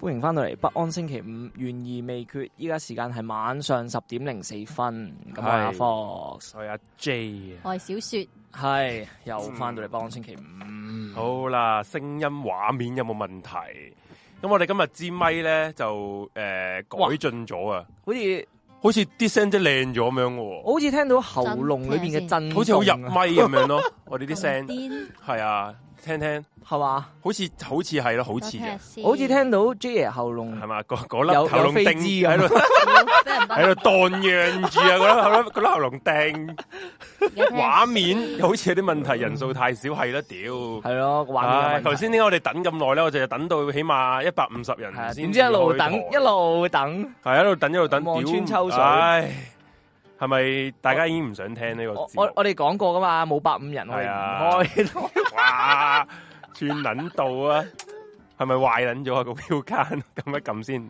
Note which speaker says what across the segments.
Speaker 1: 歡迎翻到嚟北安星期五，懸疑未決。依家時間係晚上十點零四分，咁我係阿
Speaker 2: 係
Speaker 1: Fox
Speaker 2: 我係阿 J 啊，
Speaker 3: 我係小雪，
Speaker 1: 係又
Speaker 2: 嗯
Speaker 1: 翻到嚟北安星期五。
Speaker 2: 好啦，聲音畫面有冇問題？咁我哋今日支咪咧就诶、
Speaker 1: 哇
Speaker 2: 改進咗啊，
Speaker 1: 好似
Speaker 2: 好似啲聲真係靚咗咁樣喎，
Speaker 1: 我好似聽到喉嚨裏邊嘅震動啊，
Speaker 2: 好似好入咪咁 樣咯，我哋啲
Speaker 3: 咁
Speaker 2: 聲
Speaker 3: 癲
Speaker 2: 係啊，聽聽，
Speaker 1: 係嘛？
Speaker 2: 好似好似係咯，好
Speaker 3: 我
Speaker 2: 似
Speaker 3: 聽下
Speaker 2: 嘅，
Speaker 3: 先
Speaker 1: 好似聽到 J 爺喉嚨
Speaker 2: 係嘛？嗰嗰
Speaker 1: 有
Speaker 2: 粒喉
Speaker 1: 有飛
Speaker 2: 嚨
Speaker 1: 枝
Speaker 2: 釘
Speaker 1: 咁
Speaker 2: 喺度
Speaker 3: 俾
Speaker 2: 喺
Speaker 3: 人
Speaker 2: 度蕩漾住啊！嗰粒喉粒嗰粒喉嚨釘，
Speaker 3: 畫
Speaker 2: 畫面好似有啲問題，人數太少係啦，屌！
Speaker 1: 係咯，個畫面
Speaker 2: 唉，
Speaker 1: 有問題。
Speaker 2: 頭先點解我哋等咁耐咧？我就係等到起碼一百五十人
Speaker 1: 係啊
Speaker 2: 先，
Speaker 1: 點知一路等
Speaker 2: 開台
Speaker 1: 一路等，
Speaker 2: 係一路等一路等，
Speaker 1: 望
Speaker 2: 屌
Speaker 1: 穿秋水
Speaker 2: 唉，係咪大家已經唔想聽呢個
Speaker 1: 我
Speaker 2: 節
Speaker 1: 我
Speaker 2: 目？
Speaker 1: 我哋講過噶嘛，冇百五人我哋
Speaker 2: 係啊
Speaker 1: 唔開咯。
Speaker 2: 哇，串撚到啊！係咪壞撚咗啊個票間？撳一撳先，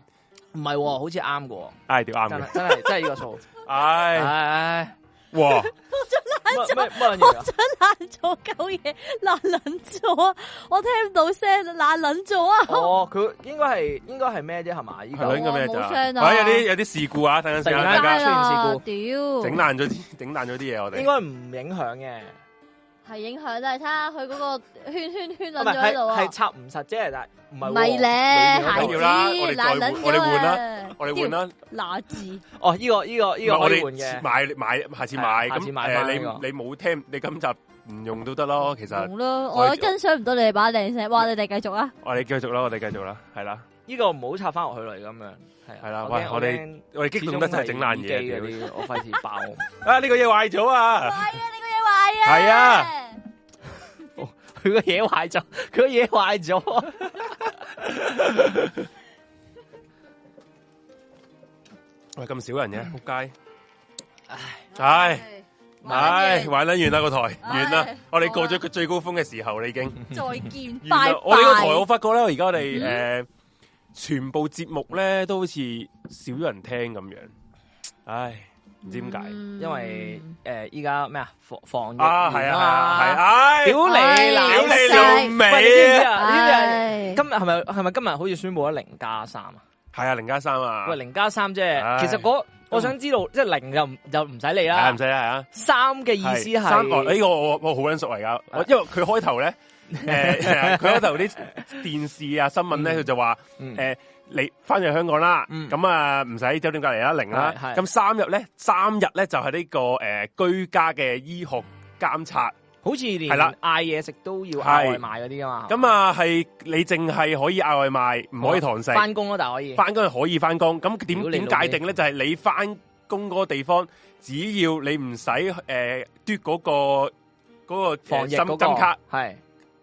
Speaker 1: 唔係喎，好似啱嘅
Speaker 2: 唉，屌
Speaker 1: 喎，
Speaker 2: 啱
Speaker 1: 真
Speaker 2: 嘅
Speaker 1: 係，真係真係呢個數。唉
Speaker 2: 唉，
Speaker 1: 唉，
Speaker 2: 哇，
Speaker 1: 乜乜乜撚嘢啊？
Speaker 3: 爛咗鳩嘢，爛撚咗啊！我聽唔到聲，爛撚咗啊！
Speaker 1: 哦，佢應該係應該係咩啫？係嘛？依
Speaker 2: 係咯，
Speaker 1: 家
Speaker 2: 應該咩
Speaker 3: 我冇
Speaker 2: 咋？
Speaker 3: 聲啊
Speaker 2: 喂有啲有啲事故啊！等陣先啊，
Speaker 1: 突然
Speaker 2: 大
Speaker 1: 間
Speaker 2: 家
Speaker 3: 街
Speaker 1: 家
Speaker 3: 啦
Speaker 1: 出，
Speaker 2: 整
Speaker 3: 屌，
Speaker 2: 爛咗啲整爛咗啲嘢，我
Speaker 1: 應
Speaker 2: 哋
Speaker 1: 該唔影響嘅，
Speaker 3: 係影響啦！你睇下佢嗰個圈圈圈
Speaker 1: 唔
Speaker 3: 撚
Speaker 1: 係
Speaker 3: 咗喺
Speaker 1: 係
Speaker 3: 度
Speaker 1: 係
Speaker 3: 啊！
Speaker 1: 插唔實啫，但係唔係
Speaker 3: 唔
Speaker 1: 喎
Speaker 3: 係
Speaker 1: 唔
Speaker 3: 咧，
Speaker 1: 緊
Speaker 3: 孩
Speaker 1: 要
Speaker 3: 子
Speaker 2: 要啦我哋再換
Speaker 3: 爛撚
Speaker 2: 我哋換
Speaker 3: 咗
Speaker 2: 啦
Speaker 3: 啊！
Speaker 2: 我哋換啦。
Speaker 3: 嗱字，
Speaker 1: 哦，依個依個依
Speaker 2: 唔
Speaker 1: 個
Speaker 2: 係我
Speaker 1: 可以
Speaker 2: 哋
Speaker 1: 換嘅，
Speaker 2: 買買，下次買
Speaker 1: 係下次買
Speaker 2: 咁
Speaker 1: 返呢
Speaker 2: 誒，
Speaker 1: 個
Speaker 2: 你你冇聽，你今集唔用都得咯。其實
Speaker 3: 用咯，
Speaker 2: 我哋
Speaker 3: 我欣賞唔到你哋把靚聲。哇，你哋繼續啊！
Speaker 2: 我哋繼續啦，我哋繼續啦，係啦，
Speaker 1: 依個唔好插翻落去嚟咁樣，係啊
Speaker 2: 係啦
Speaker 1: 我
Speaker 2: 喂
Speaker 1: 驚
Speaker 2: 我哋
Speaker 1: 驚
Speaker 2: 我哋激動得就係整爛
Speaker 1: 始終係耳
Speaker 2: 嘢。
Speaker 1: 機嗰啲，我費事爆。
Speaker 2: 啊，呢個嘢壞咗
Speaker 3: 壞
Speaker 2: 啊！
Speaker 3: 啊！你個嘢壞啊！
Speaker 2: 係啊！
Speaker 1: 佢個嘢壞咗， 佢個嘢壞咗。
Speaker 2: 喂，咁少人嘅，仆街！
Speaker 1: 唉，
Speaker 2: 唉，
Speaker 3: 玩
Speaker 2: 唉，
Speaker 3: 緊嘢
Speaker 2: 玩撚完啦個台，完啦
Speaker 3: 唉！
Speaker 2: 我哋過咗佢最高峰嘅時候啦，已經
Speaker 3: 再見，
Speaker 2: 完
Speaker 3: 拜
Speaker 2: 啦。我哋個台，我
Speaker 3: 拜。
Speaker 2: 發覺咧，而家我哋誒全部節目咧都好似少咗人聽咁樣。唉，唔知點解
Speaker 1: 因為
Speaker 3: 嗯
Speaker 1: 誒依家咩啊防防疫
Speaker 2: 啊？係啊，
Speaker 1: 完
Speaker 2: 係啊，係啊
Speaker 1: 嘛，
Speaker 2: 唉，
Speaker 1: 屌你啦，
Speaker 3: 唉
Speaker 2: 屌你老
Speaker 1: 喂你知唔
Speaker 2: 味
Speaker 1: 知
Speaker 2: 啊！
Speaker 1: 啊？呢啲係
Speaker 3: 唉
Speaker 1: 今日係咪係咪今日好似宣布咗零加三啊？
Speaker 2: 系啊，零加三啊，
Speaker 1: 喂，零加三啫其
Speaker 2: 唉，
Speaker 1: 實嗰我想知道，即係零就唔就唔使理
Speaker 2: 係
Speaker 1: 啦
Speaker 2: 啊唔。使啦，係啊。
Speaker 1: 三嘅意思
Speaker 2: 係三哦呢
Speaker 1: 係嗯
Speaker 2: 個我我好撚熟嚟噶，我因為佢開頭咧，诶，佢開頭啲電視啊新聞咧，
Speaker 1: 嗯
Speaker 2: 佢就話
Speaker 1: 嗯
Speaker 2: 诶，你翻入香港啦，
Speaker 1: 嗯
Speaker 2: 咁啊唔使酒店隔離啦，零啦，
Speaker 1: 係係
Speaker 2: 咁三日咧，三日咧就係呢個诶居家嘅醫學監察，
Speaker 1: 好似連
Speaker 2: 係啦
Speaker 1: 嗌嘢食都要嗌
Speaker 2: 係
Speaker 1: 外賣嗰啲啊嘛。
Speaker 2: 咁啊係你淨係可以嗌外賣，唔
Speaker 1: 哦
Speaker 2: 可以堂食，
Speaker 1: 翻工咯，但係可以。
Speaker 2: 翻工係可以翻工，咁點
Speaker 1: 屌你
Speaker 2: 點
Speaker 1: 老味
Speaker 2: 界定咧？就係你翻工嗰個地方，只要你唔使诶嘟嗰個嗰、個
Speaker 1: 防疫嗰
Speaker 2: 誒針
Speaker 1: 個
Speaker 2: 針卡，
Speaker 1: 係，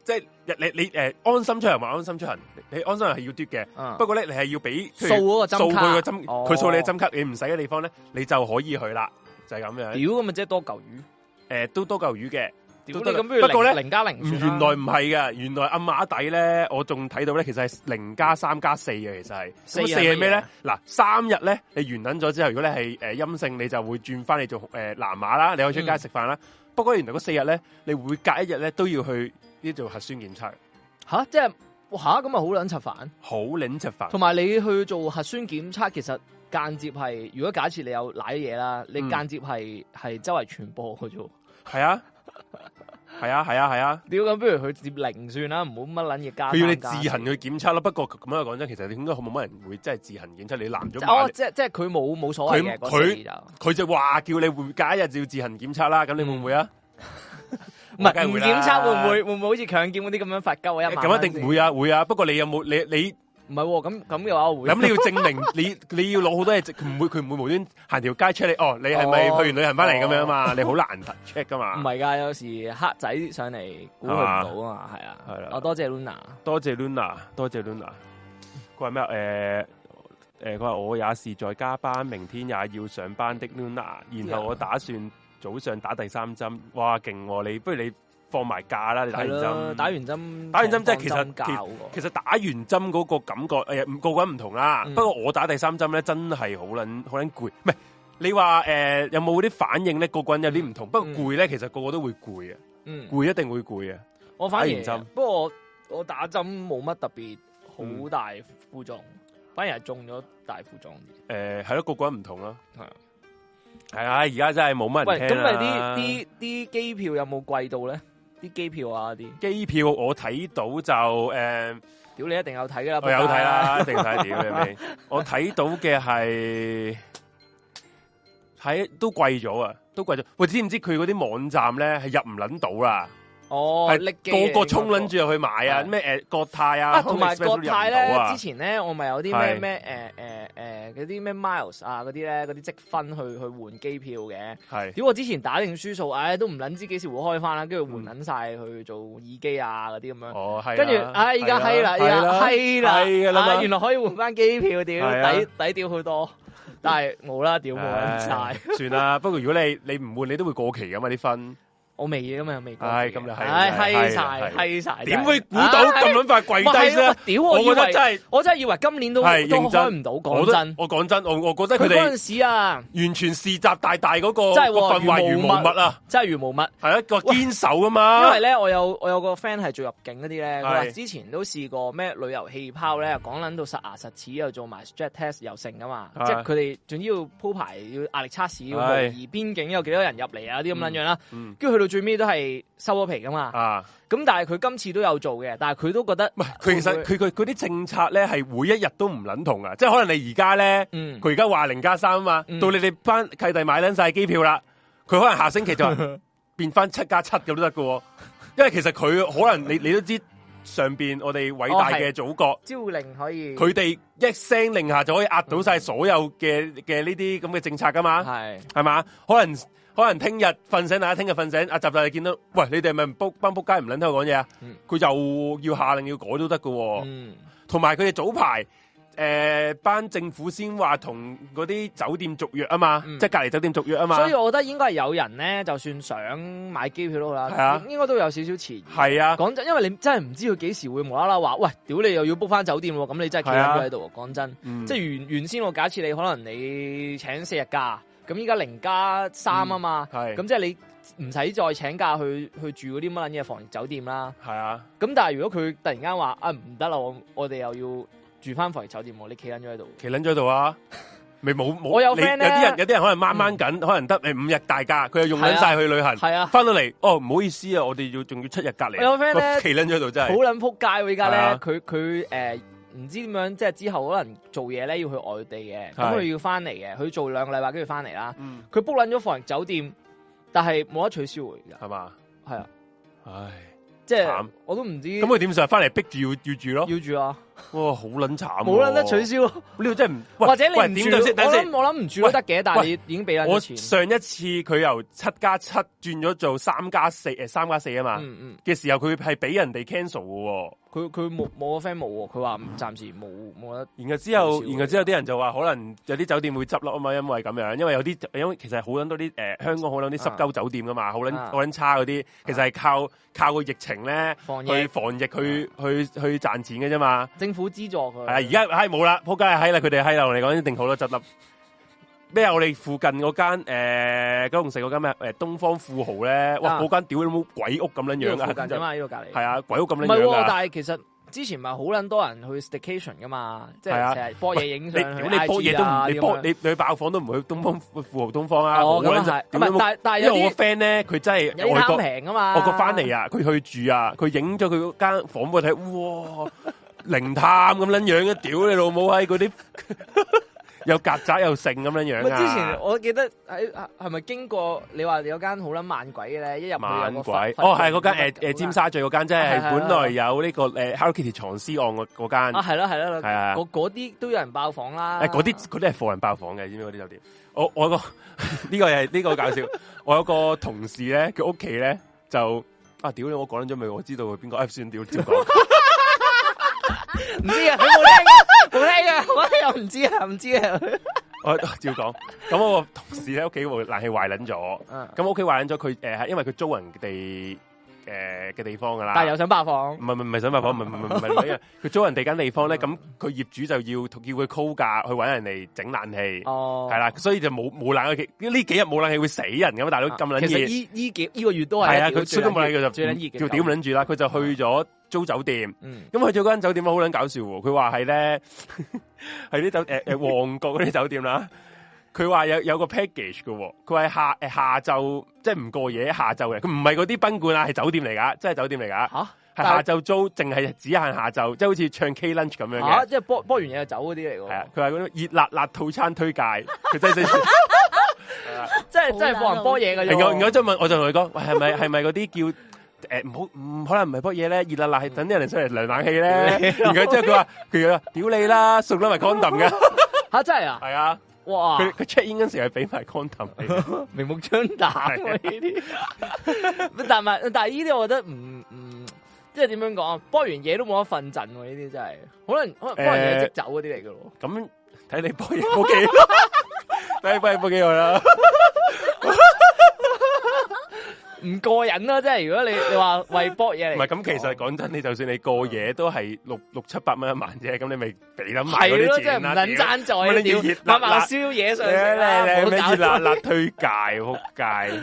Speaker 2: 即係你你诶、誒安心出行還安心出行，你安心出行係要嘟嘅，
Speaker 1: 嗯
Speaker 2: 不過咧你係要俾譬
Speaker 1: 掃
Speaker 2: 如
Speaker 1: 嗰個
Speaker 2: 掃
Speaker 1: 針
Speaker 2: 佢
Speaker 1: 卡，
Speaker 2: 個針，
Speaker 1: 哦
Speaker 2: 佢掃你嘅針卡，你唔使嘅地方咧，你就可以去啦，就係咁樣。
Speaker 1: 屌咁咪即係多嚿魚。
Speaker 2: 诶、都多嚿魚嘅，
Speaker 1: 屌你
Speaker 2: 都得啦
Speaker 1: 咁不如
Speaker 2: 不過呢
Speaker 1: 零零加零
Speaker 2: 唔
Speaker 1: 算啦。
Speaker 2: 嗯原來唔係嘅，原來暗馬底咧，我仲睇到咧，其實係零加三加四嘅，其實係
Speaker 1: 四啊
Speaker 2: 咁
Speaker 1: 係
Speaker 2: 四係咩
Speaker 1: 乜
Speaker 2: 咧？嗱，三日咧，你完撚咗之後，如果你係誒陰性，你就會轉翻嚟做誒、呃藍馬啦，你可以出街
Speaker 1: 嗯
Speaker 2: 食飯啦。不過原來嗰四日咧，你每隔一日咧都要去呢做核酸檢測，
Speaker 1: 吓，即係哇吓咁咪好撚柒煩。
Speaker 2: 好撚食飯。
Speaker 1: 同埋你去做核酸檢測，其實間接係，如果假設你有舐嘢啦，你
Speaker 2: 嗯
Speaker 1: 間接係係周圍傳播嘅啫。
Speaker 2: 係啊，係啊，係啊，係啊，
Speaker 1: 屌咁，不如佢接零算啦，唔好乜撚嘢加。
Speaker 2: 佢要你自行。去檢測啦。不過咁樣講真，其實應該冇乜人會真係自行檢測。你藍咗
Speaker 1: 哦
Speaker 2: 碼，，
Speaker 1: 即即係佢冇冇所謂嘅
Speaker 2: 佢
Speaker 1: 嗰時就，
Speaker 2: 佢就話叫你會隔一日就要自行檢測啦。咁你會唔會啊？
Speaker 1: 唔係
Speaker 2: 梗係
Speaker 1: 唔
Speaker 2: 會啦
Speaker 1: 檢測會唔會會唔會好似強檢嗰啲咁樣罰鳩我一萬？
Speaker 2: 咁一定會
Speaker 1: 啊！
Speaker 2: 啊，會啊。不過你有冇你你
Speaker 1: 唔係喎，咁咁嘅話我會。啊
Speaker 2: 咁你要證明 你你要攞好多嘢，佢唔會佢唔會無端行條街 check 你哦，你係咪
Speaker 1: 哦
Speaker 2: 去完旅行翻嚟咁樣嘛？你好難 check 噶嘛。
Speaker 1: 唔係㗎，有時黑仔上嚟估佢唔到啊嘛，係啊。
Speaker 2: 係啦
Speaker 1: 我多謝 Luna。
Speaker 2: 多謝 Luna，多謝 Luna。佢話咩啊？誒誒，佢話我也是在加班，明天也要上班的 Luna。然後我打算早上打第三針。哇，勁喎！你不如你放埋假啦，你打完
Speaker 1: 係咯
Speaker 2: 針，
Speaker 1: 打完針，
Speaker 2: 打完針即係其實
Speaker 1: 放針教喎
Speaker 2: 其實打完針嗰個感覺，誒、唔個個人唔同啦。
Speaker 1: 嗯
Speaker 2: 不過我打第三針咧，真係好撚好撚攰。唔係你話誒、有冇啲反應咧？個個人有啲唔同。不過攰咧，其實個個都會攰嘅，
Speaker 1: 嗯。
Speaker 2: 攰一定會攰嘅。
Speaker 1: 我反而
Speaker 2: 打完針
Speaker 1: 不過我我打針冇乜特別好大副作用，
Speaker 2: 嗯
Speaker 1: 反而係中咗大副撞啲。
Speaker 2: 诶、係系咯，個個人唔同咯。
Speaker 1: 係啊
Speaker 2: 系啊，而家真係冇乜
Speaker 1: 喂，
Speaker 2: 人
Speaker 1: 咁
Speaker 2: 聽啦
Speaker 1: 咪啲啲啲機票有冇貴到咧？啲機票啊啲，
Speaker 2: 機票我睇到就诶、誒
Speaker 1: 屌你一定有睇噶啦，
Speaker 2: 我有睇啦， 一
Speaker 1: 仆街
Speaker 2: 定睇屌你咪。我睇到嘅係睇都貴咗啊，都貴咗。喂，知唔知佢嗰啲網站咧係入唔撚到啊啦？
Speaker 1: 哦，
Speaker 2: 係
Speaker 1: 力機
Speaker 2: 個個
Speaker 1: 嚟
Speaker 2: 衝撚住入去買啊，
Speaker 1: 係
Speaker 2: 咩诶國泰啊，
Speaker 1: 啊，同埋
Speaker 2: Home Express 都
Speaker 1: 國
Speaker 2: 入唔到啊
Speaker 1: 泰咧，之前咧我咪有啲咩
Speaker 2: 係
Speaker 1: 咩誒誒誒嗰啲咩 miles 啊嗰啲咧嗰啲積分去去換機票嘅。
Speaker 2: 係
Speaker 1: 屌我之前打定輸數，唉、都唔撚知幾時會開翻啦，跟住換撚晒去做耳機啊嗰啲咁樣。
Speaker 2: 哦係啊，
Speaker 1: 跟住，唉，而家閪啦，而家閪啦，
Speaker 2: 係㗎啦嘛
Speaker 1: 唉原來可以換翻機票，
Speaker 2: 係啊
Speaker 1: 屌抵抵屌好多，但係冇啦，屌冇撚
Speaker 2: 唉
Speaker 1: 晒，
Speaker 2: 算啦。不過如果你你唔換，你都會過期噶嘛啲分。
Speaker 1: 我未嘅嘛，未過
Speaker 2: 唉
Speaker 1: 期嘅
Speaker 2: 咁就係
Speaker 1: 唉
Speaker 2: 係
Speaker 1: 閪晒
Speaker 2: 係，
Speaker 1: 閪晒，
Speaker 2: 啊點會估到
Speaker 1: 唉
Speaker 2: 咁撚快跪低
Speaker 1: 咪啊係
Speaker 2: 啫
Speaker 1: 咯？屌我
Speaker 2: 我
Speaker 1: 以
Speaker 2: 覺得
Speaker 1: 為
Speaker 2: 真係，
Speaker 1: 我真係以為今年都都
Speaker 2: 係認真
Speaker 1: 開唔到，
Speaker 2: 我
Speaker 1: 講
Speaker 2: 都
Speaker 1: 真。
Speaker 2: 我講真，我我覺得
Speaker 1: 佢
Speaker 2: 佢
Speaker 1: 嗰
Speaker 2: 哋
Speaker 1: 陣時啊，
Speaker 2: 完全是集大大嗰個
Speaker 1: 真係喎
Speaker 2: 個氛圍
Speaker 1: 如
Speaker 2: 如
Speaker 1: 無物
Speaker 2: 無物啊，
Speaker 1: 真係如無物。
Speaker 2: 係一個堅守啊嘛。
Speaker 1: 因為咧，我有我有個 friend 係做入境嗰啲咧，佢話
Speaker 2: 係
Speaker 1: 之前都試過咩旅遊氣泡咧，講撚到實牙實齒，又做埋 stress test 又成噶嘛，
Speaker 2: 係
Speaker 1: 即係佢哋總之要鋪排要壓力測試，要模
Speaker 2: 係
Speaker 1: 擬邊境有幾多人入嚟啊啲咁撚樣啦，
Speaker 2: 嗯
Speaker 1: 跟住去到最尾都係收咗皮噶嘛。
Speaker 2: 啊，
Speaker 1: 咁但係佢今次都有做嘅，但係佢都覺得
Speaker 2: 唔係佢其實佢佢佢啲政策咧係每一日都唔撚同啊，即係可能你而家咧。
Speaker 1: 嗯
Speaker 2: 佢而家話零加三啊嘛，
Speaker 1: 嗯
Speaker 2: 到你哋班契弟買撚晒機票啦，佢可能下星 期就話變翻七加七咁都得嘅喎，因為其實佢可能你你都知上邊我哋偉
Speaker 1: 哦
Speaker 2: 大嘅祖國，
Speaker 1: 招令可以
Speaker 2: 佢哋、一聲令下就可以壓到晒所有嘅嘅呢啲咁嘅政策噶嘛，
Speaker 1: 係
Speaker 2: 係嘛？可能可能聽日瞓醒，啊大家聽日瞓醒，阿習大你見到，喂，你哋係咪唔仆班仆街唔撚聽我講嘢啊
Speaker 1: 嗯？
Speaker 2: 佢、又要下令要改都得嘅喎。
Speaker 1: 嗯
Speaker 2: 同埋佢哋早排诶、呃班政府先話同嗰啲酒店續約啊嘛，
Speaker 1: 嗯
Speaker 2: 即係隔離酒店續約啊嘛
Speaker 1: 所以，我覺得應該係有人咧，就算想買機票都好啦，
Speaker 2: 係啊
Speaker 1: 應該都有少少遲疑。
Speaker 2: 係啊，
Speaker 1: 講真，因為你真係唔知佢幾時會無啦啦話，喂，屌你又要 book 翻酒店喎，咁你真係企
Speaker 2: 係啊
Speaker 1: 喺度喎。講真，
Speaker 2: 嗯
Speaker 1: 即係原原先我假設你可能你請四日假，咁依家零加三啊嘛，
Speaker 2: 係
Speaker 1: 咁即係你唔使再請假去去住嗰啲乜撚嘢防疫酒店啦。
Speaker 2: 係啊，
Speaker 1: 咁但係如果佢突然間話啊唔得啦，我我哋又要住翻防疫酒店喎，你企撚咗喺度。
Speaker 2: 企撚咗喺度啊，咪冇冇，
Speaker 1: 我有
Speaker 2: 你
Speaker 1: friend 呢嗯
Speaker 2: 有啲人有啲人可能掹掹緊，可能得你五日大假，佢又用撚晒去旅行，
Speaker 1: 係啊，
Speaker 2: 翻到嚟哦唔好意思啊，我哋要仲要七日隔離，
Speaker 1: 我有 friend 呢
Speaker 2: 喂企撚咗喺度真
Speaker 1: 好
Speaker 2: 係，
Speaker 1: 撚撲街喎！依家
Speaker 2: 係
Speaker 1: 咧
Speaker 2: 啊，
Speaker 1: 佢佢誒唔知點樣，即係之後可能做嘢咧要去外地嘅，咁
Speaker 2: 係
Speaker 1: 佢要翻嚟嘅，佢做兩個禮拜跟住翻嚟啦。
Speaker 2: 嗯，
Speaker 1: 佢 book 撚咗防疫酒店，但係冇得取消㗎，
Speaker 2: 係嘛，
Speaker 1: 係啊，
Speaker 2: 唉，
Speaker 1: 即係
Speaker 2: 慘
Speaker 1: 我都唔知
Speaker 2: 咁佢點上？翻嚟逼住要要住咯，
Speaker 1: 要住啊，
Speaker 2: 哇，好撚慘喎，
Speaker 1: 冇撚得取消，
Speaker 2: 呢個真係唔，喂
Speaker 1: 或者你
Speaker 2: 喂
Speaker 1: 唔
Speaker 2: 點
Speaker 1: 住，
Speaker 2: 就
Speaker 1: 我
Speaker 2: 先，等陣先
Speaker 1: 諗。我諗唔住都得嘅，但係你已經俾撚
Speaker 2: 我
Speaker 1: 咗錢，
Speaker 2: 上一次佢由七加七轉咗做三加四，诶三加四啊嘛
Speaker 1: 嗯嗯，
Speaker 2: 嘅、時候，佢係俾人哋 cancel 嘅、喎。
Speaker 1: 佢佢冇冇個 friend 冇喎，佢話暫時冇冇得，
Speaker 2: 然後之後，
Speaker 1: 好少
Speaker 2: 然後之後啲人就話可能有啲酒店會執笠啊嘛，因為咁樣，因為有啲因為其實好撚多啲诶、香港好撚啲濕鳩酒店噶嘛，好撚
Speaker 1: 啊
Speaker 2: 好撚差嗰啲，其實係靠靠個疫情咧
Speaker 1: 防疫啊
Speaker 2: 去防疫去去去賺錢嘅啫嘛。
Speaker 1: 政府資助佢，
Speaker 2: 係啊，而家閪冇啦，仆街係閪啦，佢哋閪啦，我哋講一定好多執笠。咩啊？我哋附近嗰間诶九龍城嗰間咩诶東方富豪咧，
Speaker 1: 啊
Speaker 2: 哇！嗰間屌你冇鬼屋咁
Speaker 1: 呢
Speaker 2: 樣樣
Speaker 1: 度附近
Speaker 2: 噶
Speaker 1: 啫，嘛，呢度隔離
Speaker 2: 係。啊，鬼屋咁
Speaker 1: 唔係
Speaker 2: 樣樣
Speaker 1: 喎，
Speaker 2: 噶。
Speaker 1: 但係其實之前咪好撚多人去 staycation 噶嘛，即
Speaker 2: 係
Speaker 1: 係
Speaker 2: 啊
Speaker 1: 成日波嘢影
Speaker 2: 你
Speaker 1: 相
Speaker 2: 屌
Speaker 1: 去
Speaker 2: 你波嘢
Speaker 1: IG
Speaker 2: 都
Speaker 1: 啊
Speaker 2: 唔，你波
Speaker 1: 咁樣
Speaker 2: 你你去爆房都唔去東方富豪東方啊！
Speaker 1: 哦
Speaker 2: 好
Speaker 1: 咁
Speaker 2: 撚
Speaker 1: 啊
Speaker 2: 就
Speaker 1: 係，唔
Speaker 2: 屌你
Speaker 1: 係
Speaker 2: 冇
Speaker 1: 但但係
Speaker 2: 因
Speaker 1: 有
Speaker 2: 為我
Speaker 1: 啲
Speaker 2: friend 咧，佢真
Speaker 1: 有
Speaker 2: 係
Speaker 1: 啲
Speaker 2: 外
Speaker 1: 貪
Speaker 2: 國
Speaker 1: 平啊嘛，
Speaker 2: 外國翻嚟啊，佢去住啊，佢影咗佢間房俾我睇，哇！靈探咁撚樣嘅，屌你老母閪嗰啲 有曱甴又剩咁樣
Speaker 1: 咪
Speaker 2: 樣啊！
Speaker 1: 之前我記得喺係咪經過你話有間好撚慢鬼嘅咧，一入去有
Speaker 2: 猛
Speaker 1: 個
Speaker 2: 鬼
Speaker 1: 佛
Speaker 2: 哦，係嗰間诶诶尖。
Speaker 1: 佛
Speaker 2: 沙咀嗰間，即
Speaker 1: 係係
Speaker 2: 係
Speaker 1: 係
Speaker 2: 本來有呢個诶 Hello Kitty 藏屍案嗰嗰
Speaker 1: 佛啊，
Speaker 2: 間，
Speaker 1: 係啦係啦，
Speaker 2: 係啊
Speaker 1: 嗰嗰啲都有人爆房啦。
Speaker 2: 诶嗰啲嗰啲係貨人爆房嘅，知唔知嗰啲酒店？我我有個 呢個係呢個搞笑， 我有個同事咧，佢屋企咧就啊屌你，我講咗未？我知道佢邊個，诶哎算屌照講。
Speaker 1: 唔知啊，佢冇聽，冇聽啊， 我又唔知啊，唔知啊。
Speaker 2: 我照講。咁我個同事咧屋企部冷氣壞撚咗，
Speaker 1: 嗯
Speaker 2: 咁屋企壞撚咗，佢诶因為佢租人哋诶嘅地方噶啦。
Speaker 1: 但系又想霸房
Speaker 2: 唔，係唔係唔係想買房，唔係唔係唔係唔係，因為佢租人哋間地方咧，咁佢業主就要叫佢高價去揾人嚟整冷氣，
Speaker 1: 哦，
Speaker 2: 係啦，啊所以就冇冇冷氣，呢幾日冇冷氣會死人噶嘛，大佬
Speaker 1: 啊
Speaker 2: 咁撚
Speaker 1: 其實
Speaker 2: 熱，
Speaker 1: 依依幾依個月都係
Speaker 2: 係啊，
Speaker 1: 一屌
Speaker 2: 佢出
Speaker 1: 最
Speaker 2: 咗
Speaker 1: 撚
Speaker 2: 冇冷氣
Speaker 1: 熱
Speaker 2: 佢
Speaker 1: 最撚熱
Speaker 2: 就
Speaker 1: 嘅
Speaker 2: 叫屌撚住啦，佢就去咗租酒店，
Speaker 1: 嗯，
Speaker 2: 咁去咗間酒店好撚搞笑喎，佢話係咧 係啲酒誒誒旺角嗰啲酒店啦。佢話有有個 package 嘅喎，佢話係下誒下晝即係唔過夜下晝嘅，佢唔係嗰啲賓館啊，係酒店嚟㗎，真係酒店嚟㗎。
Speaker 1: 吓
Speaker 2: 系下晝租，淨係只限下晝，即係好似唱 K lunch 咁樣
Speaker 1: 吓，
Speaker 2: 嘅。
Speaker 1: 即係波波完嘢就走嗰啲嚟㗎喎，
Speaker 2: 係啊，佢話嗰種熱辣辣套餐推介，佢真係真係。係啊
Speaker 1: 即係即係幫人波嘢嘅啫
Speaker 2: 然後然後
Speaker 1: 喎。
Speaker 2: 就問，我就同佢講，喂，係咪係咪嗰啲叫诶唔好唔可能唔係乜嘢咧？熱辣辣係等啲人上嚟涼冷氣咧。
Speaker 1: 屌
Speaker 2: 然
Speaker 1: 你
Speaker 2: 後之後佢話佢話屌你啦，送咗埋 condom 嘅。
Speaker 1: 吓真係啊！
Speaker 2: 係啊，
Speaker 1: 哇，
Speaker 2: 佢佢 check in 嗰陣時係俾埋 condom 你嘅。
Speaker 1: 明目張膽
Speaker 2: 係啊
Speaker 1: 喎呢啲。 但係但係呢啲，我覺得唔唔，即係點樣講啊？波完嘢都冇得瞓陣喎，呢啲真係可能可能波完嘢
Speaker 2: 誒
Speaker 1: 即走嗰啲嚟嘅咯。
Speaker 2: 咁睇你 播嘢播幾， 睇你播嘢播幾耐啦。
Speaker 1: 唔過癮啦，即係如果你你話為搏嘢嚟哦
Speaker 2: 唔係
Speaker 1: 講，
Speaker 2: 咁，其實講真，你就算你過夜都係六六七百蚊一晚啫，咁你咪俾得埋嗰
Speaker 1: 係咯，
Speaker 2: 啲
Speaker 1: 即係
Speaker 2: 錢
Speaker 1: 唔
Speaker 2: 啦。
Speaker 1: 撚
Speaker 2: 屌
Speaker 1: 爭在，
Speaker 2: 乜你
Speaker 1: 屌
Speaker 2: 熱辣
Speaker 1: 慢
Speaker 2: 辣
Speaker 1: 慢燒嘢上
Speaker 2: 你
Speaker 1: 食啦，
Speaker 2: 你
Speaker 1: 唔好
Speaker 2: 你咩
Speaker 1: 搞
Speaker 2: 熱辣辣推介，仆街！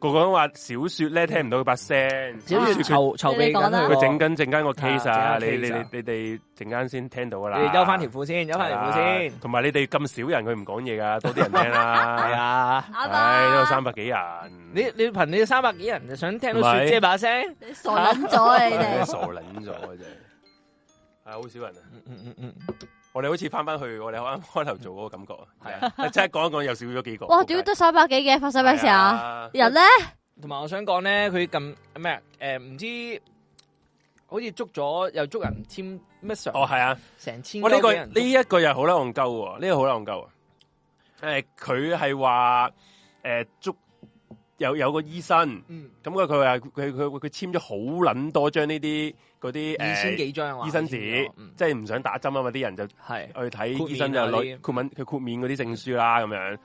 Speaker 2: 個個都話小雪咧聽唔到佢把聲，
Speaker 1: 小月
Speaker 2: 佢
Speaker 1: 籌籌備
Speaker 3: 啊你講
Speaker 1: 緊
Speaker 3: 啦
Speaker 2: 佢整緊陣間個 case 啊！
Speaker 1: 啊
Speaker 2: 你
Speaker 1: 整緊 case
Speaker 2: 你你
Speaker 1: 啊
Speaker 2: 你哋陣間先聽到噶
Speaker 1: 你
Speaker 2: 啦，
Speaker 1: 哋休翻條褲先，休翻條褲
Speaker 2: 係啊
Speaker 1: 先。
Speaker 2: 同埋你哋咁少人，佢唔講嘢噶，多啲人聽
Speaker 1: 係
Speaker 2: 啦。
Speaker 1: 啊，
Speaker 3: 阿
Speaker 2: 唉，都有
Speaker 3: 爸，
Speaker 2: 三百幾人，
Speaker 1: 你你憑你三百幾人就想聽
Speaker 2: 唔
Speaker 1: 到
Speaker 2: 係
Speaker 1: 雪姐把聲？
Speaker 3: 你傻捻咗 啊你
Speaker 2: 唉
Speaker 3: 哋，
Speaker 2: 傻撚咗啊真係，係好少人啊！
Speaker 1: 嗯嗯嗯嗯，
Speaker 2: 我哋好似翻翻去我哋啱啱開頭做嗰個感覺
Speaker 1: 係
Speaker 2: 啊，係即係講一講又少咗幾個。
Speaker 3: 哇，屌得三百幾嘅，發生咩事啊？
Speaker 2: 啊？
Speaker 3: 人咧，
Speaker 1: 同埋我想講咧，佢咁呃咩誒唔知。好似捉咗又捉人簽咩上
Speaker 2: 哦，係啊！
Speaker 1: 成千
Speaker 2: 我呢
Speaker 1: 個
Speaker 2: 個呢一個又好啦，戇鳩喎，呢個好啦，戇鳩啊！誒，佢係話誒捉有有個醫生，
Speaker 1: 嗯
Speaker 2: 咁佢佢話佢佢佢簽咗好撚多張呢啲嗰啲
Speaker 1: 二千
Speaker 2: 誒
Speaker 1: 幾張啊，
Speaker 2: 嗯醫生
Speaker 1: 千幾
Speaker 2: 紙
Speaker 1: 個嗯，
Speaker 2: 即係唔想打針啊嘛，啲人就
Speaker 1: 係
Speaker 2: 去睇
Speaker 1: 豁免
Speaker 2: 醫生就
Speaker 1: 啊
Speaker 2: 攞
Speaker 1: 啲
Speaker 2: 豁免佢豁免嗰啲證書啦，咁樣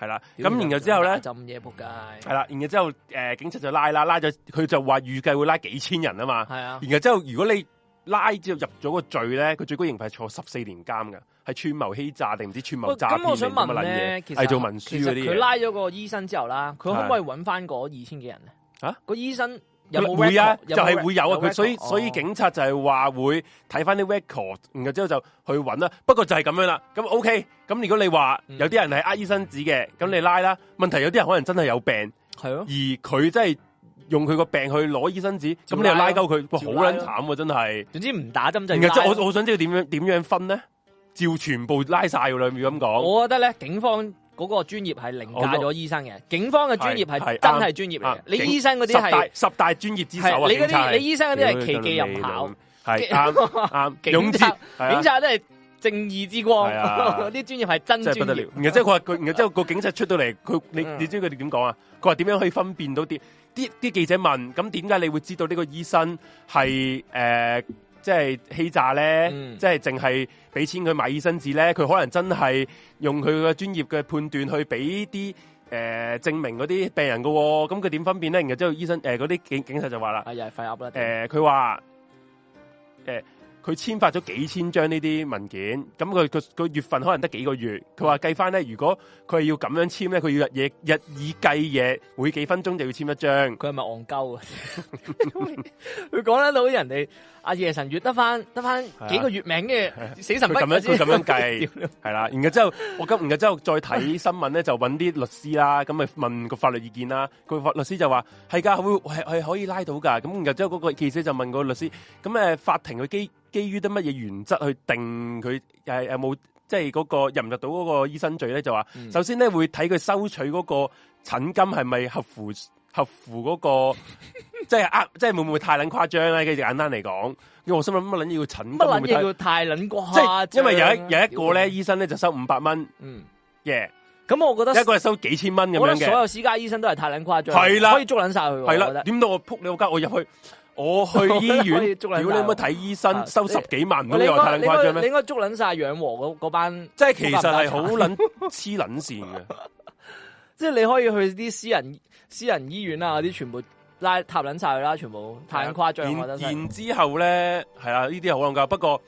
Speaker 2: 係啦。咁然後之後咧。
Speaker 1: 浸嘢仆街
Speaker 2: 系，啦，然後之後诶、呃警察就拉啦，拉咗佢就話預計會拉幾千人啊嘛。
Speaker 1: 係啊，
Speaker 2: 然後之後，如果你拉之後入咗個罪咧，佢最高刑罰係坐十四年監噶，係串謀欺詐定唔知串謀
Speaker 1: 喂
Speaker 2: 詐騙
Speaker 1: 咁我想
Speaker 2: 定乜
Speaker 1: 問
Speaker 2: 撚嘢
Speaker 1: 咧，，其實
Speaker 2: 偽造文書嗰
Speaker 1: 其
Speaker 2: 啲
Speaker 1: 實佢
Speaker 2: 嘢。
Speaker 1: 拉咗個醫生之後啦，佢可唔可以揾翻嗰二千幾人咧？
Speaker 2: 啊，
Speaker 1: 個醫生有冇
Speaker 2: 會啊，
Speaker 1: record？
Speaker 2: 就
Speaker 1: 冇
Speaker 2: 係會有啊。佢
Speaker 1: record？
Speaker 2: 所以
Speaker 1: 哦
Speaker 2: 所以警察就係話會睇翻啲 record，然後之後就去揾啦。不過就係咁樣啦。咁 OK，咁如果你話
Speaker 1: 嗯
Speaker 2: 有啲人係呃醫生紙嘅，咁你拉啦。問題有啲人可能真係有病，
Speaker 1: 係咯
Speaker 2: 而，佢真係用佢個病去攞醫生紙，咁
Speaker 1: 照
Speaker 2: 你又拉
Speaker 1: 拉
Speaker 2: 鳩
Speaker 1: 咯
Speaker 2: 佢，
Speaker 1: 照
Speaker 2: 哇！好
Speaker 1: 拉
Speaker 2: 撚
Speaker 1: 咯
Speaker 2: 慘喎，真係。
Speaker 1: 總之唔打針就要
Speaker 2: 然後即係
Speaker 1: 拉
Speaker 2: 我我想知道點樣點樣分咧？照全部拉晒㗎啦，如果咁
Speaker 1: 我
Speaker 2: 講。
Speaker 1: 我覺得咧，警方嗰個專業係凌駕咗醫生嘅，警方嘅專業係
Speaker 2: 係係
Speaker 1: 真係專業嚟嘅
Speaker 2: 啱，
Speaker 1: 你
Speaker 2: 警
Speaker 1: 醫生嗰
Speaker 2: 十
Speaker 1: 啲係
Speaker 2: 大十大專業之首啊！
Speaker 1: 係你嗰
Speaker 2: 警察
Speaker 1: 啲
Speaker 2: 係
Speaker 1: 你醫生嗰啲係奇技淫巧，
Speaker 2: 係 啱啱。勇
Speaker 1: 警
Speaker 2: 字
Speaker 1: 察
Speaker 2: 係啊
Speaker 1: 警察都係正義之光，
Speaker 2: 係啊
Speaker 1: 嗰 啲專業係真專
Speaker 2: 真係不得了
Speaker 1: 業。。啊
Speaker 2: 然後之後佢話佢，然後之後個警察出到嚟，佢你
Speaker 1: 嗯
Speaker 2: 你知佢哋點講啊？佢話點樣可以分辨到啲啲啲記者問咁點解你會知道呢個醫生係誒即係欺詐咧？
Speaker 1: 嗯
Speaker 2: 即係淨係俾錢佢買醫生紙咧？佢可能真係用佢嘅專業嘅判斷去俾啲。誒、證明嗰啲病人嘅喎、咁佢點分辨咧？然後之後醫生誒嗰啲警警察就話啦，
Speaker 1: 啊，又係廢噏啦。
Speaker 2: 誒呃佢話誒佢簽發咗幾千張呢啲文件，咁佢佢佢月份可能得幾個月，佢話計翻咧，如果佢係要咁樣簽咧，佢要日夜日以繼夜，每幾分鐘就要簽一張。
Speaker 1: 佢係咪戇鳩啊？ 佢講得到人哋阿夜神月得翻得翻幾個月名嘅死神
Speaker 2: 啊佢咁樣佢咁樣 計
Speaker 1: 屌
Speaker 2: 係啦，然後之後我今然後之後再睇新聞咧，就揾啲律師啦，咁咪問個法律意見啦。個法律師就話係㗎，會係係可以拉到㗎。咁然後之後嗰個記者就問個律師，咁誒法庭佢基基於啲乜嘢原則去定佢誒有冇即係嗰個入唔入到嗰個醫生罪咧？就話、
Speaker 1: 嗯
Speaker 2: 首先咧會睇佢收取嗰個診金係咪合乎合乎 嗰、個。即係呃，即係會唔會太撚誇張咧？跟住簡單嚟講，因為我心諗乜撚嘢要診金會
Speaker 1: 乜撚
Speaker 2: 唔會太
Speaker 1: 嘢叫太撚瓜？
Speaker 2: 即係因為有一
Speaker 1: 真係
Speaker 2: 有一個咧，，醫生咧就收五百蚊
Speaker 1: 嗯，
Speaker 2: 嘅，
Speaker 1: 咁我覺
Speaker 2: 一
Speaker 1: 得
Speaker 2: 個係收幾千蚊咁
Speaker 1: 我
Speaker 2: 樣
Speaker 1: 覺得所
Speaker 2: 嘅，
Speaker 1: 有私家醫生都係太撚誇張，啊
Speaker 2: 係啦
Speaker 1: 可以捉撚晒佢喎，
Speaker 2: 係
Speaker 1: 我覺
Speaker 2: 啦。
Speaker 1: 得
Speaker 2: 點到我撲你個街，我入去，我去醫
Speaker 1: 可
Speaker 2: 院，
Speaker 1: 以捉
Speaker 2: 屌
Speaker 1: 撚
Speaker 2: 你
Speaker 1: 晒
Speaker 2: 乜
Speaker 1: 我
Speaker 2: 睇醫生
Speaker 1: 啊
Speaker 2: 收
Speaker 1: 你
Speaker 2: 十幾萬，唔通
Speaker 1: 你
Speaker 2: 你
Speaker 1: 應
Speaker 2: 話太
Speaker 1: 該你
Speaker 2: 撚
Speaker 1: 應
Speaker 2: 誇
Speaker 1: 該
Speaker 2: 張
Speaker 1: 你
Speaker 2: 咩？
Speaker 1: 應該捉撚晒養和嗰嗰班，
Speaker 2: 即係其實
Speaker 1: 冇辦
Speaker 2: 係
Speaker 1: 法
Speaker 2: 好撚 黐撚線嘅，
Speaker 1: 即係你可以去啲私人私人醫院啊嗰啲，全部拉塔撚晒佢啦，全部太
Speaker 2: 啊
Speaker 1: 誇張，啊我覺得真
Speaker 2: 然
Speaker 1: 係
Speaker 2: 然之後咧，係啦，呢啲係好戇鳩。不過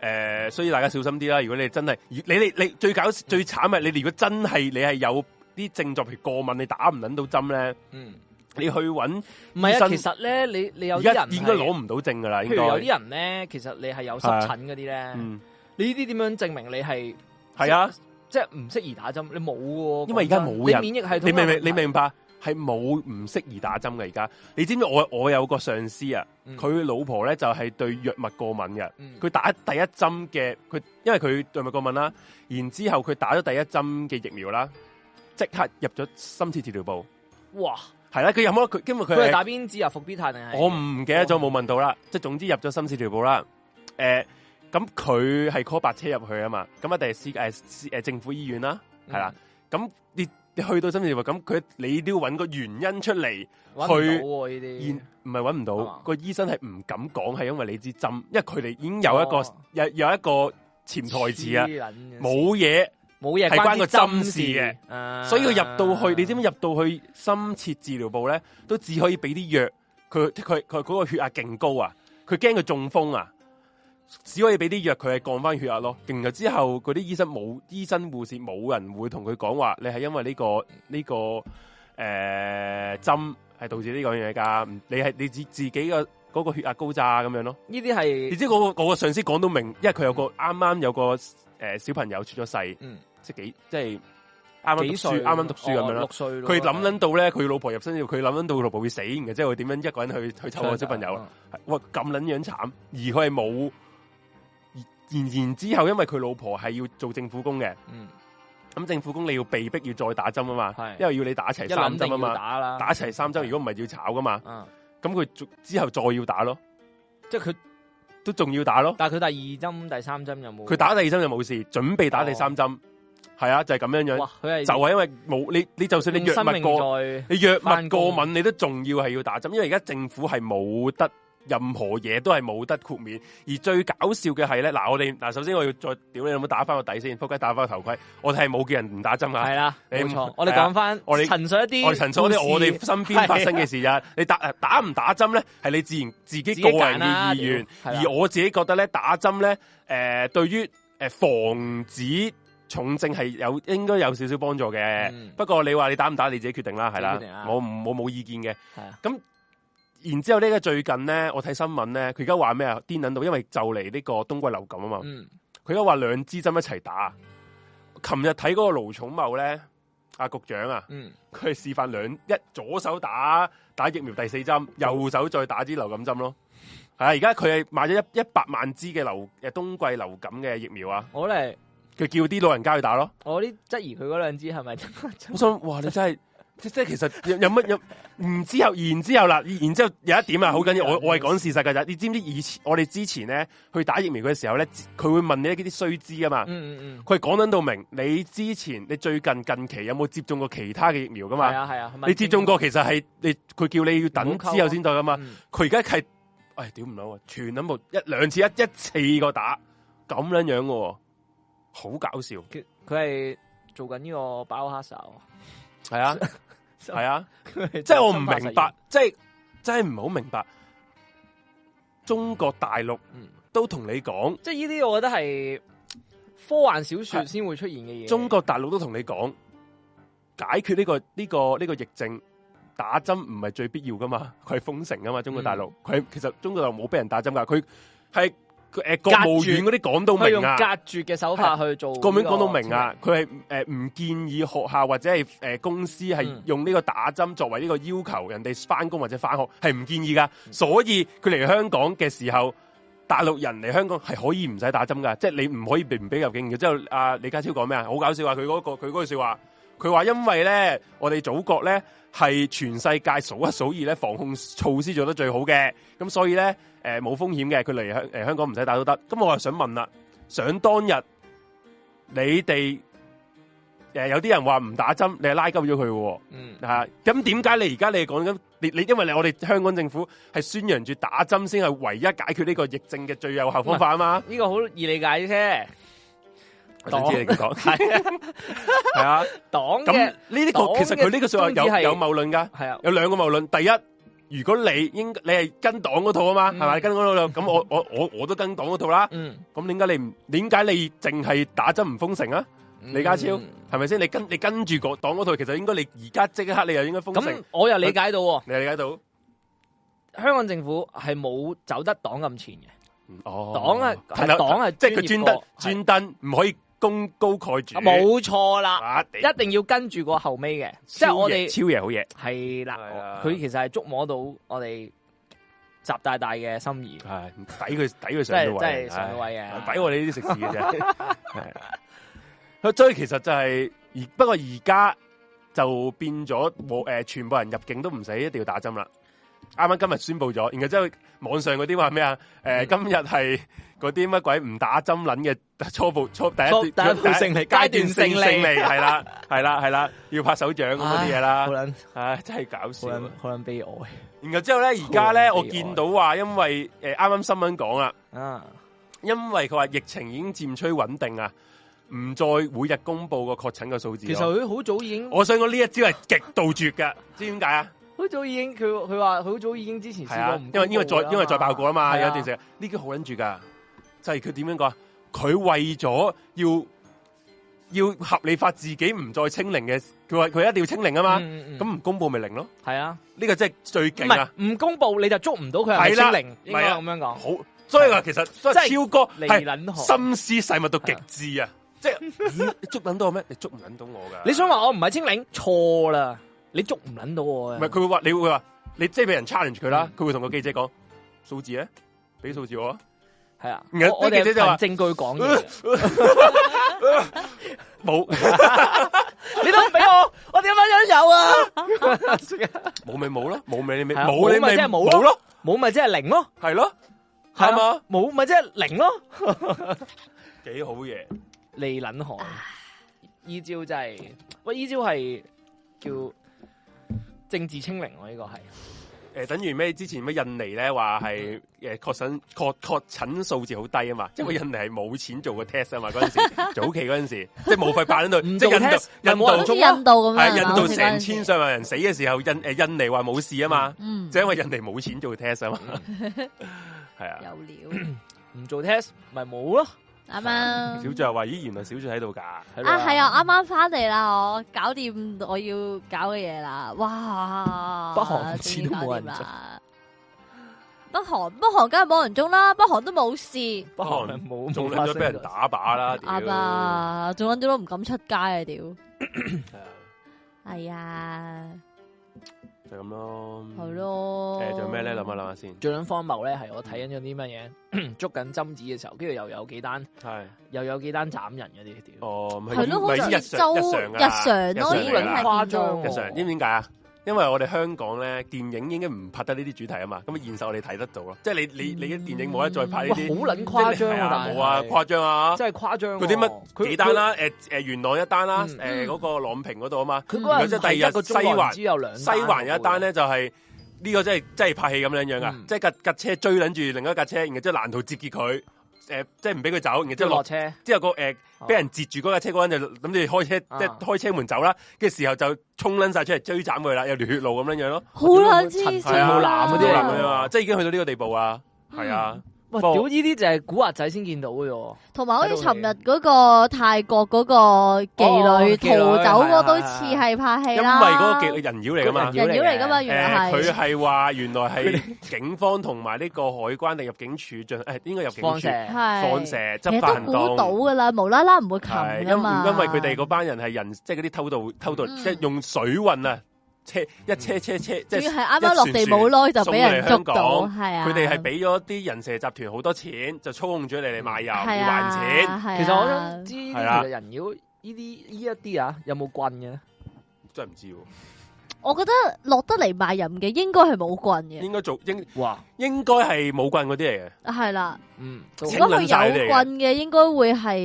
Speaker 2: 诶、呃所以大家小心啲啦。如果你真係，如你你你最搞最慘係你如果真係你係有啲症狀，譬如過敏，你打唔撚到針咧，
Speaker 1: 嗯，
Speaker 2: 你去揾
Speaker 1: 唔係啊，
Speaker 2: 醫生
Speaker 1: 其實咧，你你有
Speaker 2: 而
Speaker 1: 啲
Speaker 2: 家
Speaker 1: 人
Speaker 2: 應該
Speaker 1: 係
Speaker 2: 攞唔到證噶啦，啊應
Speaker 1: 譬
Speaker 2: 該
Speaker 1: 如有啲人咧，其實你係有濕疹嗰啲咧，呢
Speaker 2: 嗯
Speaker 1: 啲點樣證明你係
Speaker 2: 係啊。
Speaker 1: 即係唔適宜打針？你冇喎，
Speaker 2: 因為而家冇人
Speaker 1: 你免疫系統啊
Speaker 2: 你明唔
Speaker 1: 有問？題
Speaker 2: 明你明白係冇唔適宜打針嘅而家。你知唔知我我有個上司啊，
Speaker 1: 嗯
Speaker 2: 佢老婆咧就係對藥物過敏嘅。
Speaker 1: 嗯
Speaker 2: 佢打第一針嘅佢，因為佢藥物過敏啦，然之後佢打咗第一針嘅疫苗啦，即刻入咗深切治療部。
Speaker 1: 哇，
Speaker 2: 係啦，佢有冇佢？因為佢
Speaker 1: 佢係
Speaker 2: 係
Speaker 1: 打邊支啊？伏必泰定係
Speaker 2: 我唔記得咗冇問到啦，即系总之入咗深切治療部啦。诶、咁佢係 call 白車入去啊嘛，咁一定係私诶私诶政府醫院啦，
Speaker 1: 嗯
Speaker 2: 係啦。咁你你去到深切治療部，咁佢你都要揾個原因出嚟，
Speaker 1: 揾唔
Speaker 2: 佢
Speaker 1: 到喎呢
Speaker 2: 現
Speaker 1: 啲。
Speaker 2: 唔係揾唔
Speaker 1: 嗯係
Speaker 2: 到
Speaker 1: 嘛
Speaker 2: 個醫生係唔敢講，係因為你支針，因為佢哋已經有一個、
Speaker 1: 哦
Speaker 2: 有有一個潛台詞啊，
Speaker 1: 啊，
Speaker 2: 冇嘢，
Speaker 1: 冇嘢
Speaker 2: 係關
Speaker 1: 關
Speaker 2: 個
Speaker 1: 針啊
Speaker 2: 針事嘅
Speaker 1: 嘅
Speaker 2: 所以佢入到去，你知唔知入到去深切治療部咧，都只可以俾啲藥，佢佢佢嗰個血壓勁高啊，佢驚佢中風啊，只可以俾啲藥佢係降翻血壓咯。然後之後嗰啲醫生冇醫生護士冇人會同佢講話，你係因為呢、個呢、個誒、呃、針係導致呢個樣嘢㗎，你係你自自己嘅嗰個血壓高咋咁樣咯。
Speaker 1: 呢啲
Speaker 2: 你
Speaker 1: 係
Speaker 2: 知嗰、個嗰個上司講到明，因為佢有個啱啱有個誒、呃小朋友出咗世，
Speaker 1: 嗯
Speaker 2: 即係幾即係啱啱讀
Speaker 1: 幾歲？
Speaker 2: 書，啱啱讀書咁樣
Speaker 1: 哦
Speaker 2: 啦
Speaker 1: 六。歲咯
Speaker 2: 佢諗撚到咧，佢老婆入身要，佢諗撚到佢老婆會死，然之後佢點樣一個人去去湊個小朋友啊？，係哇，咁撚樣慘，而佢係冇，而然然之後，因為佢老婆係要做政府工嘅，
Speaker 1: 嗯，
Speaker 2: 咁政府工你要被逼要再打針啊嘛，
Speaker 1: 係
Speaker 2: 因為要你打齊
Speaker 1: 一諗定
Speaker 2: 三針啊
Speaker 1: 要
Speaker 2: 嘛，
Speaker 1: 打啦，
Speaker 2: 打齊三針，如果唔係要炒噶嘛，
Speaker 1: 嗯，
Speaker 2: 咁佢逐之後再要打咯，
Speaker 1: 即係佢，
Speaker 2: 都仲要打咯。
Speaker 1: 但係佢第二針、第三針有冇？
Speaker 2: 佢打第二針就冇事，準備打第三針，係啊，就係、咁樣樣，
Speaker 1: 哦哇，佢係
Speaker 2: 就係因為冇你，你就算你
Speaker 1: 用
Speaker 2: 藥
Speaker 1: 生
Speaker 2: 物
Speaker 1: 命
Speaker 2: 過。啊
Speaker 1: 在
Speaker 2: 你藥物
Speaker 1: 返工
Speaker 2: 過敏，你都仲要係要打針，因為而家政府係冇得任何嘢都係冇得豁免。而最搞笑嘅係咧，嗱我哋嗱首先我要再屌你有冇打翻個底先，仆街打翻個頭盔，我哋係冇叫人唔打針
Speaker 1: 系
Speaker 2: 啊！
Speaker 1: 啦，
Speaker 2: 你
Speaker 1: 冇
Speaker 2: 唔
Speaker 1: 錯。我哋
Speaker 2: 係啊
Speaker 1: 講翻，
Speaker 2: 我哋
Speaker 1: 陳述一啲故事，
Speaker 2: 我哋陳述啲我哋身邊發生嘅事啊！你打打唔打針咧，係你自然自己
Speaker 1: 自己
Speaker 2: 個
Speaker 1: 揀
Speaker 2: 人
Speaker 1: 啦
Speaker 2: 嘅意願。
Speaker 1: 屌係啦
Speaker 2: 而我自己覺得咧，打針咧，诶、對於诶、呃防止重症係有應該有少少幫助嘅。
Speaker 1: 嗯
Speaker 2: 不過你話你打唔打你自己決定啦，係啦
Speaker 1: 自己決定啊，
Speaker 2: 我唔我冇意見嘅。
Speaker 1: 係啊
Speaker 2: 然之後呢個最近咧，我睇新聞咧，佢而家話咩啊？癲撚到，因為就嚟呢個冬季流感啊嘛，
Speaker 1: 嗯，
Speaker 2: 佢而家話兩支針一齊打。琴日睇嗰個盧寵茂咧，阿、局長啊，
Speaker 1: 嗯，
Speaker 2: 佢係示範兩一左手打打疫苗第四針，右手再打支流感針咯。係啊，而家佢係買咗一一百萬支嘅流誒冬季流感嘅疫苗啊，
Speaker 1: 我嚟，
Speaker 2: 佢叫啲老人家去打咯。
Speaker 1: 我啲質疑佢嗰兩支係咪 真
Speaker 2: 我想，哇！你真 係即即係其實有有乜有？然之後，然之後啦，然之後有一點啊，好緊要，我我係講事實㗎咋。你知唔知以前我哋之前咧去打疫苗嘅時候咧，佢會問你一啲須知啊嘛。
Speaker 1: 嗯嗯嗯，
Speaker 2: 佢係講緊到明，你之前你最近近期有冇接種過其他嘅疫苗噶
Speaker 1: 係
Speaker 2: 嘛？
Speaker 1: 啊係啊，
Speaker 2: 你接種過其實係你佢叫你要等之後先再噶嘛？
Speaker 1: 嗯
Speaker 2: 佢而家係，唉，屌唔到啊！全諗部一兩次一一次過打咁樣樣嘅喎，好搞笑。
Speaker 1: 佢佢係做緊呢個包黑 手，
Speaker 2: 係啊， 係啊。
Speaker 1: 即
Speaker 2: 即系我唔明白，，即系真系唔好明白。中國大陸
Speaker 1: 嗯
Speaker 2: 都同你講，
Speaker 1: 即係呢啲我覺得係科幻小说先會出現嘅嘢。
Speaker 2: 中國大陸都同你講，解決呢、個呢、個呢、個疫症，打針唔係最必要噶嘛， 佢係封城噶嘛。中國大
Speaker 1: 嗯
Speaker 2: 陸佢、其實中國大陸冇俾人打針噶，佢係诶國務院嗰啲講到
Speaker 1: 佢用
Speaker 2: 明啊
Speaker 1: 隔。絕嘅手法去做呢個清
Speaker 2: 國務
Speaker 1: 零，
Speaker 2: 院講到明啊，佢係诶唔建議學校或者係诶、呃公司係
Speaker 1: 嗯
Speaker 2: 用呢個打針作為呢個要求，人哋翻工或者翻學係唔建議噶。
Speaker 1: 嗯
Speaker 2: 所以佢嚟香港嘅時候，大陸人嚟香港係可以唔使打針噶，即係你唔可以被唔俾入境。然之後阿李家超講咩啊？好搞笑啊！佢嗰、個佢嗰句说話，佢話因為咧，我哋祖國咧係全世界數一數二咧防控措施做得最好嘅，咁所以咧诶冇風險嘅，佢嚟香诶香港唔使打都得。咁我又想問啦，想當日。 你哋诶、呃有啲人話唔打針，你係拉鳩咗佢嘅
Speaker 1: 嗯
Speaker 2: 喎，吓咁點解你而家你係講緊你你因為你我哋香港政府係宣揚住打針先係唯一解決呢個疫症嘅最有效方法啊嘛，
Speaker 1: 呢個好易理解啫。
Speaker 2: 我想知你點講係啊，
Speaker 1: 黨
Speaker 2: 咁
Speaker 1: 嘅
Speaker 2: 呢啲個
Speaker 1: 黨嘅
Speaker 2: 其實佢呢個说話
Speaker 1: 宗旨
Speaker 2: 有
Speaker 1: 係
Speaker 2: 有謬論噶，
Speaker 1: 係啊，
Speaker 2: 有兩個謬論，第一如果你應你係跟黨嗰套啊嘛，係咪、
Speaker 1: 嗯
Speaker 2: 跟嗰套咁我我我我都跟黨嗰套啦。
Speaker 1: 嗯，
Speaker 2: 咁點解你唔點解你淨係打針唔封城啊？李家超
Speaker 1: 嗯
Speaker 2: 係咪先？你跟你跟住個黨嗰套，其實應該你而家即刻你又應該封城
Speaker 1: 咁，我又理解到喎，
Speaker 2: 你係理解到？
Speaker 1: 香港政府係冇走得黨咁前嘅，
Speaker 2: 嗯哦，
Speaker 1: 黨啊係
Speaker 2: 啦
Speaker 1: 黨啊
Speaker 2: 即係佢
Speaker 1: 專業
Speaker 2: 專
Speaker 1: 過
Speaker 2: 登專登唔可以功高蓋主，
Speaker 1: 啊冇錯啦，
Speaker 2: 啊，一
Speaker 1: 一定要跟住個後尾嘅，即係我哋
Speaker 2: 超嘢好嘢，
Speaker 1: 係
Speaker 2: 係
Speaker 1: 啦
Speaker 2: 啊，
Speaker 1: 佢其實係觸摸到我哋習大大嘅心意，
Speaker 2: 係抵佢抵
Speaker 1: 真
Speaker 2: 佢上到
Speaker 1: 係
Speaker 2: 位，啊
Speaker 1: 真係上咗
Speaker 2: 唉
Speaker 1: 位啊嘅，
Speaker 2: 抵我哋呢啲食肆嘅 啫。係佢所以其實就係而不過而家就變咗冇誒，全部人入境都唔使一定要打針啦。啱啱今日宣布咗，然後之後網上嗰啲話咩啊？誒、
Speaker 1: 嗯
Speaker 2: 今日係嗰啲乜鬼唔打針撚嘅 初步初第一
Speaker 1: 初第一步勝利階段勝利
Speaker 2: 利係啦係啦係啦，要拍手掌咁嗰啲嘢啦
Speaker 1: 好。撚
Speaker 2: 唉，真係搞
Speaker 1: 好
Speaker 2: 笑啊。
Speaker 1: 撚好撚悲哀
Speaker 2: 然後之後咧，而家咧，
Speaker 1: 好
Speaker 2: 我
Speaker 1: 撚悲哀
Speaker 2: 見到話，因為誒啱啱新聞講啦，
Speaker 1: 啊！
Speaker 2: 因為佢話疫情已經漸趨穩定啊，唔再每日公布個確診嘅數字
Speaker 1: 其
Speaker 2: 咯。
Speaker 1: 實佢好早已經，
Speaker 2: 我想講呢一招係極度絕㗎，知點解啊？
Speaker 1: 好早已經佢佢話好早已經之前
Speaker 2: 係
Speaker 1: 試過
Speaker 2: 啊
Speaker 1: 唔公，
Speaker 2: 因為因為再
Speaker 1: 佈㗎
Speaker 2: 因為再爆過啊嘛，
Speaker 1: 係
Speaker 2: 有一段時間呢啲好撚住㗎，就係佢點樣講啊？佢為咗要要合理化自己唔再清零嘅，佢話佢一定要清零啊嘛，
Speaker 1: 嗯嗯
Speaker 2: 咁
Speaker 1: 嗯
Speaker 2: 唔公布咪零咯？
Speaker 1: 係啊。
Speaker 2: 呢個真係最
Speaker 1: 唔
Speaker 2: 勁啊！
Speaker 1: 係唔公佈你就捉唔到佢係咪
Speaker 2: 係啦
Speaker 1: 清零，應
Speaker 2: 咪
Speaker 1: 該
Speaker 2: 啊
Speaker 1: 咁樣講。
Speaker 2: 好，所以話其實所
Speaker 1: 真
Speaker 2: 以
Speaker 1: 係
Speaker 2: 超哥
Speaker 1: 離
Speaker 2: 係
Speaker 1: 撚行，
Speaker 2: 心思細密到極致啊！即係咦你捉撚到我咩？你捉唔撚到我㗎？
Speaker 1: 你想話我唔係清零，錯啦，你捉唔撚到我啊！
Speaker 2: 唔係佢會話，你會話你即係俾人 challenge 佢啦
Speaker 1: 嗯，
Speaker 2: 佢會同個記者講數字咧，俾數字我啊，
Speaker 1: 係啊，
Speaker 2: 然後
Speaker 1: 我我哋
Speaker 2: 啲記者就話
Speaker 1: 憑證據講嘢， 啊
Speaker 2: 冇
Speaker 1: 你都唔俾我，我點樣樣有啊？
Speaker 2: 冇咪冇咯，冇咪你咪
Speaker 1: 係啊
Speaker 2: 冇你
Speaker 1: 冇咪
Speaker 2: 咪
Speaker 1: 即係冇咯
Speaker 2: 冇咯，
Speaker 1: 冇咪即係零咯，
Speaker 2: 係咯，
Speaker 1: 係
Speaker 2: 啱
Speaker 1: 嘛
Speaker 2: 啊？
Speaker 1: 冇咪即係零咯，
Speaker 2: 幾好嘢，
Speaker 1: 你撚行，依招真係，喂，依招係叫政治清零喎，呢個係
Speaker 2: 誒等於咩？之前咩印尼咧話
Speaker 1: 嗯
Speaker 2: 係誒確診確確診數字好低啊嘛，因為印尼係冇錢做個 test 啊嘛，嗰陣 時早期嗰陣時即係無費辦喺度，
Speaker 1: 唔
Speaker 2: 即
Speaker 1: 做
Speaker 2: 係印
Speaker 1: test，
Speaker 2: 度
Speaker 1: 咪
Speaker 2: 印
Speaker 1: 冇人做
Speaker 2: 度
Speaker 3: 好似印度
Speaker 1: 啊
Speaker 3: 咁
Speaker 2: 係
Speaker 3: 樣，
Speaker 2: 印
Speaker 3: 好
Speaker 2: 度
Speaker 3: 似嗰
Speaker 2: 成
Speaker 3: 陣時
Speaker 2: 千，上萬人死嘅時候，印誒印尼話冇事啊嘛，
Speaker 3: 嗯，
Speaker 2: 就因為印尼冇錢做 test 啊嘛， 係啊。
Speaker 3: 有 料，
Speaker 1: 唔做 test 咪冇咯，
Speaker 3: 啱啱。
Speaker 2: 小象話：咦，原來小象喺度噶，
Speaker 1: 係咯
Speaker 3: 啊，系啊，啱啱翻嚟啦，我搞掂我要搞嘅嘢啦，哇！
Speaker 1: 北韓似都冇人
Speaker 3: 終於搞掂啦。北韓，北韓梗係冇人中啦，北韓都冇事，
Speaker 1: 不過咪冇冇
Speaker 2: 仲兩
Speaker 1: 發
Speaker 2: 哦咗
Speaker 1: 生
Speaker 2: 俾人
Speaker 1: 過
Speaker 2: 打靶啦，屌啊
Speaker 3: 啱！啦，仲搵到都唔敢出街啊，屌！係啊，
Speaker 2: 就咁咯。
Speaker 3: 好。咯。
Speaker 2: 誒，仲有咩咧？諗下諗下先。
Speaker 1: 最撚荒謬咧，係我睇緊咗啲乜嘢，嗯捉緊針子嘅時候，跟住又有幾單，
Speaker 2: 係。
Speaker 1: 又有幾單斬人嗰啲屌。
Speaker 2: 哦，咪
Speaker 3: 係咯，好
Speaker 2: 咪
Speaker 3: 似
Speaker 2: 日常
Speaker 3: 周
Speaker 2: 常
Speaker 3: 日
Speaker 2: 啊
Speaker 3: 常咯，
Speaker 2: 日
Speaker 3: 已
Speaker 2: 常
Speaker 3: 經
Speaker 2: 嚟
Speaker 1: 係
Speaker 2: 啦
Speaker 3: 係
Speaker 1: 誇
Speaker 3: 變
Speaker 1: 張
Speaker 2: 日
Speaker 1: 喎
Speaker 2: 常。知唔知點解啊？因為我哋香港咧電影應該唔拍得呢啲主題啊嘛，咁啊現實我哋睇得到咯。即係你你你嘅電影冇得再拍呢
Speaker 1: 哇，好
Speaker 3: 嗯
Speaker 1: 撚
Speaker 2: 啲，
Speaker 1: 誇張
Speaker 2: 係啊
Speaker 1: 啊！
Speaker 2: 冇啊，誇張啊！
Speaker 1: 真係誇張。
Speaker 2: 嗰啲乜幾單？啊啦，誒誒元朗一單啦，
Speaker 1: 嗯
Speaker 2: 誒嗰個朗屏嗰度啊嘛，
Speaker 1: 佢嗰
Speaker 2: 即
Speaker 1: 日
Speaker 2: 係第二日
Speaker 1: 個
Speaker 2: 西
Speaker 1: 中環
Speaker 2: 環
Speaker 1: 只有兩單
Speaker 2: 西環有一單，咧，就係、呢、個真係真係拍戲咁樣樣噶，
Speaker 1: 嗯
Speaker 2: 即係架架車追撚住另一架車，然後即係攔途截截佢，誒、即係唔俾佢走，然後
Speaker 1: 即
Speaker 2: 即
Speaker 1: 係
Speaker 2: 係
Speaker 1: 落
Speaker 2: 落
Speaker 1: 車，
Speaker 2: 之後個誒呃俾、
Speaker 1: 哦
Speaker 2: 人截住嗰架車嗰人就諗住開車，
Speaker 1: 啊
Speaker 2: 即係開車門走啦，跟住時候就衝撚晒出嚟追斬佢啦，有條血路咁樣樣咯，
Speaker 3: 好撚黐線
Speaker 1: 陳浩南
Speaker 3: 啊
Speaker 1: 嗰
Speaker 2: 好
Speaker 1: 啲
Speaker 2: 難
Speaker 1: 嚟
Speaker 2: 咁
Speaker 1: 㗎
Speaker 2: 樣啊，即係已經去到呢個地步啊，係啊，
Speaker 1: 哇！
Speaker 2: 不過
Speaker 1: 屌呢啲就係古惑仔先見到嘅喎。
Speaker 3: 同埋好似尋日嗰個泰國嗰個妓女
Speaker 1: 哦妓女
Speaker 3: 逃走嗰都似
Speaker 1: 係係
Speaker 3: 係啊拍戲
Speaker 2: 因為
Speaker 3: 啦，
Speaker 2: 嗰個嘅人妖嚟噶嘛
Speaker 1: 嗰。
Speaker 3: 人妖嚟噶嘛，
Speaker 2: 誒
Speaker 3: 原來
Speaker 2: 佢
Speaker 3: 係。
Speaker 2: 係話原來係警方同埋呢個海關定入境處進誒，應該入境
Speaker 1: 放
Speaker 2: 處
Speaker 1: 射
Speaker 3: 係啊
Speaker 2: 放射執
Speaker 3: 你
Speaker 2: 法
Speaker 3: 都
Speaker 2: 行
Speaker 3: 估到
Speaker 2: 動。
Speaker 3: 噶啦，無啦啦唔會擒
Speaker 2: 係因
Speaker 3: 噶嘛。
Speaker 2: 因為佢哋嗰班人係人，即係嗰啲偷渡偷渡，
Speaker 3: 嗯
Speaker 2: 即係用水運啊，車一車車車，即
Speaker 3: 仲要
Speaker 2: 係
Speaker 3: 係啱啱落地冇耐就俾人捉到，
Speaker 2: 送嚟香港
Speaker 3: 係啊。
Speaker 2: 佢哋係俾咗啲人蛇集團好多錢，就操控咗你嚟賣油，要
Speaker 3: 係
Speaker 2: 還
Speaker 3: 啊，係
Speaker 2: 錢，
Speaker 3: 啊
Speaker 1: 其實我想知呢
Speaker 2: 係啊
Speaker 1: 啲
Speaker 2: 啦
Speaker 1: 其實人妖呢啲呢一啲啊，有冇棍嘅咧？
Speaker 2: 真係唔知喎。
Speaker 3: 我覺得落得嚟賣淫嘅應該係冇棍嘅，
Speaker 2: 應該做應
Speaker 1: 哇！
Speaker 2: 應該係冇棍嗰啲嚟嘅，
Speaker 3: 係啦。
Speaker 1: 嗯，
Speaker 2: 清
Speaker 3: 如果佢
Speaker 2: 撚晒你
Speaker 3: 有
Speaker 2: 嘅
Speaker 3: 棍嘅，應該會係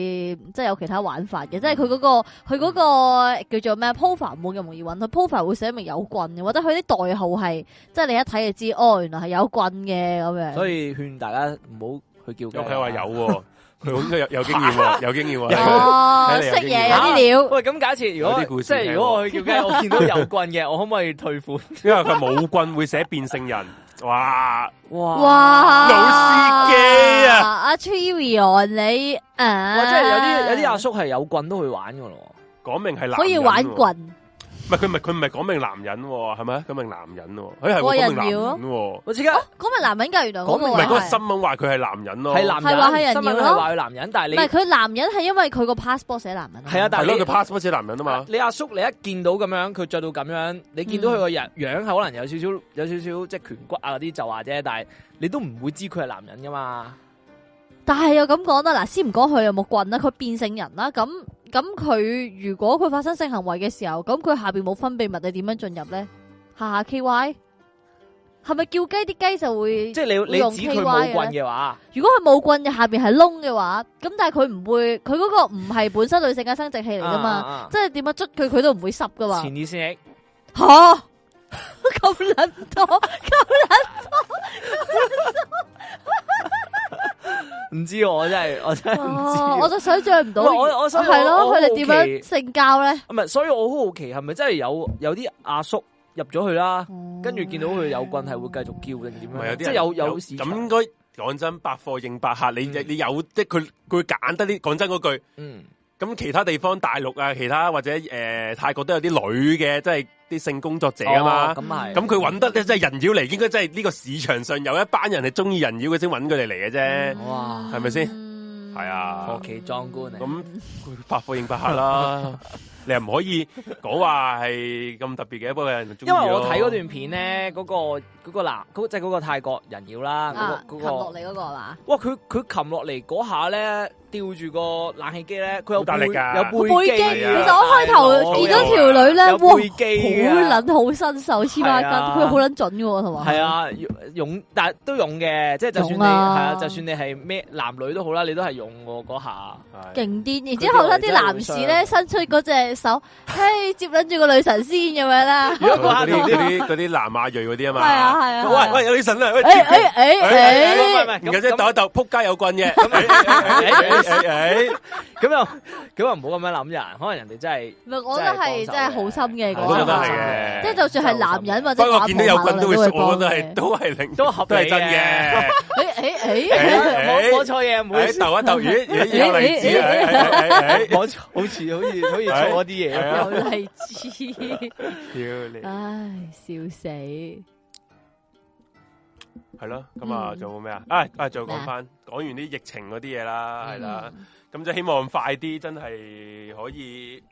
Speaker 3: 即係有其他玩法嘅，即係佢嗰個
Speaker 2: 嗯
Speaker 3: 佢嗰個叫做咩啊 profile 冇咁容易揾，佢 profile 會寫明有棍嘅，或者佢啲代號係即係你一睇就知，哦，原來係有棍嘅咁樣。
Speaker 1: 所以勸大家唔好去叫雞啊。
Speaker 2: 有佢話有喎，佢好有有經驗 喎，有經驗喎。
Speaker 3: 哦，
Speaker 2: 睇嚟有
Speaker 3: 識
Speaker 2: 經驗
Speaker 3: 嘢有啲料，
Speaker 1: 喂，咁假設如
Speaker 2: 有
Speaker 1: 果
Speaker 2: 啲故事
Speaker 1: 即係
Speaker 2: 聽
Speaker 1: 如果我去叫 雞，我見到有棍嘅，我可唔可以退款？
Speaker 2: 因為佢冇棍會寫變性人，哇！
Speaker 1: 哇
Speaker 3: 哇，
Speaker 2: 老啊司機啊
Speaker 3: 阿 Trivion 你啊，
Speaker 1: 哇！即係有啲有啲阿叔係有棍都去玩噶咯。
Speaker 2: 講明係男人喎
Speaker 3: 可以玩，棍，
Speaker 2: 唔係佢唔係佢唔係講明男人喎，係咪？講明男人喎，佢係會講明男人
Speaker 3: 過人
Speaker 2: 喎。
Speaker 1: 我即刻
Speaker 3: 嗰咪男人噶，原來嗰個
Speaker 1: 講
Speaker 2: 唔
Speaker 1: 明
Speaker 2: 係嗰個
Speaker 3: 係
Speaker 2: 新聞話佢係男人咯，
Speaker 1: 係男
Speaker 3: 係話係
Speaker 1: 人，
Speaker 3: 人
Speaker 1: 新聞
Speaker 3: 妖咯
Speaker 1: 係話佢男人，但係
Speaker 3: 唔
Speaker 1: 你
Speaker 3: 係佢男人係因為佢個 passport 寫男人啊嘛，
Speaker 1: 係啊但
Speaker 2: 係咯，
Speaker 1: 你
Speaker 2: 佢 passport 似男人啊嘛。
Speaker 1: 你阿叔你一見到咁樣，佢着到咁樣，你見到
Speaker 3: 嗯
Speaker 1: 佢個人樣係可能有少少有少少即係拳骨啊嗰啲就話啫，但係你都唔會知佢係男人噶嘛。
Speaker 3: 但係又咁講啦，嗱，先唔講佢有冇棍啦，佢變性人啦，咁咁佢如果佢發生性行為嘅時候，咁佢下邊冇分泌物，你點樣進入咧？下下 K Y 係咪叫雞啲雞就嗯會
Speaker 1: 即？係你你
Speaker 3: 用
Speaker 1: 指佢
Speaker 3: KY
Speaker 1: 冇
Speaker 3: 嘅
Speaker 1: 棍嘅話，
Speaker 3: 如果佢冇棍嘅下邊係窿嘅話，咁但係佢唔會，佢嗰個唔係本身女性嘅生殖器嚟噶嘛？
Speaker 1: 啊
Speaker 3: 即係點樣捽佢，佢都唔會濕噶
Speaker 1: 啊啊
Speaker 3: 嘛？
Speaker 1: 前列腺液
Speaker 3: 吓 咁撚多，
Speaker 1: 唔知我真
Speaker 3: 哦
Speaker 1: 係我真係 唔
Speaker 3: 哇我
Speaker 1: 知。
Speaker 3: 就想象唔到。
Speaker 1: 喂我我所以
Speaker 3: 係
Speaker 1: 我
Speaker 3: 咯，
Speaker 1: 我
Speaker 3: 佢哋
Speaker 1: 好
Speaker 3: 點
Speaker 1: 奇
Speaker 3: 樣性交咧？
Speaker 1: 唔係，所以我好好奇係咪真係有有啲阿叔入咗去啦，跟住見到佢有棍係會繼續叫定點
Speaker 2: 唔係有
Speaker 1: 樣？
Speaker 2: 啲
Speaker 1: 即係
Speaker 2: 人
Speaker 1: 有有市場
Speaker 2: 咁應該講真，百貨應百客，你
Speaker 1: 嗯
Speaker 2: 你有即係佢佢揀得啲講真嗰句。
Speaker 1: 嗯
Speaker 2: 咁其他地方大陸啊，其他或者诶、呃泰國都有啲女嘅，即係啲性工作者啊嘛。
Speaker 1: 哦咁係
Speaker 2: 咁佢揾得即係人妖嚟，應該真係呢個市場上有一班人係中意人妖嘅先揾佢哋嚟嘅啫。
Speaker 1: 哇
Speaker 2: 係咪先
Speaker 3: 嗯
Speaker 2: 係啊
Speaker 1: 何其壯觀啊
Speaker 2: 咁百貨應百客啦， 你又唔可以講話係咁特別嘅，不過有人中意
Speaker 1: 因為
Speaker 2: 咯
Speaker 1: 我睇嗰段片咧，嗰、個嗰、個男，嗰即係嗰個泰國人妖啦，嗰、
Speaker 3: 啊，
Speaker 1: 個
Speaker 3: 擒
Speaker 1: 嗰、
Speaker 3: 落
Speaker 1: 個，
Speaker 3: 嚟嗰個係嘛？
Speaker 1: 哇！佢佢擒落嚟嗰下咧，吊住個冷氣機咧，佢有
Speaker 2: 好大力
Speaker 1: 背
Speaker 2: 㗎
Speaker 1: 有
Speaker 3: 背
Speaker 1: 肌
Speaker 3: 肌，
Speaker 1: 㗎。
Speaker 3: 其實我開頭見到條女咧，
Speaker 1: 有
Speaker 3: 哇，
Speaker 1: 背肌㗎
Speaker 3: 好撚好身手，黐孖
Speaker 1: 係
Speaker 3: 筋，
Speaker 1: 啊
Speaker 3: 佢好撚準嘅喎，同埋
Speaker 1: 係，啊，勇，但係都勇嘅，即係就算你係
Speaker 3: 勇啊
Speaker 1: 啊，就算你係咩男女都好啦，你都係勇喎嗰下。
Speaker 2: 係
Speaker 3: 勁癲。然之後咧，
Speaker 1: 佢啲
Speaker 3: 啲
Speaker 1: 女
Speaker 3: 男士咧伸出嗰隻手，嘿，接撚住個女神先咁樣啦。
Speaker 1: 如果嗰
Speaker 2: 嗰
Speaker 1: 下
Speaker 2: 啲嗰啲嗰啲南亞裔嗰啲啊
Speaker 3: 係啊
Speaker 2: 嘛。
Speaker 3: 係啊，
Speaker 2: 喂喂，有啲神啊！喂，
Speaker 3: 誒誒誒
Speaker 1: 喂喂
Speaker 3: 誒，
Speaker 1: 喂
Speaker 2: 然後即係
Speaker 1: 咁
Speaker 2: 鬥一鬥，撲街有棍嘅。
Speaker 1: 咁
Speaker 2: 哎哎哎哎
Speaker 1: 咁又咁又唔好咁樣諗人，可能人哋真係
Speaker 3: 唔係我覺得係真係好心嘅
Speaker 2: 我都覺
Speaker 3: 嗰
Speaker 2: 得係
Speaker 3: 下
Speaker 2: 嘅
Speaker 3: 即係就算係男人或者
Speaker 2: 不過見到有棍都會
Speaker 3: 會
Speaker 2: 縮，我覺得係都係零，
Speaker 1: 都合理
Speaker 2: 都係真
Speaker 1: 嘅
Speaker 2: 嘅。
Speaker 3: 誒誒
Speaker 2: 哎
Speaker 3: 誒，
Speaker 1: 冇冇錯嘢，唔好意
Speaker 2: 诶，
Speaker 1: 思，
Speaker 2: 斗一斗，咦咦有例子，
Speaker 3: 咦
Speaker 2: 哎哎哎哎
Speaker 1: 冇錯好似好似好似錯咗啲嘢
Speaker 2: 係啊
Speaker 1: 咁。
Speaker 3: 有荔枝，
Speaker 2: 屌你，
Speaker 3: 唉，笑死！
Speaker 2: 係咯，咁啊，
Speaker 3: 嗯
Speaker 2: 仲有咩啊？啊啊，仲有講
Speaker 3: 咩啊
Speaker 2: 翻，講完啲疫情嗰啲嘢啦，係啦，咁就希望快啲真係可以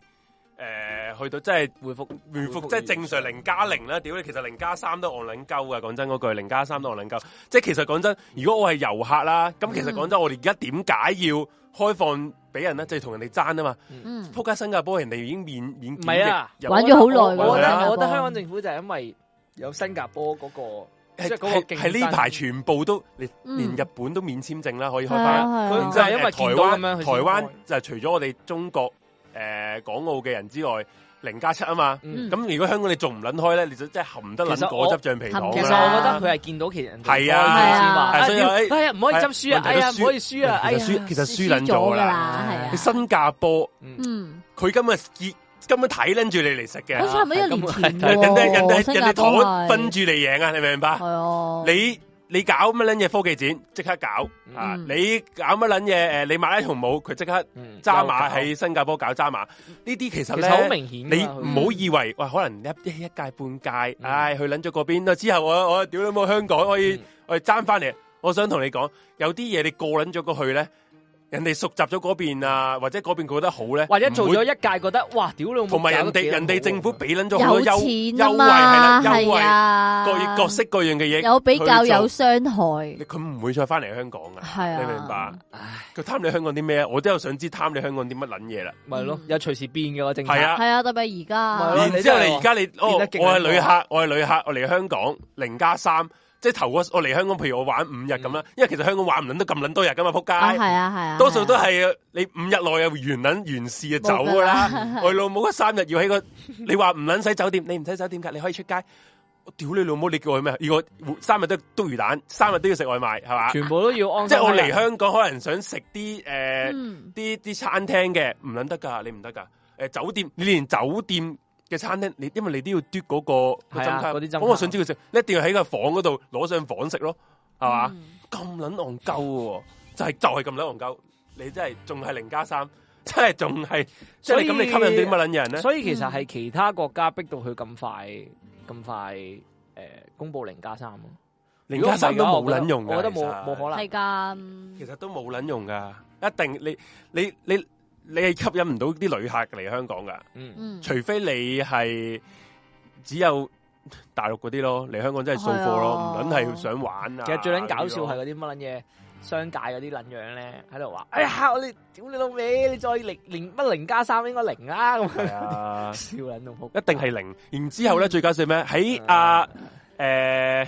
Speaker 2: 诶去到真係
Speaker 1: 回復
Speaker 2: 回復即係正常零加零啦，屌你！其實零加三都戇撚鳩啊噶，講真嗰句，零加三都戇撚鳩。即係其實講真，如果我係遊客啦，咁
Speaker 1: 嗯
Speaker 2: 其實講真，我哋而家點解要開放俾人咧？就係同人哋爭啊嘛！
Speaker 3: 嗯，
Speaker 2: 撲街新加坡人哋已經免免
Speaker 1: 唔係啊
Speaker 2: 檢疫入
Speaker 3: 玩咗好耐
Speaker 1: 我覺得
Speaker 2: 係啊
Speaker 1: 我覺得香港政府就係因為有新加坡嗰個，即係
Speaker 2: 係
Speaker 1: 嗰個
Speaker 2: 係係呢排全部都連
Speaker 3: 嗯
Speaker 2: 連日本都免簽證啦，可以開
Speaker 3: 係啊
Speaker 2: 翻。
Speaker 3: 係
Speaker 1: 佢佢
Speaker 2: 然
Speaker 3: 啊
Speaker 2: 之後
Speaker 1: 係因為
Speaker 2: 台
Speaker 1: 見到咁
Speaker 2: 灣
Speaker 1: 樣，佢
Speaker 2: 台
Speaker 1: 先
Speaker 2: 灣
Speaker 1: 開
Speaker 2: 就係除咗我哋中國誒港澳嘅人之外，零加七啊嘛。
Speaker 1: 嗯
Speaker 2: 咁如果香港你仲唔撚開咧，你就真係含得
Speaker 1: 其實
Speaker 2: 撚
Speaker 1: 我
Speaker 2: 果汁橡皮糖
Speaker 3: 含
Speaker 2: 啦
Speaker 1: 其實我覺得佢係見到其人哋
Speaker 2: 係啊
Speaker 1: 開始話
Speaker 3: 係啊
Speaker 1: 哎
Speaker 2: 所以
Speaker 1: 呀
Speaker 2: 哎
Speaker 1: 哎呀唔可以執輸啊，
Speaker 2: 問題都
Speaker 1: 哎呀唔
Speaker 2: 輸
Speaker 1: 可以輸啊，哎呀
Speaker 2: 其實輸其實輸
Speaker 3: 輸
Speaker 2: 撚咗
Speaker 3: 咗噶
Speaker 2: 啦。
Speaker 3: 啦，係啊
Speaker 2: 你。新加坡
Speaker 1: 嗯
Speaker 3: 嗯，
Speaker 2: 佢今日結根本睇撚住你嚟食嘅，
Speaker 3: 好似係咪一年前
Speaker 2: 人
Speaker 3: 喎？
Speaker 2: 哋人哋
Speaker 3: 新
Speaker 2: 人
Speaker 3: 加
Speaker 2: 哋
Speaker 3: 坡
Speaker 2: 糖
Speaker 3: 係
Speaker 2: 分住嚟贏啊！你明唔明白
Speaker 3: 係？啊，
Speaker 2: 你你搞乜撚嘢科技展，即刻搞啊！
Speaker 3: 嗯
Speaker 2: 你搞乜撚嘢？诶，你馬拉松舞，佢即刻
Speaker 1: 嗯
Speaker 2: 揸
Speaker 1: 有
Speaker 2: 馬
Speaker 1: 搞
Speaker 2: 喺新加坡搞揸馬。呢啲其實
Speaker 1: 其
Speaker 2: 咧
Speaker 1: 實，好明顯㗎，
Speaker 2: 你
Speaker 1: 佢
Speaker 2: 唔好以為喂，可能一一一屆半屆，唉，去撚咗嗰邊之後，我我屌你冇香港可以
Speaker 1: 嗯
Speaker 2: 我哋爭翻嚟。我想同你講，有啲嘢你過撚咗過去咧，人哋熟習咗嗰邊啊，或者嗰邊覺得好咧，
Speaker 1: 或者做
Speaker 2: 唔會
Speaker 1: 咗一屆覺得哇屌你老母，
Speaker 2: 同埋人哋
Speaker 1: 搞得
Speaker 2: 人
Speaker 1: 幾好
Speaker 2: 哋政府俾撚咗好多
Speaker 3: 有
Speaker 2: 優
Speaker 3: 錢
Speaker 2: 優惠係啦，
Speaker 3: 啊嘛，
Speaker 2: 優
Speaker 3: 係
Speaker 2: 惠
Speaker 3: 啊，
Speaker 2: 各各式各樣嘅嘢，
Speaker 3: 有比較有
Speaker 2: 去
Speaker 3: 傷
Speaker 2: 做，，
Speaker 3: 害
Speaker 2: 佢唔會再翻嚟香港啊！
Speaker 3: 係啊，
Speaker 2: 你明白？？佢貪你香港啲咩？我都有想知貪你香港啲乜撚嘢啦。
Speaker 1: 咪咯
Speaker 3: 嗯，
Speaker 1: 有隨時變嘅個政策
Speaker 2: 係啊，
Speaker 3: 係啊，特別而
Speaker 1: 咪
Speaker 3: 家
Speaker 1: 咯
Speaker 2: 然之後你而家你哦，
Speaker 1: 變
Speaker 2: 我
Speaker 1: 得勁啊
Speaker 2: 係旅客，我係旅客，我嚟香港零加三，即係頭嗰我嚟香港，譬如我玩五日咁啦，因為其實香港玩唔撚得咁撚多日噶嘛，
Speaker 3: 嗯啊，
Speaker 2: 仆
Speaker 3: 係
Speaker 2: 街。
Speaker 3: 啊，係啊，
Speaker 2: 多數都
Speaker 3: 係啊
Speaker 2: 係你五日內啊完撚完事就走
Speaker 3: 冇
Speaker 2: 噶
Speaker 3: 㗎
Speaker 2: 啦
Speaker 3: 啦。
Speaker 2: 我老母嗰三日要喺個，你話唔撚使酒店，你唔使酒店㗎，你可以出街。屌你老母，你叫我去咩？如果三日都都魚蛋，三日都要食外賣，係嘛？
Speaker 1: 全部都要安
Speaker 2: 即
Speaker 1: 心
Speaker 2: 係我
Speaker 3: 啊
Speaker 1: 喺人。
Speaker 2: 嚟香港，可能想食啲诶
Speaker 3: 嗯，
Speaker 2: 啲啲餐廳嘅，唔撚得㗎，你唔得㗎。诶、酒店，你連酒店嘅餐廳，你因為你都要嘟嗰、個個
Speaker 1: 係啊
Speaker 2: 針卡
Speaker 1: 嗰啲針卡
Speaker 2: 咁我想知佢食，你一定要喺個房嗰度攞上房食咯，係嘛？
Speaker 3: 嗯？
Speaker 2: 咁撚戇鳩嘅喎，就係、就係咁撚戇鳩，你真係仲係零加三， 真係仲係，即係你咁你吸引啲乜撚嘢人咧？
Speaker 1: 所以其實係其他國家逼到佢咁快咁快诶公佈零加三咯。
Speaker 2: 零加三都冇撚用㗎，
Speaker 1: 我覺得冇
Speaker 2: 其實
Speaker 1: 冇可
Speaker 3: 系
Speaker 1: 能。
Speaker 3: 噶，
Speaker 2: 其實都冇撚用㗎，一定你你你你係吸引唔到啲旅客嚟香港㗎，
Speaker 1: 嗯，
Speaker 3: 嗯，
Speaker 2: 除非你係只有大陸嗰啲咯，嚟香港真係掃貨
Speaker 3: 係
Speaker 2: 咯，
Speaker 3: 啊
Speaker 2: 唔撚係想玩啊！
Speaker 1: 其實最撚搞笑係
Speaker 2: 嗰啲咯
Speaker 1: 嗰啲乜撚嘢商界嗰啲撚樣咧，喺度話：哎呀，我哋屌你老味，你再零零乜零加三應該零啦咁 樣。
Speaker 2: 係啊，
Speaker 1: 笑撚到仆
Speaker 2: 一定係零。然之後咧，
Speaker 3: 嗯
Speaker 2: 最搞笑咩？喺
Speaker 1: 街
Speaker 2: 啊诶、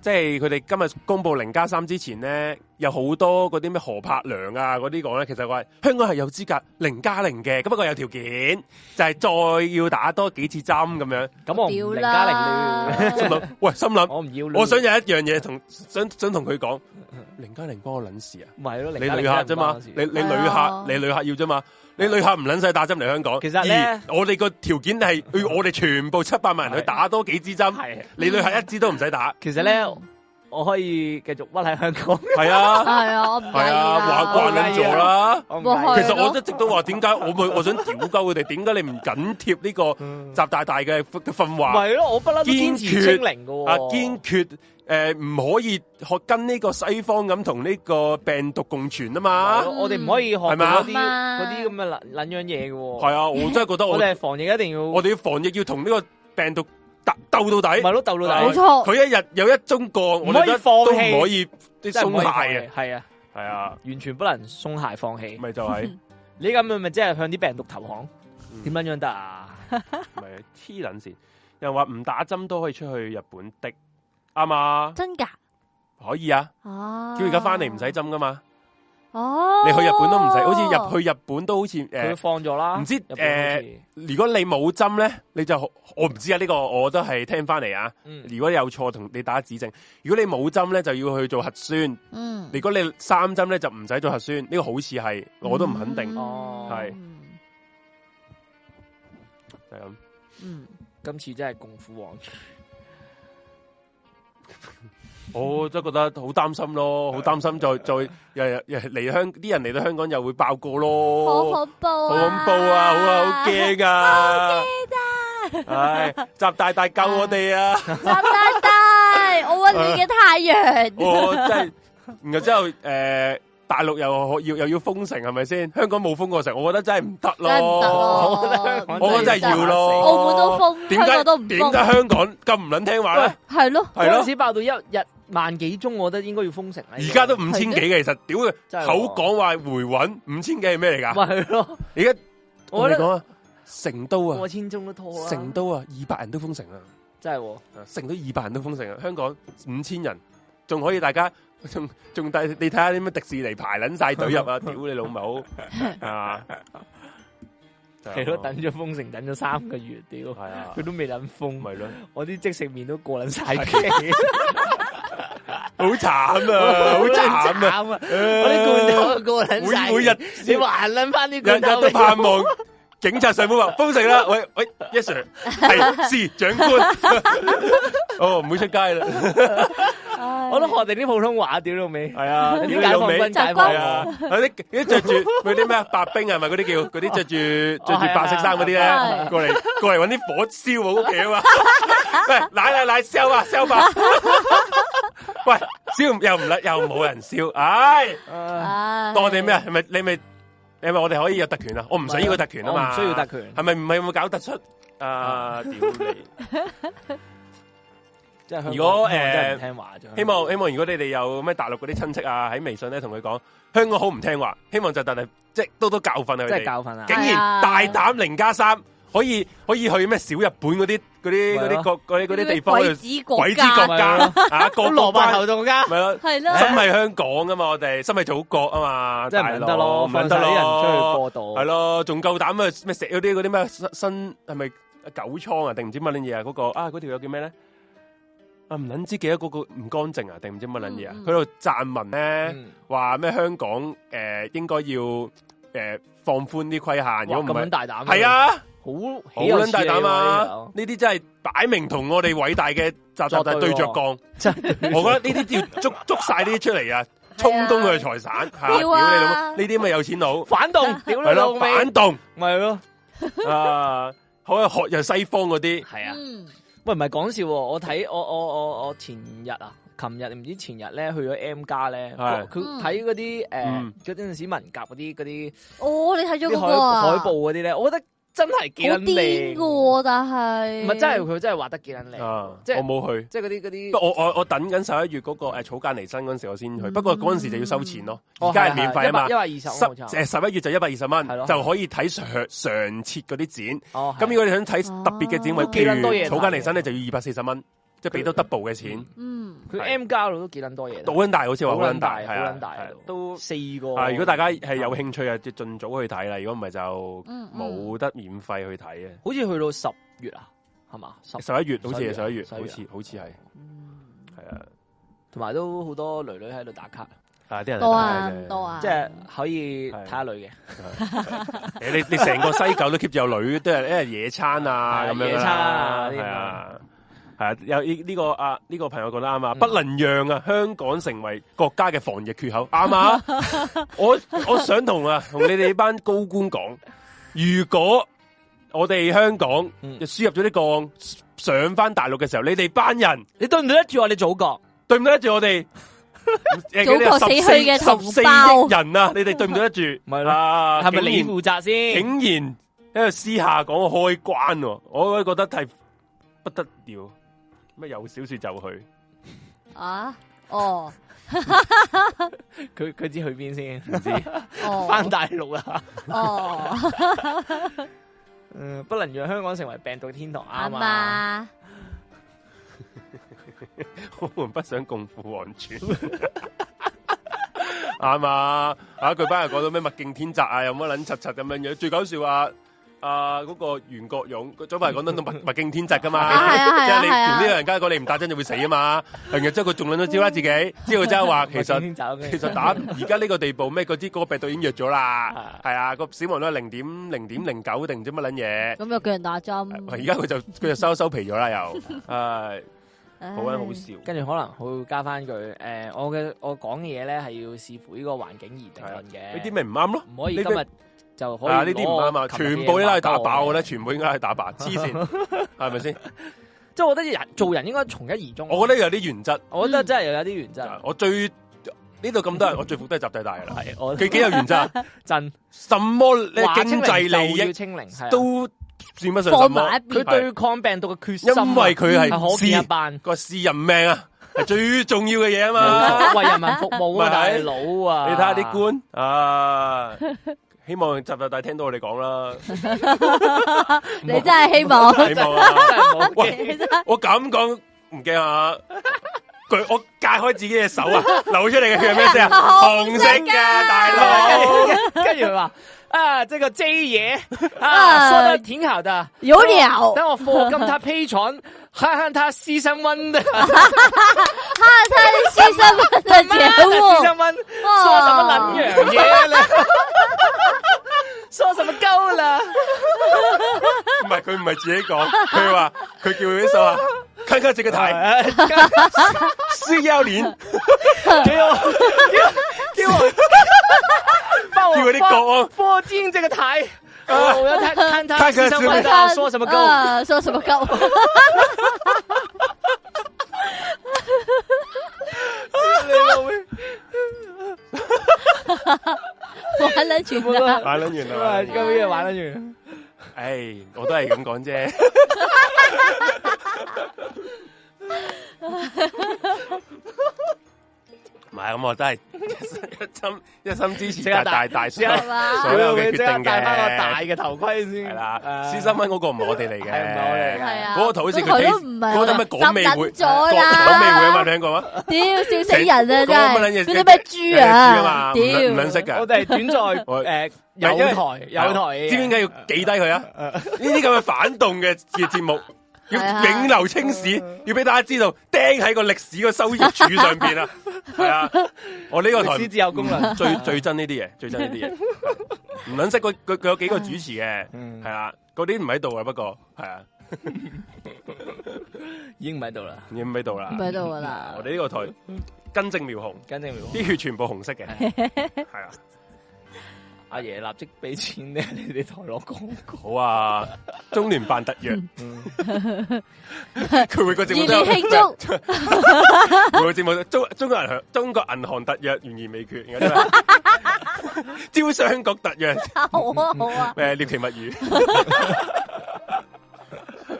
Speaker 2: 即係佢哋今日公布零加三之前咧，有好多嗰啲咩何柏良啊嗰啲講咧，其實話香港係有資格零加零嘅，咁不過有條件就係再要打多幾次針咁樣。
Speaker 1: 咁我唔
Speaker 3: 屌
Speaker 1: 零加零
Speaker 3: 啦
Speaker 1: 啦，，
Speaker 2: 心諗，喂，心諗，
Speaker 1: 我唔要啦。
Speaker 2: 我想有一樣嘢同想想同佢講，零加零幫我撚事啊！
Speaker 1: 唔係咯，
Speaker 2: 你
Speaker 1: 零加
Speaker 2: 旅
Speaker 1: 零真係
Speaker 2: 客啫
Speaker 1: 唔
Speaker 2: 嘛
Speaker 1: 關，事
Speaker 2: 你你旅
Speaker 3: 係
Speaker 2: 客
Speaker 3: 啊
Speaker 2: 你旅客要啫嘛，你旅客唔撚晒打針嚟香港。
Speaker 1: 其實呢
Speaker 2: 而我哋個條 件係要我哋全部七百萬人去打多幾支針，
Speaker 1: 係
Speaker 2: 你旅客一支都唔使打。
Speaker 1: 其實咧，我可以繼續屈喺香港。
Speaker 2: 系 啊，
Speaker 3: 系啊，我唔
Speaker 2: 系啊，
Speaker 1: 話慣
Speaker 2: 話慣
Speaker 1: 啦
Speaker 2: 撚咗啦。
Speaker 1: 我唔
Speaker 3: 哇
Speaker 1: 介
Speaker 2: 其
Speaker 1: 意
Speaker 3: 係
Speaker 2: 實
Speaker 3: 咯
Speaker 2: 我一直都話點解我咪我想屌鳩佢哋，點解你唔緊貼呢個
Speaker 1: 嗯
Speaker 2: 習大大嘅嘅訓
Speaker 1: 唔
Speaker 2: 話
Speaker 1: 係咯，我不嬲都堅持清零噶喎。
Speaker 2: 啊？堅決诶唔可以學跟呢個西方咁同呢個病毒共存啊
Speaker 1: 係
Speaker 2: 嘛。
Speaker 1: 咯我哋唔可以學佢
Speaker 2: 係嘛
Speaker 1: 嗰啲
Speaker 3: 係嘛
Speaker 1: 嗰啲咁嘅撚撚樣嘢嘅喎。
Speaker 2: 係啊，我真係覺得
Speaker 1: 我
Speaker 2: 我
Speaker 1: 哋係防疫一定要，
Speaker 2: 我哋要哎防疫要同呢個病毒鬥鬥到
Speaker 1: 咪
Speaker 2: 底。
Speaker 1: 咯鬥到
Speaker 3: 冇
Speaker 1: 底，
Speaker 3: 错，
Speaker 2: 佢一日有一宗個案，我
Speaker 1: 唔可
Speaker 2: 哋
Speaker 1: 以
Speaker 2: 都
Speaker 1: 放棄
Speaker 2: 都唔可以
Speaker 1: 真
Speaker 2: 啲
Speaker 1: 係唔
Speaker 2: 鬆
Speaker 1: 可以
Speaker 2: 懈嘅。
Speaker 1: 放棄係啊，
Speaker 2: 係啊，
Speaker 1: 完全不能鬆懈放棄。
Speaker 2: 咪就係
Speaker 1: 你咁樣咪即係向啲病毒投降，
Speaker 2: 嗯
Speaker 1: 點樣樣得啊？
Speaker 2: 咪黐撚線。有人話唔打針都可以出去日本的，啱啊，
Speaker 3: 真 噶，
Speaker 2: 可以啊。
Speaker 3: 哦，
Speaker 2: 佢而家翻嚟唔使，針噶嘛，
Speaker 3: 哦，
Speaker 2: 你去日本都唔使，好似入去日本都好似呃
Speaker 1: 佢
Speaker 2: 誒，
Speaker 1: 放咗啦，
Speaker 2: 唔知
Speaker 1: 日本好似
Speaker 2: 如果你冇針咧，你就好我唔知啊，呢個我都係聽翻嚟啊。
Speaker 1: 嗯
Speaker 2: 如果有錯同你打指正，如果你冇針咧就要去做核酸，
Speaker 3: 嗯，
Speaker 2: 如果你三針咧就唔使做核酸，呢個好似係我都唔肯定，
Speaker 1: 哦
Speaker 2: 係
Speaker 3: 嗯，
Speaker 2: 就係咁。
Speaker 3: 嗯，
Speaker 1: 今次真係共苦王，
Speaker 2: 我真係覺得好擔心咯，好擔心 再再又又嚟香啲人嚟到香港又會爆過
Speaker 3: 好
Speaker 2: 咯，
Speaker 3: 恐怖啊，
Speaker 2: 好恐怖啊，好啊，好驚啊，好驚啊！唉，習大大救我哋啊！
Speaker 3: 大大大，我搵你嘅太 陽，
Speaker 2: 我真哦係，然後之後诶、呃大陸又要又要封城係咪先？香港冇封過城，我覺得真係唔得
Speaker 3: 梗係唔得
Speaker 2: 咯。
Speaker 1: 我覺得香港，
Speaker 2: 我覺得
Speaker 3: 咯
Speaker 2: 真係要咯。
Speaker 3: 澳門都封
Speaker 2: 點
Speaker 3: 香
Speaker 2: 解
Speaker 3: 港都唔封
Speaker 2: 點解香港咁唔撚聽話咧？
Speaker 3: 係咯，
Speaker 1: 嗰
Speaker 2: 係咯
Speaker 1: 陣時爆到一日萬幾宗，我覺得應該要封城啦。
Speaker 2: 而家都五千幾嘅，其實屌佢
Speaker 1: 真係
Speaker 2: 口啊
Speaker 1: 喎
Speaker 2: 講話回穩五千幾係咩嚟㗎？
Speaker 1: 咪係咯，
Speaker 2: 而家我
Speaker 1: 我
Speaker 2: 哋
Speaker 1: 覺得
Speaker 2: 講啊，成都啊
Speaker 1: 過，千宗都拖啦，
Speaker 2: 成都啊，二百人都封城啊，
Speaker 1: 真係喎。
Speaker 2: 成都二百人都封城啊，香港五千人，仲可以大家 仲仲大，你睇下啲咩迪士尼排撚晒隊入啊， 屌你老母 啊！
Speaker 1: 系咯，等咗封城等咗三個月，屌
Speaker 2: 係 啊
Speaker 1: 佢都未撚封，
Speaker 2: 咪咯，
Speaker 1: 我啲即食麵都過撚晒 期，
Speaker 2: 好慘啊，好慘啊！
Speaker 1: 慘啊！
Speaker 2: 我
Speaker 1: 我啲罐頭過撚晒期，
Speaker 2: 每每日
Speaker 1: 你還撚翻啲
Speaker 2: 日
Speaker 1: 罐
Speaker 2: 日
Speaker 1: 頭
Speaker 2: 都
Speaker 1: 俾我
Speaker 2: 盼望警察上門話封城 啦，喂喂，yes sir，係是長 官，哦唔會出街啦，
Speaker 1: 我都學定啲普通話，屌老味
Speaker 2: 係， 啊，
Speaker 1: 有
Speaker 2: 屌你
Speaker 1: 啲解
Speaker 2: 老
Speaker 1: 放
Speaker 2: 味
Speaker 1: 軍解放
Speaker 2: 系啊，嗰啲嗰啲着住嗰啲咩啊白冰係咪嗰啲叫嗰啲着住着住白色衫嗰啲咧
Speaker 3: 係，
Speaker 2: 過嚟過嚟搵啲火燒我屋企啊嘛！喂，奶奶奶燒啊燒吧！喂，燒又唔甩又冇人燒，唉，
Speaker 1: 我
Speaker 3: 唉
Speaker 2: 當我哋咩啊？係咪你咪你咪我哋可以有特權啊？我唔使要個特權啊嘛，
Speaker 1: 唔需要特權，
Speaker 2: 係咪唔係會搞突出啊？屌你！
Speaker 1: 即係香港
Speaker 2: 如果
Speaker 1: 香港真係
Speaker 2: 誒
Speaker 1: 唔聽話啫。
Speaker 2: 希望希望，如果你哋有咩大陸嗰啲親戚啊，喺微信咧同佢講香港好唔聽話，希望就但係即係都都教訓佢
Speaker 1: 即係
Speaker 2: 哋，
Speaker 1: 教訓啊
Speaker 2: 竟！
Speaker 3: 係
Speaker 2: 然
Speaker 3: 啊
Speaker 2: 大膽零加三，可以可以去咩小日本嗰啲嗰啲嗰
Speaker 1: 咪咯
Speaker 2: 啲國嗰啲嗰啲地方
Speaker 3: 鬼
Speaker 2: 去
Speaker 3: 子
Speaker 2: 鬼
Speaker 3: 國
Speaker 2: 之
Speaker 3: 家
Speaker 2: 國
Speaker 1: 咪
Speaker 2: 家啊，個
Speaker 1: 咁
Speaker 2: 個
Speaker 1: 羅
Speaker 2: 關
Speaker 1: 伯頭道家，
Speaker 2: 咪咯，
Speaker 3: 係
Speaker 2: 身
Speaker 3: 咯，
Speaker 2: 係香港啊嘛，我哋身係祖國啊嘛，
Speaker 1: 真
Speaker 2: 大
Speaker 1: 係唔
Speaker 2: 佬
Speaker 1: 得咯，
Speaker 2: 唔撚
Speaker 1: 放
Speaker 2: 得
Speaker 1: 晒啲人出去
Speaker 2: 咯，
Speaker 1: 過度
Speaker 2: 係。咯，仲夠膽啊咩食嗰啲嗰啲咩新係咪九倉啊，定唔知乜撚嘢啊？嗰、個啊，嗰條友叫咩咧？啊，唔撚知記得嗰個唔乾淨啊，定唔知乜撚嘢啊？
Speaker 3: 嗯嗯
Speaker 2: 佢喺度撰文咧，
Speaker 1: 嗯
Speaker 2: 話咩香港诶、呃、應該要诶、呃放寬啲規限，
Speaker 1: 哇
Speaker 2: 如果
Speaker 1: 咁
Speaker 2: 唔
Speaker 1: 樣
Speaker 2: 係
Speaker 1: 大膽嘅，
Speaker 2: 係啊，
Speaker 1: 好
Speaker 2: 好
Speaker 1: 好
Speaker 2: 撚大膽啊！呢啲真係擺明同我哋偉大嘅習習大對着幹，
Speaker 1: 真係
Speaker 2: 我覺得呢啲要捉捉晒呢啲出嚟啊！充公佢嘅財產，嚇屌你
Speaker 3: 要啊
Speaker 2: 老母！呢啲咪有錢佬，
Speaker 1: 反動，屌你
Speaker 2: 係
Speaker 1: 老
Speaker 2: 咯，
Speaker 1: 味，
Speaker 2: 反動。
Speaker 1: 咪係咯，
Speaker 2: 啊，可以學人西方嗰啲，
Speaker 1: 係啊。
Speaker 3: 嗯，
Speaker 1: 喂，唔係講笑喎，我睇我我我我前日啊，琴日唔知前日咧去咗 M 家咧，
Speaker 2: 係
Speaker 1: 佢佢睇嗰啲誒
Speaker 2: 嗯
Speaker 1: 嗰陣時文革嗰啲嗰啲
Speaker 3: 哦，你睇咗
Speaker 1: 啲
Speaker 3: 嗰
Speaker 1: 海
Speaker 3: 個啊
Speaker 1: 海報嗰啲咧，我覺得真係幾
Speaker 3: 好
Speaker 1: 撚
Speaker 3: 癲
Speaker 1: 靚
Speaker 3: 噶，喎，但係
Speaker 1: 唔係真係佢真係畫得幾撚靚
Speaker 2: 啊，，
Speaker 1: 即
Speaker 2: 我
Speaker 1: 係
Speaker 2: 冇去。
Speaker 1: 即係嗰啲嗰啲
Speaker 2: 不過我我我等緊十一月嗰個誒草間離身嗰陣時，我先去。
Speaker 3: 嗯
Speaker 2: 不過嗰陣時就要收錢咯，
Speaker 1: 哦
Speaker 2: 而家
Speaker 1: 係
Speaker 2: 係免費啊嘛
Speaker 1: 一。百一百二十冇
Speaker 2: 十
Speaker 1: 錯，
Speaker 2: 誒十一月就一百二十
Speaker 1: 係咯
Speaker 2: 蚊，就可以睇常常設嗰啲展。
Speaker 1: 哦
Speaker 2: 咁如果你想睇特別嘅展位，
Speaker 3: 哦
Speaker 2: 譬
Speaker 1: 幾撚多嘢睇
Speaker 2: 如草間離身咧，就要二百四十蚊，即係俾多 double 嘅錢。
Speaker 3: 嗯，
Speaker 1: 佢 M 家嗰度都幾撚多嘢，
Speaker 2: 好撚大，好似話
Speaker 1: 好
Speaker 2: 好
Speaker 1: 撚
Speaker 2: 撚
Speaker 1: 大，
Speaker 2: 大，
Speaker 1: 好
Speaker 2: 係啊
Speaker 1: 撚大
Speaker 2: 係啊，
Speaker 1: 都四個。
Speaker 2: 啊！如果大家係有興趣啊，就盡早去睇啦。如果唔係就
Speaker 3: 嗯嗯
Speaker 2: 冇得免費去睇嘅。
Speaker 1: 好似去到十月啊，係嘛？十
Speaker 2: 十一月好似係十一月，
Speaker 1: 11
Speaker 2: 好
Speaker 1: 月啊
Speaker 2: 似好似係
Speaker 3: 嗯
Speaker 2: 係啊。
Speaker 1: 同埋都好多女女喺度打卡，
Speaker 2: 啊！啲人
Speaker 3: 多啊
Speaker 2: 係
Speaker 3: 多！啊，
Speaker 1: 即係可以睇下女嘅。
Speaker 2: 你你成個西九都 keep 住有女，都係一係野餐啊
Speaker 1: 係
Speaker 2: 咁樣啦
Speaker 1: 野餐啊
Speaker 2: 係啊，係啊，有呢呢個啊呢個朋友講得啱
Speaker 1: 嗯
Speaker 2: 啊，不能讓啊香港成為國家嘅防疫缺口，啱啊！我我想同啊同你哋班高官講，如果我哋香港
Speaker 1: 嗯
Speaker 2: 就輸入咗啲個案上翻大陸嘅時候，你哋班人
Speaker 1: 你對唔對得住我哋祖國？
Speaker 2: 對唔對得住 我哋？
Speaker 3: 祖國死去嘅同胞
Speaker 2: 十四億人啊！你哋對唔對得住？
Speaker 1: 咪咯
Speaker 2: 啦
Speaker 1: 係咪你負責先？
Speaker 2: 竟然喺度私下講開關喎，我覺得係不得了。咩有小事就去，
Speaker 3: 啊，哦
Speaker 1: 佢佢知去邊先？
Speaker 2: 唔知
Speaker 1: 翻
Speaker 3: 哦
Speaker 1: 大陸啊！
Speaker 3: 哦，
Speaker 1: 嗯，不能讓香港成為病毒天堂
Speaker 3: 啱
Speaker 1: 啱啊！
Speaker 3: 啊，
Speaker 2: 我們不想共赴黃泉。 啱啊！啊，佢班人講到咩物競天擇啊，有乜撚柒柒咁樣樣，最搞笑啊！啊，嗰、個袁國勇，早排講到 物物競天擇噶嘛，
Speaker 3: 啊係啊係啊
Speaker 2: 即係你
Speaker 3: 係啊
Speaker 2: 同呢個人家講你唔打針就會死啊嘛，然後之後佢仲撚咗招啦自己，之後佢真係話其實。其實打而家呢個地步，咩嗰啲嗰個病毒已經弱咗啦，係啊，個死亡率零點零點零九定唔知乜撚嘢。
Speaker 3: 咁又叫人打
Speaker 1: 嗯
Speaker 3: 針，
Speaker 2: 而家佢就佢就收收皮咗 啦，又唉，
Speaker 3: 唉
Speaker 2: 好撚好笑。
Speaker 1: 跟住可能佢會加翻句誒，我嘅我講嘅嘢咧係要視乎呢個環境
Speaker 2: 係啊
Speaker 1: 而定論嘅。
Speaker 2: 呢啲咪唔啱咯？
Speaker 1: 唔可以
Speaker 2: 呢
Speaker 1: 今
Speaker 2: 啲
Speaker 1: 日就可以
Speaker 2: 係啊，呢啲唔啱啊，
Speaker 1: 攞琴日嘅
Speaker 2: 全部都係
Speaker 1: 嘢
Speaker 2: 打啊靶，我
Speaker 1: 咧。
Speaker 2: 覺得全部應該係打靶，黐線，係咪先？
Speaker 1: 即係我覺得人做人應該從一而終。
Speaker 2: 我覺得有嗯啲原則，
Speaker 1: 得我覺得真係有啲原則。
Speaker 2: 我最呢度咁多人，我最服都係習大大噶啦。
Speaker 1: 係我
Speaker 2: 佢幾有原 則，啊
Speaker 1: 真
Speaker 2: 什麼咧
Speaker 1: 話
Speaker 2: 經濟利
Speaker 1: 清零就要
Speaker 2: 益
Speaker 1: 清零係啊
Speaker 2: 都算不上什
Speaker 3: 放
Speaker 2: 麼
Speaker 3: 埋一，
Speaker 1: 佢
Speaker 3: 邊，
Speaker 1: 對抗病毒嘅決心啊，
Speaker 2: 因為佢
Speaker 1: 係
Speaker 2: 係
Speaker 1: 可見一
Speaker 2: 知。
Speaker 1: 斑，
Speaker 2: 个是人命啊，系最重要嘅嘢 啊嘛。
Speaker 1: 冇錯為人民服務啊，
Speaker 2: 咪係
Speaker 1: 大佬啊！
Speaker 2: 你睇下啲官啊， 希望習大大聽到我哋講 啦，
Speaker 3: 你真 係希望
Speaker 2: 希望啊！
Speaker 1: 真係冇
Speaker 2: 喂
Speaker 1: 嘅，
Speaker 2: 我咁講唔驚啊，佢我解開自己嘅手 啊，流出嚟嘅血係咩色啊？ 紅色㗎，大佬。
Speaker 1: 跟住佢話啊，這個 J 爺啊，
Speaker 3: 啊
Speaker 1: 說得挺好的，
Speaker 3: 有聊，
Speaker 1: 等我貨金他批床，看看他私生 温的，
Speaker 3: 他他的牺牲们的
Speaker 1: 媽的私
Speaker 3: 节
Speaker 1: 生
Speaker 3: 目，
Speaker 1: 温，說什麼撚樣嘢 咧？說什麼鳩啦？
Speaker 2: 唔係佢唔係自己講，佢話佢叫佢啲 手啊，看看這個台
Speaker 1: 哎
Speaker 2: 是幺零，
Speaker 1: 给我，给我，给我，帮我
Speaker 2: 叫嗰啲國安
Speaker 1: 拨进这个台，我要看看他
Speaker 2: 看看
Speaker 1: 身上
Speaker 2: 是不
Speaker 1: 问
Speaker 2: 是
Speaker 1: 到说什么够。
Speaker 3: 啊说什么 狗？玩捻全啦，
Speaker 2: 玩撚完啦
Speaker 1: 哇！今。日玩得住，
Speaker 2: 唉，我都係咁 講啫。唔係咁，我真係一 心一心支持
Speaker 1: 即刻
Speaker 2: 大
Speaker 1: 戴
Speaker 2: 大大
Speaker 1: 即刻
Speaker 2: 所
Speaker 3: 係嘛？
Speaker 2: 所有嘅決
Speaker 1: 即刻
Speaker 2: 定
Speaker 1: 戴翻
Speaker 2: 嘅
Speaker 1: 個大嘅頭盔先。
Speaker 2: 係啦。
Speaker 1: 誒
Speaker 2: 私心蚊嗰個唔係我哋嚟嘅，
Speaker 1: 係唔係我哋嘅
Speaker 3: 係啊，
Speaker 2: 嗰個頭好似
Speaker 3: 咁
Speaker 2: 佢
Speaker 3: 佢都
Speaker 2: taste，
Speaker 3: 唔
Speaker 2: 嗰個
Speaker 3: 係
Speaker 2: 咩港味會，
Speaker 3: 浸撚咗
Speaker 2: 港味會有
Speaker 3: 啦
Speaker 2: 冇，聽過啊？
Speaker 3: 屌笑死人啊真
Speaker 2: 嗰個乜撚嘢
Speaker 3: 係，嗰啲咩豬
Speaker 2: 人哋豬啊
Speaker 3: 啊，
Speaker 2: 嘛
Speaker 3: 屌
Speaker 2: 唔撚唔撚識㗎
Speaker 1: 我哋短在
Speaker 2: 我
Speaker 1: 誒
Speaker 2: 因為
Speaker 1: 有台啊有台嘅嘢，
Speaker 2: 知唔知點解要記低佢啊？呢啲咁嘅反動嘅嘅 節目，要
Speaker 3: 係啊
Speaker 2: 永留青史，要俾大家知道釘喺個歷史個收益柱上邊 啊！係啊，我呢個台
Speaker 1: 歷史自有公論
Speaker 2: 嗯最最憎呢啲嘢，最憎呢啲 嘢，唔撚識佢佢佢有幾個主持嘅，
Speaker 1: 嗯
Speaker 2: 係啊，嗰啲唔喺度啊，不過係啊，
Speaker 1: 已經唔喺度啦，
Speaker 2: 已經唔喺度啦
Speaker 3: 唔。喺度噶啦
Speaker 2: 我，哋呢個台根正苗紅，
Speaker 1: 跟正苗
Speaker 2: 啲血全部 紅色嘅，係啊，
Speaker 1: 阿爺立即俾錢咧，你哋台落廣告。
Speaker 2: 好啊，中聯辦特約，
Speaker 1: 嗯
Speaker 2: 佢每個節
Speaker 3: 熱
Speaker 2: 目都有
Speaker 3: 烈慶祝。
Speaker 2: 每個節目都中中國銀行中國銀行特約懸而未決，然後都係 招商局特約
Speaker 3: 好啊好啊，
Speaker 2: 誒獵奇物語，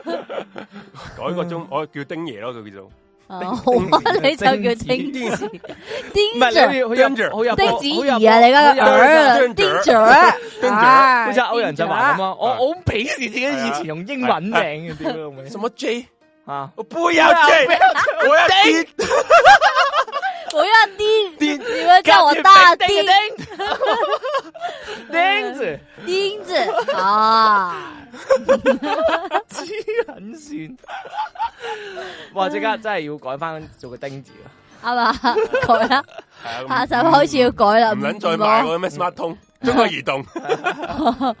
Speaker 2: 改個中我叫丁爺咯，佢叫做
Speaker 3: 啊好啊，你就叫丁
Speaker 2: 丁子
Speaker 1: 唔
Speaker 3: 丁
Speaker 1: 係，你
Speaker 3: 雀
Speaker 1: 好有好有
Speaker 2: 跟住
Speaker 1: 好有
Speaker 3: 丁
Speaker 1: 好
Speaker 3: 子
Speaker 1: 有
Speaker 3: 怡啊，你嗰個
Speaker 2: 有
Speaker 3: 兒
Speaker 2: 有
Speaker 3: 丁
Speaker 2: 丁
Speaker 3: 雀
Speaker 2: 雀
Speaker 3: 啊，
Speaker 1: 好似歐陽震華咁啊！我
Speaker 2: 啊
Speaker 1: 我好鄙視自己以前用英文名嘅，屌你老味
Speaker 2: 什麼 J，
Speaker 1: 啊！
Speaker 2: 我不要 J，我要丁
Speaker 3: 我要丁，
Speaker 2: 丁
Speaker 3: 你们叫我大丁
Speaker 1: 丁丁字，
Speaker 3: 丁子啊，
Speaker 1: 黐撚線！哇！即刻真係要改翻做個丁字啦，
Speaker 3: 啱 嘛？改啦，
Speaker 2: 係
Speaker 3: 下
Speaker 2: 啊
Speaker 3: 集開始要改啦，
Speaker 2: 唔撚再買嗰啲咩 smart 通、中國移動，
Speaker 1: 咁啊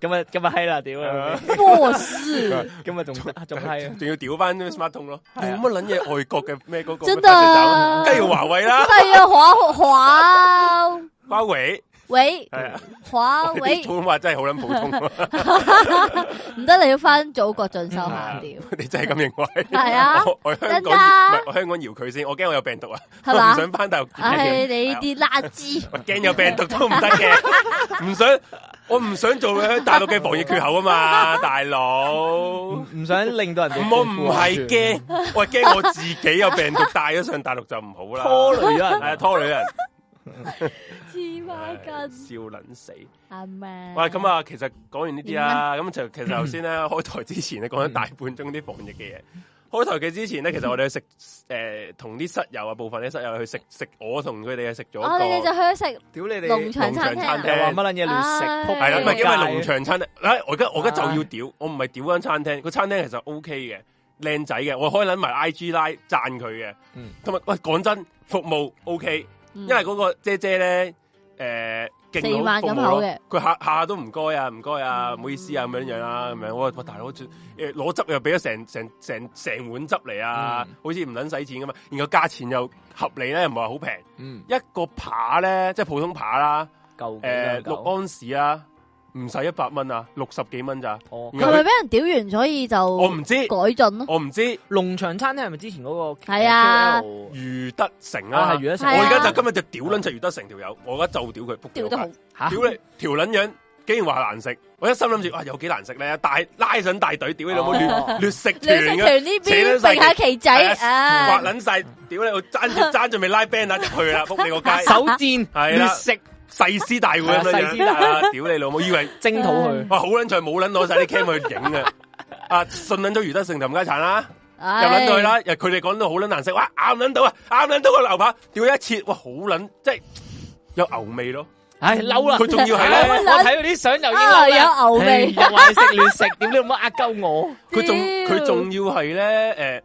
Speaker 1: 咁啊閪啦，屌你老味！
Speaker 3: 波士，
Speaker 1: 咁啊仲仲閪啊！
Speaker 2: 仲要屌翻啲 smart 通咯，
Speaker 1: 係啊
Speaker 2: 冇乜撚嘢外國嘅咩嗰個
Speaker 3: 真啊
Speaker 2: 咩發展
Speaker 3: 的
Speaker 2: 站，梗係要華為啦，
Speaker 3: 係啊，華華
Speaker 2: 華為
Speaker 3: 喂
Speaker 2: 係啊。
Speaker 3: 華
Speaker 2: 我哋
Speaker 3: 喂
Speaker 2: 啲，普通話真係好撚普通 啊，
Speaker 3: 唔得你要翻祖國進修下屌，
Speaker 2: 你嗯真係啊咁認為？
Speaker 3: 係啊
Speaker 2: 我我香港
Speaker 3: 真㗎
Speaker 2: 唔係我香港搖佢先，我驚我有病毒啊，我
Speaker 3: 係
Speaker 2: 唔
Speaker 3: 嘛
Speaker 2: 想翻大陸見人。
Speaker 3: 唉，你
Speaker 2: 係啊
Speaker 3: 啲垃圾，
Speaker 2: 我驚有病毒都唔得嘅，唔想我唔想做喺大陸嘅防疫缺口啊 嘛，大佬。
Speaker 1: 唔唔想令到人哋
Speaker 2: 我唔係驚，我係驚我自己有病毒帶咗上大陸就唔好啦，
Speaker 1: 拖累咗人
Speaker 2: 係啊，拖累 人，
Speaker 3: 黐孖筋，
Speaker 2: 笑撚死。
Speaker 3: 阿咩？
Speaker 2: 喂，咁啊，其實講完呢啲
Speaker 3: 啊
Speaker 2: 啦，咁就其實頭先咧 開台之前咧講咗大半鐘啲防疫嘅嘢。開台嘅之前咧，其實我哋去 食誒同啲室友啊，部分啲室友去食食，我同佢哋啊食咗
Speaker 3: 我哦哋
Speaker 2: 個
Speaker 3: 就去咗食
Speaker 1: 屌你哋
Speaker 3: 農場
Speaker 2: 農場
Speaker 3: 餐廳啊
Speaker 2: 餐
Speaker 1: 又
Speaker 2: 廳
Speaker 1: 話乜撚嘢亂食，
Speaker 3: 唉
Speaker 1: 仆
Speaker 2: 係啦，唔係
Speaker 1: 街
Speaker 2: 因為農場餐廳，唉我而家我而家
Speaker 3: 啊
Speaker 1: 唉
Speaker 2: 就要屌，我唔係屌間餐廳，個餐廳其實 O K 嘅，靚仔嘅，我可以諗埋 I G 拉讚佢嘅
Speaker 1: 嗯，
Speaker 2: 同埋喂講真，服務 O K，
Speaker 3: 因
Speaker 2: 因為嗰個姐姐咧誒
Speaker 3: 嗯四
Speaker 2: 勁好
Speaker 3: 萬
Speaker 2: 服務
Speaker 3: 咁厚
Speaker 2: 咯
Speaker 3: 嘅，
Speaker 2: 佢下下下都唔該啊，唔該啊，
Speaker 3: 嗯
Speaker 2: 唔好意思啊咁樣樣啦，咁樣我話喂大佬誒攞汁又俾咗成成成成碗汁嚟啊
Speaker 1: 嗯，
Speaker 2: 好似唔撚使錢咁嘛，啊然後價錢又合理咧，又唔係話好平，
Speaker 1: 嗯，
Speaker 2: 一個扒咧即係普通扒啦。
Speaker 1: 夠
Speaker 2: 诶，
Speaker 1: 嘅
Speaker 2: 六安士啊，唔使一百蚊啊，六十幾蚊咋？
Speaker 1: 哦，
Speaker 3: 係咪俾人屌完所以就
Speaker 2: 我唔知，
Speaker 3: 改進咯？
Speaker 2: 我唔知
Speaker 1: 農場餐廳係咪之前嗰個？
Speaker 3: 係啊
Speaker 2: 余德成
Speaker 1: 啊
Speaker 2: 啊
Speaker 1: 係，余德成
Speaker 2: 我
Speaker 3: 係啊
Speaker 2: 而家就今日就屌撚就余德成條友，我而家就屌佢，仆
Speaker 3: 屌得好，
Speaker 1: 嚇
Speaker 2: 屌你條撚樣，竟然話難食，我一心諗住哇有幾難食咧，大拉上大隊，屌你老母
Speaker 1: 哦
Speaker 2: 劣
Speaker 3: 啊
Speaker 2: 劣食
Speaker 3: 你
Speaker 2: 團
Speaker 3: 食團
Speaker 2: 嘅，
Speaker 3: 呢邊
Speaker 2: 扯得
Speaker 3: 揈
Speaker 2: 細
Speaker 3: 下旗仔
Speaker 2: 係
Speaker 3: 啊
Speaker 2: 滑！撚晒，屌你我爭 住爭住未拉 band 啊入去啦，仆你個街，
Speaker 1: 手戰
Speaker 2: 係
Speaker 1: 亂
Speaker 2: 啦
Speaker 1: 食
Speaker 2: 誓師大會咁
Speaker 1: 係啊
Speaker 2: 樣
Speaker 1: 誓師
Speaker 2: 樣
Speaker 1: 大會
Speaker 2: 啊，屌你老母，以為。
Speaker 1: 征討
Speaker 3: 嗯
Speaker 1: 佢，
Speaker 2: 哇，好撚在冇撚攞晒啲 cam 去影嘅，啊，信撚咗余德成同冚家產啦，入
Speaker 3: 唉
Speaker 2: 撚到去啦，又佢哋講到好撚難食，哇，啱撚到啊，啱撚到個牛扒，屌一切，哇，好撚即係有牛味咯，
Speaker 1: 唉嬲啦！
Speaker 2: 佢仲要係
Speaker 1: 唉
Speaker 2: 咧，
Speaker 3: 嬲啦
Speaker 1: 我睇佢啲相就已經
Speaker 3: 啊，
Speaker 1: 嬲啦，
Speaker 3: 有牛味
Speaker 1: 唉，又話你食亂食，點你唔好呃鳩我？
Speaker 2: 佢仲
Speaker 3: 屌
Speaker 2: 佢仲要係咧，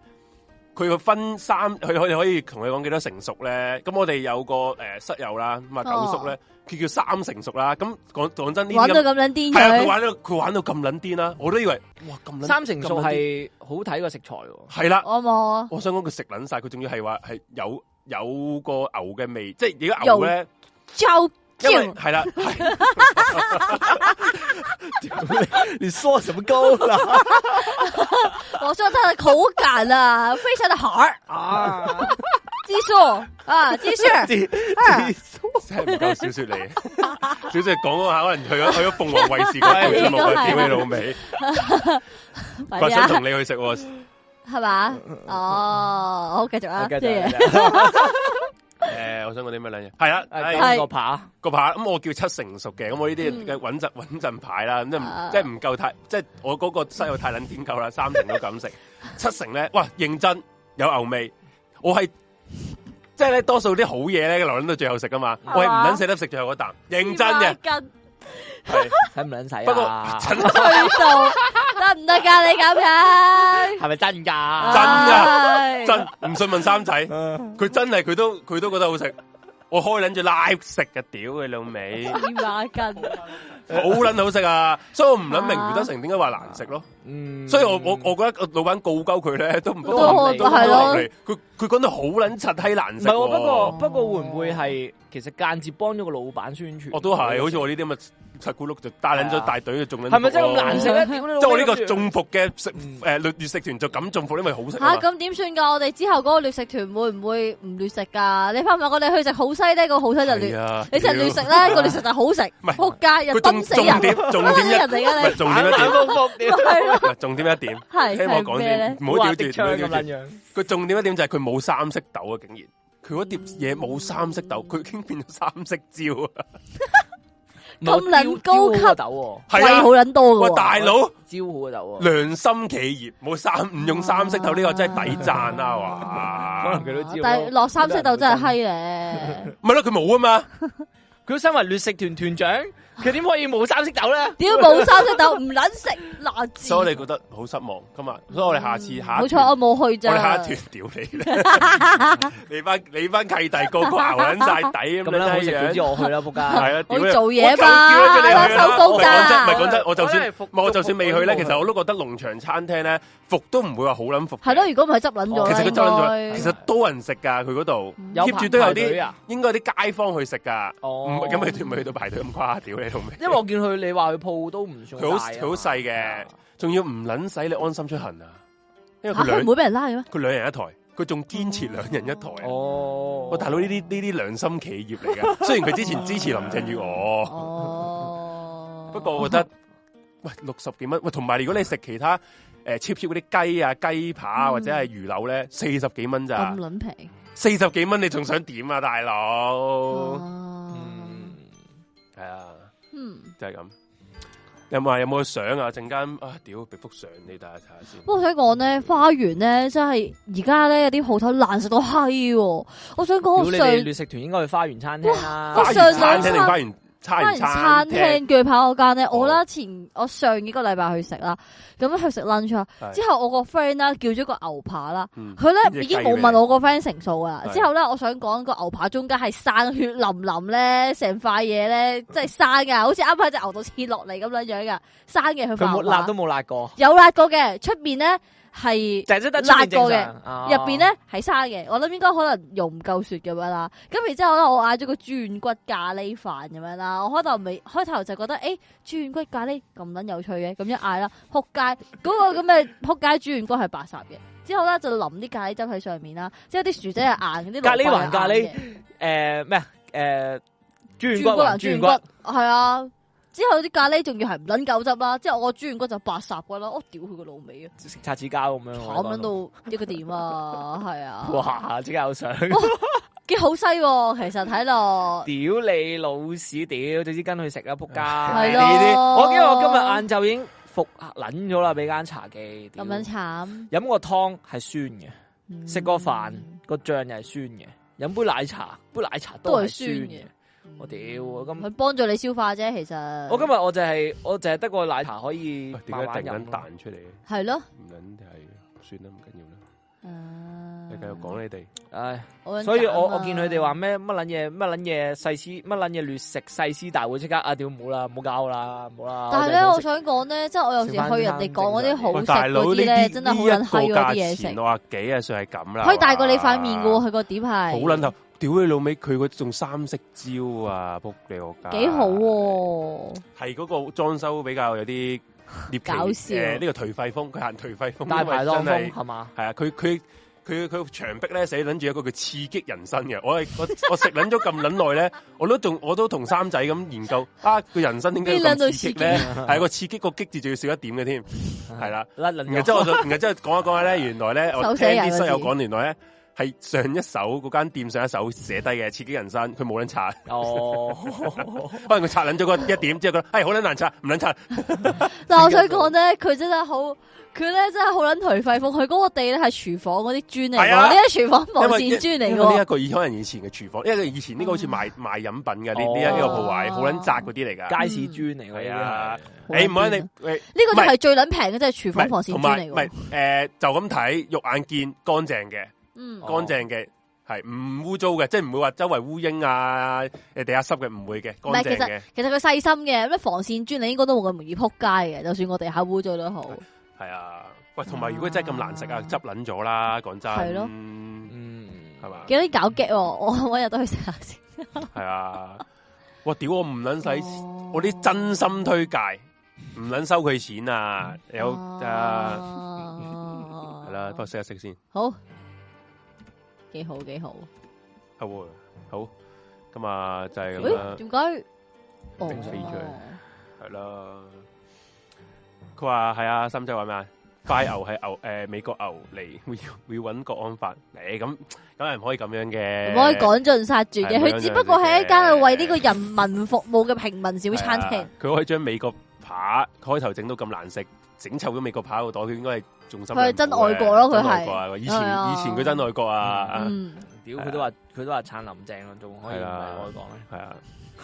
Speaker 2: 誒，佢個分三，佢佢可以同佢講幾多成熟咧，咁我哋有個誒室友啦，咁啊九叔咧，佢叫三成熟啦，咁講講真呢
Speaker 3: 玩
Speaker 2: 啲
Speaker 3: 到
Speaker 2: 咁。
Speaker 3: 咁撚癲
Speaker 2: 係啊，佢
Speaker 3: 佢，
Speaker 2: 玩到佢玩到咁撚癲啦，我都以為哇咁撚
Speaker 1: 三成數
Speaker 2: 咁撚啊癲
Speaker 1: 係好睇個食材 喎，
Speaker 2: 係啦，
Speaker 3: 我冇
Speaker 2: 我想講佢食撚晒，佢仲要係話係有有個牛嘅味，即係而家牛咧，
Speaker 3: 就
Speaker 2: 因為
Speaker 3: 叫
Speaker 2: 係 啦，係
Speaker 1: 你說什麼高啦？
Speaker 3: 我说它的口感 啊，非常的好。
Speaker 1: 啊，
Speaker 3: 技術啊，技 術
Speaker 2: 啊
Speaker 3: 二
Speaker 2: 真係唔夠小說嚟。小說講嗰下可能去咗去咗鳳凰衛視嗰條節目啊，
Speaker 3: 係
Speaker 2: 屌你老味，佢話
Speaker 3: 係
Speaker 2: 想
Speaker 3: 啊
Speaker 2: 同，你去食喎，
Speaker 3: 係嘛？哦，好繼續啊，
Speaker 1: 我繼
Speaker 3: 啲嘢
Speaker 1: 續
Speaker 2: 诶，我想講啲咩嘢？係啊，
Speaker 1: 诶，
Speaker 2: 係
Speaker 1: 哎九個扒，
Speaker 2: 個牌咁，我叫七成熟嘅，咁我呢啲
Speaker 3: 嗯
Speaker 2: 嘅穩陣穩陣牌啦，咁即係唔
Speaker 3: 啊
Speaker 2: 即係唔夠太，即係我嗰個西柚太撚天夠啦，三成都敢 食，七成咧，哇，認真有牛味，我係即係咧，多數啲好嘢咧，留撚到最後食噶嘛，我係唔撚捨得食最後嗰啖，認真嘅，
Speaker 3: 嘅，
Speaker 2: 係
Speaker 1: 使唔撚使
Speaker 2: 不過
Speaker 1: 啊？
Speaker 2: 真
Speaker 3: 去到得唔得噶？你咁样
Speaker 1: 係咪真
Speaker 2: 真
Speaker 1: 㗎？
Speaker 2: 㗎
Speaker 3: 唉
Speaker 2: 真唔信問三仔。佢真系佢都佢都覺得好食。我開撚住 live 食嘅，屌佢老味，
Speaker 3: 二马筋，
Speaker 2: 好撚好食啊！所以我唔撚明胡德成點解話難食咯。
Speaker 1: 嗯
Speaker 2: 所以我我我覺得老闆告鳩佢咧， 都唔
Speaker 1: 都
Speaker 2: 都
Speaker 1: 可
Speaker 2: 唔
Speaker 1: 能
Speaker 2: 都唔
Speaker 1: 係
Speaker 3: 咯
Speaker 2: 落嚟。佢佢講到好撚柒閪難
Speaker 1: 唔
Speaker 2: 食
Speaker 1: 係喎，
Speaker 2: 喎。
Speaker 1: 不過不過會唔會係其實間接幫咗個老闆宣傳？
Speaker 2: 我都係，好似我呢啲咁嘅柒咕碌就帶撚咗大隊就中撚。
Speaker 1: 係咪真係咁難食咧？屌你老
Speaker 2: 即係我呢
Speaker 1: 味
Speaker 2: 個中伏嘅食
Speaker 1: 嗯
Speaker 2: 誒劣食團就咁中伏，因為好食啊
Speaker 3: 吓
Speaker 2: 嘛。
Speaker 3: 咁點算噶？我哋之後嗰個劣食團會唔會唔劣食噶？你怕唔怕我哋去食好西呢？個好西就
Speaker 2: 係
Speaker 3: 劣，
Speaker 2: 啊
Speaker 3: 你食劣食咧，個劣食就好食。
Speaker 2: 係
Speaker 3: 仆街又
Speaker 2: 佢
Speaker 3: 抌
Speaker 2: 重
Speaker 3: 死
Speaker 2: 重點
Speaker 3: 人，
Speaker 2: 重
Speaker 3: 抌
Speaker 2: 點
Speaker 3: 死
Speaker 2: 一
Speaker 3: 人嚟
Speaker 2: 唔
Speaker 3: 噶
Speaker 2: 係
Speaker 1: 反
Speaker 2: 重點一點
Speaker 3: 你。
Speaker 1: 反覆覆屌，
Speaker 3: 係咯，
Speaker 2: 唔係重點一點。
Speaker 3: 係
Speaker 2: 聽我講
Speaker 3: 係咩咧
Speaker 2: 先，唔好
Speaker 1: 哇
Speaker 2: 屌
Speaker 1: 滴
Speaker 2: 住，
Speaker 1: 槍
Speaker 2: 唔好
Speaker 1: 咁
Speaker 2: 屌
Speaker 1: 撚
Speaker 2: 住。
Speaker 1: 樣。
Speaker 2: 佢重點一點就係佢冇三色豆啊，竟然佢嗰碟嘢冇三色豆，佢已經變咗三色椒啊！
Speaker 3: 咁撚高
Speaker 1: 招招
Speaker 3: 級
Speaker 1: 好個豆喎，
Speaker 2: 係
Speaker 3: 貴
Speaker 2: 啊
Speaker 3: 好，撚多
Speaker 2: 喂
Speaker 3: 噶。
Speaker 2: 大佬，
Speaker 1: 招好個豆喎，
Speaker 2: 良心企業冇三唔用三色豆呢個真係抵讚啦！
Speaker 1: 可能
Speaker 2: 哇，
Speaker 1: 佢都知。
Speaker 3: 但係落三色豆真係閪咧。
Speaker 2: 咪咯，佢冇啊嘛，
Speaker 1: 佢身為劣食團團長，佢點可以冇三色豆咧？
Speaker 3: 屌冇三色豆唔撚食難字。
Speaker 2: 所以我哋覺得好失望今日，所以我哋下次下一
Speaker 3: 嗯
Speaker 2: 段
Speaker 3: 冇錯，我冇去
Speaker 2: 我
Speaker 3: 咋。
Speaker 2: 哋下一段屌你啦！ 你班你班契弟個個行撚晒
Speaker 1: 咁
Speaker 2: 底咁
Speaker 1: 啦，好食
Speaker 2: 樣
Speaker 1: 佢知我去啦，仆街。
Speaker 2: 係啊，屌
Speaker 3: 我
Speaker 2: 你
Speaker 3: 要做嘢吧
Speaker 2: 我就叫咗佢哋去啦
Speaker 3: 收工
Speaker 2: 唔係講真
Speaker 3: 咋
Speaker 2: 唔係講真，我就
Speaker 1: 我
Speaker 2: 算
Speaker 1: 都係服
Speaker 2: 唔係我就算未去咧，
Speaker 1: 服
Speaker 2: 其實我都覺得農場餐廳咧服都唔會話好撚服嘅。
Speaker 3: 係咯，如果唔係執撚咗
Speaker 2: 其
Speaker 3: 啦，
Speaker 2: 實佢
Speaker 3: 應
Speaker 2: 周
Speaker 3: 該
Speaker 2: 撚咗，其實多人食㗎，佢嗰度
Speaker 1: 有
Speaker 2: keep 住都有
Speaker 1: 排隊
Speaker 2: 啲，
Speaker 1: 啊。
Speaker 2: 應該有啲街坊去食㗎。唔
Speaker 1: 哦，
Speaker 2: 咁佢咪去到排隊咁誇屌你老味！
Speaker 1: 因為我見佢你話佢鋪都唔算
Speaker 2: 佢好
Speaker 1: 大啊
Speaker 2: 佢好細嘅，仲要唔撚使你安心出行啊！因為
Speaker 3: 嚇
Speaker 2: 佢
Speaker 3: 佢
Speaker 2: 兩
Speaker 3: 唔會俾人拉嘅咩？
Speaker 2: 佢兩人一台，佢仲堅持兩人一台啊。
Speaker 1: 哦，
Speaker 2: 我大佬呢啲呢啲良心企業嚟㗎，雖然佢之前支持林鄭月娥。
Speaker 3: 哦，
Speaker 2: 不過我覺得，喂六十幾蚊，喂同埋如果你食其他诶 cheap cheap 嗰啲雞啊、雞扒啊
Speaker 3: 嗯
Speaker 2: 或者係魚柳咧，四十幾蚊咋
Speaker 3: 咁？撚平。
Speaker 2: 四十幾蚊你仲想點啊，大佬？
Speaker 3: 哦
Speaker 1: 嗯，
Speaker 2: 係啊，
Speaker 3: 嗯。
Speaker 2: 就係咁。有冇有冇相啊？陣間啊，屌俾幅相你大家睇下先。
Speaker 3: 不過我想講咧，花園咧真係而家咧有啲鋪頭難食到閪喎。我想講
Speaker 1: 屌
Speaker 3: 我
Speaker 1: 你
Speaker 3: 哦上
Speaker 1: 哋劣食團應該去花園餐廳啦
Speaker 3: 哇。
Speaker 2: 花
Speaker 3: 上
Speaker 2: 園餐廳
Speaker 3: 兩餐
Speaker 2: 定花園餐
Speaker 3: 花園
Speaker 2: 園
Speaker 3: 餐
Speaker 2: 廳？
Speaker 3: 廳鋸扒嗰間咧，
Speaker 2: 哦
Speaker 3: 我啦前我上幾個禮拜去食啦，咁去食 lunch 啊
Speaker 2: 係
Speaker 3: 之後我個 friend 啦叫咗個牛扒啦。
Speaker 2: 嗯，
Speaker 3: 佢咧
Speaker 2: 隻
Speaker 3: 已經
Speaker 2: 雞
Speaker 3: 冇
Speaker 2: 咩
Speaker 3: 問我個 friend 成數啊！
Speaker 2: 係
Speaker 3: 之後咧，我想講個牛扒中間係生血淋淋咧，成塊嘢咧即係生噶，好似啱啱只牛度切落嚟咁樣樣噶，生嘅佢塊
Speaker 1: 佢冇
Speaker 3: 牛
Speaker 1: 辣
Speaker 3: 扒
Speaker 1: 都冇辣過，
Speaker 3: 有辣過嘅，出面咧係
Speaker 1: 就係即得
Speaker 3: 辣過嘅
Speaker 1: 嘅
Speaker 3: 入边咧係生嘅，我諗應該可能用唔夠雪咁樣啦。咁然之後咧，我嗌咗個豬軟骨咖喱飯咁樣啦。我開頭未開頭就覺得诶、欸，豬軟骨咖喱咁撚有趣嘅，咁一嗌啦，扑街嗰、個咁嘅扑街豬軟骨係白霎嘅。之後咧就淋啲咖喱汁喺上面啦，之後啲薯仔係硬，啲蘿蔔
Speaker 1: 咖喱還
Speaker 3: 係硬
Speaker 1: 咖喱
Speaker 3: 嘅
Speaker 1: 诶咩诶豬軟骨
Speaker 3: 豬軟
Speaker 1: 還
Speaker 3: 骨
Speaker 1: 豬軟
Speaker 3: 還豬軟
Speaker 1: 骨
Speaker 3: 骨，係啊。之後啲咖喱仲要係唔撚夠汁啦，之後我個豬軟骨就白霎噶啦，我屌佢個老味啊，
Speaker 1: 食擦紙膠咁樣。
Speaker 3: 慘啊撚到一個點啊，係啊，
Speaker 1: 哇！即刻有相，屌
Speaker 3: 幾好西喎，其實睇落。
Speaker 1: 你老屎屌，總之跟佢食啦，仆街。
Speaker 3: 係
Speaker 1: 呢啲
Speaker 3: 咯，
Speaker 1: 我因為我今日晏晝已經服撚咗啦，俾間茶記。
Speaker 3: 咁樣慘，
Speaker 1: 飲個湯係酸嘅，
Speaker 3: 嗯
Speaker 1: 食個飯個醬又係酸嘅，飲杯奶茶杯奶茶都
Speaker 3: 都係
Speaker 1: 係
Speaker 3: 酸
Speaker 1: 酸
Speaker 3: 嘅
Speaker 1: 嘅。我屌啊咁
Speaker 3: 嗯佢幫助你消化啫，其實
Speaker 1: 我今日我就係我就係得個奶茶可以
Speaker 2: 喂點
Speaker 1: 慢
Speaker 2: 解
Speaker 1: 慢
Speaker 2: 突然
Speaker 1: 飲
Speaker 2: 間
Speaker 1: 咯。
Speaker 2: 彈出嚟嘅？
Speaker 3: 係咯，
Speaker 2: 唔撚係，算啦，唔緊要啦。
Speaker 3: 你
Speaker 2: 你繼續講你哋，
Speaker 1: 唉，
Speaker 3: 講
Speaker 1: 所以我我見佢哋話咩乜撚嘢乜撚嘢細絲乜撚嘢劣食細絲大會，即刻啊屌冇啦冇搞啦冇啦。
Speaker 3: 但係咧，我
Speaker 1: 就係想食
Speaker 3: 想講咧，即係我有時去人哋講嗰啲好
Speaker 2: 喂
Speaker 3: 食
Speaker 2: 大佬
Speaker 3: 嗰啲
Speaker 2: 呢
Speaker 3: 咧，
Speaker 2: 啲
Speaker 3: 真係好
Speaker 2: 呢
Speaker 3: 撚
Speaker 2: 一
Speaker 3: 閪
Speaker 2: 個
Speaker 3: 嗰啲
Speaker 2: 價
Speaker 3: 嘢食
Speaker 2: 錢，，我話幾啊算係咁啦。
Speaker 3: 可以大過你塊面嘅
Speaker 2: 哇
Speaker 3: 喎，佢個碟係
Speaker 2: 好撚頭，屌你老味，佢嗰仲三色椒啊，仆你我家，
Speaker 3: 幾好，喎，
Speaker 2: 係嗰個裝修比較有啲獵奇
Speaker 3: 搞笑
Speaker 2: 誒呢個頹廢風，佢行頹廢風，
Speaker 1: 大排檔
Speaker 2: 因為
Speaker 1: 風
Speaker 2: 真係
Speaker 1: 係嘛？
Speaker 2: 係啊，佢佢。佢佢牆壁咧寫撚住一個叫刺激人生嘅，我係我我食撚咗咁撚耐咧，我都仲我都同三仔咁研究啊，個人生點解要
Speaker 3: 邊撚到
Speaker 2: 咁刺激咧？
Speaker 3: 啊
Speaker 2: 係個刺激個激字仲要少一點嘅添，係啦。
Speaker 1: 甩撚
Speaker 2: 然後
Speaker 1: 咗
Speaker 2: 之後我就，然後之後講一講下咧，原來咧，我
Speaker 3: 手
Speaker 2: 聽
Speaker 3: 寫人
Speaker 2: 啲
Speaker 3: 嗰
Speaker 2: 室友
Speaker 3: 字
Speaker 2: 講，原來咧係上一手嗰間店上一手寫低嘅刺激人生，佢冇撚擦，
Speaker 1: 哦，
Speaker 2: 可能佢擦撚咗個一點之後覺得係好撚難擦，唔撚擦，
Speaker 3: 但我想講咧，佢真係好，佢咧真係好撚頹廢風。佢嗰個地咧係廚房嗰啲磚嚟
Speaker 2: 係
Speaker 3: 㗎，
Speaker 2: 啊
Speaker 3: 呢啲廚房防
Speaker 2: 因為
Speaker 3: 線磚嚟
Speaker 2: 因為呢一
Speaker 3: 㗎。嗯
Speaker 2: 個以可能以前嘅廚房，因為以前呢個好似賣賣飲品嘅呢呢一呢個
Speaker 3: 哦
Speaker 2: 鋪位，好撚窄嗰啲嚟㗎。
Speaker 1: 街市磚嚟嘅，
Speaker 2: 係啊
Speaker 1: 呢啲係
Speaker 2: 誒唔好你喂
Speaker 3: 呢個
Speaker 2: 唔
Speaker 3: 就
Speaker 2: 係
Speaker 3: 係最撚平嘅，即係廚
Speaker 2: 唔係
Speaker 3: 房防線啊
Speaker 2: 同
Speaker 3: 磚
Speaker 2: 埋
Speaker 3: 嚟
Speaker 2: 唔係誒
Speaker 3: 㗎。
Speaker 2: 就咁睇肉眼見乾淨嘅。
Speaker 3: 嗯，
Speaker 1: 哦
Speaker 2: 乾淨嘅，係唔污糟嘅，即係唔會話周圍烏蠅啊、誒地下濕嘅，唔會嘅，
Speaker 3: 唔
Speaker 2: 乾
Speaker 3: 係其
Speaker 2: 淨
Speaker 3: 實
Speaker 2: 嘅，
Speaker 3: 其實佢細心嘅，咩防線磚你應該都冇咁容易撲街嘅，就算我地下污糟都好。
Speaker 2: 係啊。喂，同埋如果真係咁難食啊，執撚咗啦，講真，
Speaker 3: 係咯
Speaker 2: 嗯
Speaker 1: 嗯，
Speaker 2: 係嘛
Speaker 3: 幾多搞激喎，我我日都去食下先。
Speaker 2: 係啊。哇！屌我唔撚使，
Speaker 3: 哦
Speaker 2: 我啲真心推介，唔撚收佢錢啊！有
Speaker 3: 哦
Speaker 2: 啊，
Speaker 3: 啊
Speaker 2: 係啦，不過食一食先，
Speaker 3: 好，幾好幾好。
Speaker 2: 好喎好。咁啊，就係咁
Speaker 3: 喂，
Speaker 2: 啦，
Speaker 3: 點解？哦
Speaker 2: 正常嘅係啦。佢話係啊，深仔話咩啊？快牛係牛，诶、美國牛嚟， 會會揾國安法嚟，咁咁係唔可以咁樣嘅，
Speaker 3: 唔可以趕盡殺絕嘅，
Speaker 2: 係
Speaker 3: 佢只不過係一間為呢個人民服務嘅平民小
Speaker 2: 係啊
Speaker 3: 餐廳。
Speaker 2: 佢可以將美國扒開頭整到咁難食，整臭咗美國扒個袋，佢應該係重心良苦嘅。
Speaker 3: 佢係真愛國咯佢係
Speaker 2: 真愛國啊以前
Speaker 3: 係啊
Speaker 2: 以前佢真愛國啊，
Speaker 3: 嗯，
Speaker 1: 屌
Speaker 2: 係啊
Speaker 1: 佢都話佢都話撐林鄭啦，仲可以唔
Speaker 2: 係
Speaker 1: 係
Speaker 2: 啊
Speaker 1: 我講咧，
Speaker 2: 係啊，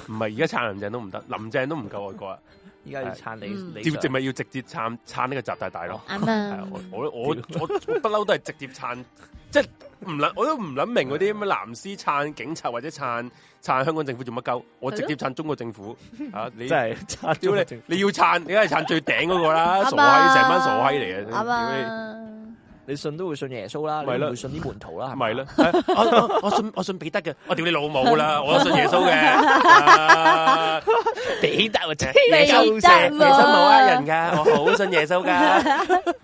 Speaker 2: 唔係而家撐林鄭都唔得，林鄭都唔夠愛國啊，
Speaker 1: 依家要撐你
Speaker 3: 嗯
Speaker 1: 你
Speaker 2: 直
Speaker 1: 想
Speaker 2: 直咪要直接撐撐呢個習大大咯。
Speaker 3: 啱
Speaker 2: 係
Speaker 3: 啊
Speaker 2: 啊，我我我我我不嬲都係直接撐，即係唔諗我都唔諗明嗰啲咩藍絲撐警察或者撐撐香港政府做乜鳩，我直接撐中國政 府啊！你
Speaker 1: 真係差
Speaker 2: 屌
Speaker 1: 啲
Speaker 2: 你，你要撐，你梗係撐最頂嗰個 啦， 傻
Speaker 3: 啱啊
Speaker 2: 閪成班傻閪嚟嘅，
Speaker 3: 啱
Speaker 2: 屌
Speaker 3: 啊！
Speaker 1: 你信都會信耶穌啦，
Speaker 2: 咪
Speaker 1: 你
Speaker 2: 咯
Speaker 1: 唔會信啲門徒啦，係
Speaker 2: 你
Speaker 1: 咪
Speaker 2: 咪啦，係我我我信我信彼得嘅，我屌你老 母啦，我信耶穌嘅，啊
Speaker 1: 俾大我
Speaker 2: 耶
Speaker 3: 穌聖
Speaker 2: 耶穌冇呃人噶，我好信耶穌 噶，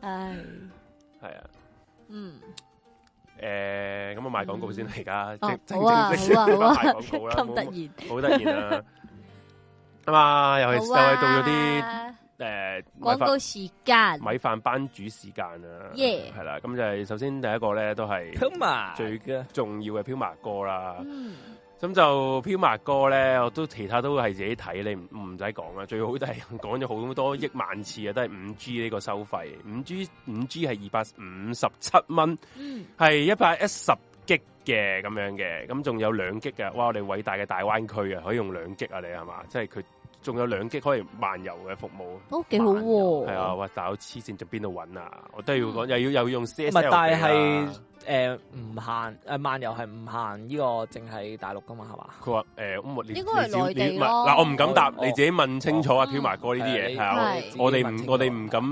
Speaker 3: 唉，
Speaker 2: 係啊，
Speaker 3: 嗯，
Speaker 2: 誒咁我賣廣告先嚟噶，
Speaker 3: 哦
Speaker 2: 正，正
Speaker 3: 好啊，
Speaker 2: 正式
Speaker 3: 好啊，好啊
Speaker 2: 賣，廣告啦，
Speaker 3: 咁
Speaker 2: 冇
Speaker 3: 突然，
Speaker 2: 好得意啊！ 啊嘛，又係
Speaker 3: 好
Speaker 2: 又
Speaker 3: 啊
Speaker 2: 係到咗啲诶
Speaker 3: 廣告時間，
Speaker 2: 米飯班主時間啊，
Speaker 3: Yeah
Speaker 2: 係啦，咁就係首先第一個咧都係
Speaker 1: 咁啊，
Speaker 2: 最
Speaker 1: 嘅
Speaker 2: 重要嘅飄麻哥啦。
Speaker 3: 嗯，
Speaker 2: 咁就飄麻哥咧，我都其他都係自己睇，你唔唔使講啦。最好都係講咗好多億萬次啊，都係五 G 呢個收費，五 G 五 G 係二百五十七蚊。
Speaker 3: 嗯，
Speaker 2: 系一百一十擊嘅咁樣嘅，咁仲有兩擊嘅，哇！我哋偉大嘅大灣區啊，可以用兩擊啊，你係嘛？即係佢仲有兩擊可以漫遊嘅服務，
Speaker 3: 都哦幾好
Speaker 1: 哦
Speaker 3: 喎。
Speaker 2: 係啊！，哇！大佬黐線，仲邊度揾啊？我都要講，又要又要用 C
Speaker 1: 唔
Speaker 2: S
Speaker 1: 係嗯
Speaker 2: L，啊
Speaker 1: 但係誒唔限誒漫遊係唔限呢個，淨係大陸噶嘛，係嘛？
Speaker 2: 佢話誒，咁我你
Speaker 3: 應該係
Speaker 2: 你自己
Speaker 3: 內地
Speaker 2: 你
Speaker 3: 咯
Speaker 2: 嗱，我唔敢答
Speaker 1: 哦，
Speaker 2: 你自己問清楚啊，
Speaker 3: 哦嗯
Speaker 2: 飄埋哥呢啲嘢
Speaker 1: 你
Speaker 2: 係啊。
Speaker 3: 係
Speaker 2: 我我哋唔我哋唔敢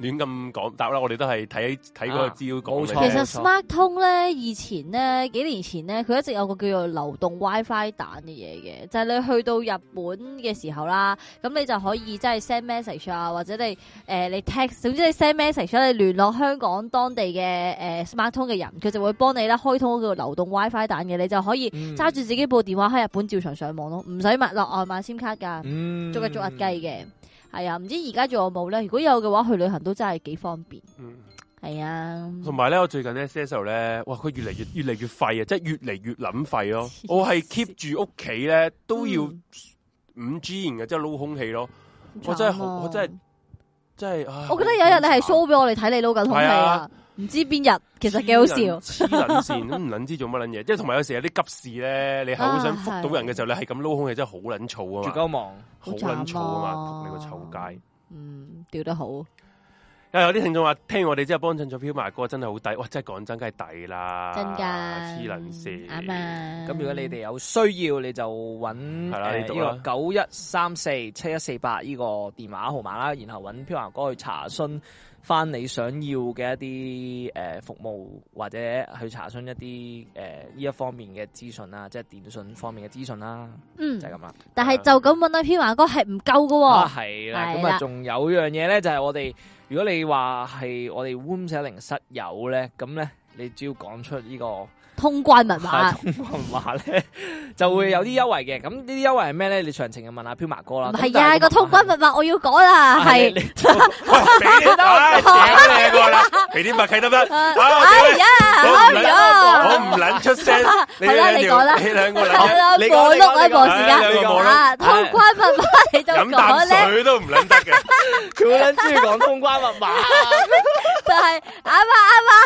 Speaker 2: 亂咁講答啦，我哋都係睇睇嗰個資料講
Speaker 1: 啊
Speaker 2: 嘅
Speaker 1: 冇
Speaker 3: 其
Speaker 1: 錯
Speaker 2: 啫。
Speaker 3: 實
Speaker 1: 冇
Speaker 3: Smart 通咧，以前咧幾年前咧，佢一直有個叫做流動 WiFi 蛋嘅嘢嘅，就係、你去到日本嘅時候啦，咁你就可以即係 send message 啊，或者你誒、呃你 text，總之你 send message 啦，你聯絡香港當地嘅誒、呃 Smart 通嘅人，佢就會幫你啦開通嗰個流動 WiFi 蛋嘅，你就可以嗯
Speaker 1: 嗯
Speaker 2: 嗯
Speaker 3: 揸住自己部電話喺日本照常上網咯，唔使買落外買 SIM 卡㗎。
Speaker 1: 嗯，
Speaker 3: 逐日逐日計嘅，係啊，唔知而家仲有冇咧？如果有嘅話，去旅行都真係幾方便，
Speaker 2: 嗯
Speaker 3: 係啊。
Speaker 2: 同埋咧，我最近咧 C S 咧，哇，佢越嚟越越嚟越廢啊，即係越嚟越諗廢咯。我係 keep 住屋企咧都要
Speaker 3: 嗯
Speaker 2: 五 G 然嘅，即係撈空氣咯。我
Speaker 3: 慘
Speaker 2: 真係好
Speaker 3: 啊
Speaker 2: 我真係即係，唉
Speaker 3: 我覺得有一日你係 show 俾我哋睇你撈緊空氣
Speaker 2: 係
Speaker 3: 啊
Speaker 2: 啊，
Speaker 3: 唔知邊日，其實幾好笑。
Speaker 2: 黐撚線，都唔撚知做乜撚嘢。即係同埋有時有啲急事咧，你係好
Speaker 3: 啊
Speaker 2: 想覆到人嘅時候，你係咁撈空氣，真係好撚燥
Speaker 1: 絕
Speaker 2: 啊嘛，
Speaker 1: 交望，
Speaker 2: 好撚燥啊
Speaker 3: 好慘啊
Speaker 2: 嘛，你個臭街！
Speaker 3: 嗯，吊得好，
Speaker 2: 因為有啲聽眾話聽完我哋之後幫襯咗飄埋歌，真係好抵。哇，真係講真，梗係抵啦，
Speaker 3: 真噶，
Speaker 2: 啊黐撚線，
Speaker 3: 啱啊。
Speaker 1: 咁如果你哋有需要，你就揾誒
Speaker 2: 係啦你讀啦
Speaker 1: 呢個九一三四七一四八呢個電話號碼啦，然後揾飄華哥去查詢翻你想要嘅一啲誒、呃服務，或者去查詢一啲誒呢一方面嘅資訊啦，即係電信方面嘅資訊啦，
Speaker 3: 嗯
Speaker 1: 就，係咁啦。
Speaker 3: 但係就咁搵阿飄華哥係唔夠
Speaker 1: 啊，
Speaker 3: 噶，
Speaker 1: 係啦，
Speaker 3: 哦係
Speaker 1: 咁
Speaker 3: 啦
Speaker 1: 啊，仲有樣嘢咧，就係我哋，如果你話係我哋 Room 四零室友咧，咁咧，你只要講出呢個
Speaker 3: 通關密 碼。
Speaker 1: 系通關密碼咧，就會有啲優惠嘅。咁呢啲優惠係咩咧？你詳情就問阿飄麻哥啦。
Speaker 3: 唔
Speaker 1: 咁
Speaker 3: 係
Speaker 1: 但
Speaker 3: 啊，
Speaker 1: 係個
Speaker 3: 個通關密碼我要改啦，係。
Speaker 1: 你 你
Speaker 2: 俾你唉屌你個啦，俾啲默契得唔得？
Speaker 3: 啊
Speaker 2: 啊
Speaker 3: 哎呀，
Speaker 2: 我唔
Speaker 3: 哎
Speaker 2: 捻
Speaker 3: 呀，
Speaker 2: 我唔捻出 聲，你
Speaker 3: 係啦
Speaker 2: 兩
Speaker 3: 你
Speaker 2: 條
Speaker 3: 講啦
Speaker 2: 你兩個
Speaker 3: 系啦，
Speaker 1: 你
Speaker 3: 忙
Speaker 1: 講你
Speaker 3: 碌
Speaker 1: 講
Speaker 3: 啊，
Speaker 1: 你講
Speaker 3: 忙時間
Speaker 2: 哎你講啦
Speaker 3: 啊，通關密碼你都
Speaker 2: 飲
Speaker 3: 講咧
Speaker 2: 啖。水都唔捻得 嘅。
Speaker 1: 佢好撚中意講通關密碼。
Speaker 3: 就系啱啊啱啊，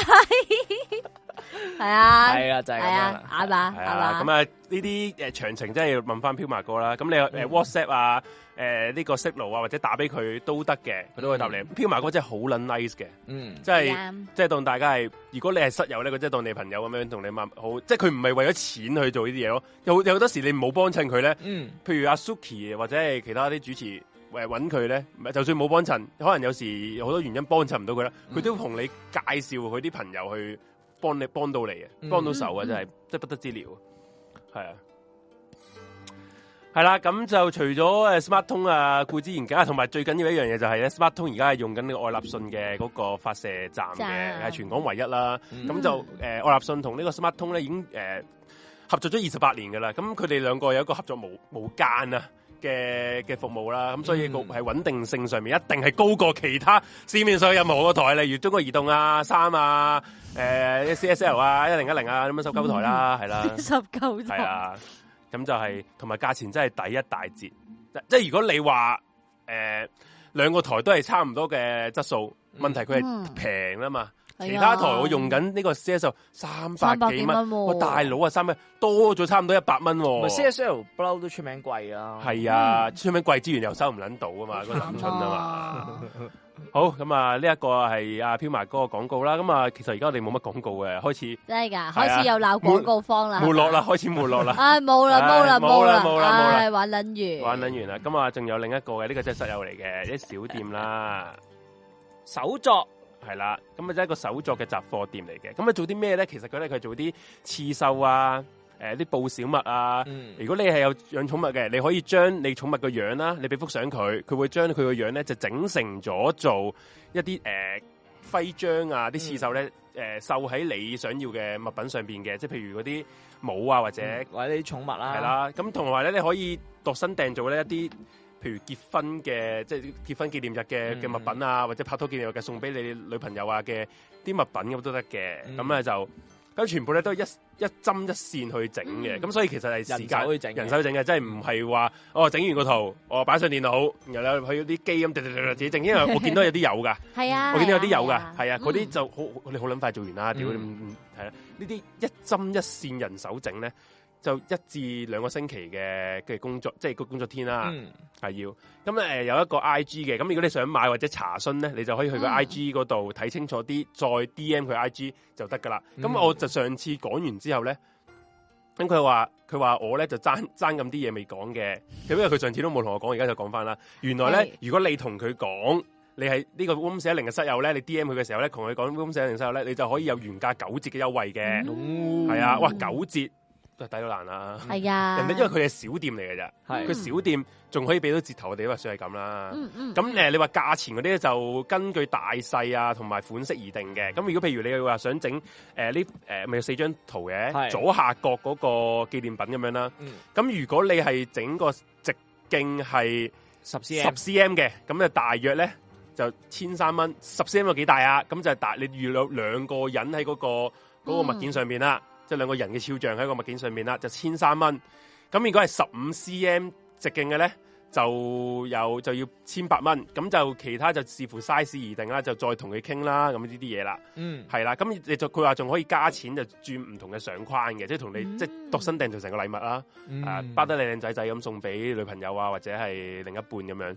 Speaker 3: 系啊，
Speaker 1: 係啊，就係
Speaker 3: 系
Speaker 1: 咁樣啦
Speaker 3: 啊，。啱啊
Speaker 2: 系啊，
Speaker 3: 啱啊
Speaker 2: 咁，啊呢啲诶詳情真係要問翻飄麻哥啦。咁你诶
Speaker 1: 嗯
Speaker 2: WhatsApp 啊，诶呢個 Signal 啊，或者打俾佢都得嘅，佢都會答你。飄麻哥真係好撚 nice 嘅，
Speaker 1: 嗯，
Speaker 2: 即
Speaker 3: 嗯係
Speaker 2: 係
Speaker 3: 啊
Speaker 2: 即係當大家係，如果你係室友咧，佢真係當你朋友咁樣同你問好，即係佢唔係為咗錢去做呢啲嘢咯。有有好多時你冇幫襯佢咧，
Speaker 1: 嗯，
Speaker 2: 譬如阿 Suki 或者係其他啲主持誒揾佢咧，唔係就算冇幫襯，可能有時有好多原因幫襯唔到佢啦，
Speaker 1: 嗯
Speaker 2: 佢都同你介紹佢啲朋友去幫你幫到你嘅，
Speaker 1: 嗯
Speaker 2: 幫到手啊，
Speaker 3: 嗯
Speaker 2: 真係真係不得之了，係啊。係啦，咁就除咗誒 Smart 通啊、固之然梗啊，同埋最緊要一樣嘢就係咧，Smart 通而家係用緊呢個愛立信嘅嗰個發射站
Speaker 3: 站
Speaker 2: 嘅，係全港唯一啦。
Speaker 1: 嗯
Speaker 2: 咁就誒、呃、愛立信同呢個 Smart 通咧已經誒、呃合作咗二十八年噶啦，咁佢哋兩個有一個合作無無間啊嘅嘅服務啦，咁所以個
Speaker 1: 嗯
Speaker 2: 係穩定性上面一定係高過其他市面上任何個台，例如中國移動啊、三啊、誒、CSL 啊、一零一零啊咁樣收九台啦，
Speaker 1: 嗯
Speaker 2: 係 啦、
Speaker 3: 十九
Speaker 2: 係啊，咁就係同埋價錢真係抵一大截，即係如果你話誒兩個台都係差唔多嘅質素，問題佢
Speaker 3: 嗯
Speaker 2: 係平啊嘛。其他台我用緊呢個 CSL 三百幾蚊，
Speaker 3: 喎
Speaker 2: 我大佬啊三百多咗差唔多一百蚊
Speaker 1: 咪
Speaker 2: 喎。
Speaker 1: CSL 不嬲都出名貴啊。
Speaker 2: 係啊，出名貴資源又收唔撚到啊嘛，個諗
Speaker 3: 慘
Speaker 2: 春啊嘛。
Speaker 3: 啊，
Speaker 2: 好咁啊，呢一個係阿飄埋哥個廣告啦。咁啊，其實而家我哋冇乜廣告嘅，開 始
Speaker 3: 真系噶，
Speaker 2: 係啊
Speaker 3: 开始又闹广告方啦，
Speaker 2: 沒落啦，開始沒落
Speaker 3: 係嘛，
Speaker 2: 啦，
Speaker 3: 唉冇啦
Speaker 2: 唉
Speaker 3: 冇啦
Speaker 2: 冇啦冇
Speaker 3: 冇
Speaker 2: 啦冇啦
Speaker 3: 唉玩捻完，
Speaker 2: 玩撚完啦。咁啊，仲有另一個嘅，呢個真係室友嚟嘅，啲小店啦。
Speaker 1: 手作
Speaker 2: 係啦，咁啊就係一個手作嘅雜貨店嚟嘅。咁啊做啲咩咧？其實佢咧佢做啲刺繡啊，誒啲布小物啊。
Speaker 1: 嗯
Speaker 2: 如果你係有養寵物嘅，你可以將你寵物個樣啦，你俾幅相佢，佢會將佢個樣咧就整成咗做一啲誒徽章啊，啲刺繡咧誒繡喺你想要嘅物品上邊嘅，即係譬如嗰啲帽啊或者
Speaker 1: 嗯或者啲寵物啦，
Speaker 2: 係，啦，咁同埋咧，你可以度身訂造咧一啲，譬如結婚嘅，即係結婚紀念日嘅嘅
Speaker 1: 嗯
Speaker 2: 物品啊，或者拍拖紀念日嘅送俾你女朋友啊嘅啲物品咁都得嘅。
Speaker 1: 嗯
Speaker 2: 咁咧就咁全部咧都係一一針一線去整嘅，
Speaker 3: 嗯
Speaker 2: 咁所以其實係時間
Speaker 1: 人手去整嘅
Speaker 2: 人手整嘅，即係唔係話哦整完個圖，我擺上電腦，然後咧去啲機咁滴滴滴滴自己整，因為我見到有啲有噶。
Speaker 3: 系 啊，
Speaker 2: 我見到有啲有
Speaker 3: 係
Speaker 2: 噶
Speaker 3: 啊，
Speaker 2: 係啊，嗰啲
Speaker 3: 嗯
Speaker 2: 就好，你好撚快做完啦，屌，
Speaker 1: 嗯
Speaker 2: 係啊，呢啲一針一線人手整咧，就一至兩個星期嘅嘅工作，即係個工作天啦，
Speaker 1: 嗯
Speaker 2: 係要。咁咧誒有一個 I G 嘅，咁如果你想買或者查詢咧，你就可以去個
Speaker 3: 嗯
Speaker 2: I G 嗰度睇清楚啲，再 D M 佢 I G 就得噶啦。咁、
Speaker 1: 嗯
Speaker 2: 我就上次講完之後咧。咁佢話佢話我咧就爭爭咁啲嘢未講嘅，咁因為佢上次都冇同我講，而家就講翻啦。原來咧
Speaker 3: 係，
Speaker 2: 如果你同佢講你係呢個 room 四一零嘅室友咧，你 D M 佢嘅時候咧，同佢講 room 四一零室友咧，你就可以有原價九折嘅優惠嘅，
Speaker 1: 嗯
Speaker 2: 係啊，哇
Speaker 3: 嗯
Speaker 2: 九折都係抵到爛啦！
Speaker 3: 係啊，
Speaker 2: 人哋因為佢係小店嚟嘅咋，
Speaker 1: 係
Speaker 2: 佢小店仲可以俾到折頭，我哋都算係咁啦。
Speaker 3: 嗯嗯，
Speaker 2: 咁誒、你話價錢嗰啲咧就根據大細啊，同埋款式而定嘅。咁如果譬如你話想整誒呢誒，咪有四張圖嘅
Speaker 1: 係
Speaker 2: 左下角嗰個紀念品咁樣啦。
Speaker 1: 嗯
Speaker 2: 咁如果你係整個直徑係
Speaker 1: 十
Speaker 2: 十
Speaker 1: cm
Speaker 2: cm 嘅，咁就大約咧就千三蚊。十 cm 有幾大啊？咁就係大你預有兩個人喺嗰、個嗰、個物件上面啦，即係兩個人嘅肖像喺個物件上面啦，就千三蚊。咁如果係十五 cm 直徑嘅咧，就有就要千八蚊。咁就其他就視乎 size 而定啦，就再同佢傾啦，咁呢啲嘢啦。
Speaker 1: 嗯
Speaker 2: 係啦，咁你就佢話仲可以加錢就轉唔同嘅相框嘅，即係同你、
Speaker 3: 嗯
Speaker 2: 即係度身訂造成個禮物啦，
Speaker 1: 嗯
Speaker 2: 啊包得靚靚仔仔咁送俾女朋友啊，或者係另一半咁樣，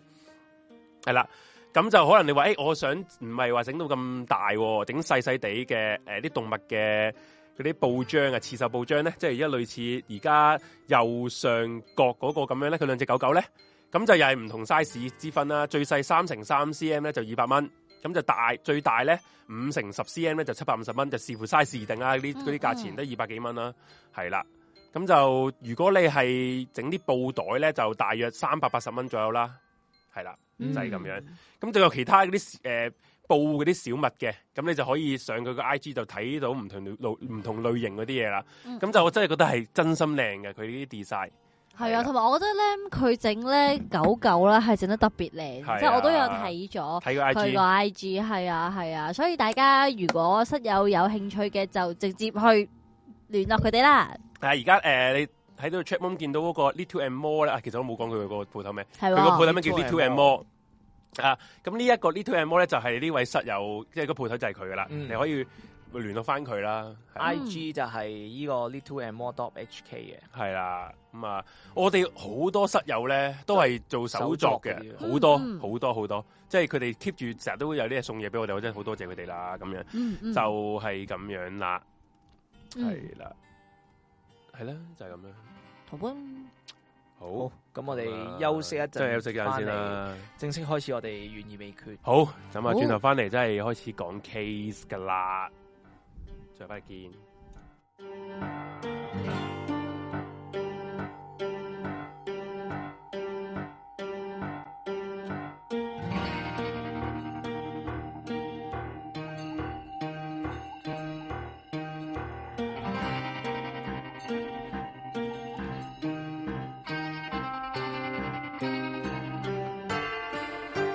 Speaker 2: 係啦。咁就可能你話，誒、欸我想唔係話整到咁大、喎，整細細地嘅誒啲動物嘅嗰啲報章啊，刺繡報章咧，即係而家類似而家右上角嗰個咁樣咧，佢兩隻狗狗咧，咁就又係唔同 size 之分啦。最細三乘三 cm 咧就二百蚊，咁就大最大咧五乘十 cm 咧就七百五十蚊，就視乎 size 而定啦。呢嗰啲價錢都二百幾蚊啦，係啦。咁就如果你係整啲布袋咧，就大約三百八十蚊左右啦，係啦。就係咁樣。咁仲有其他嗰啲誒報嗰啲小物嘅，咁你就可以上佢個 I G 就睇到唔同類唔同類型嗰啲嘢啦。
Speaker 3: 嗯
Speaker 2: 咁就我真係覺得係真心靚嘅，佢呢啲 design
Speaker 3: 系啊，同埋我覺得咧，佢整咧狗狗咧係整得特別
Speaker 2: 係啊
Speaker 3: 靚，即系我都有睇咗
Speaker 2: 睇個 I
Speaker 3: 佢
Speaker 2: G
Speaker 3: 個 I G，係啊係啊，所以大家如果室友有興趣嘅，就直接去聯絡佢哋啦，
Speaker 2: 但係而家誒你喺度 chat room 見到嗰個 Little and More 咧，啊其實我冇講佢個鋪頭咩，
Speaker 3: 係
Speaker 2: 佢個鋪
Speaker 3: 喎，
Speaker 2: 頭名叫
Speaker 1: Little and
Speaker 2: Little and More。啊，咁呢一個 Little and More 咧就係呢位室友，即係個鋪頭就係佢噶啦，
Speaker 1: 嗯
Speaker 2: 你可以聯絡翻佢啦。係啊
Speaker 1: I G 就係呢個 Little and More dot H K 啊
Speaker 2: 系啦，咁啊，我哋好多室友咧都係做手作嘅
Speaker 1: 手，
Speaker 3: 作嗰啲
Speaker 2: 好多
Speaker 3: 嗯嗯
Speaker 2: 好多好多，即係佢哋 keep 住成日都會有啲嘢送嘢俾我哋，我真係好多謝佢哋啦，咁樣
Speaker 3: 嗯
Speaker 2: 就
Speaker 3: 嗯，
Speaker 2: 係咁樣啦，
Speaker 3: 嗯
Speaker 2: 係啦，係啦，就係咁樣，
Speaker 3: 同伴
Speaker 2: 好，
Speaker 1: 嘅。好，咁我
Speaker 2: 咁啊
Speaker 1: 哋休息一陣，
Speaker 2: 真係休息一陣先。啦。
Speaker 1: 正式開始我哋懸而未決。
Speaker 2: 好，咁啊，
Speaker 3: 好
Speaker 2: 轉頭翻嚟真係開始講 case 噶啦，再翻見。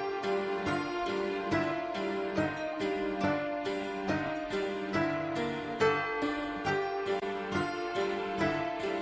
Speaker 4: Hãy subscribe cho kênh Ghiền Mì Gõ Để không bỏ lỡ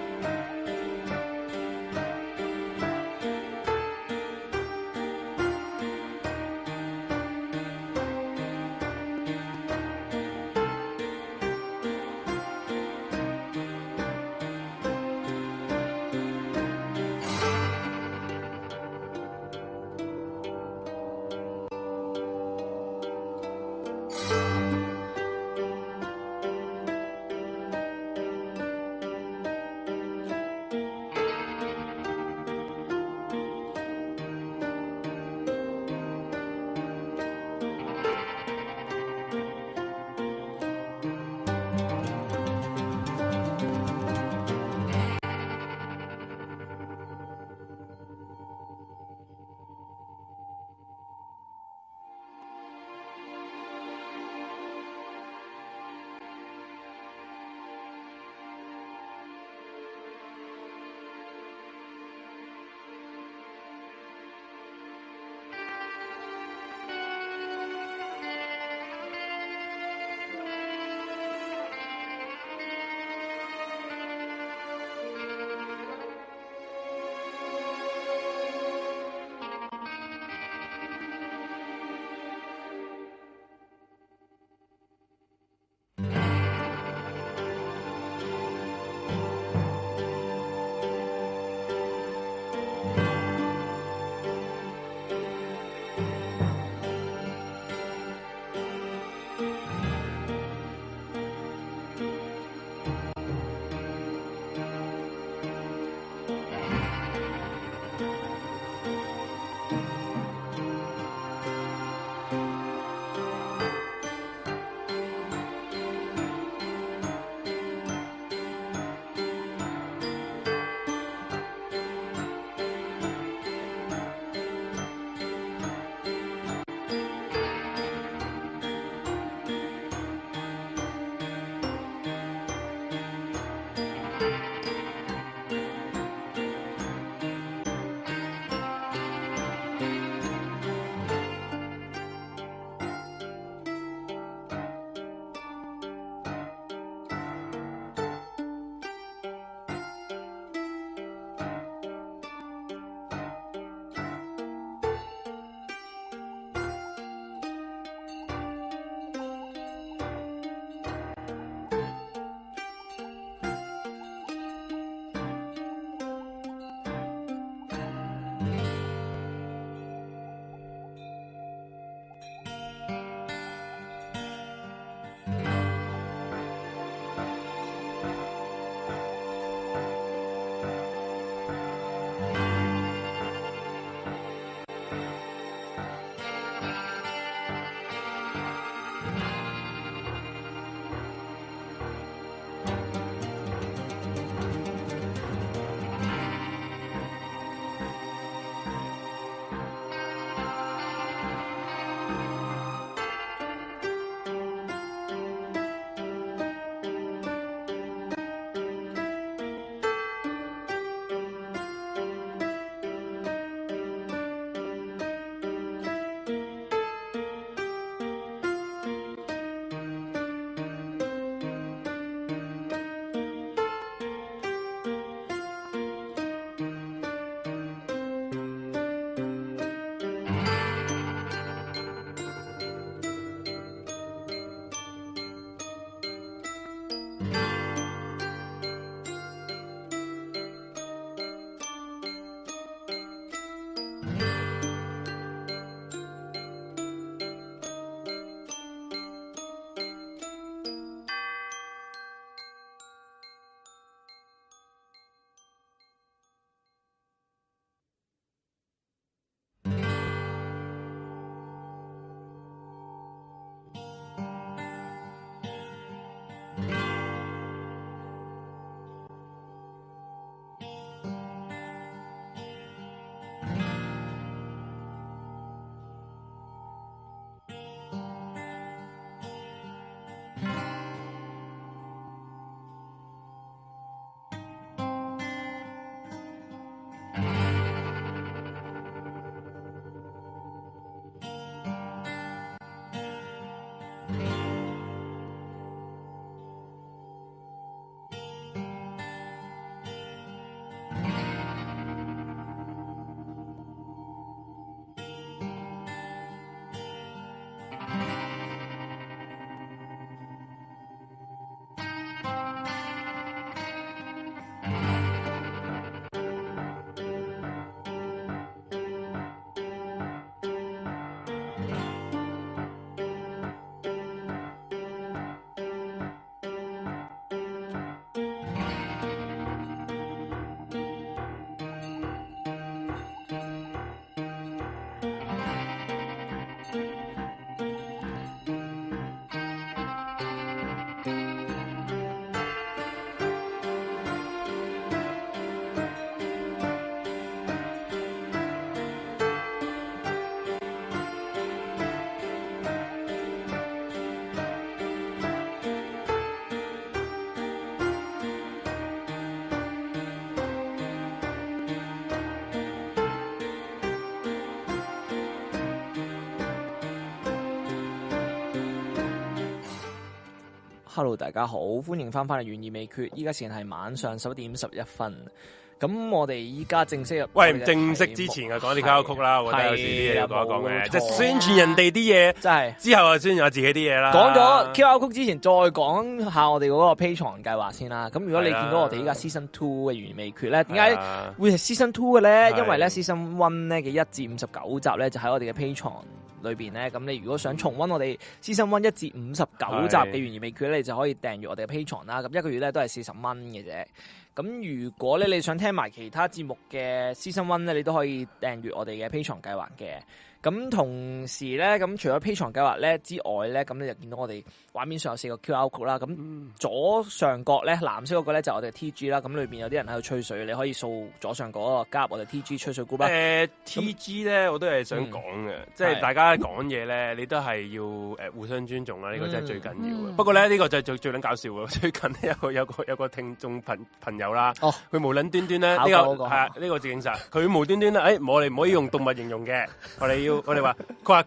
Speaker 1: Hello，大家好，歡迎翻返嚟懸疑未決。依家時間係晚上十一點十一分。咁我哋依家正式入我
Speaker 2: 喂，
Speaker 1: 哋嘅
Speaker 2: 正式
Speaker 1: 題目
Speaker 2: 之前啊，講啲交曲啦，我覺得有時啲嘢要講一講
Speaker 1: 係啊
Speaker 2: 嘅，
Speaker 1: 冇錯
Speaker 2: 即係宣傳人哋啲嘢，
Speaker 1: 真係。
Speaker 2: 之後啊宣傳下自己啲嘢啦。
Speaker 1: 講咗 QR Code 之前，再講下我哋嗰個 Patreon 計劃先啦。咁如果你
Speaker 2: 係啦
Speaker 1: 見到我哋依家 Season Two 嘅懸而未決咧，點
Speaker 2: 係
Speaker 1: 解
Speaker 2: 啊
Speaker 1: 會係 Season Two 嘅咧？
Speaker 2: 係
Speaker 1: 因為咧 Season One 咧嘅一至五十九集咧，就喺我哋嘅 Patreon 裏邊咧。咁你如果想重温我哋 Season One 一至五十九集嘅
Speaker 2: 係
Speaker 1: 懸而未決咧，你就可以訂閱我哋嘅 Patreon 啦。咁一個月咧都係四十蚊嘅啫。咁如果咧你想聽埋其他節目嘅 Season One 咧，你都可以訂閱我哋嘅 Patreon 計劃嘅。咁同時咧，咁除咗 Patreon 計劃咧之外咧，咁你就見到我哋畫面上有四個 QR code 啦。咁
Speaker 2: 嗯
Speaker 1: 左上角咧，藍色嗰個咧就係我哋嘅 TG 啦。咁裏邊有啲人喺度吹水，你可以掃左上角嗰個加入我哋 TG 吹水 group 啦。
Speaker 2: 誒呃 T G 咧，我都係想講嘅，即係
Speaker 1: 係
Speaker 2: 大家講嘢咧，你都係要誒互相尊重啦，啊呢個真係最緊要嘅。
Speaker 3: 嗯
Speaker 2: 不過咧，呢個就係最最撚搞笑嘅。 最近呢，有個有個有個聽眾朋朋友啦，
Speaker 1: 哦
Speaker 2: 佢無撚端端咧
Speaker 1: 考
Speaker 2: 呢
Speaker 1: 過嗰
Speaker 2: 個
Speaker 1: 個
Speaker 2: 係啊呢個正實，佢無端端咧，誒我哋唔可以用動物形容嘅，我哋要我哋話佢話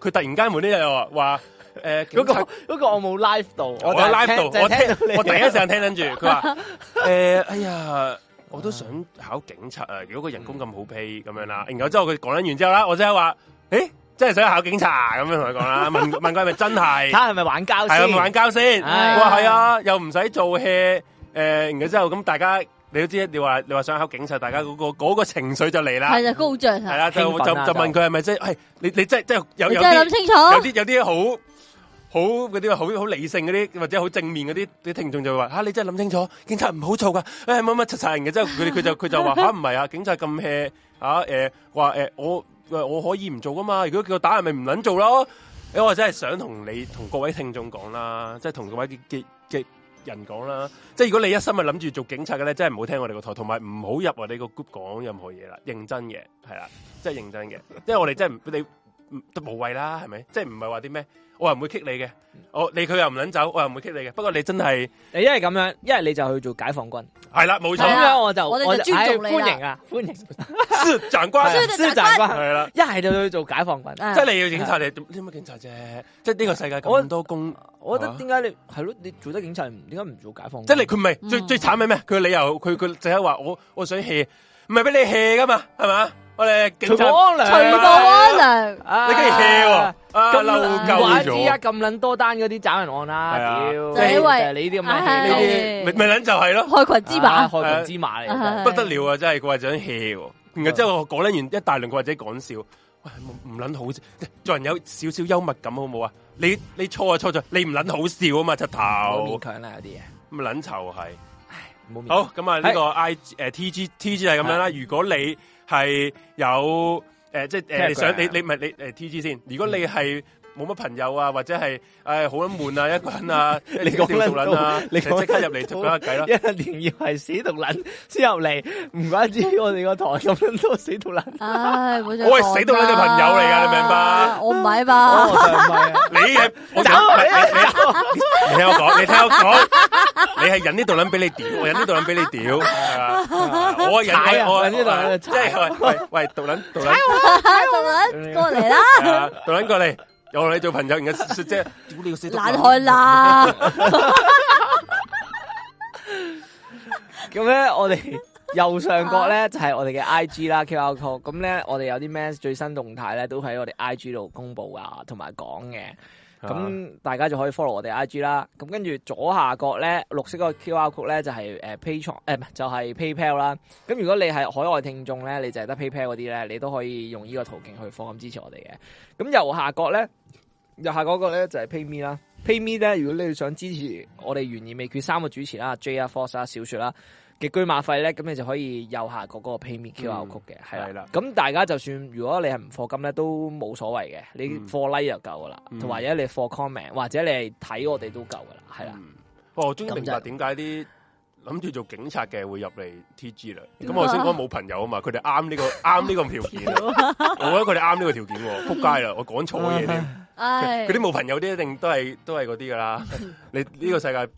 Speaker 2: 佢突然間無端端又話呃誒
Speaker 1: 嗰、
Speaker 2: 嗰
Speaker 1: 個
Speaker 2: 個
Speaker 1: 嗰、個我冇 live 到，我
Speaker 2: 我
Speaker 1: 就係
Speaker 2: live
Speaker 1: 聽
Speaker 2: 度，
Speaker 1: 就係
Speaker 2: 我
Speaker 1: 聽到
Speaker 2: 聽
Speaker 1: 你
Speaker 2: 我第一時間聽緊住，佢話誒，哎呀，我都想考警察啊！如果個人工咁好 pay 咁樣啦，然後之後佢講緊完之後啦，我即刻話，誒，真係想考警察啊咁樣同佢講啦，問問佢係咪真係
Speaker 1: 睇，下係咪玩交
Speaker 2: 係啊，
Speaker 1: 先。
Speaker 2: 咪玩交先，
Speaker 1: 唉
Speaker 2: 佢話係啊，又唔使做 hea，誒，然後之後咁大家你都知，你話你話想考警察，大家嗰個嗰個情緒就嚟啦，
Speaker 3: 系就高漲
Speaker 2: 係
Speaker 3: 啊！
Speaker 2: 啦，就
Speaker 1: 興
Speaker 2: 就就
Speaker 1: 奮啊就
Speaker 2: 問佢係咪真，係你你真係真係有
Speaker 3: 你
Speaker 2: 有
Speaker 3: 真係
Speaker 2: 啲
Speaker 3: 諗。清楚
Speaker 2: 有。啲有啲好好嗰啲好好理性嗰啲，或者好正面嗰啲啲聽眾就會話：吓、啊你真係諗清楚，警察唔好做噶，誒乜乜柒柒人嘅。之後佢哋佢就佢就話：吓唔係啊，警察咁 hea 啊誒話誒我誒我可以唔做噶嘛，如果叫我打人咪唔撚做咯。誒我真係想同你同各位聽眾講啦，即係同各位嘅嘅嘅人講啦，即係如果你一心係諗住做警察嘅咧，真係唔好聽我哋個台，同埋唔好入我哋個 group 講任何嘢啦，認真嘅係啦，真係認真嘅，因為我哋真係唔你唔都無謂啦，係咪？即係唔係話啲咩？我又唔會 kick 你嘅，我你佢又唔撚走，我又唔會 kick 你嘅。不過你真係
Speaker 1: 你一係咁樣，一係你就去做解放軍。
Speaker 2: 係啦，冇
Speaker 1: 咁
Speaker 3: 係
Speaker 2: 錯，
Speaker 3: 啊
Speaker 1: 樣我就
Speaker 3: 我哋就
Speaker 1: 我
Speaker 3: 尊重
Speaker 1: 唉
Speaker 3: 你啦
Speaker 1: 歡迎啊，歡迎。啊
Speaker 2: 是長官
Speaker 3: 所以
Speaker 1: 師長
Speaker 3: 你大
Speaker 1: 關
Speaker 2: 係啦，
Speaker 1: 一係就去做解放軍。
Speaker 3: 啊
Speaker 2: 即係你要警察，你你乜警察啫？即係呢個世界咁多工，
Speaker 1: 我覺得
Speaker 2: 啊
Speaker 1: 點解你係咯？你做得警察，你唔點解唔做解放軍？
Speaker 2: 即係你佢唔係最
Speaker 3: 嗯
Speaker 2: 最慘係咩？佢理由佢佢就係話我我想 hea，唔係俾你 hea 噶嘛，係嘛？我哋警
Speaker 1: 除
Speaker 2: 察。
Speaker 1: 光良，
Speaker 3: 除暴安良，
Speaker 1: 啊
Speaker 2: 你跟住 hea 喎，啊
Speaker 1: 咁
Speaker 2: 嬲
Speaker 1: 唔怪
Speaker 2: 鳩
Speaker 1: 之啊，
Speaker 2: 咗，
Speaker 1: 咁撚多單嗰啲斬人案
Speaker 2: 係
Speaker 1: 啦，
Speaker 2: 啊
Speaker 1: 屌！
Speaker 2: 就係啊
Speaker 3: 因為
Speaker 1: 你啲咁
Speaker 3: 唉
Speaker 1: 嘅 hea
Speaker 3: 係
Speaker 2: 咪咪撚就係咯，
Speaker 3: 害群之
Speaker 1: 啊
Speaker 3: 馬，
Speaker 1: 害群之馬嚟
Speaker 3: 啊
Speaker 1: 嘅。
Speaker 2: 不得了啊！真係佢話想 hea，喎然後之後我講撚完一大輪，佢或者講笑，喂唔唔撚好啫，做人有少少幽默感好唔好啊？你你錯就錯咗，你唔撚好笑啊嘛，柒
Speaker 1: 唔好
Speaker 2: 頭
Speaker 1: 勉強啦，有啲嘢，
Speaker 2: 咁撚就係。
Speaker 1: 唔好勉強。
Speaker 2: 好，咁啊呢個 I 誒 T G T G 係咁樣啦。如果你係有誒，即係誒你
Speaker 1: Telegram 嗯
Speaker 2: 想你你唔係你誒 T G 先。如果你係冇乜朋友啊，或者係誒好撚悶啊，一個 人啊，
Speaker 1: 你講
Speaker 2: 一條
Speaker 1: 撚
Speaker 2: 撚
Speaker 1: 到
Speaker 2: 啊，
Speaker 1: 你
Speaker 2: 你
Speaker 1: 講
Speaker 2: 即刻入嚟
Speaker 1: 到
Speaker 2: 就講下 偈啦。
Speaker 1: 一年要係死毒撚先入嚟，唔怪之我哋個台咁撚多死毒撚。
Speaker 3: 唉，冇再
Speaker 2: 我係
Speaker 3: 講
Speaker 2: 死到你嘅朋友嚟㗎你明白
Speaker 3: 我唔係
Speaker 1: 哦，
Speaker 3: 吧？
Speaker 1: 就唔係啊
Speaker 2: 你係我
Speaker 1: 走
Speaker 2: 忍
Speaker 1: 啊
Speaker 2: 你你你聽我講，你聽我講，你係忍呢度撚俾你屌，我忍呢度撚俾你屌，係嘛？我忍
Speaker 1: 踩啊
Speaker 2: 我我
Speaker 1: 忍呢度撚
Speaker 2: 即係喂喂喂，度撚度撚。
Speaker 3: 杜倫過嚟啦，
Speaker 2: 係啊，杜撚過嚟，又同你做朋友，然後即係屌你個死毒
Speaker 3: 懶漢 啦，
Speaker 1: 咁咧，我哋右上角咧就係我哋嘅 I G 啦，QR code。咁咧，我哋有啲咩最新動態咧，都喺我哋 I G 度公布啊，同埋講嘅。
Speaker 2: Ờ. 啊
Speaker 1: 咁大家就可以 follow 我哋 I G 啦。咁跟住左下角咧，綠色嗰個 QR code 咧就係誒 Patreon，誒唔係就係 PayPal 啦。咁如果你係海外聽眾咧，你就係得 PayPal 嗰啲咧，你都可以用呢個途徑去放咁支持我哋嘅。咁右下角咧，右下角嗰個咧就係 PayMe 啦。PayMe 咧，如果你想支持我哋懸而未決三個主持啦，J 啊、Force 啊、小雪啦嘅居馬費咧，咁你就可以右下角嗰個 PayMe QR code 嘅，係
Speaker 2: 嗯係
Speaker 1: 啦
Speaker 2: 啦。
Speaker 1: 咁大家就算如果你係唔課金咧，都冇所謂嘅，你課 like 就夠噶啦，
Speaker 2: 嗯
Speaker 1: 同或者你課 comment，或者你係睇我哋都夠噶啦，係啦。
Speaker 2: 嗯哇我終於明白
Speaker 1: 咁就
Speaker 2: 點解啲諗住做警察嘅會入嚟 T G 啦。
Speaker 3: 點
Speaker 2: 咁
Speaker 3: 啊
Speaker 2: 我先講冇朋友啊嘛，佢哋啱呢個啱呢個條件啊，我覺得佢哋啱呢個條件喎，仆街啦，我講錯嘢添。
Speaker 3: 唉
Speaker 2: 嗰啲，冇朋友啲一定都係都係嗰啲噶啦。你呢個世界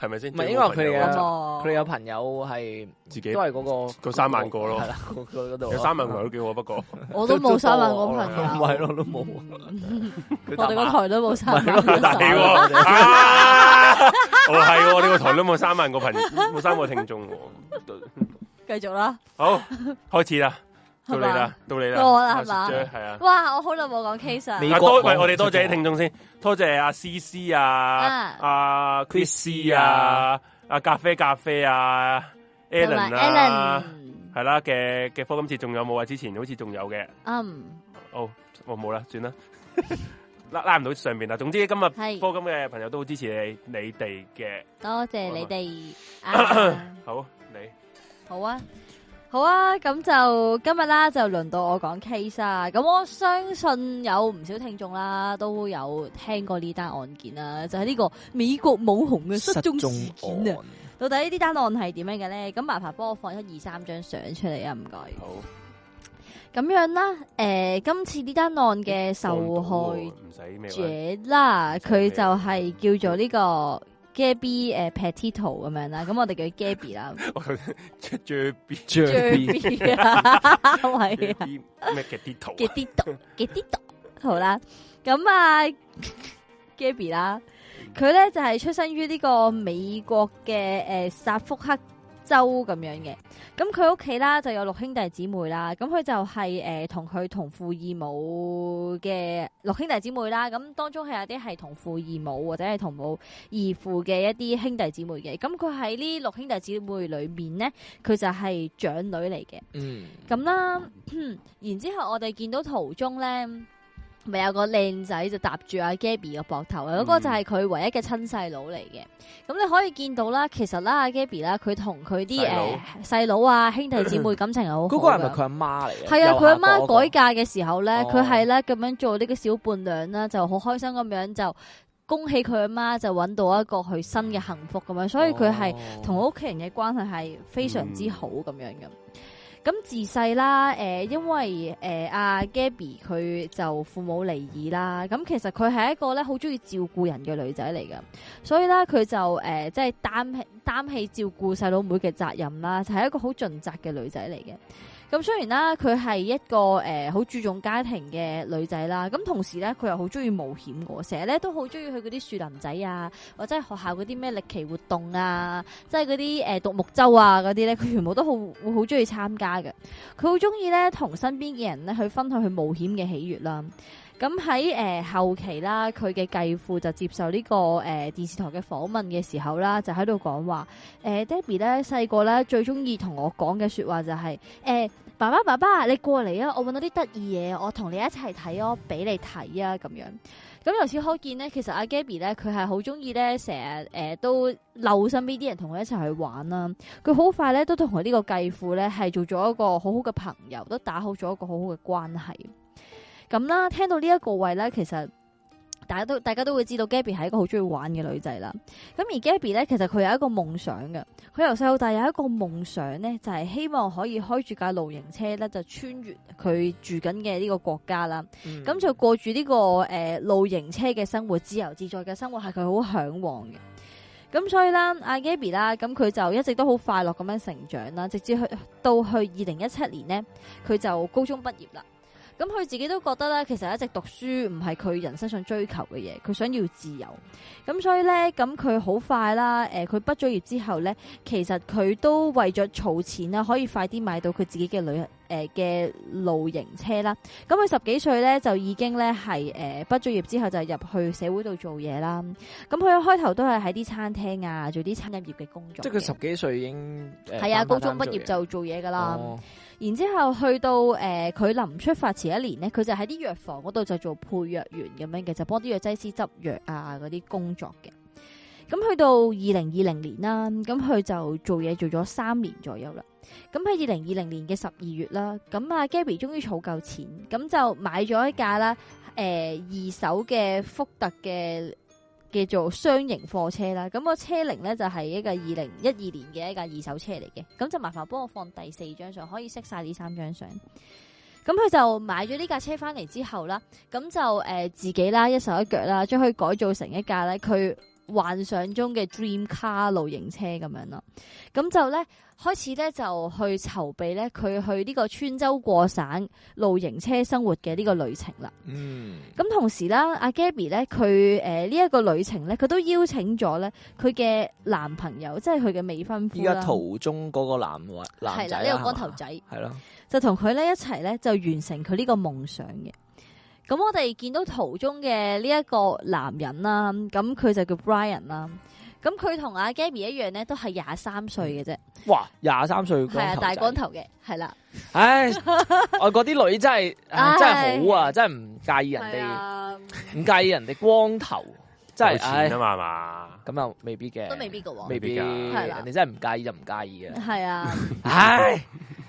Speaker 2: 系咪先？
Speaker 1: 唔係
Speaker 2: 最
Speaker 1: 因為
Speaker 2: 冇朋
Speaker 1: 佢
Speaker 2: 友
Speaker 1: 哋
Speaker 2: 嗰
Speaker 1: 嘅
Speaker 2: 陣
Speaker 3: 哦
Speaker 1: 佢哋有朋友係
Speaker 2: 自己
Speaker 1: 都係嗰個
Speaker 2: 嗰三萬個咯
Speaker 1: 係啦，嗰嗰嗰度
Speaker 2: 有三萬個都幾好，不過
Speaker 3: 我都冇三萬個
Speaker 1: 都
Speaker 3: 朋
Speaker 1: 都
Speaker 3: 友，
Speaker 1: 唔係咯都冇 佢
Speaker 3: 我哋個台都冇三萬個
Speaker 2: 但係
Speaker 3: 手。
Speaker 2: 喎啊，哦係喎，呢個台都冇三萬個朋，冇三個聽眾喎。
Speaker 3: 繼續啦，
Speaker 2: 好，開始啦，到
Speaker 3: 係
Speaker 2: 你
Speaker 3: 嘛
Speaker 2: 啦？，到你啦，
Speaker 3: 到我啦係嘛
Speaker 2: 係啊。
Speaker 3: 哇！我好耐冇講 case 啦
Speaker 1: 你，
Speaker 2: 啊
Speaker 1: 美國
Speaker 2: 多
Speaker 1: 網
Speaker 2: 喂，我哋多謝啲
Speaker 1: 出咗
Speaker 2: 聽眾先，多謝阿 C C 啊
Speaker 3: 啊，
Speaker 2: 阿 Chris 啊，阿咖啡咖啡啊
Speaker 3: 同埋
Speaker 2: ，Alan 啊，
Speaker 3: Alan，
Speaker 2: 係啦嘅嘅科今次仲有冇啊？之前好似仲有嘅，
Speaker 3: 嗯，
Speaker 2: 哦，我冇啦，算啦，拉拉唔到上邊啦。總之今日科
Speaker 3: 係
Speaker 2: 金嘅朋友都好支持你，你哋嘅
Speaker 3: 多謝你哋啊！
Speaker 2: 好你
Speaker 3: 好啊，好啊，咁就今日啦，就輪到我講 case 啦。咁我相信有唔少聽眾啦，都有聽過呢單案件啦，就係呢個美國網紅嘅失蹤事件啊。到底呢單案係點樣嘅咧？咁麻煩幫我放一二三張相出嚟啊，唔該。
Speaker 2: 好
Speaker 3: 咁樣啦，诶、今次呢單案嘅受
Speaker 2: 幫到
Speaker 3: 害
Speaker 2: 喎唔使咩 話，
Speaker 3: 者啦，佢就係叫做呢、個 Gabby 诶 Petito 咁樣啦，咁我哋叫佢 Gabby 啦
Speaker 2: 我頭先出 J B
Speaker 3: ，Gabby 啊， 係啊
Speaker 2: J。B 咩嘅啲圖
Speaker 3: 嘅啲毒嘅啲毒，好啦，咁啊 Gabby 啦，佢咧就係出生於呢個美國嘅诶萨福克州咁樣嘅，咁佢屋企啦就有六兄弟姊妹啦，咁佢就係诶同佢同父異母嘅六兄弟姊妹啦，咁當中係有啲係同父異母或者係同母異父嘅一啲兄弟姊妹嘅，咁佢喺呢六兄弟姊妹裏面咧，佢就係長女嚟嘅。
Speaker 1: 嗯，
Speaker 3: 咁啦， 然之後我哋見到途中咧，咪有個靚仔就搭住阿 Gabby 嘅膊啊頭嘅，嗰、個
Speaker 1: 嗯
Speaker 3: 就係佢唯一嘅親細佬嚟嘅。咁你可以見到啦，其實啦，阿 Gabby 啦，佢同佢啲
Speaker 2: 細佬
Speaker 3: 誒細佬啊兄弟姊 妹感情係好好
Speaker 1: 嗰個係咪
Speaker 3: 㗎
Speaker 1: 佢阿媽嚟嘅？
Speaker 3: 係啊，佢阿媽改
Speaker 1: 改
Speaker 3: 嫁嘅時候咧，
Speaker 1: 哦
Speaker 3: 佢係咧咁樣做呢個小伴娘啦，就好開心咁樣就恭喜佢阿媽就揾到一個佢新嘅幸福咁樣，所以佢係。
Speaker 1: 哦
Speaker 3: 同屋企人嘅關係係非常之好咁樣嘅。咁自細啦，誒、呃因為誒阿 Gabby 佢就父母離異啦，咁其實佢係一個咧好中意照顧人嘅女仔嚟嘅，所以啦佢就誒、即係擔起擔起照顧細佬妹嘅責任啦，就係、一個好盡責嘅女仔嚟嘅。咁雖然啦，佢係一個誒好、注重家庭嘅女仔啦，咁同時咧佢又好中意冒險嘅喎，成日咧都好中意去嗰啲樹林仔啊，或者係學校嗰啲咩歷奇活動啊，即係嗰啲誒獨木舟啊嗰啲咧，佢全部都好會好中意參加嘅。佢好中意咧同身邊嘅人咧去分享佢冒險嘅喜悅啦。咁喺誒後期啦，佢嘅繼父就接受呢、個誒、呃、電視台嘅訪問嘅時候啦，就喺度講話呃誒 Debbie 咧細個咧最中意同我講嘅説話就係、誒爸爸爸爸，你過嚟啊！我揾到啲得意嘢，我同你一齊睇，我俾你睇啊！咁樣咁由此可見咧，其實阿 Gabby 咧，佢係好中意咧，成日誒都漏身邊啲人同佢一齊去玩啦。佢好快咧都同佢呢個繼父咧係做咗一個好好嘅朋友，都打好咗一個好好嘅關係。咁啦，聽到呢一個位咧，其實大家都大家都會知道 Gabby 係一個好中意玩嘅女仔啦。咁而 Gabby 咧，其實佢有一個夢想嘅，佢由細到大有一個夢想咧，就係、希望可以開住架露營車咧，就穿越佢住緊嘅呢個國家啦。咁
Speaker 1: 咁
Speaker 3: 就過住呢、個呃露營車嘅生活，自由自在嘅生活係佢好向往嘅。咁所以啦，阿 Gabby 啦，咁佢就一直都好快樂咁樣成長啦，直至去到去二零一七年呢，佢就高中畢業啦。咁佢自己都覺得咧，其實一直讀書唔係佢人生想追求嘅嘢，佢想要自由。咁所以咧，咁佢好快啦，誒、佢畢咗業之後咧，其實佢都為咗儲錢啦，可以快啲買到佢自己嘅旅誒嘅、露營車啦。咁佢十幾歲咧就已經咧係誒畢咗業之後就入去社會度做嘢啦。咁佢一開頭都係喺啲餐廳啊，做啲餐飲業嘅工作
Speaker 1: 即
Speaker 3: 嘅。
Speaker 1: 係佢十幾歲已經呃誒
Speaker 3: 係啊，
Speaker 1: 翻返
Speaker 3: 高中
Speaker 1: 做
Speaker 3: 畢
Speaker 1: 嘢
Speaker 3: 業就做嘢噶啦。
Speaker 1: 哦
Speaker 3: 然之後去到誒佢臨出發前一年呢，佢就喺啲藥房嗰度就做配藥員咁樣嘅，就幫啲藥劑師執藥啊嗰啲工作嘅。咁去到二零二零年啦，咁佢就做嘢做咗三年左右啦。咁喺二零二零年嘅十二月啦，咁啊 Gabby 終於儲夠錢，咁就買咗一架啦，誒、呃二手嘅福特嘅叫做雙型貨車啦。咁、個車齡咧就係一個二零一二年嘅一架二手車嚟嘅。咁就麻煩幫我放第四張相，可以熄晒呢三張相。咁佢就買咗呢架車翻嚟之後啦，咁就誒、呃自己啦一手一腳啦，將佢改造成一架咧佢幻想中嘅 dream car 露營車咁樣啦。咁就咧開始咧就去籌備咧佢去呢個川州過省露營車生活嘅呢個旅程啦。
Speaker 1: 嗯，
Speaker 3: 咁同時啦，阿 Gabby 咧，佢誒呢一個旅程咧，佢都邀請咗咧佢嘅男朋友，即係佢嘅未婚夫
Speaker 1: 依
Speaker 3: 啦
Speaker 1: 家，途中嗰個男或男
Speaker 3: 係
Speaker 1: 仔啊
Speaker 3: 啦，呢個光
Speaker 1: 係嘛
Speaker 3: 頭仔。
Speaker 1: 係咯，
Speaker 3: 就同佢咧一齊咧就完成佢呢個夢想嘅。咁我哋見到途中嘅呢一個男人啦，咁佢就叫 Brian 啦。咁佢同阿 Gabby 一樣咧，都係廿三歲嘅啫，
Speaker 1: 哇，廿三歲
Speaker 3: 係
Speaker 1: 光
Speaker 3: 啊，
Speaker 1: 頭
Speaker 3: 大
Speaker 1: 仔
Speaker 3: 光頭嘅，係啦，
Speaker 1: 唉， 外國啲女真係唉
Speaker 3: 唉
Speaker 1: 真係好啊，真係唔介意人
Speaker 3: 係
Speaker 1: 哋
Speaker 3: 啊，
Speaker 1: 唔介意人哋光頭，真係
Speaker 2: 有錢
Speaker 1: 唉
Speaker 2: 啊嘛係嘛，
Speaker 1: 咁又未必嘅，
Speaker 3: 都未必嘅喎，
Speaker 1: 未必，
Speaker 2: 未必㗎
Speaker 3: 係啦
Speaker 1: 人哋真係唔介意就唔介意嘅，
Speaker 3: 係啊，
Speaker 1: 唉，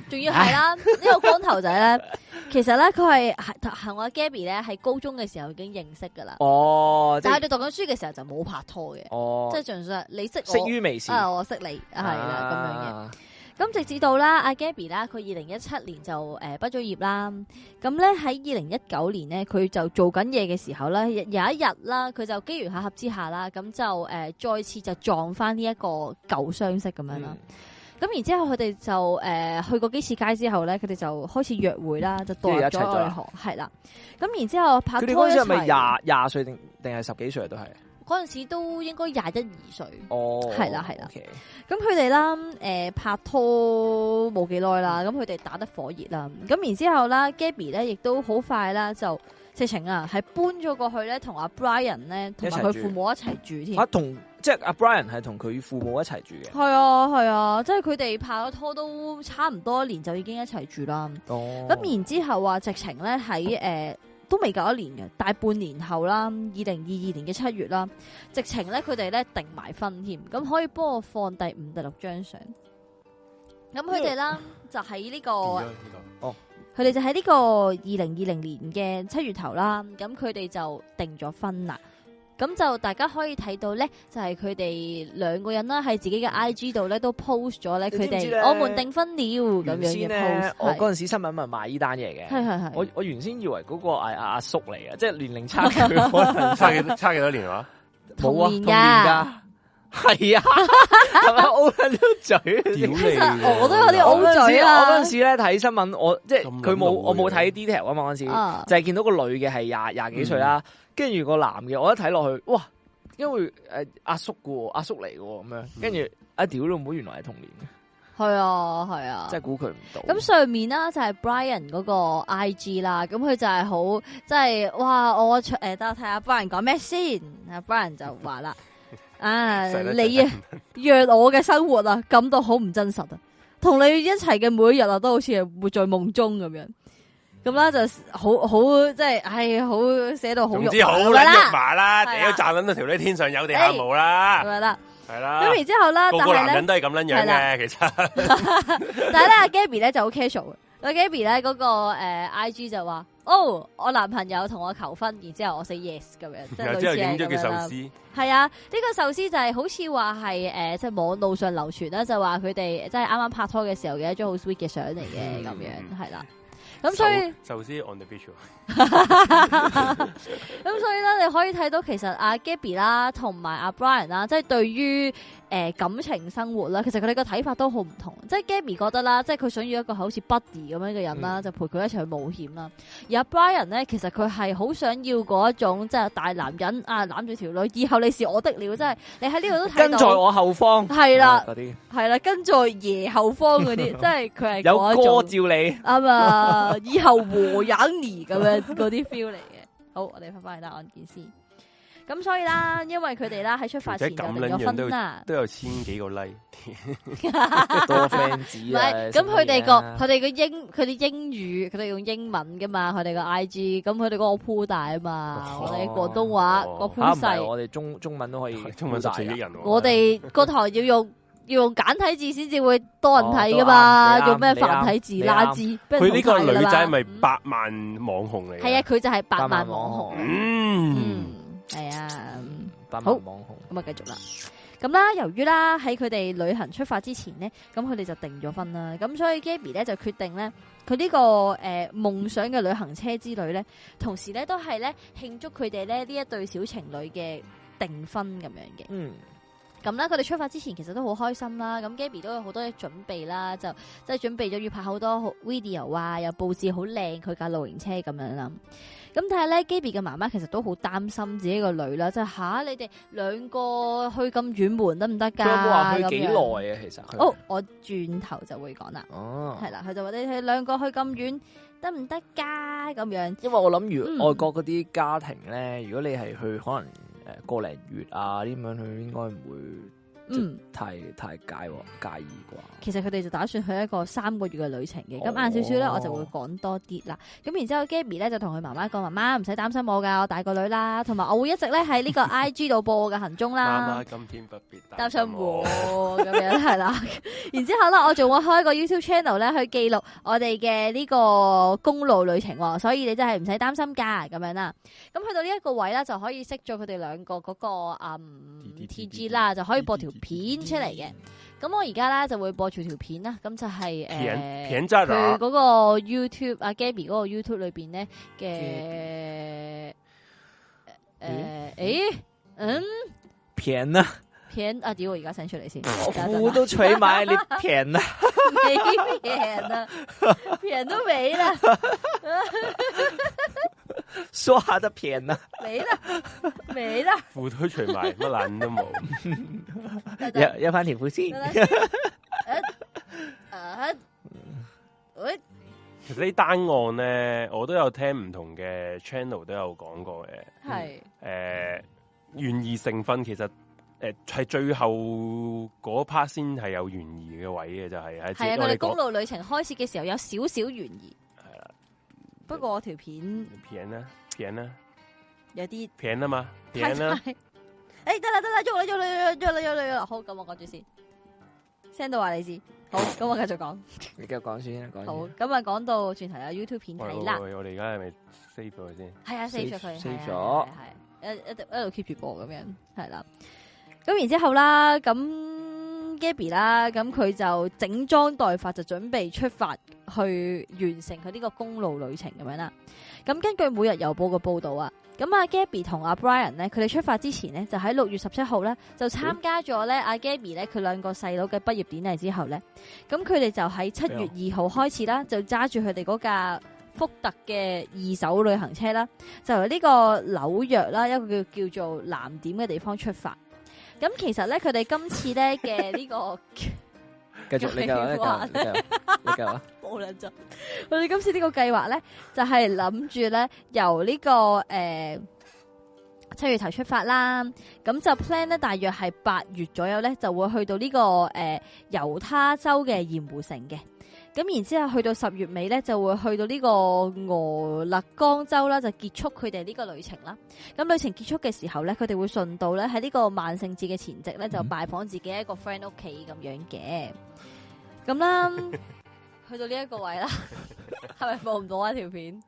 Speaker 3: 仲要係啦，呢個光頭仔咧， 其實咧佢係係係我阿 Gabby 咧喺高中嘅時候已經認識噶啦，
Speaker 1: 哦，即
Speaker 3: 但
Speaker 1: 係
Speaker 3: 係佢哋讀緊書嘅時候就冇拍拖嘅，即
Speaker 1: 哦
Speaker 3: 係，純粹係你識
Speaker 1: 識
Speaker 3: 我
Speaker 1: 於微時，
Speaker 3: 啊，我識你係啦咁樣嘅。
Speaker 1: 啊，
Speaker 3: 咁直至到啦，阿 Gabby 啦，佢二零一七年就誒畢咗業啦。咁咧喺二零一九年呢，佢就做緊嘢嘅時候咧，有有一日啦，佢就機緣巧合之下啦，咁就誒、呃再次就撞翻呢一個舊相識咁樣啦。咁、然之後佢哋就誒、呃去過幾次街之後咧，佢哋就開始約會啦，就墮入
Speaker 1: 嗯跟住一齊
Speaker 3: 咗
Speaker 1: 咗
Speaker 3: 愛
Speaker 1: 啦
Speaker 3: 河，係啦。咁然之後拍
Speaker 1: 佢哋嗰
Speaker 3: 拖
Speaker 1: 陣
Speaker 3: 一
Speaker 1: 時係咪
Speaker 3: 齊，
Speaker 1: 廿廿歲定定係十幾歲啊都係？
Speaker 3: 嗰陣時都應該廿一二歲。
Speaker 1: 哦，
Speaker 3: 係啦係啦
Speaker 1: OK
Speaker 3: 咁佢哋啦，诶、拍拖冇幾耐啦，咁佢哋打得火熱啦，咁然之後啦，Gabby 咧亦都好快啦，就直情啊，係搬咗過去咧，同阿 Brian 咧，同埋
Speaker 1: 一齊
Speaker 3: 佢
Speaker 1: 住
Speaker 3: 父母一齊住添
Speaker 1: 啊，。同即係阿 Brian 係同佢父母一齊住嘅，
Speaker 3: 係啊，係啊，即係佢哋拍咗拖都差唔多一年就已經一齊住啦。
Speaker 1: 哦，
Speaker 3: 咁、然之後啊，直情咧喺诶都未夠一年嘅，大半年後啦，二零二二年嘅七月啦，直情咧佢哋咧定埋婚添，咁可以幫我放第五、第六張相。咁佢哋啦，就喺呢、
Speaker 2: 變
Speaker 3: 個，
Speaker 2: 咗呢個
Speaker 3: 佢哋就喺呢個二零二零年嘅七月頭啦，咁佢哋就定咗婚啦。咁就大家可以睇到咧，就係佢哋兩個人啦，喺自己嘅 I G 度咧都 post 咗咧，
Speaker 1: 你知唔
Speaker 3: 佢
Speaker 1: 知咧
Speaker 3: 哋我們訂婚了咁樣嘅
Speaker 1: 原先咧，我
Speaker 3: post
Speaker 1: 嗰
Speaker 3: 係。
Speaker 1: 陣時新聞咪賣呢單嘢嘅，
Speaker 3: 係係係
Speaker 1: 我我原先以為嗰個係阿阿叔嚟嘅，即係年齡 差距可能啊
Speaker 2: 差幾差幾多年啊？
Speaker 1: 冇啊，
Speaker 3: 同年㗎
Speaker 1: 噶，係 啊，係咪 O 緊咗嘴？
Speaker 2: 屌你
Speaker 3: 其實我都有啲
Speaker 1: 我
Speaker 3: 嘔
Speaker 1: 嗰陣
Speaker 3: 嘴啊
Speaker 1: 時，
Speaker 3: 啦
Speaker 1: 我嗰陣時咧睇新聞，我即係
Speaker 2: 咁
Speaker 1: 佢冇，
Speaker 2: 老嘅
Speaker 1: 我冇睇 detail 啊嘛嗰陣時，
Speaker 3: 啊
Speaker 1: 就係見到個女嘅係廿廿
Speaker 2: 嗯
Speaker 1: 幾歲啦，跟住個男嘅我一睇落去，哇，因為誒阿叔嘅喎，阿叔嚟嘅喎咁樣，
Speaker 2: 嗯
Speaker 1: 跟住啊屌老母，原來係同年嘅，
Speaker 3: 係啊，係啊。
Speaker 1: 真係估佢唔到。
Speaker 3: 咁上面啦就係 Brian 嗰個 IG 啦，咁佢就係好即係哇！我誒、呃等我睇下 Brian 講咩先，阿 Brian 就話啦：啊，
Speaker 2: 細粒
Speaker 3: 你啊，讓我嘅生活啊，感到好唔真實啊，同你一齊嘅每一日啊，都好似係活在夢中咁樣。咁啦，就好好即係，唉，好寫到好
Speaker 2: 總
Speaker 3: 肉
Speaker 2: 之好撚
Speaker 3: 麻咁樣
Speaker 2: 肉
Speaker 3: 啦，
Speaker 2: 麻啦，
Speaker 3: 係
Speaker 2: 屌
Speaker 3: 啊
Speaker 2: 賺撚到條女天上有地下無啦
Speaker 3: 咁，樣啦。
Speaker 2: 係啦。
Speaker 3: 咁然之後啦，
Speaker 2: 啊個
Speaker 3: 但
Speaker 2: 個
Speaker 3: 係
Speaker 2: 男
Speaker 3: 咧
Speaker 2: 人。都係咁撚樣
Speaker 3: 係啦
Speaker 2: 嘅，其實
Speaker 3: 但系咧，阿 Gabby 咧就好 casual 嘅。阿 Gabby 咧嗰個诶 IG 就話：哦，我男朋友同我求婚，然之后我 say yes 咁樣，即係
Speaker 2: 然
Speaker 3: 類
Speaker 2: 後
Speaker 3: 似
Speaker 2: 之後
Speaker 3: 係
Speaker 2: 影咗
Speaker 3: 咁
Speaker 2: 佢
Speaker 3: 樣啦
Speaker 2: 壽。司，
Speaker 3: 係啊，呢個壽司就係好似話係诶，即係網路上流傳啦，就話佢哋即係啱啱拍拖嘅時候嘅一張好 sweet 嘅相嚟嘅
Speaker 2: 嗯
Speaker 3: 咁樣，
Speaker 2: 嗯
Speaker 3: 係啦。咁所以
Speaker 2: 壽壽司 on the beach 喎
Speaker 3: 咁所以咧，你可以睇到其實阿 Gabby 啦，同埋阿 Brian 啦，即係對於诶、呃感情生活啦，其實佢哋個睇法都好唔同。即係 Gabby 覺得啦，即係佢想要一個好似 Buddy 咁樣嘅人
Speaker 1: 嗯
Speaker 3: 啦，就陪佢一齊去冒險啦。而阿 Brian 咧，其實佢係好想要嗰一種即係大男人啊，攬住條女，以後你是我的了，即係你喺呢度都睇
Speaker 1: 跟在
Speaker 3: 到。
Speaker 1: 我後方，
Speaker 3: 係啦
Speaker 1: 啊，嗰啲
Speaker 3: 係啦，跟在爺後方 嗰啲，即係佢係
Speaker 1: 有
Speaker 3: 嗰一
Speaker 1: 歌
Speaker 3: 種
Speaker 1: 照你。
Speaker 3: 啱啊！以後和忍尼咁樣嗰啲 feel 嚟嘅。好，我哋翻翻去答案件先。咁所以啦，因為佢哋啦喺出發前就
Speaker 2: 條
Speaker 3: 定
Speaker 2: 仔咁撚
Speaker 3: 咗
Speaker 2: 樣都
Speaker 3: 婚啦，
Speaker 2: 都有千幾個 like，
Speaker 1: 多 fans
Speaker 3: 唔
Speaker 1: 啊
Speaker 3: 係咁佢
Speaker 1: 識啲
Speaker 3: 哋個
Speaker 1: 嘢啊
Speaker 3: 佢哋個英佢哋英語佢哋用英文噶嘛，佢哋個 I G 咁佢哋嗰個鋪大啊嘛，
Speaker 2: 哦
Speaker 3: 我哋廣東話個
Speaker 1: 吓
Speaker 3: 鋪
Speaker 1: 啊唔係
Speaker 3: 細，
Speaker 1: 我哋中 中文都可以
Speaker 2: 中文哎啊十四
Speaker 1: 好
Speaker 2: 億
Speaker 1: 大㗎啊
Speaker 2: 人喎，
Speaker 3: 我哋個台要用 要用簡體字先至會多人睇噶嘛，
Speaker 1: 哦都啱
Speaker 3: 用咩
Speaker 1: 你啱
Speaker 3: 繁體
Speaker 1: 你
Speaker 3: 字
Speaker 1: 啱
Speaker 3: 拉字，俾人
Speaker 2: 佢呢個
Speaker 3: 淘汰㗎
Speaker 2: 女
Speaker 3: 啦
Speaker 2: 仔咪
Speaker 3: 嗯
Speaker 2: 百萬網紅嚟嘅，
Speaker 3: 係啊，佢就係
Speaker 1: 百
Speaker 3: 百萬
Speaker 1: 萬網
Speaker 3: 網紅
Speaker 1: 紅。
Speaker 2: 嗯，
Speaker 3: 嗯，係啊，
Speaker 1: 百萬
Speaker 3: 好
Speaker 1: 網紅。
Speaker 3: 咁啊繼續啦。咁啦，由於啦喺佢哋旅行出發之前呢，咁佢哋就定咗婚啦。咁所以 Gabby 咧就決定咧，佢呢、個诶夢想嘅旅行車之旅咧，同時咧都係咧慶祝佢哋咧呢一對小情侶嘅訂婚咁樣嘅。
Speaker 1: 嗯，
Speaker 3: 咁啦，佢哋出發之前其實都好開心啦。咁 Gaby 都有好多嘅準備啦，就即係準備咗要拍好多好 video 啊，又佈置好靚佢架露營車咁樣啦。咁但係咧，Gaby 嘅媽媽其實都好擔心自己個女啦，就係吓、你哋兩個去咁遠門得唔得㗎？
Speaker 1: 佢有冇話去
Speaker 3: 咁
Speaker 1: 幾
Speaker 3: 樣
Speaker 1: 耐啊？其實佢
Speaker 3: 哦，我轉頭就會講啦。
Speaker 1: 哦
Speaker 3: 係啦，佢就話你哋兩個去咁遠得唔得㗎？咁樣
Speaker 1: 因為我諗，如
Speaker 3: 嗯
Speaker 1: 外國嗰啲家庭咧，如果你係去可能诶個零月啊啲咁樣，佢應該唔會
Speaker 3: 嗯。
Speaker 1: 太太介喎介意啩。
Speaker 3: 其實佢哋就打算去一個三個月嘅旅程嘅，咁
Speaker 1: 哦
Speaker 3: 晏少少咧我就會講多啲啦。咁然之後 Gaby 咧就同佢媽媽講：媽媽唔使擔心我㗎，我大個女啦，同埋我會一直咧喺呢個 IG 度報我嘅行蹤啦
Speaker 2: 媽媽。今天不必擔
Speaker 3: 啊擔心我
Speaker 2: 我。
Speaker 3: 咁樣係啦，然之後咧，我仲會開個 YouTube channel 咧去記錄我哋嘅呢個公路旅程喎，所以你真係唔使擔心㗎咁樣啦。咁去到呢一個位咧，就可以識咗佢哋兩個嗰、個嗯 TG 啦，就可以播條片出嚟嘅。咁我而家咧就會播住條片啦，咁就係、
Speaker 2: 片
Speaker 3: 呃
Speaker 2: 片質
Speaker 3: 佢
Speaker 2: 啊
Speaker 3: 嗰，個 YouTube 阿 Gabby 嗰個 YouTube 裏边咧嘅诶诶嗯
Speaker 1: 平啊，
Speaker 3: 片啊屌！我而家 send 出 嚟先，
Speaker 1: 我
Speaker 3: 等
Speaker 1: 裤都取埋你平 啊，
Speaker 3: 没 片啦，片都没了，
Speaker 1: 说下得平啊，
Speaker 3: 没了，没了。
Speaker 2: 褲都除埋，乜撚都冇。
Speaker 3: 等等
Speaker 1: 有有翻條褲先。
Speaker 3: 等等先呃呃喂，
Speaker 2: 其實呢單案咧，我都有聽唔同嘅 channel 都有講過嘅。
Speaker 3: 係
Speaker 2: 诶、懸疑成分其實诶系、係最後嗰 part 先係有懸疑嘅位嘅，就係喺自己
Speaker 3: 係啊！
Speaker 2: 嗯我
Speaker 3: 我
Speaker 2: 哋
Speaker 3: 哋公
Speaker 2: 講
Speaker 3: 路旅程開始嘅時候有少少懸疑，
Speaker 2: 係啦
Speaker 3: 不過我條片
Speaker 2: 片啦片啦
Speaker 3: 有啲
Speaker 2: 片啊嘛
Speaker 3: 太
Speaker 2: 片啦，
Speaker 3: 大。诶，得啦得啦，喐啦喐啦喐啦喐啦喐啦，好，咁我講住先，send 到話你知。好，咁我繼續講。
Speaker 1: 你繼續講先，
Speaker 3: 好
Speaker 1: 講，
Speaker 3: 咁啊，講到轉頭有 YouTube 片
Speaker 2: 喂
Speaker 3: 睇
Speaker 2: 喂
Speaker 3: 啦。
Speaker 2: 喂我哋而家係咪 save 咗佢先？
Speaker 3: 系啊
Speaker 1: save
Speaker 3: ，save 咗佢
Speaker 1: save
Speaker 3: 係
Speaker 1: 咗
Speaker 3: 啊係啊係啊一一直一路 keep 住播咁樣，係啦。咁然之後啦，咁 Gabby 啦，咁佢就整裝待發，就準備出發去完成佢呢個公路旅程咁樣啦。咁根據每日郵報嘅報導啊，咁阿 Gabby 同阿 Brian 咧，佢哋出發之前呢，就喺六月十七號咧，就參加咗咧阿 Gabby 咧佢兩個細佬嘅畢業典禮之後咧，咁佢哋就喺七月二號開始啦，就揸住佢哋嗰架福特嘅二手旅行車啦，就由呢個紐約啦一個叫叫做藍點嘅地方出發。咁其實咧，佢哋今次咧嘅呢個。
Speaker 1: 繼續你繼續，你繼續，你繼續，你繼續啊。
Speaker 3: 冇啦就，我哋今次呢個計劃咧，就係諗住咧由呢、呃個诶七、月頭出發啦，咁就 plan 咧大約係八月左右咧就會去到呢、個个诶犹、他州嘅鹽湖城嘅。咁然之後去到十月尾咧，就會去到呢個俄勒岡州啦，就結束佢哋呢個旅程啦。咁旅程結束嘅時候咧，佢哋會順道咧喺呢個萬聖節嘅前夕咧，就
Speaker 1: 嗯
Speaker 3: 拜訪自己一個 friend 屋企咁樣嘅。咁啦， 去到呢一個位啦，係咪播唔到啊 條片？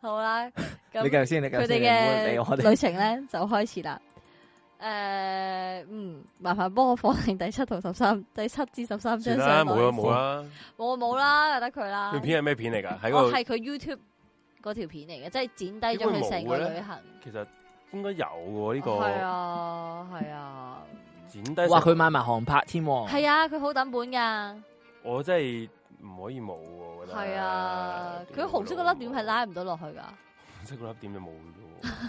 Speaker 3: 好啦，
Speaker 1: 你
Speaker 3: 咁
Speaker 1: 繼續先，你繼
Speaker 3: 佢
Speaker 1: 續先，你
Speaker 3: 哋
Speaker 1: 唔好理我
Speaker 3: 嘅
Speaker 1: 哋
Speaker 3: 旅程咧就開始啦。诶、嗯，麻煩幫我放定第七同十三、 第七至十三張
Speaker 2: 算
Speaker 3: 相
Speaker 2: 啦，
Speaker 3: 落
Speaker 2: 冇
Speaker 3: 嚟
Speaker 2: 啦
Speaker 3: 先哦
Speaker 2: 冇啦。
Speaker 3: 我冇啦，由得佢啦
Speaker 2: 段。片係咩片嚟㗎？喺
Speaker 3: 我
Speaker 2: 嗰
Speaker 3: 哦係
Speaker 2: 度
Speaker 3: 佢 YouTube 嗰條片嚟嘅，即係剪低咗佢成個旅行。
Speaker 2: 其實應該有喎呢
Speaker 3: 哦係
Speaker 2: 個
Speaker 3: 啊，係啊，
Speaker 2: 剪低。
Speaker 1: 哇，佢買埋航拍添喎，
Speaker 3: 係啊，佢好等本噶，
Speaker 2: 我真係唔可以冇喎，我覺得。
Speaker 3: 係啊，佢紅色嗰粒點係拉唔到落去噶。
Speaker 2: 紅色嗰粒點就冇嘅喎。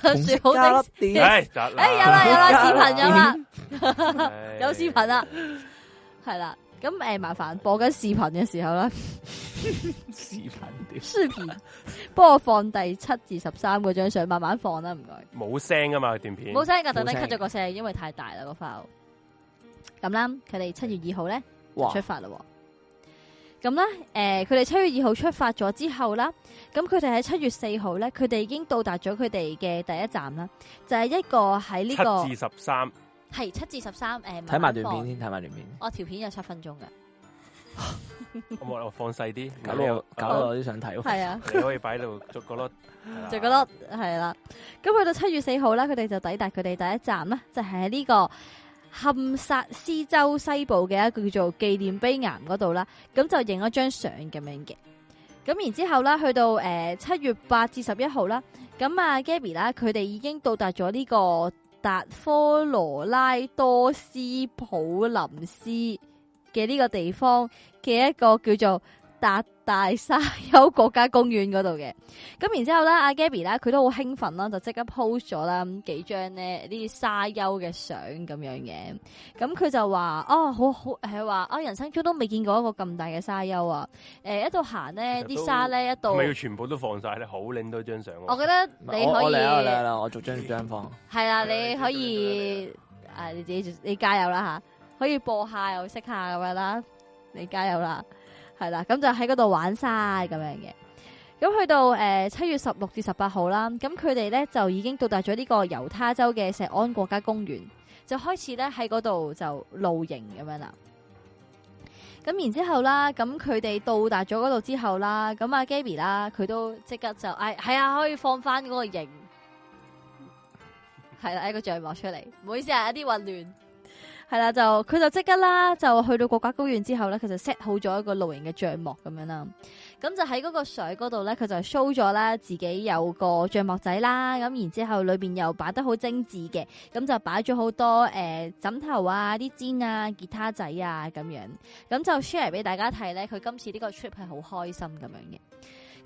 Speaker 1: 紅色
Speaker 3: 算好
Speaker 1: 加
Speaker 3: 的
Speaker 1: 粒點
Speaker 2: 唉，得 哎
Speaker 3: 哎有啦有啦，視頻有啦，
Speaker 2: 啦
Speaker 3: 有視頻啊啦係啦。咁诶，麻煩播緊視頻嘅時候啦，
Speaker 1: 視頻點
Speaker 3: 視頻 幫我放第七至十三嗰張相，慢慢放啦，唔該。
Speaker 2: 冇聲啊嘛段片，
Speaker 3: 冇聲噶，等等
Speaker 1: 冇聲
Speaker 3: cut 咗個聲，因為太大啦個 file。咁啦，佢哋七月二號咧。
Speaker 1: 哇
Speaker 3: 出！發啦喎。咁咧，诶、佢哋七月二號出發咗之後啦，咁佢哋喺七月四號咧，佢哋已經到達咗佢哋嘅第一站啦，就係一個喺呢、個
Speaker 2: 七至十三，
Speaker 3: 係七至十三诶，
Speaker 1: 睇埋
Speaker 3: 慢
Speaker 1: 段
Speaker 3: 慢
Speaker 1: 片
Speaker 3: 放。
Speaker 1: 先，睇埋段片。
Speaker 3: 我條片有七分鐘嘅，
Speaker 2: 啊我我放細啲，
Speaker 1: 搞
Speaker 2: 你
Speaker 1: 到
Speaker 2: 又
Speaker 1: 搞到我都想睇喎。
Speaker 3: 係啊，
Speaker 2: 你可以擺到逐個粒，
Speaker 3: 就覺得係啦。咁去到七月四號啦，佢哋就抵達佢哋第一站啦，就係喺呢個堪薩斯州西部嘅一個叫做紀念碑岩嗰度啦，咁就影咗張相咁樣嘅。咁然之後啦，去到誒七、月八至十一號啦，咁啊 Gabby 啦，佢哋已經到達咗呢個達科羅拉多斯普林斯嘅呢個地方嘅一個叫做達大沙丘國家公園嗰度嘅。咁然之後啦，阿 Gabby 啦，佢都好興奮啦，就即刻 post 咗啦幾張咧呢啲沙丘嘅相咁樣嘅。咁佢就話：哦，好好，係話啊，人生中都未見過一個咁大嘅沙丘啊！誒、一度行咧，
Speaker 2: 其實
Speaker 3: 啲
Speaker 2: 都
Speaker 3: 沙咧一度
Speaker 2: 係咪。要全部都放晒咧？好拎多張相喎。
Speaker 3: 我覺得你可以
Speaker 1: 我我嚟啊啦我嚟啦，我逐張逐張放。
Speaker 3: 係
Speaker 2: 係啦
Speaker 3: 啦，你
Speaker 2: 你
Speaker 3: 可
Speaker 2: 做
Speaker 3: 以啊，你自己你加油啦吓，可以播下又識下咁樣啦，你加油啦，係啦，咁就喺嗰度玩晒咁樣嘅。咁去到誒七、月十六至十八號啦，咁佢哋咧就已經到達咗呢個猶他州嘅石安國家公園，就開始咧喺嗰度就露營咁樣啦。咁然之後啦，咁佢哋到達咗嗰度之後啦，咁阿 Gaby 啦，佢都即刻就誒係啊，可以放翻嗰個營。系啦，一個帳幕出嚟，唔好意思啊，有啲混亂。係啦，就佢就即刻啦，就去到國家公園之後咧，佢就 set 好咗一個露營嘅帳幕咁樣啦。咁就喺嗰個水嗰度咧，佢就 show 咗啦，自己有個帳幕仔啦。咁然之後裏邊又擺得好精緻嘅，咁就擺咗好多誒、呃枕頭啊、啲氈啊、吉他仔啊咁樣。咁就 share 俾大家睇咧，佢今次呢個 trip 係好開心咁樣嘅。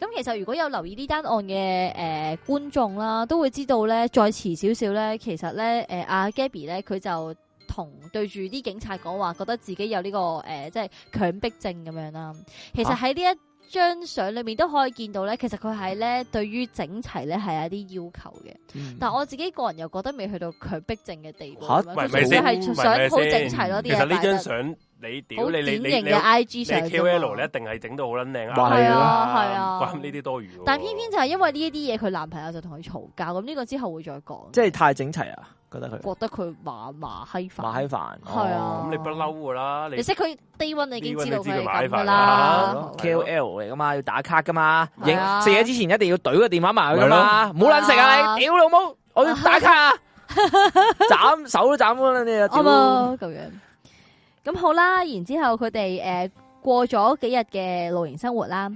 Speaker 3: 咁其實如果有留意呢單案嘅誒、呃、觀眾啦，都會知道咧，再遲少少咧，其實咧誒阿 Gabby 咧，佢就同對住啲警察講話，覺得自己有呢、個誒、呃即係強迫症咁樣啦。其
Speaker 2: 啊
Speaker 3: 實喺呢一張相裏面都可以見到咧，其實佢係咧對於整齊咧係有啲要求嘅。
Speaker 2: 嗯
Speaker 1: 嗯
Speaker 3: 但我自己個人又覺得未去到強迫症嘅地步
Speaker 1: 嚇
Speaker 3: 咁樣，
Speaker 2: 喂
Speaker 3: 佢純粹
Speaker 2: 咪先
Speaker 3: 係想
Speaker 2: 喂咪
Speaker 3: 好
Speaker 2: 先
Speaker 3: 整齊咯啲
Speaker 2: 其實
Speaker 3: 嘢
Speaker 2: 呢
Speaker 3: 擺
Speaker 2: 張
Speaker 3: 得。
Speaker 2: 相你屌
Speaker 3: 好
Speaker 2: 你
Speaker 3: 典
Speaker 2: 你
Speaker 3: 型
Speaker 2: 你你
Speaker 3: 嘅 I G
Speaker 2: 你
Speaker 3: 相啫
Speaker 2: KOL
Speaker 3: 嘛
Speaker 2: 你一定係整到好撚靚
Speaker 1: 哇係
Speaker 3: 啊係啊
Speaker 2: 關呢啲多餘喎。
Speaker 3: 但偏偏就係因為呢一啲嘢，佢男朋友就同佢嘈交，咁呢個之後會再講。
Speaker 1: 即係太整齊啊，覺得佢
Speaker 3: 覺得佢麻麻閪煩，
Speaker 1: 麻閪煩。哦
Speaker 3: 係啊
Speaker 2: 咁你不嬲㗎啦，
Speaker 3: 你識佢低温，你已經知道佢係咁噶
Speaker 2: 啊
Speaker 3: 啦。
Speaker 1: K O L 嚟噶嘛，要打卡噶嘛，影
Speaker 3: 係啊
Speaker 1: 食嘢之前一定要懟個電話埋去噶嘛，唔好撚食啊你，屌老母，我要打卡啊， 斬手都斬啦你啊，
Speaker 3: 啱
Speaker 1: 屌
Speaker 3: 啊，咁樣。咁好啦，然之後佢哋誒過咗幾日嘅露營生活啦，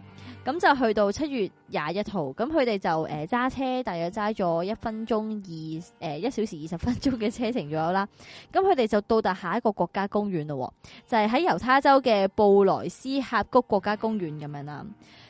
Speaker 3: 咁就去到七月廿一號，咁佢哋就誒揸、車，大約揸咗一分鐘二誒、呃一小時二十分鐘嘅車程左右啦。咁佢哋就到達下一個國家公園咯喎，就係喺猶他州嘅布萊斯峽谷國家公園咁樣啦。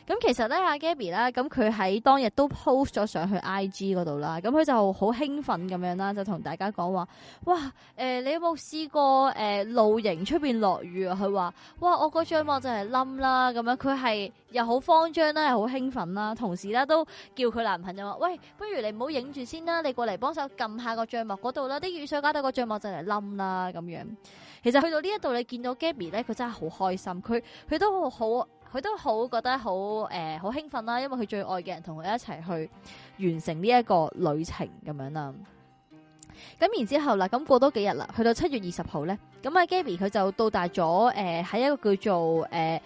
Speaker 3: 咁其實咧，阿 Gabby 啦，咁佢喺當日都 post 咗上去 IG 嗰度啦，咁佢就好興奮咁樣啦，就同大家講話：，哇！誒、呃你有冇試過誒、露營出邊落雨啊？佢話：，哇！我嗰張網就係冧啦，咁樣佢係又好慌張啦，又好興奮啦，同時咧都叫佢男朋友話：，喂，不如你唔好影住先啦，你過嚟幫手撳下個帳幕嗰度啦，啲雨水搞到個帳幕就嚟冧啦，咁樣。其實去到呢一度，你見到 Gabby 咧，佢真係好開心，佢佢都好，佢都好覺得好誒好興奮啦，因為佢最愛嘅人同佢一齊去完成呢一個旅程咁樣啦。咁然之後啦，咁過多幾日啦，去到七月二十號咧，咁啊 Gabby 佢就到達咗誒喺一個叫做誒、呃、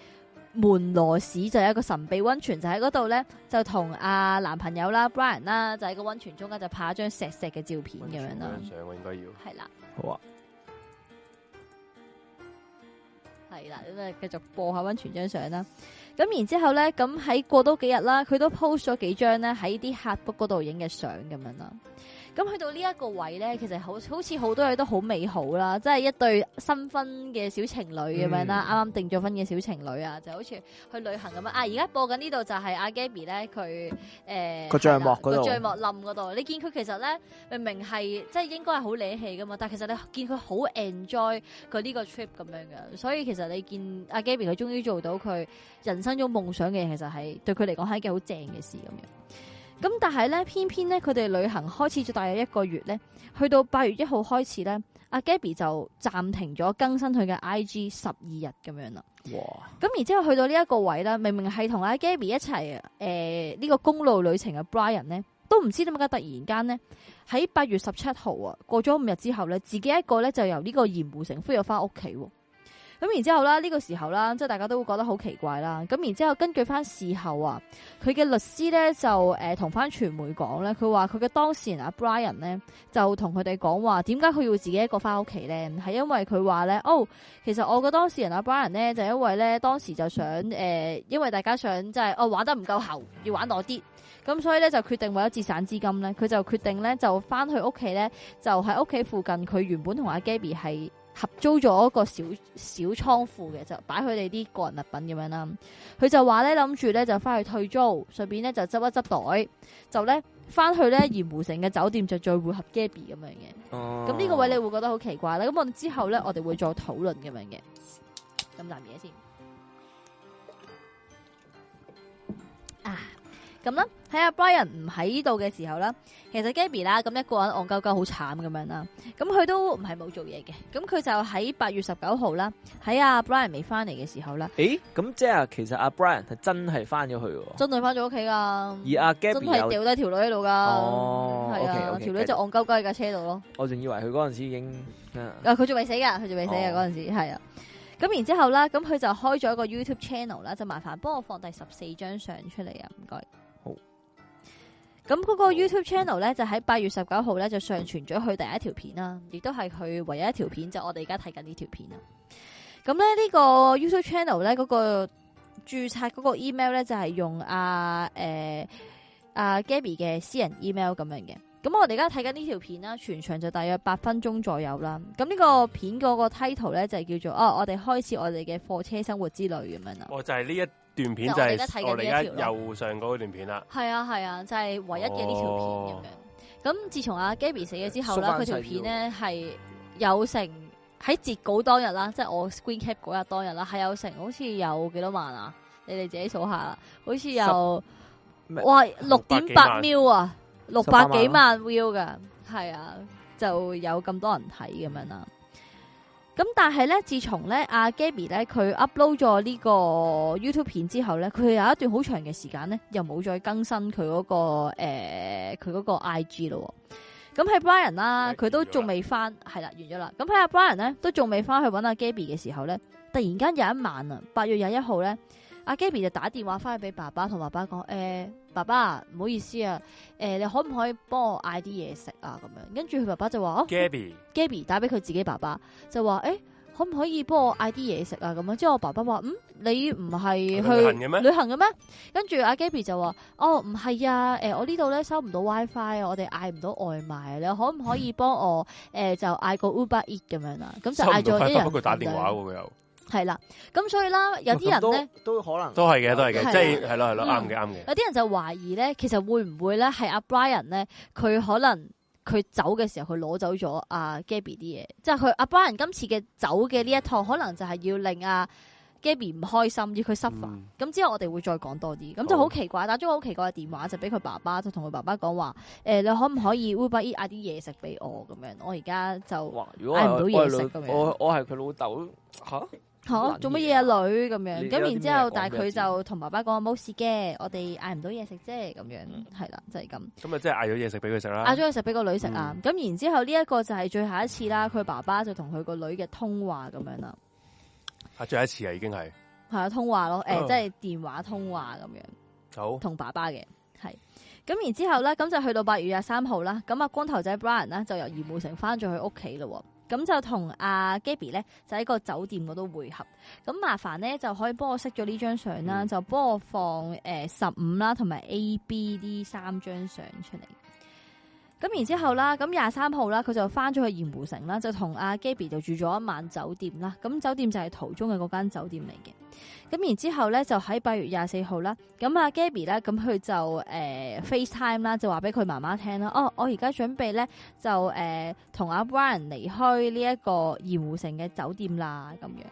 Speaker 3: 門羅市，就有一個神秘温泉，就喺嗰度咧就同阿男朋友啦 Brian 啦，就喺個温泉中間就拍一張石石嘅啊照片咁樣啦，
Speaker 2: 張相我啊應該要
Speaker 3: 係啦。
Speaker 1: 好啊，
Speaker 3: 系啦，咁啊繼續播下温泉張相啦。咁然之後咧，咁喺過多幾日啦，佢都 post 咗幾張咧喺啲客 book 嗰度影嘅相咁樣啦。咁去到呢一個位咧，其實好好似好多嘢都好美好啦，即係一對新婚嘅小情侶咁樣啦，啱啱、定咗婚嘅小情侶啊，就好似去旅行咁樣啊。而家播緊呢度就係阿 Gabby 咧，佢誒
Speaker 1: 個帳幕嗰度
Speaker 3: 個帳幕冧嗰度，你見佢其實咧明明係即係應該係好理氣噶嘛，但係其實你見佢好 enjoy 佢呢個 trip 咁樣嘅，所以其實你見阿 Gabby 佢終於做到佢人生中夢想嘅嘢，其實係對佢嚟講係一件好正嘅事咁樣。咁但係咧，偏偏咧佢哋旅行開始咗大約一個月咧，去到八月一號開始咧，阿 Gabby 就暫停咗更新佢嘅 IG 十二日咁樣啦。
Speaker 1: 哇，
Speaker 3: 咁然之後去到呢一個位啦，明明係同阿 Gabby 一齊誒呢個公路旅程嘅 Brian 呢，都唔知點解突然間呢，喺八月十七號啊，過咗五日之後呢，自己一個呢就由呢個鹽湖城飛咗翻屋企喎。咁然之後啦，呢、個時候啦，即係大家都會覺得好奇怪啦。咁然之後，根據翻事後啊，佢嘅律師咧就誒同翻傳媒講咧，佢話佢嘅當事人阿 Brian 咧就同佢哋講話，點解佢要自己一個翻屋企咧？係因為佢話咧，哦，其實我嘅當事人阿 Brian 咧就因為咧當時就想誒、呃因為大家想即係哦玩得唔夠喉，要玩耐啲。咁所以咧就決定為咗節省資金咧，佢就決定咧就翻去屋企咧，就喺屋企附近佢原本同阿 Gabby 係合租咗一個小小倉庫嘅，就擺佢哋啲個人物品咁樣啦。佢就話咧諗住咧就翻去退租，順便咧就執一執袋，就咧翻去咧鹽湖城嘅酒店就聚會合 Gabby 咁樣嘅。
Speaker 1: 咁
Speaker 3: 咁呢個位你會覺得好奇怪啦。咁我哋之後咧，我哋會再討論咁樣嘅。飲啖嘢先。啊，咁啦，喺阿 Brian 唔喺度嘅時候啦，其實 Gabby 啦，咁一個人戇鳩鳩好慘咁樣啦。咁佢都唔係冇做嘢嘅。咁佢就喺八月十九號啦，喺阿 Brian 未翻嚟嘅時候啦，
Speaker 1: 诶，咁即係其實阿 Brian 係真係翻咗去喎，
Speaker 3: 真係翻咗屋企噶，
Speaker 1: 而阿
Speaker 3: 真
Speaker 1: Gabby
Speaker 3: 係
Speaker 1: 又
Speaker 3: 掉低條女喺度噶。
Speaker 1: 哦
Speaker 3: 係啊，
Speaker 1: OK，OK，
Speaker 3: 條女就戇鳩鳩喺架車度咯。
Speaker 1: 我仲以為佢嗰陣時已經啊
Speaker 3: 啊，佢仲未死噶，佢仲未死嘅
Speaker 1: 哦
Speaker 3: 嗰陣時係啊。咁然之後啦，咁佢就開咗一個 YouTube channel 啦，就麻煩幫我放第十四張相出嚟啊，唔該。
Speaker 1: 好。
Speaker 3: 咁嗰個 YouTube channel 咧，就喺八月十九號咧就上傳咗佢第一條片啦，亦都係佢唯一一條片，就我哋而家睇緊呢條片啦。啊咁咧呢個 YouTube channel 咧嗰、個註冊嗰個 email 咧就係用啊誒啊 Gabby 嘅私人 email 咁樣嘅。咁我哋而家睇緊呢條片啦，全長就大約八分鐘左右啦。咁呢個片嗰個 title 咧就係叫做哦，我哋開始我哋嘅貨車生活之旅咁樣啦。
Speaker 2: 我哦就係呢一段片
Speaker 3: 就
Speaker 2: 就
Speaker 3: 係
Speaker 2: 係
Speaker 3: 我
Speaker 2: 我
Speaker 3: 哋而家睇緊呢一
Speaker 2: 哋
Speaker 3: 條
Speaker 2: 而家
Speaker 3: 咯
Speaker 2: 右上嗰段片啦。
Speaker 3: 係啊係啊，就係、唯一嘅呢條片咁樣
Speaker 2: 哦。
Speaker 3: 咁、自從阿 Gabby 死咗之後啦，
Speaker 1: 縮
Speaker 3: 佢
Speaker 1: 返
Speaker 3: 條
Speaker 1: 細
Speaker 3: 片咧係有成喺截稿當日啦，即係我 screen cap 嗰日當日啦，係有成好似有幾多萬啊？你哋自己數下啦，好似有
Speaker 1: 咩
Speaker 3: 哇六點八
Speaker 2: 600
Speaker 3: mil 啊，六
Speaker 1: 18
Speaker 3: 百
Speaker 1: 萬
Speaker 3: 幾萬 view 噶，係啊，就有咁多人睇咁樣啦。咁但係咧，自從咧阿 Gabby 咧佢 upload 咗呢個 YouTube 片之後咧，佢有一段好長嘅時間咧，又冇再更新佢嗰、個诶佢嗰個 IG 咯喎。咁喺 Brian 啦，
Speaker 2: 係
Speaker 3: 佢都
Speaker 2: 完咗啦
Speaker 3: 仲未翻，係啦，完咗啦。咁喺阿 Brian 咧都仲未翻去揾阿 Gabby 嘅時候咧，突然間有一晚啊，八月廿一號咧，阿 Gabby 就打電話翻去俾爸爸，同爸爸講：诶、爸爸唔好意思啊，诶、你可唔可以幫我嗌啲嘢食啊？咁樣跟住佢爸爸就話：哦。
Speaker 2: Gabby，
Speaker 3: Gabby 打俾佢自己爸爸，就話：诶、可唔可以幫我嗌啲嘢食啊？咁樣，之後我爸爸話：嗯，你唔係去
Speaker 2: 旅行嘅咩
Speaker 3: 旅行嘅咩？跟住阿 Gabby 就話：哦，唔係啊，诶、我呢度咧收唔到 WiFi 啊，我哋嗌唔到外賣啊，你可唔可以幫我诶、誒就嗌個 Uber Eat 咁樣啦？咁就嗌
Speaker 2: 嗯收唔到
Speaker 3: 咗
Speaker 2: 快
Speaker 3: 一人
Speaker 2: 不過佢打電話
Speaker 3: 份量，
Speaker 2: 喎，佢又
Speaker 3: 係啦。咁所以啦，有啲
Speaker 1: 咁
Speaker 3: 人
Speaker 1: 都
Speaker 3: 咧。
Speaker 1: 都可能
Speaker 2: 都係嘅，都係
Speaker 3: 係啊
Speaker 2: 嘅，即係係咯係咯，
Speaker 3: 嗯
Speaker 2: 啱嘅啱嘅。
Speaker 3: 有啲人就懷疑咧，其實會唔會咧係阿 Brian 咧，佢可能佢走嘅時候，佢攞走咗阿 Gabby 啲嘢，即係佢阿 Brian 今次嘅走嘅呢一趟，可能就係要令阿 Gabby 唔開心，要佢 suffer。
Speaker 2: 嗯
Speaker 3: 咁之後我哋會再講多啲，咁就
Speaker 2: 好
Speaker 3: 好奇怪，打咗個好奇怪嘅電話就俾佢爸爸，就同佢爸爸講話，诶、你可唔可以 Uber Eats 嗌啲嘢食俾我咁樣？我而家就
Speaker 1: 哇！如果係
Speaker 3: 嗌唔到
Speaker 1: 我
Speaker 3: 嘢食啊
Speaker 1: 係
Speaker 3: 咁
Speaker 1: 女
Speaker 3: 樣
Speaker 1: 我我係佢老豆吓，
Speaker 3: 吓
Speaker 1: 難
Speaker 3: 做乜嘢啊女咁樣，
Speaker 1: 你有
Speaker 3: 咁
Speaker 1: 啲
Speaker 3: 然
Speaker 1: 咩
Speaker 3: 之後，
Speaker 1: 講
Speaker 3: 但
Speaker 1: 俾
Speaker 3: 係
Speaker 1: 我
Speaker 3: 佢
Speaker 1: 知
Speaker 3: 就同爸爸講冇事嘅，我哋嗌唔到嘢食啫，咁樣
Speaker 1: 嗯
Speaker 3: 係啦，就係咁。
Speaker 2: 咁啊，即係嗯嗌咗嘢食俾佢食啦
Speaker 3: 嗌。咗佢食俾個女食啊！咁、然之後呢一個就係最後一次啦，佢爸爸就同佢個女嘅通話咁樣啦，
Speaker 2: 嗌咗一次啊，已經係
Speaker 3: 係啊通話咯，
Speaker 2: 哦
Speaker 3: 誒、即係電話通話咁樣。
Speaker 2: 好。
Speaker 3: 同爸爸嘅，係咁然之後咧，咁就去到八月廿三號啦，咁啊光頭仔 Brian 呢，就由鹽湖城翻咗去屋企咯喎，咁就同阿 Gabby 咧就喺個酒店嗰度會合，咁麻煩咧就可以幫我熄咗呢張相啦，
Speaker 2: 嗯
Speaker 3: 就幫我放誒十五啦同埋 A、B 呢三張相出嚟。咁然之後啦，咁廿三號啦，佢就翻咗去鹽湖城啦，就同阿 Gabby 就住咗一晚酒店啦。咁酒店就係途中嘅嗰間酒店嚟嘅。咁然之後咧，就喺八月廿四號啦，咁阿 Gabby 咧，咁佢就誒、呃 FaceTime 啦，就話俾佢媽媽聽啦，哦，我而家準備咧就誒同阿 Brian 離開呢一個鹽湖城嘅酒店啦，咁樣。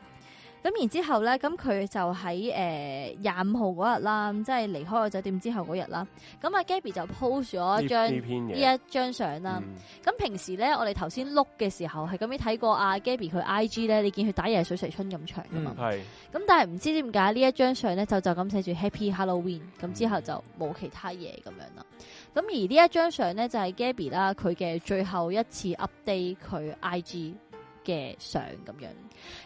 Speaker 3: 咁然之後咧，咁佢就喺誒呃廿五號嗰日啦，即係離開個酒店之後嗰日啦，咁阿 Gabby 就 post 咗一
Speaker 2: 呢
Speaker 3: 張
Speaker 2: 呢篇
Speaker 3: 呢
Speaker 2: 嘢，
Speaker 3: 一啊張相啦。
Speaker 2: 嗯
Speaker 3: 咁平時咧，我哋頭先碌嘅時候係咁樣睇過阿 Gabby 佢 IG 咧，你見佢打嘢係水蛇春咁長噶嘛？
Speaker 2: 嗯係
Speaker 3: 咁但係唔知點解呢一張相咧就就咁寫住 Happy Halloween，咁之後就冇其他嘢咁樣啦。咁而呢一張相咧就係、Gabby 啦，佢嘅最後一次 update 佢 IG 嘅相咁樣。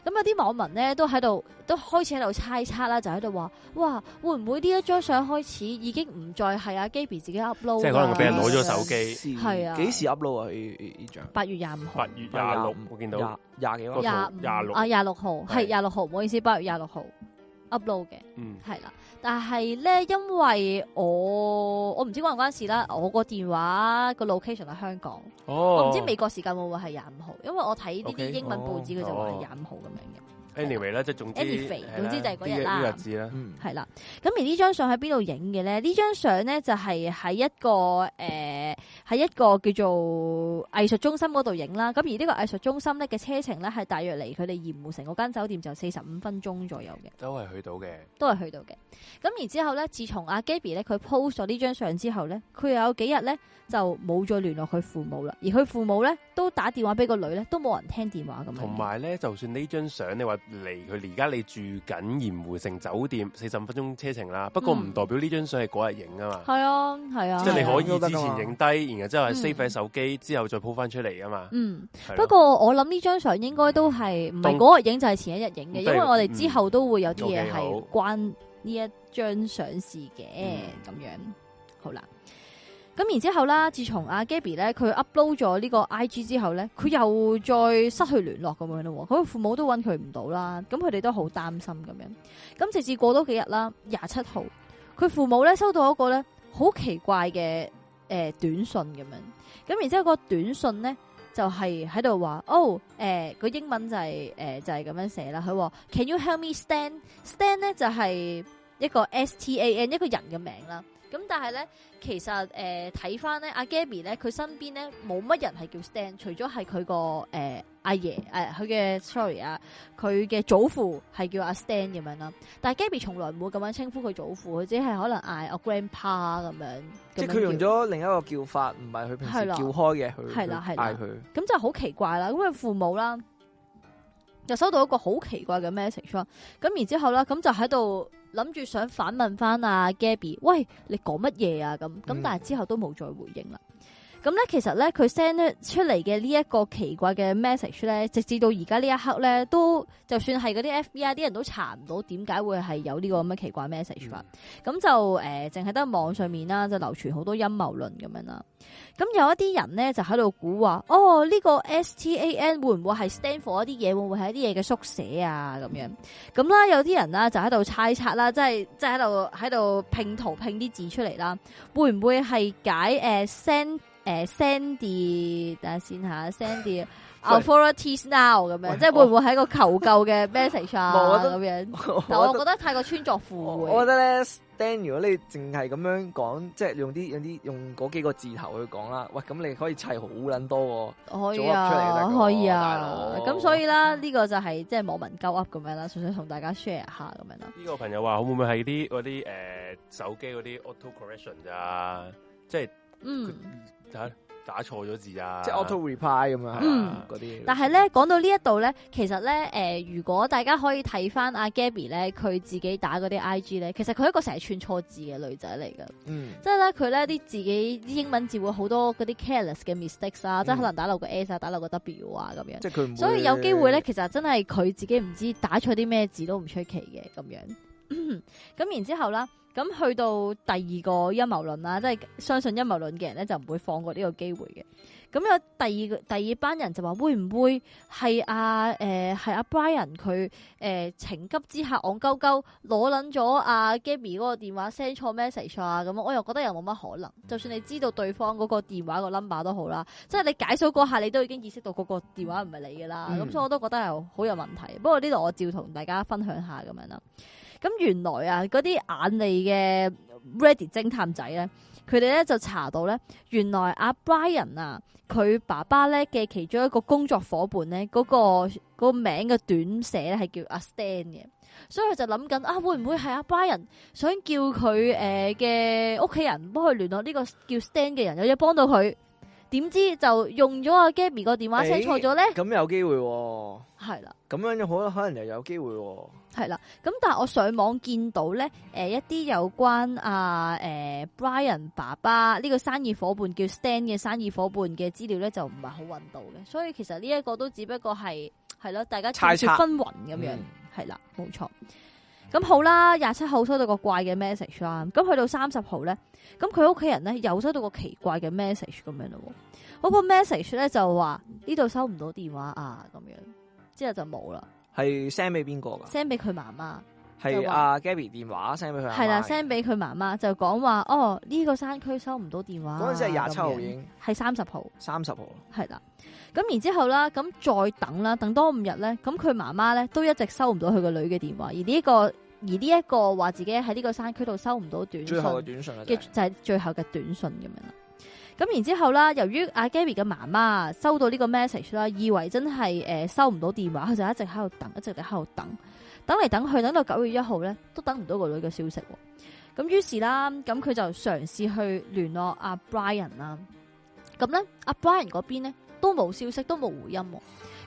Speaker 3: 咁有啲網民咧都喺度都開始喺度猜測啦，就喺度話：哇，會唔會呢一張相開始已經唔再係阿 Gaby 自己 upload？
Speaker 2: 即係可能佢俾人攞咗手
Speaker 3: 機。
Speaker 2: 機
Speaker 1: 機
Speaker 3: 係啊
Speaker 1: 幾時 upload 啊？呢呢張
Speaker 3: 八月廿五號
Speaker 2: 八。月廿六，我見到
Speaker 1: 廿廿幾號
Speaker 2: 個圖
Speaker 3: 廿
Speaker 2: 廿
Speaker 3: 五
Speaker 2: 六
Speaker 3: 啊，廿六號係
Speaker 2: 係
Speaker 3: 廿六號，唔好意思，八月廿六號 upload 嘅。
Speaker 2: 嗯
Speaker 3: 係啦，但係咧，因為我我唔知關唔關事啦，我個電話個 location 喺香港，
Speaker 2: 哦，
Speaker 3: 我唔知美國時間會唔會係廿五號，因為我睇呢啲
Speaker 2: OK，
Speaker 3: 英文報紙佢就話係
Speaker 2: 哦
Speaker 3: 廿五號咁
Speaker 2: anyway 啦，即係總之
Speaker 3: Anyway，
Speaker 2: 係啦
Speaker 3: 總之就係嗰日
Speaker 2: 呢
Speaker 3: 啦
Speaker 2: 呢日子啦，
Speaker 1: 嗯
Speaker 3: 樣嘅，係啦。咁而呢張相喺邊度影嘅咧？呢張相咧就係喺一個誒喺一個叫做藝術中心嗰度影啦。咁而呢個藝術中心咧嘅車程咧係大約離佢哋鹽湖城嗰間酒店就四十五分鐘左右嘅。
Speaker 2: 都係去到嘅。
Speaker 3: 都係去到嘅。咁然之後咧，自從阿 Gaby 咧佢 post 咗呢張相之後咧，佢又有幾日咧就冇再聯絡佢父母啦。而佢父母咧都打電話俾個女咧，都冇人聽電話咁樣。
Speaker 2: 同埋咧，就算呢張相你話離佢而家你住緊鹽湖城酒店四十五分鐘車程啦，不過唔
Speaker 3: 嗯
Speaker 2: 代表呢張相係嗰日影啊嘛。
Speaker 3: 係啊，係啊，
Speaker 2: 即係你
Speaker 1: 係啊
Speaker 2: 可以
Speaker 1: 都得
Speaker 2: 之
Speaker 1: 㗎嘛
Speaker 2: 前影低，然後之後係 save 喺
Speaker 3: 嗯
Speaker 2: 手機，之後再 po 翻出嚟啊嘛。
Speaker 3: 嗯。
Speaker 2: 係咯
Speaker 3: 不過我諗呢張相應該都係唔係
Speaker 2: 當
Speaker 3: 嗰日影就係前一日影嘅，
Speaker 2: 嗯
Speaker 3: 因為我哋之後都會有啲嘢
Speaker 2: OK，好
Speaker 3: 係關呢一張相事嘅
Speaker 2: 嗯
Speaker 3: 咁樣。好啦，咁然之後啦，自從阿 Gaby 咧佢 upload 咗呢個 IG 之後咧，佢又再失去聯絡咁樣咯喎，佢父母都揾佢唔到啦，咁佢哋都好擔心咁樣。咁直至過多幾日啦，廿七號，佢父母咧收到一個咧好奇怪嘅誒、呃短信咁樣，咁然之後個短信咧就係喺度話，哦，誒、個英文就係、呃就係、咁樣寫啦，佢話 Can you help me stand？stand 咧就係、一個 S T A N 一個人嘅名啦。咁但係咧，其實誒睇翻咧，阿 Gabby 咧，佢身邊咧冇乜人係叫 Stan，除咗係佢個誒阿爺誒佢嘅 sorry 啊，佢嘅祖父係叫阿 Stan 咁樣啦。但係 Gabby 從來唔會咁樣稱呼佢祖父，佢只係可能嗌我 grandpa 咁樣。
Speaker 1: 即係
Speaker 3: 咁樣
Speaker 1: 佢用
Speaker 3: 叫
Speaker 1: 咗另一個叫法，唔係佢平時
Speaker 3: 係啦
Speaker 1: 叫開嘅，佢
Speaker 3: 係啦
Speaker 1: 佢
Speaker 3: 係啦
Speaker 1: 嗌佢
Speaker 3: 咁就好奇怪啦。咁佢父母啦，就收到一個好奇怪嘅 message 啦。咁然之後啦，咁就喺度諗住想反問翻阿 Gabby，喂，你講乜嘢啊？咁咁，
Speaker 1: 嗯
Speaker 3: 但係之後都冇再回應啦。咁咧，其實咧，佢 send 出嚟嘅呢一個奇怪嘅 message 咧，直至到而家呢一刻咧，都就算係嗰啲 FBI 啲人都查唔到點解會係有呢個咁嘅奇怪 message 啦。咁就誒，淨係得網上面啦，就流傳好多陰謀論咁樣啦。咁有一啲人咧就喺度估話，哦呢、個 STAN 會唔會係 stand for 一啲嘢，會唔會係一啲嘢嘅縮寫啊咁樣？咁啦，有啲人啦就喺度猜測啦，即係即係喺度喺度拼圖拼啲字出嚟啦，會唔會係解誒呃 send 誒 Sandy 等下先吓 Sandy authorities now 咁樣，
Speaker 1: 喂
Speaker 3: 即係會唔會係一個求救嘅 message
Speaker 1: 我
Speaker 3: 啊
Speaker 1: 覺得
Speaker 3: 咁樣？但 我
Speaker 1: 我
Speaker 3: 覺
Speaker 1: 覺
Speaker 3: 得太過穿鑿附啊
Speaker 1: 我
Speaker 3: 會
Speaker 1: 覺。得咧，Stan 如果你淨係咁樣講，即係用啲用啲用嗰幾個字頭去講啦，喂，咁你可以砌好撚多
Speaker 3: 可以
Speaker 1: 組合出嚟
Speaker 3: 啊
Speaker 1: 得，㗎
Speaker 3: 可以
Speaker 1: 大
Speaker 3: 啊，
Speaker 1: 佬
Speaker 3: 咁所以啦，呢、個就係即係網民鳩噏咁樣啦，純粹同大家 share 下咁樣啦。
Speaker 2: 呢個朋友話會唔會係啲嗰啲誒手機嗰啲 auto correction 咋？即係
Speaker 3: 嗯，
Speaker 2: 打打錯咗字啊！
Speaker 1: 喎，即係 auto reply 咁樣
Speaker 3: 嗯
Speaker 1: 嗰啲。
Speaker 3: 但係咧講到呢一度咧，其實咧誒、如果大家可以睇翻阿 Gabby 咧，佢自己打嗰啲 IG 咧，其實佢係一個成日串錯字嘅女仔嚟噶，
Speaker 1: 嗯，
Speaker 3: 即係咧佢咧啲自己啲英文字會好多嗰啲 careless 嘅 mistakes 啊，即係可能打漏個 S 啊，打漏個 W 啊咁樣。
Speaker 1: 即係佢唔會
Speaker 3: 所以有機會咧，，其實真係佢自己唔知打錯啲咩字都唔出奇嘅咁樣。 咁然之後啦，咁去到第二個陰謀論啦，即係相信陰謀論嘅人咧就唔會放過呢個機會嘅。咁有第二個第二班人就話會唔會係阿誒係阿 Brian 佢誒、呃情急之下戇鳩鳩攞撚咗阿 Gabby 嗰個電話 send 錯 message 啊咁，我又覺得又冇乜可能。就算你知道對方嗰個電話個 number 都好啦，即係你解數嗰下你都已經意識到嗰個電話唔係你噶啦，咁、
Speaker 1: 嗯
Speaker 3: 所以我都覺得係好有問題。不過呢度我照同大家分享下咁樣啦。咁原來啊，嗰啲眼利嘅 Ready 偵探仔咧，佢哋咧就查到咧，原來阿 Brian 啊，佢爸爸咧嘅其中一個工作伙伴咧，嗰、個嗰個名嘅短寫咧係叫阿 Stan 嘅，所以佢就諗緊啊，會唔會係阿 Brian 想叫呃佢誒嘅屋企人幫佢聯絡呢個叫 Stan 嘅人，有嘢幫到佢？點知就用咗阿 Gabby 個電話 set 錯咗咧，
Speaker 1: 咁有機會喎，
Speaker 3: 係啦。
Speaker 1: 咁樣又可可能又有機會喎。
Speaker 3: 系啦，咁但系我上網見到咧，诶、一啲有關啊诶、Brian 爸爸呢、個生意伙伴叫 Stan 嘅生意伙伴嘅資料咧，就唔係好揾到嘅，所以其實呢一個都只不過係係咯，大家
Speaker 1: 猜
Speaker 3: 眾
Speaker 1: 測嗯
Speaker 3: 說紛紜咁樣，係啦、冇錯。咁好啦，廿七號收到個怪嘅 message 啦，咁去到三十號咧，咁佢屋企人咧又收到個奇怪嘅 message 咁樣咯喎，嗰、個 message 咧就話呢度收唔到電話啊咁樣，之後就冇啦
Speaker 1: 係 send 俾邊個噶？
Speaker 3: ，send 俾佢媽媽。
Speaker 1: 係阿 Gabby 電話 send 俾佢阿媽嘅。
Speaker 3: 系啦，send 俾佢媽媽就講話哦，呢、個山區收唔到電話啊。
Speaker 1: 嗰陣時係廿七號
Speaker 3: 咁樣
Speaker 1: 已，經
Speaker 3: 係三十號，
Speaker 1: 三十號啦。
Speaker 3: 係啦。咁然之後啦，咁再等啦，等多五日咧，咁佢媽媽咧都一直收唔到佢個女嘅電話，而呢、個而呢一個話自己喺呢個山區度收唔到
Speaker 1: 最
Speaker 3: 短信
Speaker 1: 後嘅短信啦，真
Speaker 3: 嘅
Speaker 1: 係
Speaker 3: 就係最後嘅短信咁樣啦。咁然之後啦，由於阿 Gary 嘅媽媽收到呢個 message 啦，以為真係誒、呃收唔到電話，佢就一直喺度等，一直喺度等，等嚟等去，等到九月一號咧，都等唔到個女嘅消息喎。咁於是啦，咁佢就嘗試去聯絡阿 Brian 啦。咁咧，阿 Brian 嗰邊咧都冇消息，都冇回音喎。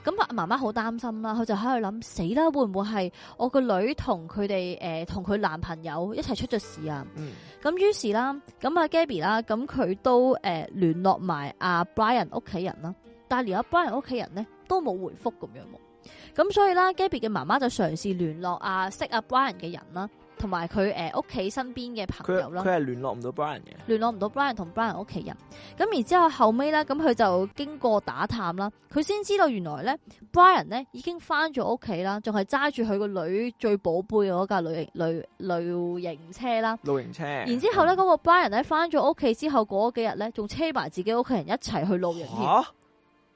Speaker 3: 咁阿媽媽好擔心啦，佢就喺度諗死啦，會唔會係我個女同佢哋誒同佢男朋友一齊出咗事啊？
Speaker 1: 嗯，
Speaker 3: 咁於是啦，咁阿 Gabby 啦，咁佢都誒、呃、聯絡埋阿 Brian 屋企人啦，但係連阿 Brian 屋企人咧都冇回覆咁樣喎。咁所以啦，Gabby 嘅媽媽就嘗試聯絡啊識阿 Brian 嘅人啦，同埋佢誒屋企身邊嘅朋
Speaker 1: 佢
Speaker 3: 友啦
Speaker 1: 佢。係聯絡唔到 Brian 嘅。
Speaker 3: 聯絡唔到 Brian 同 Brian 屋企人，咁然之後後尾咧，咁佢就經過打探啦，佢先知道原來咧 Brian 咧已經翻咗屋企啦，仲係揸住佢個女最寶貝嘅嗰架旅旅旅型車啦，
Speaker 1: 露營車，
Speaker 3: 然
Speaker 1: 然
Speaker 3: 之後咧，嗰、個 Brian 咧翻咗屋企之後嗰幾日咧，仲車埋自己屋企人一齊去露營添，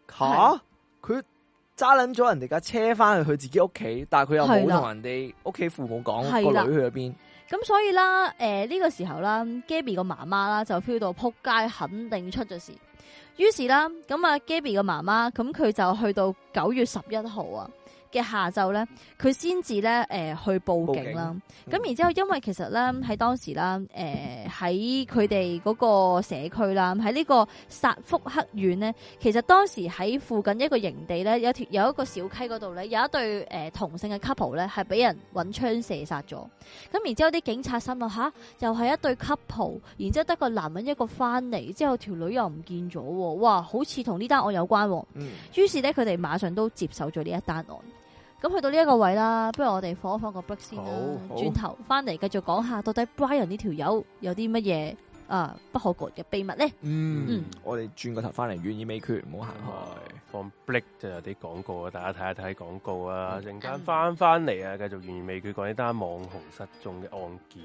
Speaker 1: 吓吓，佢揸捻咗人哋架車翻去佢自己屋企，但係佢又
Speaker 3: 係
Speaker 1: 冇
Speaker 3: 啦
Speaker 1: 同人哋屋企父母講
Speaker 3: 係啦
Speaker 1: 個女去咗邊，
Speaker 3: 咁所以啦，誒、呢、個時候啦，Gabby 個媽媽啦就 feel 到撲街，肯定出咗事。於是啦，咁啊 Gabby 個媽媽咁佢就去到九月十一號啊嘅下晝咧，佢先至咧誒去報警啦。
Speaker 1: 報警
Speaker 3: 咁然之後，因為其實咧喺當時啦，誒喺佢哋嗰個社區啦，喺呢個薩福克縣呢，其實當時喺附近一個營地咧，有條有一個小溪嗰度咧，有一對誒、呃同性嘅 couple 咧，係俾人揾槍射殺咗。咁然之後啲警察心諗吓，又係一對 couple，然之後得個男人一個翻嚟，之後條女又唔見咗喎，哇，好似同呢單案有關喎。
Speaker 1: 嗯
Speaker 3: 於是咧，佢哋馬上都接手咗呢一單案。咁去到呢一個位啦，不如我哋放一放個 break 先啦
Speaker 2: 好，好
Speaker 3: 轉頭翻嚟繼續講下到底 Brian 呢條友有啲乜嘢啊不可告人嘅秘密咧？
Speaker 1: 嗯
Speaker 3: 嗯，
Speaker 1: 我哋轉個頭翻嚟，懸意未決，唔好行開。
Speaker 2: 放 Black 就有啲廣告啊，大家睇一睇廣告啊，陣間
Speaker 3: 嗯
Speaker 2: 翻翻嚟啊，繼續完美佢講呢單網紅失蹤嘅案件。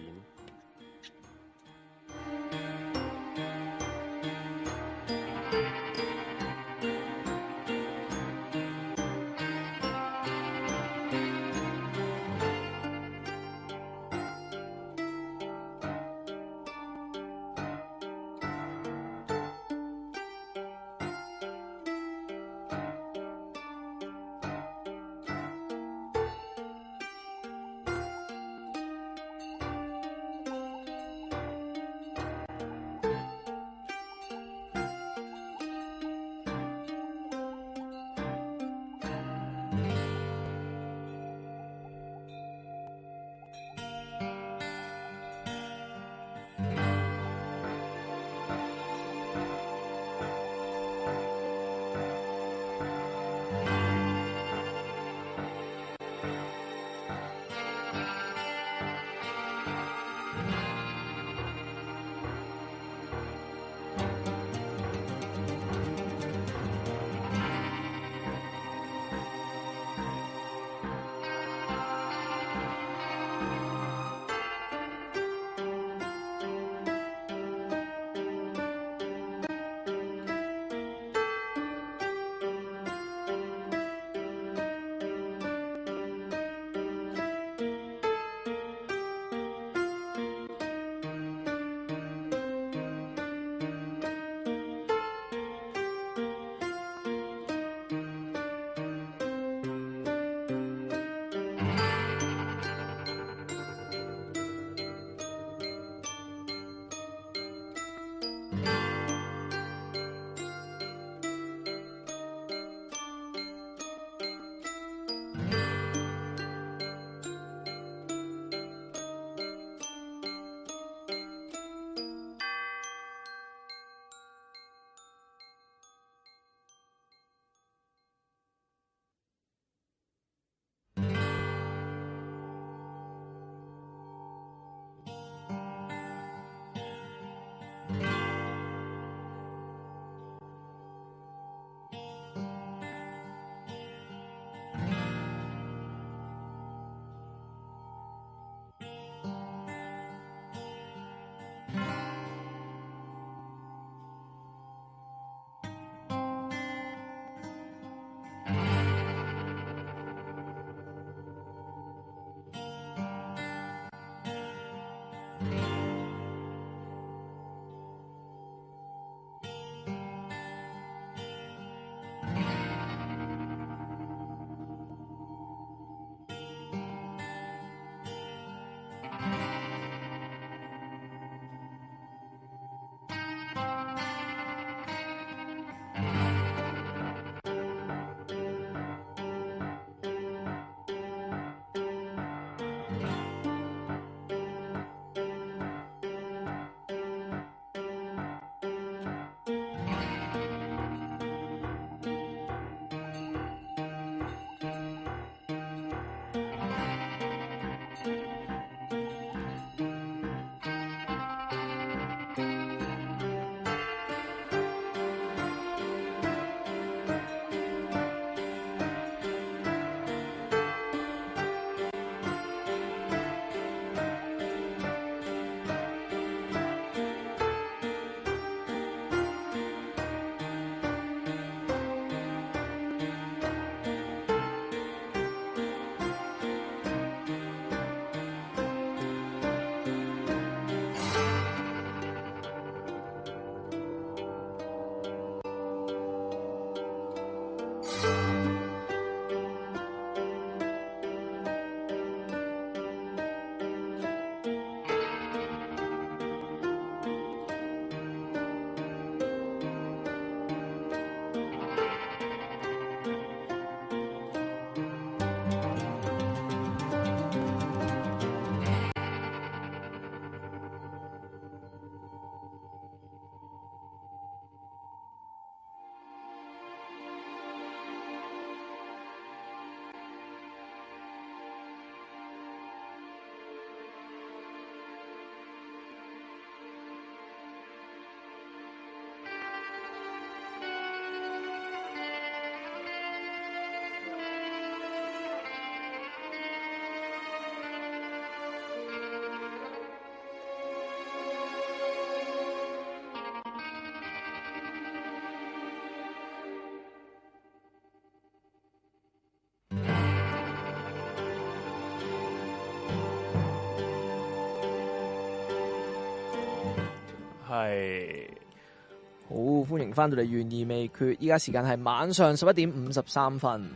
Speaker 1: 歡迎翻到嚟，懸而未決。依家時間係晚上十一點五十三分。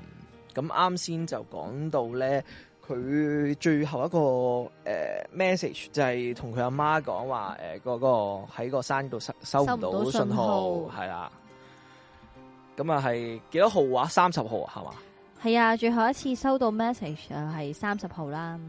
Speaker 1: 咁啱先就講到咧，佢最後一個诶 message 就係同佢阿媽講話，诶、呃嗰、個喺個山度收收唔
Speaker 3: 收唔
Speaker 1: 到
Speaker 3: 到
Speaker 1: 信
Speaker 3: 信
Speaker 1: 號，
Speaker 3: 號
Speaker 1: 係啦。咁啊係幾多號話？三十號啊係嘛？
Speaker 3: 系啊，最後一次收到 message 就系三十號啦。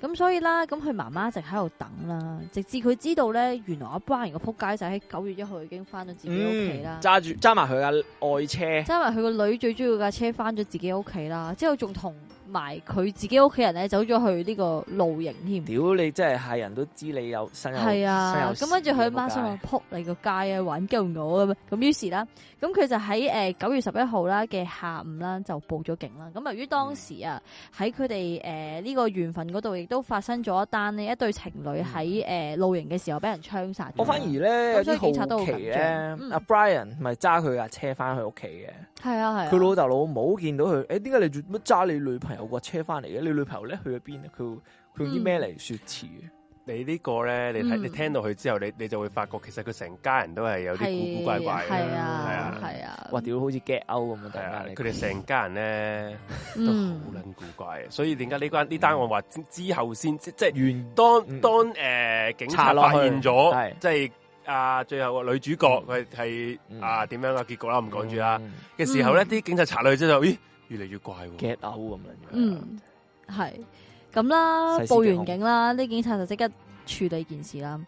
Speaker 3: 咁所以啦，咁佢媽媽一直喺度等啦，直至佢知道咧，原來阿 Brian 個扑街仔喺九月一號已經翻咗自己屋企啦
Speaker 1: 嗯，。揸住揸埋佢嘅愛車，
Speaker 3: 即係埋佢個女最中意架車翻咗自己屋企啦，之後仲同埋佢自己屋企人咧走咗去呢個露營添。
Speaker 1: 屌你真係係人都知你有身有
Speaker 3: 係啊，
Speaker 1: 身
Speaker 3: 咁
Speaker 1: 有
Speaker 3: 跟住佢媽
Speaker 1: 屎
Speaker 3: 心話扑你個街啊，玩鳩我咁樣咁於是啦，咁佢就喺诶九月十一號啦嘅下午啦就報咗警啦。咁由於當時啊
Speaker 2: 嗯
Speaker 3: 喺佢哋诶呢個緣分嗰度，亦都發生咗一單呢一對情侶喺
Speaker 2: 嗯
Speaker 3: 诶露營嘅時候俾人槍殺咗。
Speaker 1: 我反而咧有
Speaker 3: 嗯咁所以警察
Speaker 1: 啲
Speaker 3: 都
Speaker 1: 好
Speaker 3: 好
Speaker 1: 奇
Speaker 3: 緊
Speaker 1: 咧，
Speaker 3: 張嗯
Speaker 1: 阿 Brian 咪揸佢架車翻去屋企嘅，
Speaker 3: 係啊係啊，
Speaker 1: 佢老豆老母見到佢，誒點解你做乜揸你女朋友個車翻嚟嘅？你女朋友咧去咗邊咧？佢佢用啲咩嚟説辭嘅？
Speaker 2: 你呢個咧，你睇
Speaker 3: 嗯
Speaker 2: 你聽到佢之後，你你就會發覺其實佢成家人都係有啲古古怪怪
Speaker 3: 係
Speaker 2: 嘅，係
Speaker 3: 啊
Speaker 2: 啊
Speaker 3: 係啊，
Speaker 1: 哇！屌，好似 get out 咁啊！突
Speaker 2: 係啊
Speaker 1: 然，間
Speaker 2: 佢哋成家人咧都
Speaker 3: 嗯
Speaker 2: 好撚古怪嘅，所以點解呢關呢單案話之之後先即即係
Speaker 1: 完嗯
Speaker 2: 當當誒警
Speaker 1: 查
Speaker 2: 察
Speaker 1: 落
Speaker 2: 發
Speaker 1: 去係
Speaker 2: 現咗，即係啊最後個女主角佢係
Speaker 1: 嗯
Speaker 2: 啊點樣嘅結果啦，唔講住啊啦
Speaker 1: 嗯
Speaker 2: 嘅時候咧，
Speaker 3: 嗯
Speaker 2: 啲警察查落去之後，咦越嚟越怪喎，
Speaker 1: ，get out 咁樣。
Speaker 3: 嗯，系咁啦，
Speaker 1: 細思
Speaker 3: 報
Speaker 1: 極
Speaker 3: 完
Speaker 1: 恐
Speaker 3: 警啦，呢警察就即刻處理件事啦。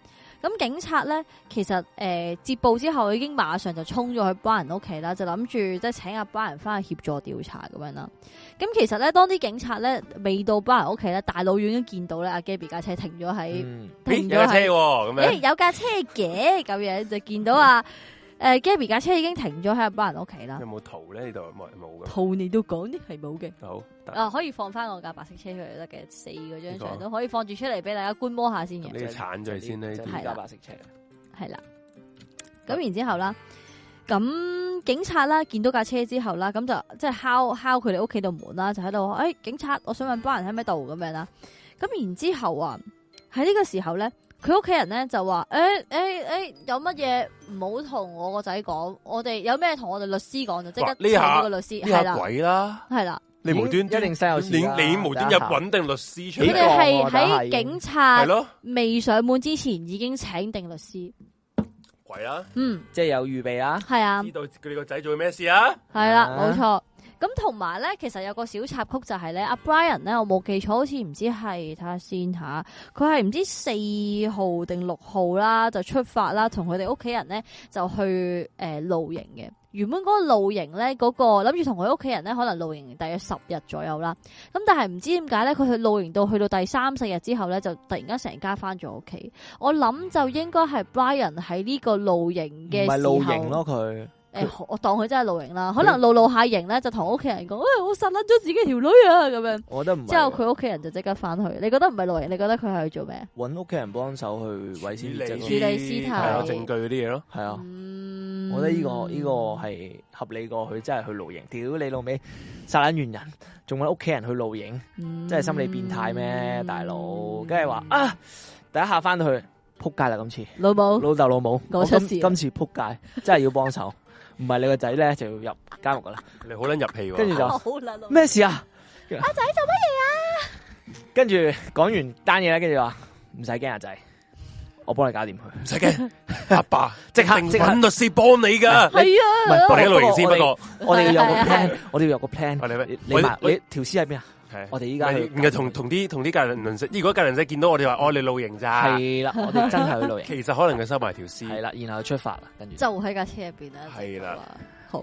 Speaker 3: 咁警察咧，其實诶、呃接報之後已經馬上就衝咗去班人屋企啦，就諗住即係請阿班人翻去協助調查咁樣啦。咁其實咧，當啲警察咧未到班人屋企咧，大佬已經見到咧阿 Gabby 架車停咗喺。
Speaker 1: 嗯，
Speaker 2: 咦
Speaker 3: 停
Speaker 2: 有架
Speaker 3: 咗
Speaker 2: 車
Speaker 3: 喺
Speaker 2: 喎咁
Speaker 3: 诶、
Speaker 2: 樣，
Speaker 3: 有架車嘅咁樣就見到啊，诶、Gabby 架車已經停咗喺阿班人屋企啦
Speaker 2: 有。冇圖咧？呢度冇冇嘅，
Speaker 3: 套你都講呢係冇嘅。
Speaker 2: 好得
Speaker 3: 啊，可以放翻我架白色車出嚟都得嘅，四嗰張
Speaker 2: 呢
Speaker 3: 相
Speaker 2: 個啊
Speaker 3: 都可以放住出嚟俾大家觀摩下先
Speaker 2: 咁
Speaker 3: 嘅，
Speaker 2: 呢你鏟咗佢先啦呢啲
Speaker 1: 係
Speaker 3: 係啦
Speaker 1: 架白色車。
Speaker 3: 係啦。咁然之後啦，咁警察啦見到架車之後啦，咁就即係敲敲佢哋屋企度門啦，就喺度話：，誒、哎警察，我想問班人喺咪度咁樣啦。咁然之後啊，喺呢個時候咧，佢屋企人咧就話：，哎誒誒誒，有乜嘢唔好同我個仔講，我哋有咩同我哋律師講就即刻
Speaker 2: 哇呢
Speaker 3: 請
Speaker 2: 下
Speaker 3: 咗個律師，
Speaker 2: 呢
Speaker 3: 係
Speaker 2: 下
Speaker 3: 啦，
Speaker 2: 鬼啦！
Speaker 3: 係啦。
Speaker 2: 你無端端
Speaker 1: 一定細有事
Speaker 2: 你
Speaker 1: 啦
Speaker 2: 你無端
Speaker 1: 大
Speaker 2: 入
Speaker 1: 家
Speaker 2: 揾定律師出
Speaker 3: 佢
Speaker 1: 幾個，
Speaker 2: 嚟
Speaker 3: 哋
Speaker 1: 大
Speaker 3: 係
Speaker 1: 家
Speaker 3: 喺
Speaker 1: 已經
Speaker 3: 警察
Speaker 2: 係咯，
Speaker 3: 未上門之前已經請定律師。
Speaker 2: 鬼啦！
Speaker 3: 嗯，
Speaker 1: 即係有預備啦。
Speaker 3: 係啊，
Speaker 2: 知道佢哋個仔做咩事啊？
Speaker 3: 係啦，
Speaker 1: 啊
Speaker 3: 冇錯。咁同埋咧，其實有個小插曲就係咧，阿 Brian 咧，我冇記錯，好似唔知係睇下先吓，佢係唔知四號定六號啦，就出發啦，同佢哋屋企人咧就去诶、呃露營嘅。原本嗰個露營咧，嗰、個諗住同佢屋企人咧，可能露營大約十日左右啦。咁但係唔知點解咧，佢去露營到去到第三四日之後咧，就突然間成家翻咗屋企。我諗就應該係 Brian 喺呢個露營
Speaker 1: 唔
Speaker 3: 嘅
Speaker 1: 係
Speaker 3: 時
Speaker 1: 露
Speaker 3: 候
Speaker 1: 營咯，佢
Speaker 3: 诶、
Speaker 1: 佢
Speaker 3: 我當佢真係露營啦，
Speaker 1: 佢
Speaker 3: 可能露露下營咧，就同屋企人 講：，诶、我殺甩咗自己條女啊！咁樣
Speaker 1: 我覺得唔係
Speaker 3: 之後佢屋企人就即刻翻去。你覺得唔係露營？你覺得佢係去做咩？
Speaker 1: 揾屋企人幫手去維持
Speaker 2: 處
Speaker 3: 理
Speaker 1: 係
Speaker 3: 屍體
Speaker 2: 係咯，證據嗰啲嘢咯。
Speaker 1: 啊。
Speaker 3: 嗯
Speaker 1: 我覺得呢、個呢、個係合理過佢真係去露營。屌你老味，殺撚完人，仲揾屋企人去露營，
Speaker 3: 嗯
Speaker 1: 真係心理變態咩，大佬？梗係話啊，第一下翻到去，撲街啦！今次
Speaker 3: 嗯老母
Speaker 1: 老豆老母，
Speaker 3: 我
Speaker 1: 我
Speaker 3: 出
Speaker 1: 今
Speaker 3: 事啦
Speaker 1: 今次撲街，真係要幫手，唔係你個仔咧就要入監獄噶啦。
Speaker 2: 你好撚入戲喎。
Speaker 1: 跟住就
Speaker 3: 好啦，老母
Speaker 1: 咩事啊？阿仔做乜嘢啊？跟住講完單嘢咧，跟住話唔使驚阿仔，我幫你搞掂佢。
Speaker 2: 唔使驚，阿爸
Speaker 1: 即刻
Speaker 2: 一定
Speaker 1: 即刻
Speaker 2: 揾律師幫你㗎。
Speaker 3: 係
Speaker 1: 唔係
Speaker 2: 我
Speaker 1: 幫
Speaker 3: 啊！
Speaker 2: 哋一路營先，不過
Speaker 1: 我哋要有個
Speaker 3: 係 係
Speaker 1: plan，我哋要有個 plan
Speaker 2: 我哋咩
Speaker 1: 你。你埋
Speaker 2: 我
Speaker 1: 你條屍喺邊啊？
Speaker 2: 係
Speaker 1: 我哋依家去
Speaker 2: 唔係同同啲同啲隔鄰鄰舍，如果隔鄰舍見到我哋話：，哦，你露營咋？
Speaker 1: 係啦，我哋真係去露 營，
Speaker 2: 其實可能佢收埋條
Speaker 1: 係
Speaker 2: 屍。
Speaker 1: 啦，然後出發啦，跟住
Speaker 3: 就喺架車入边啦。
Speaker 2: 係啦
Speaker 3: 直頭話，好。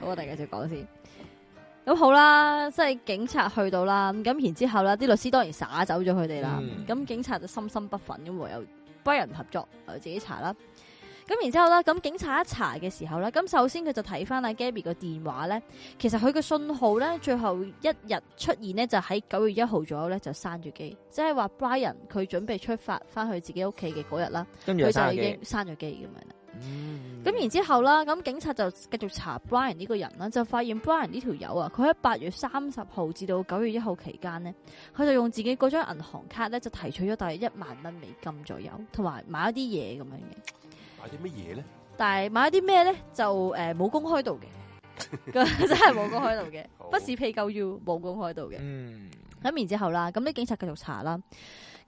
Speaker 3: 好我哋繼續講先。咁好啦，即係警察去到啦，咁然之後啦，啲律師當然耍走咗佢哋啦
Speaker 1: 嗯。
Speaker 3: 咁、警察就心生不忿，咁唯有幫人合作，由自己查啦。咁然之後啦，咁警察一查嘅時候咧，咁首先佢就睇翻阿 Gabby 個電話咧，其實佢嘅信號咧，最後一日出現呢，就喺九月一號左右咧就閂咗機，即係話 Brian 佢準備出發翻去自己屋企嘅嗰日啦，
Speaker 1: 跟住
Speaker 3: 佢
Speaker 1: 就
Speaker 3: 就
Speaker 1: 生
Speaker 3: 已
Speaker 1: 機
Speaker 3: 經。閂咗機咁樣啦。
Speaker 1: 嗯
Speaker 3: 咁然之後啦，咁警察就繼續查 Brian 呢個人啦，就發現 Brian 呢條友啊，佢喺八月三十號至到九月一號期間呢，佢就用自己嗰張銀行卡咧就提取咗大約一萬蚊美金左右，同埋買一啲嘢咁樣嘅。
Speaker 2: 買啲乜嘢咧？
Speaker 3: 但係買啲咩咧就诶冇、公開到嘅，咁真係冇公開到嘅，
Speaker 2: 好
Speaker 3: 不是被救要冇公開到嘅。
Speaker 1: 嗯，
Speaker 3: 咁然之後啦，咁啲警察繼續查啦。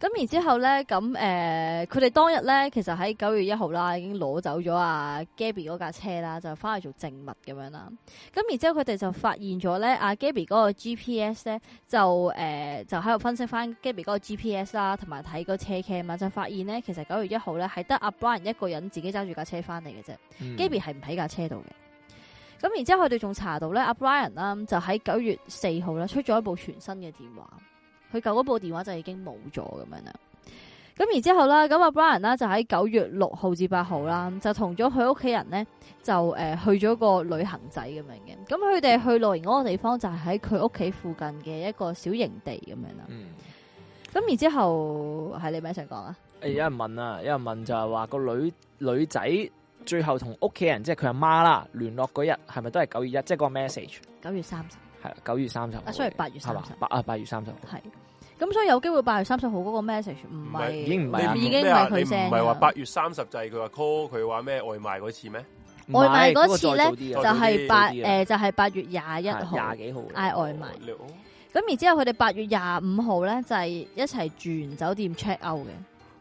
Speaker 3: 咁然之後咧，咁誒，呃佢、哋當日咧，其實喺九月一號啦，已經攞走咗啊 Gabby 嗰架車啦，就翻去做證物咁樣啦。咁然之後佢哋就發現咗咧，阿 Gabby 嗰個 GPS 咧，就誒、呃就喺度分析翻 Gabby 嗰個 GPS 啦，同埋睇個車 cam 啊啦，就發現咧，其實九月一號咧係得阿 Brian 一個人自己揸住架車翻嚟嘅啫。
Speaker 1: 嗯
Speaker 3: Gaby 係唔喺架車度嘅。咁然之後，佢哋仲查到咧，阿 Brian 啦，就喺九月四號啦，出咗一部全新嘅電話，佢舊嗰部電話就已經冇咗咁樣啦。咁然之後啦，咁阿 Brian 啦就喺九月六號至八號啦，就同咗佢屋企人咧就誒、呃去咗個旅行仔咁樣嘅。咁佢哋去露營嗰個地方就係喺佢屋企附近嘅一個小營地咁樣啦。
Speaker 1: 嗯
Speaker 3: 咁然之後係你咪想講啊？
Speaker 1: 誒有人問啊，有人問就係話個女女仔最後同屋企人即係佢阿媽啦聯絡嗰日係咪都係九月一，即係嗰個 message
Speaker 3: 九月三十，
Speaker 1: 係啦九月三十號嘅，
Speaker 3: 啊，sorry，八月
Speaker 1: 係
Speaker 3: 三
Speaker 1: 嘛
Speaker 3: 十。
Speaker 1: 八啊八月三十號，
Speaker 3: 系，咁所以有機會八月三十號嗰個 message 唔
Speaker 2: 唔係
Speaker 3: 係
Speaker 1: 已經唔係啊
Speaker 3: 已經唔
Speaker 2: 咩啊
Speaker 3: 係佢 send
Speaker 2: 你唔係話
Speaker 3: 㗎
Speaker 2: 八月三十就係佢話 call 佢話咩外賣嗰次咩？
Speaker 3: 外賣
Speaker 1: 唔係
Speaker 3: 嗰次
Speaker 1: 個再早啲
Speaker 3: 就
Speaker 1: 啊
Speaker 2: 就
Speaker 3: 係八
Speaker 1: 早啲啊
Speaker 3: 诶就係八月廿一號
Speaker 1: 係廿幾號嘅
Speaker 3: 嗌外賣，
Speaker 2: 你哦
Speaker 3: 咁然之後佢哋八月廿五號咧就係一齊住完酒店 check out 嘅。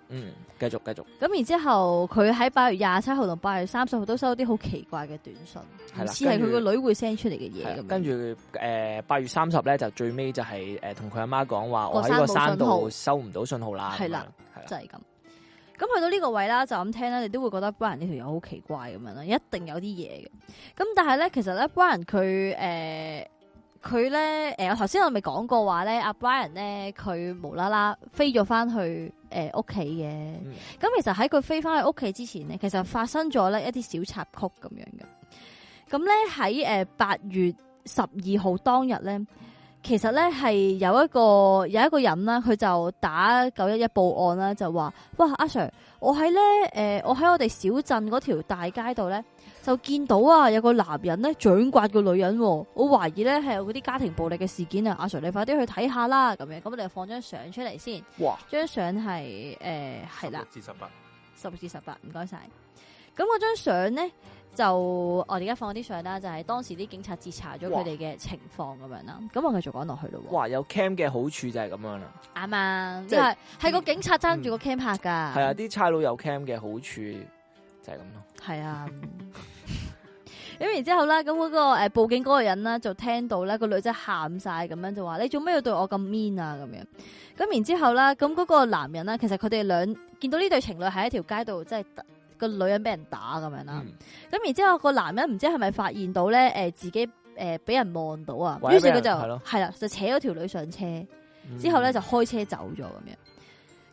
Speaker 1: 嗯，繼續繼續，
Speaker 3: 咁然之後，佢喺八月廿七號同八月三十號都收到啲好奇怪嘅短信，
Speaker 1: 係啦
Speaker 3: 唔似係佢
Speaker 1: 跟住
Speaker 3: 個女會 send 出嚟嘅嘢
Speaker 1: 係啊
Speaker 3: 咁樣。
Speaker 1: 跟住誒八月三十咧就最尾就係誒同佢阿媽講話，
Speaker 3: 個
Speaker 1: 我喺個
Speaker 3: 山冇
Speaker 1: 山
Speaker 3: 信號
Speaker 1: 度收唔到信號啦，
Speaker 3: 係啦
Speaker 1: 咁樣，係啦
Speaker 3: 就係咁。咁去到呢個位啦，就咁聽啦，你都會覺得 Brian 呢條友好奇怪咁樣啦，一定有啲嘢嘅。咁但係咧，其實咧 Brian 佢诶佢咧诶，我頭先我咪講過話咧，阿 Brian 咧佢無啦啦飛咗翻去诶屋企嘅。
Speaker 1: 嗯
Speaker 3: 咁、其實喺佢飛翻去屋企之前咧，其實發生咗咧一啲小插曲咁樣嘅。咁咧喺诶八月十二號當日咧。其實咧呃係有一個有一個人啦，佢就打九一一報案啦，就話：哇，阿 Sir，我喺咧诶，我喺我哋小鎮嗰條大街度咧，就見到啊有個男人咧掌摑個女人、喎。我懷疑咧係有嗰啲家庭暴力嘅事件啊！阿 Sir，你快啲去睇下啦，咁樣咁我哋放張相出嚟先，
Speaker 1: 哇，
Speaker 3: 張相係诶係啦
Speaker 2: 16，至十八，
Speaker 3: 十六至十八，唔該晒。咁嗰張相咧就我哋而家放啲相啦，就係當時啲警察截查咗佢哋嘅情況咁樣啦。咁我繼續講落去咯喎。
Speaker 1: 哇有 cam 嘅好處就係咁樣啦，
Speaker 3: 啱啊，
Speaker 1: 即
Speaker 3: 因
Speaker 1: 係嗯
Speaker 3: 為係個警察揸住個 cam 拍噶，
Speaker 1: 係啊，啲差佬有 cam 嘅好處就係咁咯，
Speaker 3: 係啊。 咁然之後啦，咁嗰個诶報警嗰個人啦，就聽到咧個女仔喊晒咁樣，就話你做咩要對我咁 mean 啊咁樣。咁然之後啦，咁嗰個男人啦，其實佢哋兩見到呢對情侶喺一條街度，即係個女人俾人打咁樣啦。
Speaker 1: 嗯
Speaker 3: 咁然之後個男人唔知係咪發現到咧，誒、自己誒俾、人望到啊，
Speaker 1: 或者
Speaker 3: 於是佢
Speaker 1: 俾人
Speaker 3: 就
Speaker 1: 係咯嗯
Speaker 3: 係啦，就扯咗條女上車，嗯之後咧就開車走咗咁樣。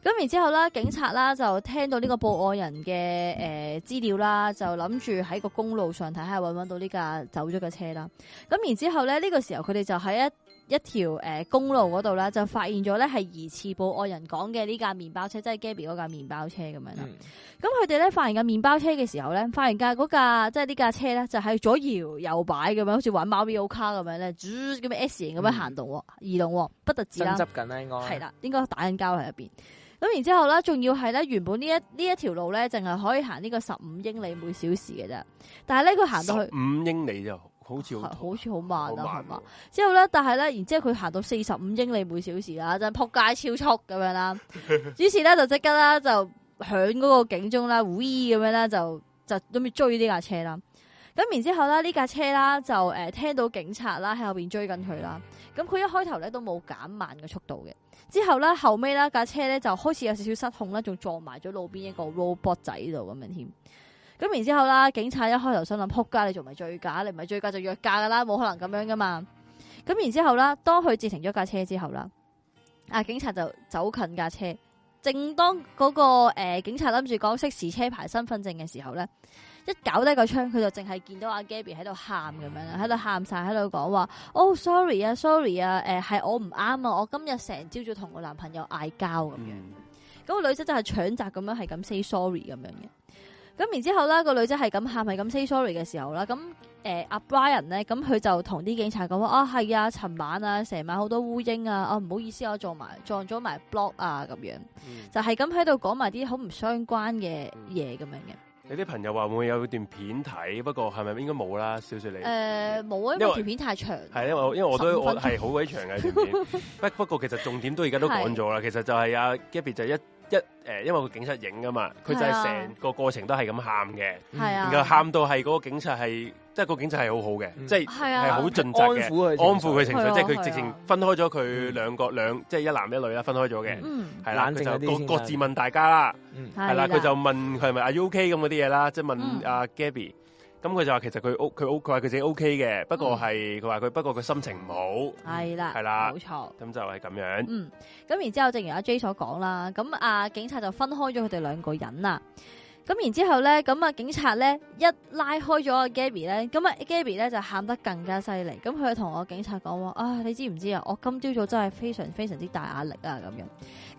Speaker 3: 咁然之後啦，警察啦就聽到呢個報案人嘅誒、資料啦，就諗住喺個公路上睇下揾唔揾到呢架走咗嘅車啦。咁然之後咧，呢、個時候佢哋就喺一一條誒、公路嗰度啦，就發現咗咧係疑似報案人講嘅呢架麵包車，即係 Gabby 嗰架麵包車咁樣啦。
Speaker 1: 嗯
Speaker 3: 咁佢哋咧發現架麵包車嘅時候咧，發現架嗰架即係呢架車咧，就係左搖右擺咁樣，好似玩貓咪 O 卡咁樣咧，嗚咁樣 S 型咁
Speaker 2: 嗯
Speaker 3: 樣行動喎，移動喎，不特止
Speaker 1: 爭
Speaker 3: 啦，
Speaker 1: 執緊啦應該
Speaker 3: 係啦，應該打緊交喺入邊。咁然之後咧，仲要係咧，原本呢一呢一條路咧，淨係可以行呢個十五英里每小時嘅啫。但係咧，佢行到去
Speaker 2: 五英里就好似
Speaker 3: 係
Speaker 2: 好
Speaker 3: 好似好慢啊，係
Speaker 2: 好慢
Speaker 3: 嘛
Speaker 2: 喎？
Speaker 3: 之後咧，但係咧，然之後佢行到四十五英里每小時啦，真係撲街超速咁樣啦。 於是咧就即刻啦，就響嗰個警鐘啦，呼咁樣啦，就就諗住追呢架車啦。咁然之後咧，呢架車啦就誒、呃、聽到警察啦喺後邊追緊佢啦。咁佢一開頭咧都冇減慢嘅速度嘅。之後咧後尾啦架車咧就開始有少少失控啦，仲撞埋咗路邊一個 robot 仔度咁樣添。咁然之後啦，警察一開頭心諗撲街，你仲唔係醉駕？你唔係醉駕就約架噶啦，冇可能咁樣噶嘛。咁然之後啦，當佢截停咗架車之後啦，啊警察就走近架車。正當嗰、個呃警察諗住講識時車牌身份證嘅時候咧，一搞低個窗，佢就淨係見到阿 Gabby 喺度喊咁樣啦，喺度喊晒，喺度講話：哦，sorry 啊，sorry 啊，诶、係我唔啱啊，我今日成朝早同我男朋友嗌交咁樣。
Speaker 2: 嗯
Speaker 3: 咁個女仔就係搶責咁樣，係咁 say sorry 咁樣嘅。咁然之後啦，個女仔係咁喊，係咁 say sorry 嘅時候啦，咁誒阿 Brian 咧，咁佢就同啲警察講話啊，係啊，尋晚啊，成晚好多烏蠅啊，啊唔好意思，我撞埋撞咗埋 block 啊咁樣，
Speaker 2: 嗯
Speaker 3: 就係咁喺度講埋啲好唔相關嘅嘢咁樣嘅。
Speaker 2: 你啲朋友話會唔會有段片睇？不過係咪應該冇啦？少少你
Speaker 3: 诶，冇啊，
Speaker 2: 嗯
Speaker 3: 因
Speaker 2: 因為
Speaker 3: 為條片太長。
Speaker 2: 係因為我因為我
Speaker 3: 15
Speaker 2: 都我
Speaker 3: 分鐘
Speaker 2: 係好鬼長嘅段 片，不不過其實重點都而家都講咗啦。其實就係阿 Gabby 就一一誒、呃因為個警察影噶嘛，佢就
Speaker 3: 係
Speaker 2: 係
Speaker 3: 啊
Speaker 2: 成個過程都係咁喊嘅，
Speaker 3: 係
Speaker 2: 然
Speaker 3: 啊
Speaker 2: 後嗯喊到係嗰個警察係即係個警察係好好嘅，
Speaker 1: 嗯
Speaker 2: 即係
Speaker 3: 係
Speaker 2: 係
Speaker 3: 啊
Speaker 2: 好，盡責嘅
Speaker 1: 安。抚佢，
Speaker 2: 安撫佢情
Speaker 3: 係啊
Speaker 2: 緒，即係
Speaker 3: 係
Speaker 2: 佢
Speaker 3: 啊
Speaker 2: 直情分開咗佢兩個兩，即係一男一女啦，分開咗嘅，
Speaker 3: 嗯，
Speaker 2: 係啦，
Speaker 1: 冷靜
Speaker 2: 佢
Speaker 1: 嗰啲
Speaker 2: 就
Speaker 1: 先
Speaker 2: 各
Speaker 1: 啦
Speaker 2: 各自問大家啦，
Speaker 1: 嗯
Speaker 2: 係
Speaker 3: 係
Speaker 2: 啦，佢就問佢係咪 Are you OK 咁嗰啲嘢啦，即係
Speaker 3: 嗯
Speaker 2: 問阿 Gabby，咁佢就話其實佢 O 佢 O 佢話佢自己 OK 嘅，不過
Speaker 3: 嗯
Speaker 2: 係佢話佢不過佢心情唔好，
Speaker 3: 係啦，
Speaker 2: 係啦
Speaker 3: 冇錯。
Speaker 2: 咁就係咁樣，
Speaker 3: 嗯，咁然之後，正如阿 J 所講啦，咁啊警察就分開咗佢哋兩個人啦。咁然之後咧，咁啊警察咧一拉開咗阿 Gabby 咧，咁啊 Gabby 咧就喊得更加犀利。咁佢就同我警察講話啊，你知唔知啊？我今朝早真係非常非常之大壓力啊咁樣。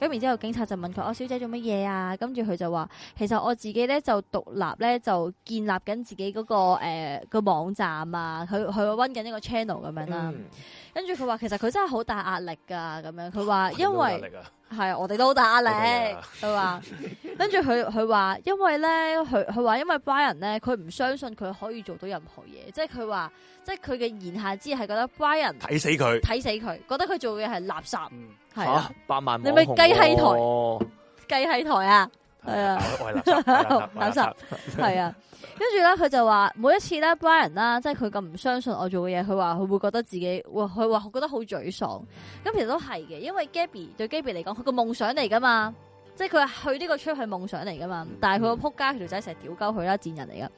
Speaker 3: 咁然之後警察就問佢：哦，小姐做乜嘢啊？跟住佢就話：其實我自己咧就獨立咧就建立緊自己嗰、個誒、呃、個網站啊，佢佢温緊一個 channel 咁樣啦。
Speaker 1: 嗯
Speaker 3: 跟住佢話其實佢真係好大壓力㗎，咁樣佢話因
Speaker 2: 好大
Speaker 3: 為
Speaker 2: 壓力啊
Speaker 3: 係我哋啊都好大壓力
Speaker 2: 我，
Speaker 3: 佢話跟住佢佢話因為咧佢佢話因為 Brian 咧佢唔相信佢可以做到任何嘢，即係佢話即係佢嘅言下之意係覺得 Brian
Speaker 2: 睇死佢，
Speaker 3: 睇死佢，覺得佢做嘅係垃圾，
Speaker 4: 嗯，
Speaker 3: 係啊
Speaker 1: 嚇百萬
Speaker 3: 你咪
Speaker 1: 網紅
Speaker 3: 雞閪台
Speaker 1: 喎
Speaker 3: 雞喺台啊！係啊
Speaker 2: 我係垃圾，我係垃圾，我係
Speaker 3: 垃圾系啊，跟住咧，佢就話每一次咧，Brian 啦，即係佢咁唔相信我做嘅嘢，佢話佢會覺得自己，哇，佢話覺得好沮喪。咁其實都係嘅，因為 Gabby 對 Gabby 嚟講，佢個夢想嚟噶嘛，即係佢去呢個 trip 係夢想嚟噶嘛
Speaker 2: 嗯。
Speaker 3: 但係佢個撲街條仔成日屌鳩佢啦，賤人嚟噶。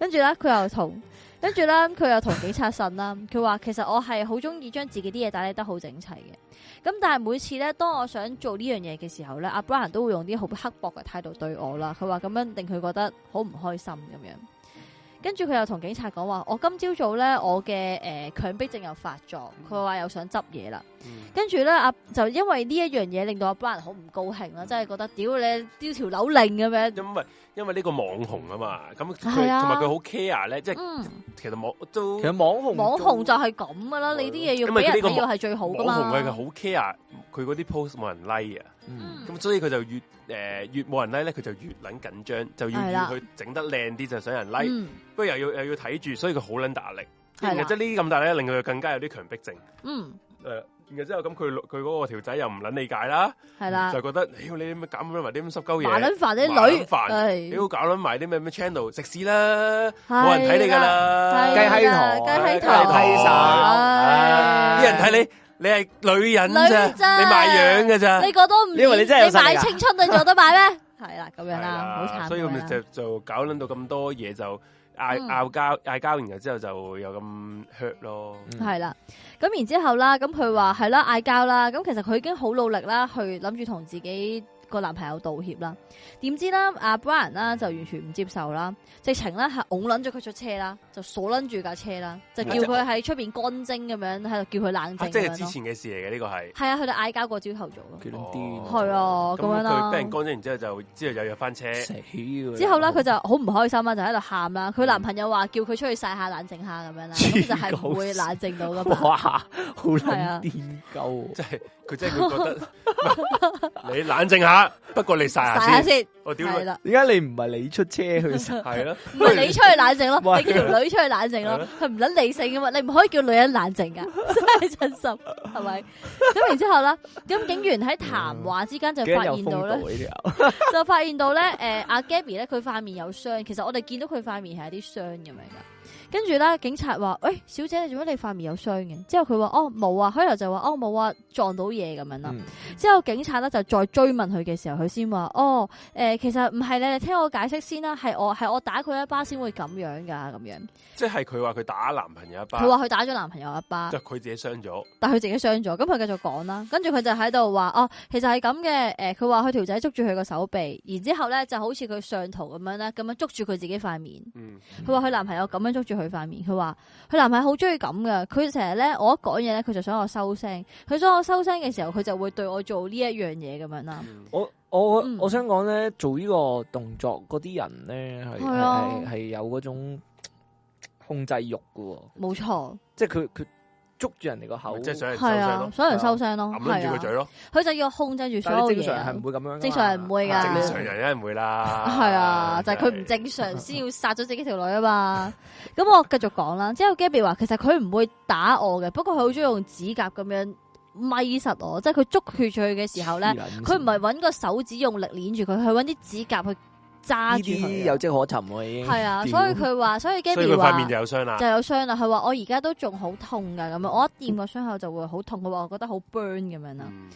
Speaker 3: 跟住咧，佢又同，跟住咧，佢又同警察呻啦。佢話其實我係好中意將自己啲嘢打理得好整齊嘅。咁但係每次咧，當我想做呢樣嘢嘅時候咧，阿 Brian 都會用啲好刻薄嘅態度對我啦。佢話咁樣令佢覺得好唔開心咁樣。跟住佢又同警察講話：我今朝早咧，我嘅誒強迫症又發作，佢話又想執嘢啦。
Speaker 2: 嗯
Speaker 3: 跟住咧，阿就因為呢一樣嘢令到阿 Brian 好唔高興啦，真係覺得屌你丟條扭令咁樣。
Speaker 2: 因為因為呢個網紅啊嘛，咁佢同
Speaker 3: 係啊
Speaker 2: 埋佢好 care 咧，即係
Speaker 3: 嗯，
Speaker 2: 其實網都
Speaker 1: 其實網紅
Speaker 3: 網紅就係咁噶啦，你啲嘢要俾人睇要係最好噶嘛。
Speaker 2: 網紅佢好 care 佢嗰啲 post 冇人 like 啊。
Speaker 1: 嗯
Speaker 2: 咁所以佢就越誒、呃越冇人 like 咧，佢就越撚緊張，就要
Speaker 3: 係
Speaker 2: 要
Speaker 3: 啦
Speaker 2: 佢整得靚啲就想人 like，、
Speaker 3: 嗯，
Speaker 2: 不過又要又要睇住，所以佢好撚大壓力。
Speaker 3: 係
Speaker 2: 然
Speaker 3: 啦
Speaker 2: 後即係呢啲咁大咧，令佢更加有啲強迫症。誒、
Speaker 3: 嗯，
Speaker 2: 然後之後咁佢佢嗰個條仔又唔撚理解啦，
Speaker 3: 係啦
Speaker 2: 就，覺得屌你咁搞撚埋啲咁濕鳩
Speaker 3: 啊麻
Speaker 2: 嘢，
Speaker 3: 撚煩啲
Speaker 2: 麻
Speaker 3: 女
Speaker 2: 撚，煩
Speaker 3: 係
Speaker 2: 屌搞撚埋啲咩咩 channel 食屎啦，
Speaker 3: 係
Speaker 2: 冇人睇你㗎
Speaker 3: 係啊
Speaker 2: 啦，
Speaker 1: 雞閪
Speaker 3: 啦
Speaker 1: 糖
Speaker 3: 雞閪
Speaker 2: 雞
Speaker 3: 糖，
Speaker 2: 閪手
Speaker 1: 唉
Speaker 2: 啲人睇你你係女人咋，
Speaker 3: 啊女咋
Speaker 2: 你賣樣㗎咋，
Speaker 3: 你覺得唔掂，
Speaker 1: 你以為你真係有
Speaker 3: 你買
Speaker 1: 實力啊
Speaker 3: 青春你做得買 咩？係啦，咁樣
Speaker 2: 係
Speaker 3: 啦，好慘。啊
Speaker 2: 所以咪就就搞捻到咁多嘢，就嗌
Speaker 3: 嗯
Speaker 2: 拗交嗌交，然後之後就又咁 hurt 咯。
Speaker 1: 嗯
Speaker 3: 系啦，咁然之后啦，咁佢話係啦嗌交啦，咁其實佢已經好努力啦，去諗住同自己個男朋友道歉啦。點知啦，阿 Brian 啦就完全唔接受啦，直情咧係拱撚咗佢出車啦，就鎖撚住架車啦，就叫佢喺出边乾蒸咁樣，喺度叫佢冷
Speaker 2: 啊
Speaker 3: 靜
Speaker 2: 即
Speaker 3: 咁
Speaker 2: 係
Speaker 3: 樣
Speaker 2: 之
Speaker 3: 咯。
Speaker 2: 前嘅事嚟嘅呢個係。
Speaker 3: 係啊，佢哋嗌交過朝頭早咯，
Speaker 1: 佢都
Speaker 2: 哦
Speaker 1: 癲
Speaker 3: 係啊，咁樣
Speaker 2: 佢
Speaker 3: 啦
Speaker 2: 俾。人乾咗，然之後就之後又約翻 車，
Speaker 1: 死㗎
Speaker 3: 之後咧，佢就好唔開心啦，啊就喺度喊啦。佢男朋友話叫佢出去晒下冷靜下咁樣啦，咁其實係唔會冷靜到噶嘛。
Speaker 1: 哇，好
Speaker 3: 係啊
Speaker 1: 撚癲鳩
Speaker 2: 即係佢真係佢覺得喂 你冷靜下，不過你晒
Speaker 3: 晒
Speaker 2: 下先，
Speaker 3: 下先，
Speaker 2: 我屌
Speaker 3: 係
Speaker 2: 你，
Speaker 3: 啦。
Speaker 1: 點解你唔係你出車去 食？
Speaker 2: 係咯，
Speaker 3: 唔係你出去冷靜咯，
Speaker 1: 喂
Speaker 3: 你叫條女出去冷靜
Speaker 2: 係
Speaker 3: 咯
Speaker 2: 咯，
Speaker 3: 佢唔捻理性噶嘛，你唔可以叫女人冷靜噶，真係真心係咪？咁然之后啦，咁警員喺談話之間就
Speaker 1: 幾
Speaker 3: 發
Speaker 1: 有
Speaker 3: 現
Speaker 1: 風
Speaker 3: 到咧，
Speaker 1: 度呢啊條？
Speaker 3: 就發現到咧，诶、阿 Gabby 咧佢塊面有傷，其實我哋見到佢塊面係有啲傷咁樣噶。跟住咧，警察話：，喂、小姐，你做乜你塊面有傷嘅？之後佢話：哦，冇啊。開頭就話：哦，冇啊，撞到嘢咁樣啦。
Speaker 1: 嗯
Speaker 3: 之後警察咧就再追問佢嘅時候，佢先話：哦，诶、其實唔係你哋聽我解釋先啦，係我係我打佢一巴先會咁樣噶，咁樣。
Speaker 2: 即係佢話佢打男朋友一巴
Speaker 3: 佢，話佢打咗男朋友一巴
Speaker 2: 就，佢自己傷咗，
Speaker 3: 但佢自己傷咗，咁佢繼續講啦。跟住佢就喺度話：哦，其實係咁嘅，诶、佢話佢條仔捉住佢個手臂，然之后咧就好似佢上圖咁樣咧，咁樣捉住佢自己塊面。
Speaker 2: 嗯，
Speaker 3: 佢話佢男朋友咁樣捉住佢塊面，佢話佢男朋友好中意咁噶，佢成日咧我一講嘢咧，佢就想我收聲，佢想我收聲嘅時候，佢就會對我做呢一樣嘢咁樣啦。
Speaker 1: 我我
Speaker 3: 嗯
Speaker 1: 我想講咧，做呢個動作嗰啲人咧，係
Speaker 3: 係啊
Speaker 1: 係係係有嗰種控制欲嘅喎，
Speaker 3: 冇錯，
Speaker 1: 即係佢佢捉住人哋個口，
Speaker 2: 即係想人收
Speaker 3: 系
Speaker 2: 聲
Speaker 3: 啊
Speaker 2: 咯，，
Speaker 3: 所有人收聲咯，
Speaker 2: 揞撚
Speaker 3: 系
Speaker 2: 住個嘴
Speaker 3: 啊，
Speaker 2: 咯。
Speaker 3: 佢就要控制住
Speaker 1: 但
Speaker 3: 所
Speaker 1: 係
Speaker 3: 有
Speaker 1: 你正常係唔
Speaker 3: 嘢。啊
Speaker 1: 會咁樣㗎嘛，啊
Speaker 3: 正常係唔會㗎
Speaker 2: 正常人一定唔會啦。
Speaker 3: 系啊，就係佢唔正常先要殺咗自己條女啊嘛。 咁我繼續講啦。之後 Gabby 話其實佢唔會打我嘅，不過佢好中意用指甲咁樣咪實我，即係佢捉佢佢嘅時候咧，佢唔係揾個手指用力捏住佢，佢揾啲指甲去揸
Speaker 1: 呢
Speaker 3: 住
Speaker 1: 啲
Speaker 3: 佢
Speaker 1: 有
Speaker 3: 啊。
Speaker 1: 迹可尋喎，已經
Speaker 3: 係啊，
Speaker 1: 屌
Speaker 3: 所以佢話，所以
Speaker 2: 所以佢
Speaker 3: Gabby
Speaker 2: 塊
Speaker 3: 話
Speaker 2: 面就有傷啦
Speaker 3: 就。有傷啦。佢話我而家都仲好痛噶，咁樣我一掂個傷口就會好痛。佢話我覺得好 burn 咁樣啦。
Speaker 2: 嗯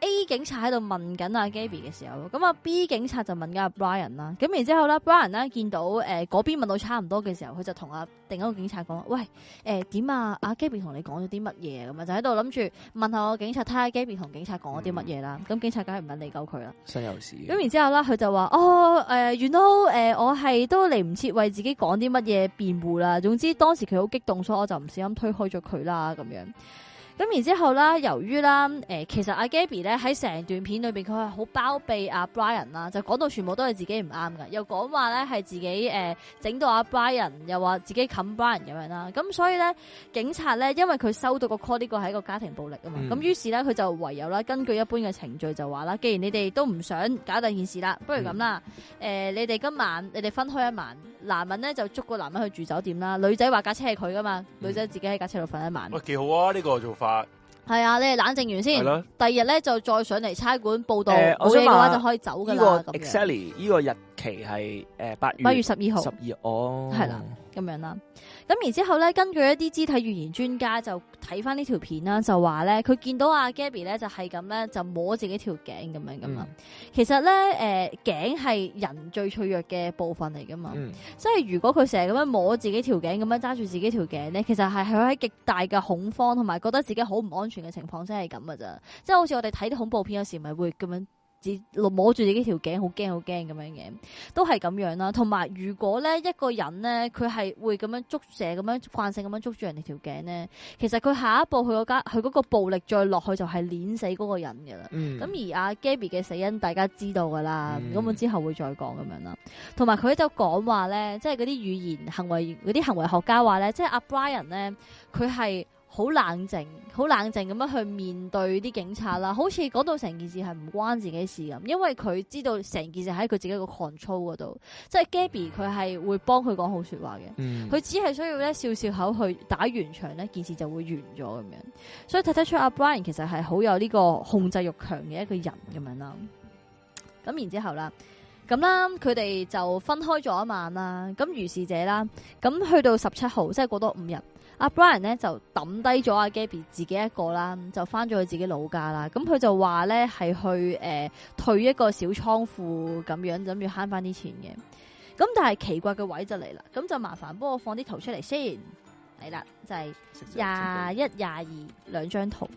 Speaker 3: A 警察喺度問緊阿 Gaby 嘅時候，咁啊 B 警察就問緊阿 Brian 啦，咁然之後咧 Brian 咧見到誒嗰邊問到差唔多嘅時候，佢就同阿另一個警察講：喂誒點、啊？阿 Gaby 同你講咗啲乜嘢咁啊？就喺度諗住問下個警察，睇下 Gaby 同警察講咗啲乜嘢啦。咁、警察梗係唔肯理鳩佢啦。
Speaker 1: 新有事嘅。
Speaker 3: 咁然之後啦，佢就話：哦，誒、原 y 我係都嚟唔切為自己講啲乜嘢辯護啦。總之當時佢好激動，所以我就唔小心推開咗佢啦，咁樣。咁然之後啦，由於啦，誒、其實阿 Gabby 咧喺成段片裏邊，佢係好包庇阿 Brian 啦，就講到全部都係自己唔啱噶，又講話咧係自己誒整、到阿 Brian，又話自己冚 Brian 咁樣啦。咁所以咧，警察咧，因為佢收到個 call 呢個係一個家庭暴力啊嘛，
Speaker 1: 嗯
Speaker 3: 咁、於是咧佢就唯有啦，根據一般嘅程序就話啦，既然你哋都唔想搞第二件事啦，不如咁啦，誒、
Speaker 1: 嗯
Speaker 3: 你哋今晚你哋分開一晚，男人咧就捉個男人去住酒店啦，女仔話架車係佢噶嘛，
Speaker 1: 嗯
Speaker 3: 女仔自己喺架車度瞓一晚。
Speaker 2: 喂，幾好啊！呢個做法
Speaker 3: 系啊，你哋冷靜
Speaker 2: 係
Speaker 3: 完先，
Speaker 2: 咯，
Speaker 3: 第二日咧就再上嚟差館報道，
Speaker 1: 呃誒我
Speaker 3: 冇
Speaker 1: 想
Speaker 3: 嘢嘅話
Speaker 1: 問
Speaker 3: 就可以走噶
Speaker 1: 呢
Speaker 3: 啦。
Speaker 1: 個
Speaker 3: 咁樣
Speaker 1: exactly 呢個日期係誒八月
Speaker 3: 八月十二號
Speaker 1: 十二哦，
Speaker 3: 係啦咁樣啦。咁然之後咧，根據一啲肢體語言專家就睇翻呢條片啦，就話咧佢見到阿 Gabby 咧就係咁咧就摸自己條頸咁樣
Speaker 1: 嗯
Speaker 3: 咁啊啦。其實咧誒頸係人最脆弱嘅部分嚟噶嘛，
Speaker 1: 嗯，
Speaker 3: 即係如果佢成日咁樣摸自己條頸，咁樣揸住自己條頸咧，其實係佢喺極大嘅恐慌同埋覺得自己好唔安全嘅情況先係咁噶咋。即係好似我哋睇啲恐怖片有時咪會咁樣自摸住自己條頸，好驚好驚咁樣嘅，都係咁樣啦。同埋如果咧一個人咧，佢係會咁樣捉蛇咁樣慣性咁樣捉住人哋條頸咧，其實佢下一步佢嗰家佢嗰個暴力再落去就係碾死嗰個人噶啦。
Speaker 1: 嗯
Speaker 3: 咁、而阿 Gabby 嘅死因大家知道噶啦，
Speaker 1: 嗯
Speaker 3: 咁、我之後會再講咁樣啦。同埋佢就講話咧，即係嗰啲語言行為嗰啲行為學家話咧，即係阿 Brian 咧，佢係好冷靜，好冷靜咁樣去面對啲警察啦，好似講到成件事係唔關自己事咁，因為佢知道成件事喺佢自己個 control 嗰度，即係 Gabby 佢係會幫佢講好説話嘅。
Speaker 1: 嗯
Speaker 3: 佢只係需要咧笑笑口去打完場呢件事就會完咗咁樣，所以睇得出阿 Brian 其實係好有呢個控制欲強嘅一個人咁樣啦。咁然之後啦，咁啦，佢哋就分開咗一晚啦。咁如是者啦，咁去到十七號，即係過多五日，阿 Brian 呢就抌低咗阿 Gabby 自己一個啦，就翻咗去自己老家啦。咁佢就話呢係去誒、呃退一個小倉庫咁樣，諗住慳翻啲錢嘅。咁但係奇怪嘅位就嚟啦，咁就麻煩幫我放啲圖出嚟先，係啦，就係、廿一、廿二兩張圖。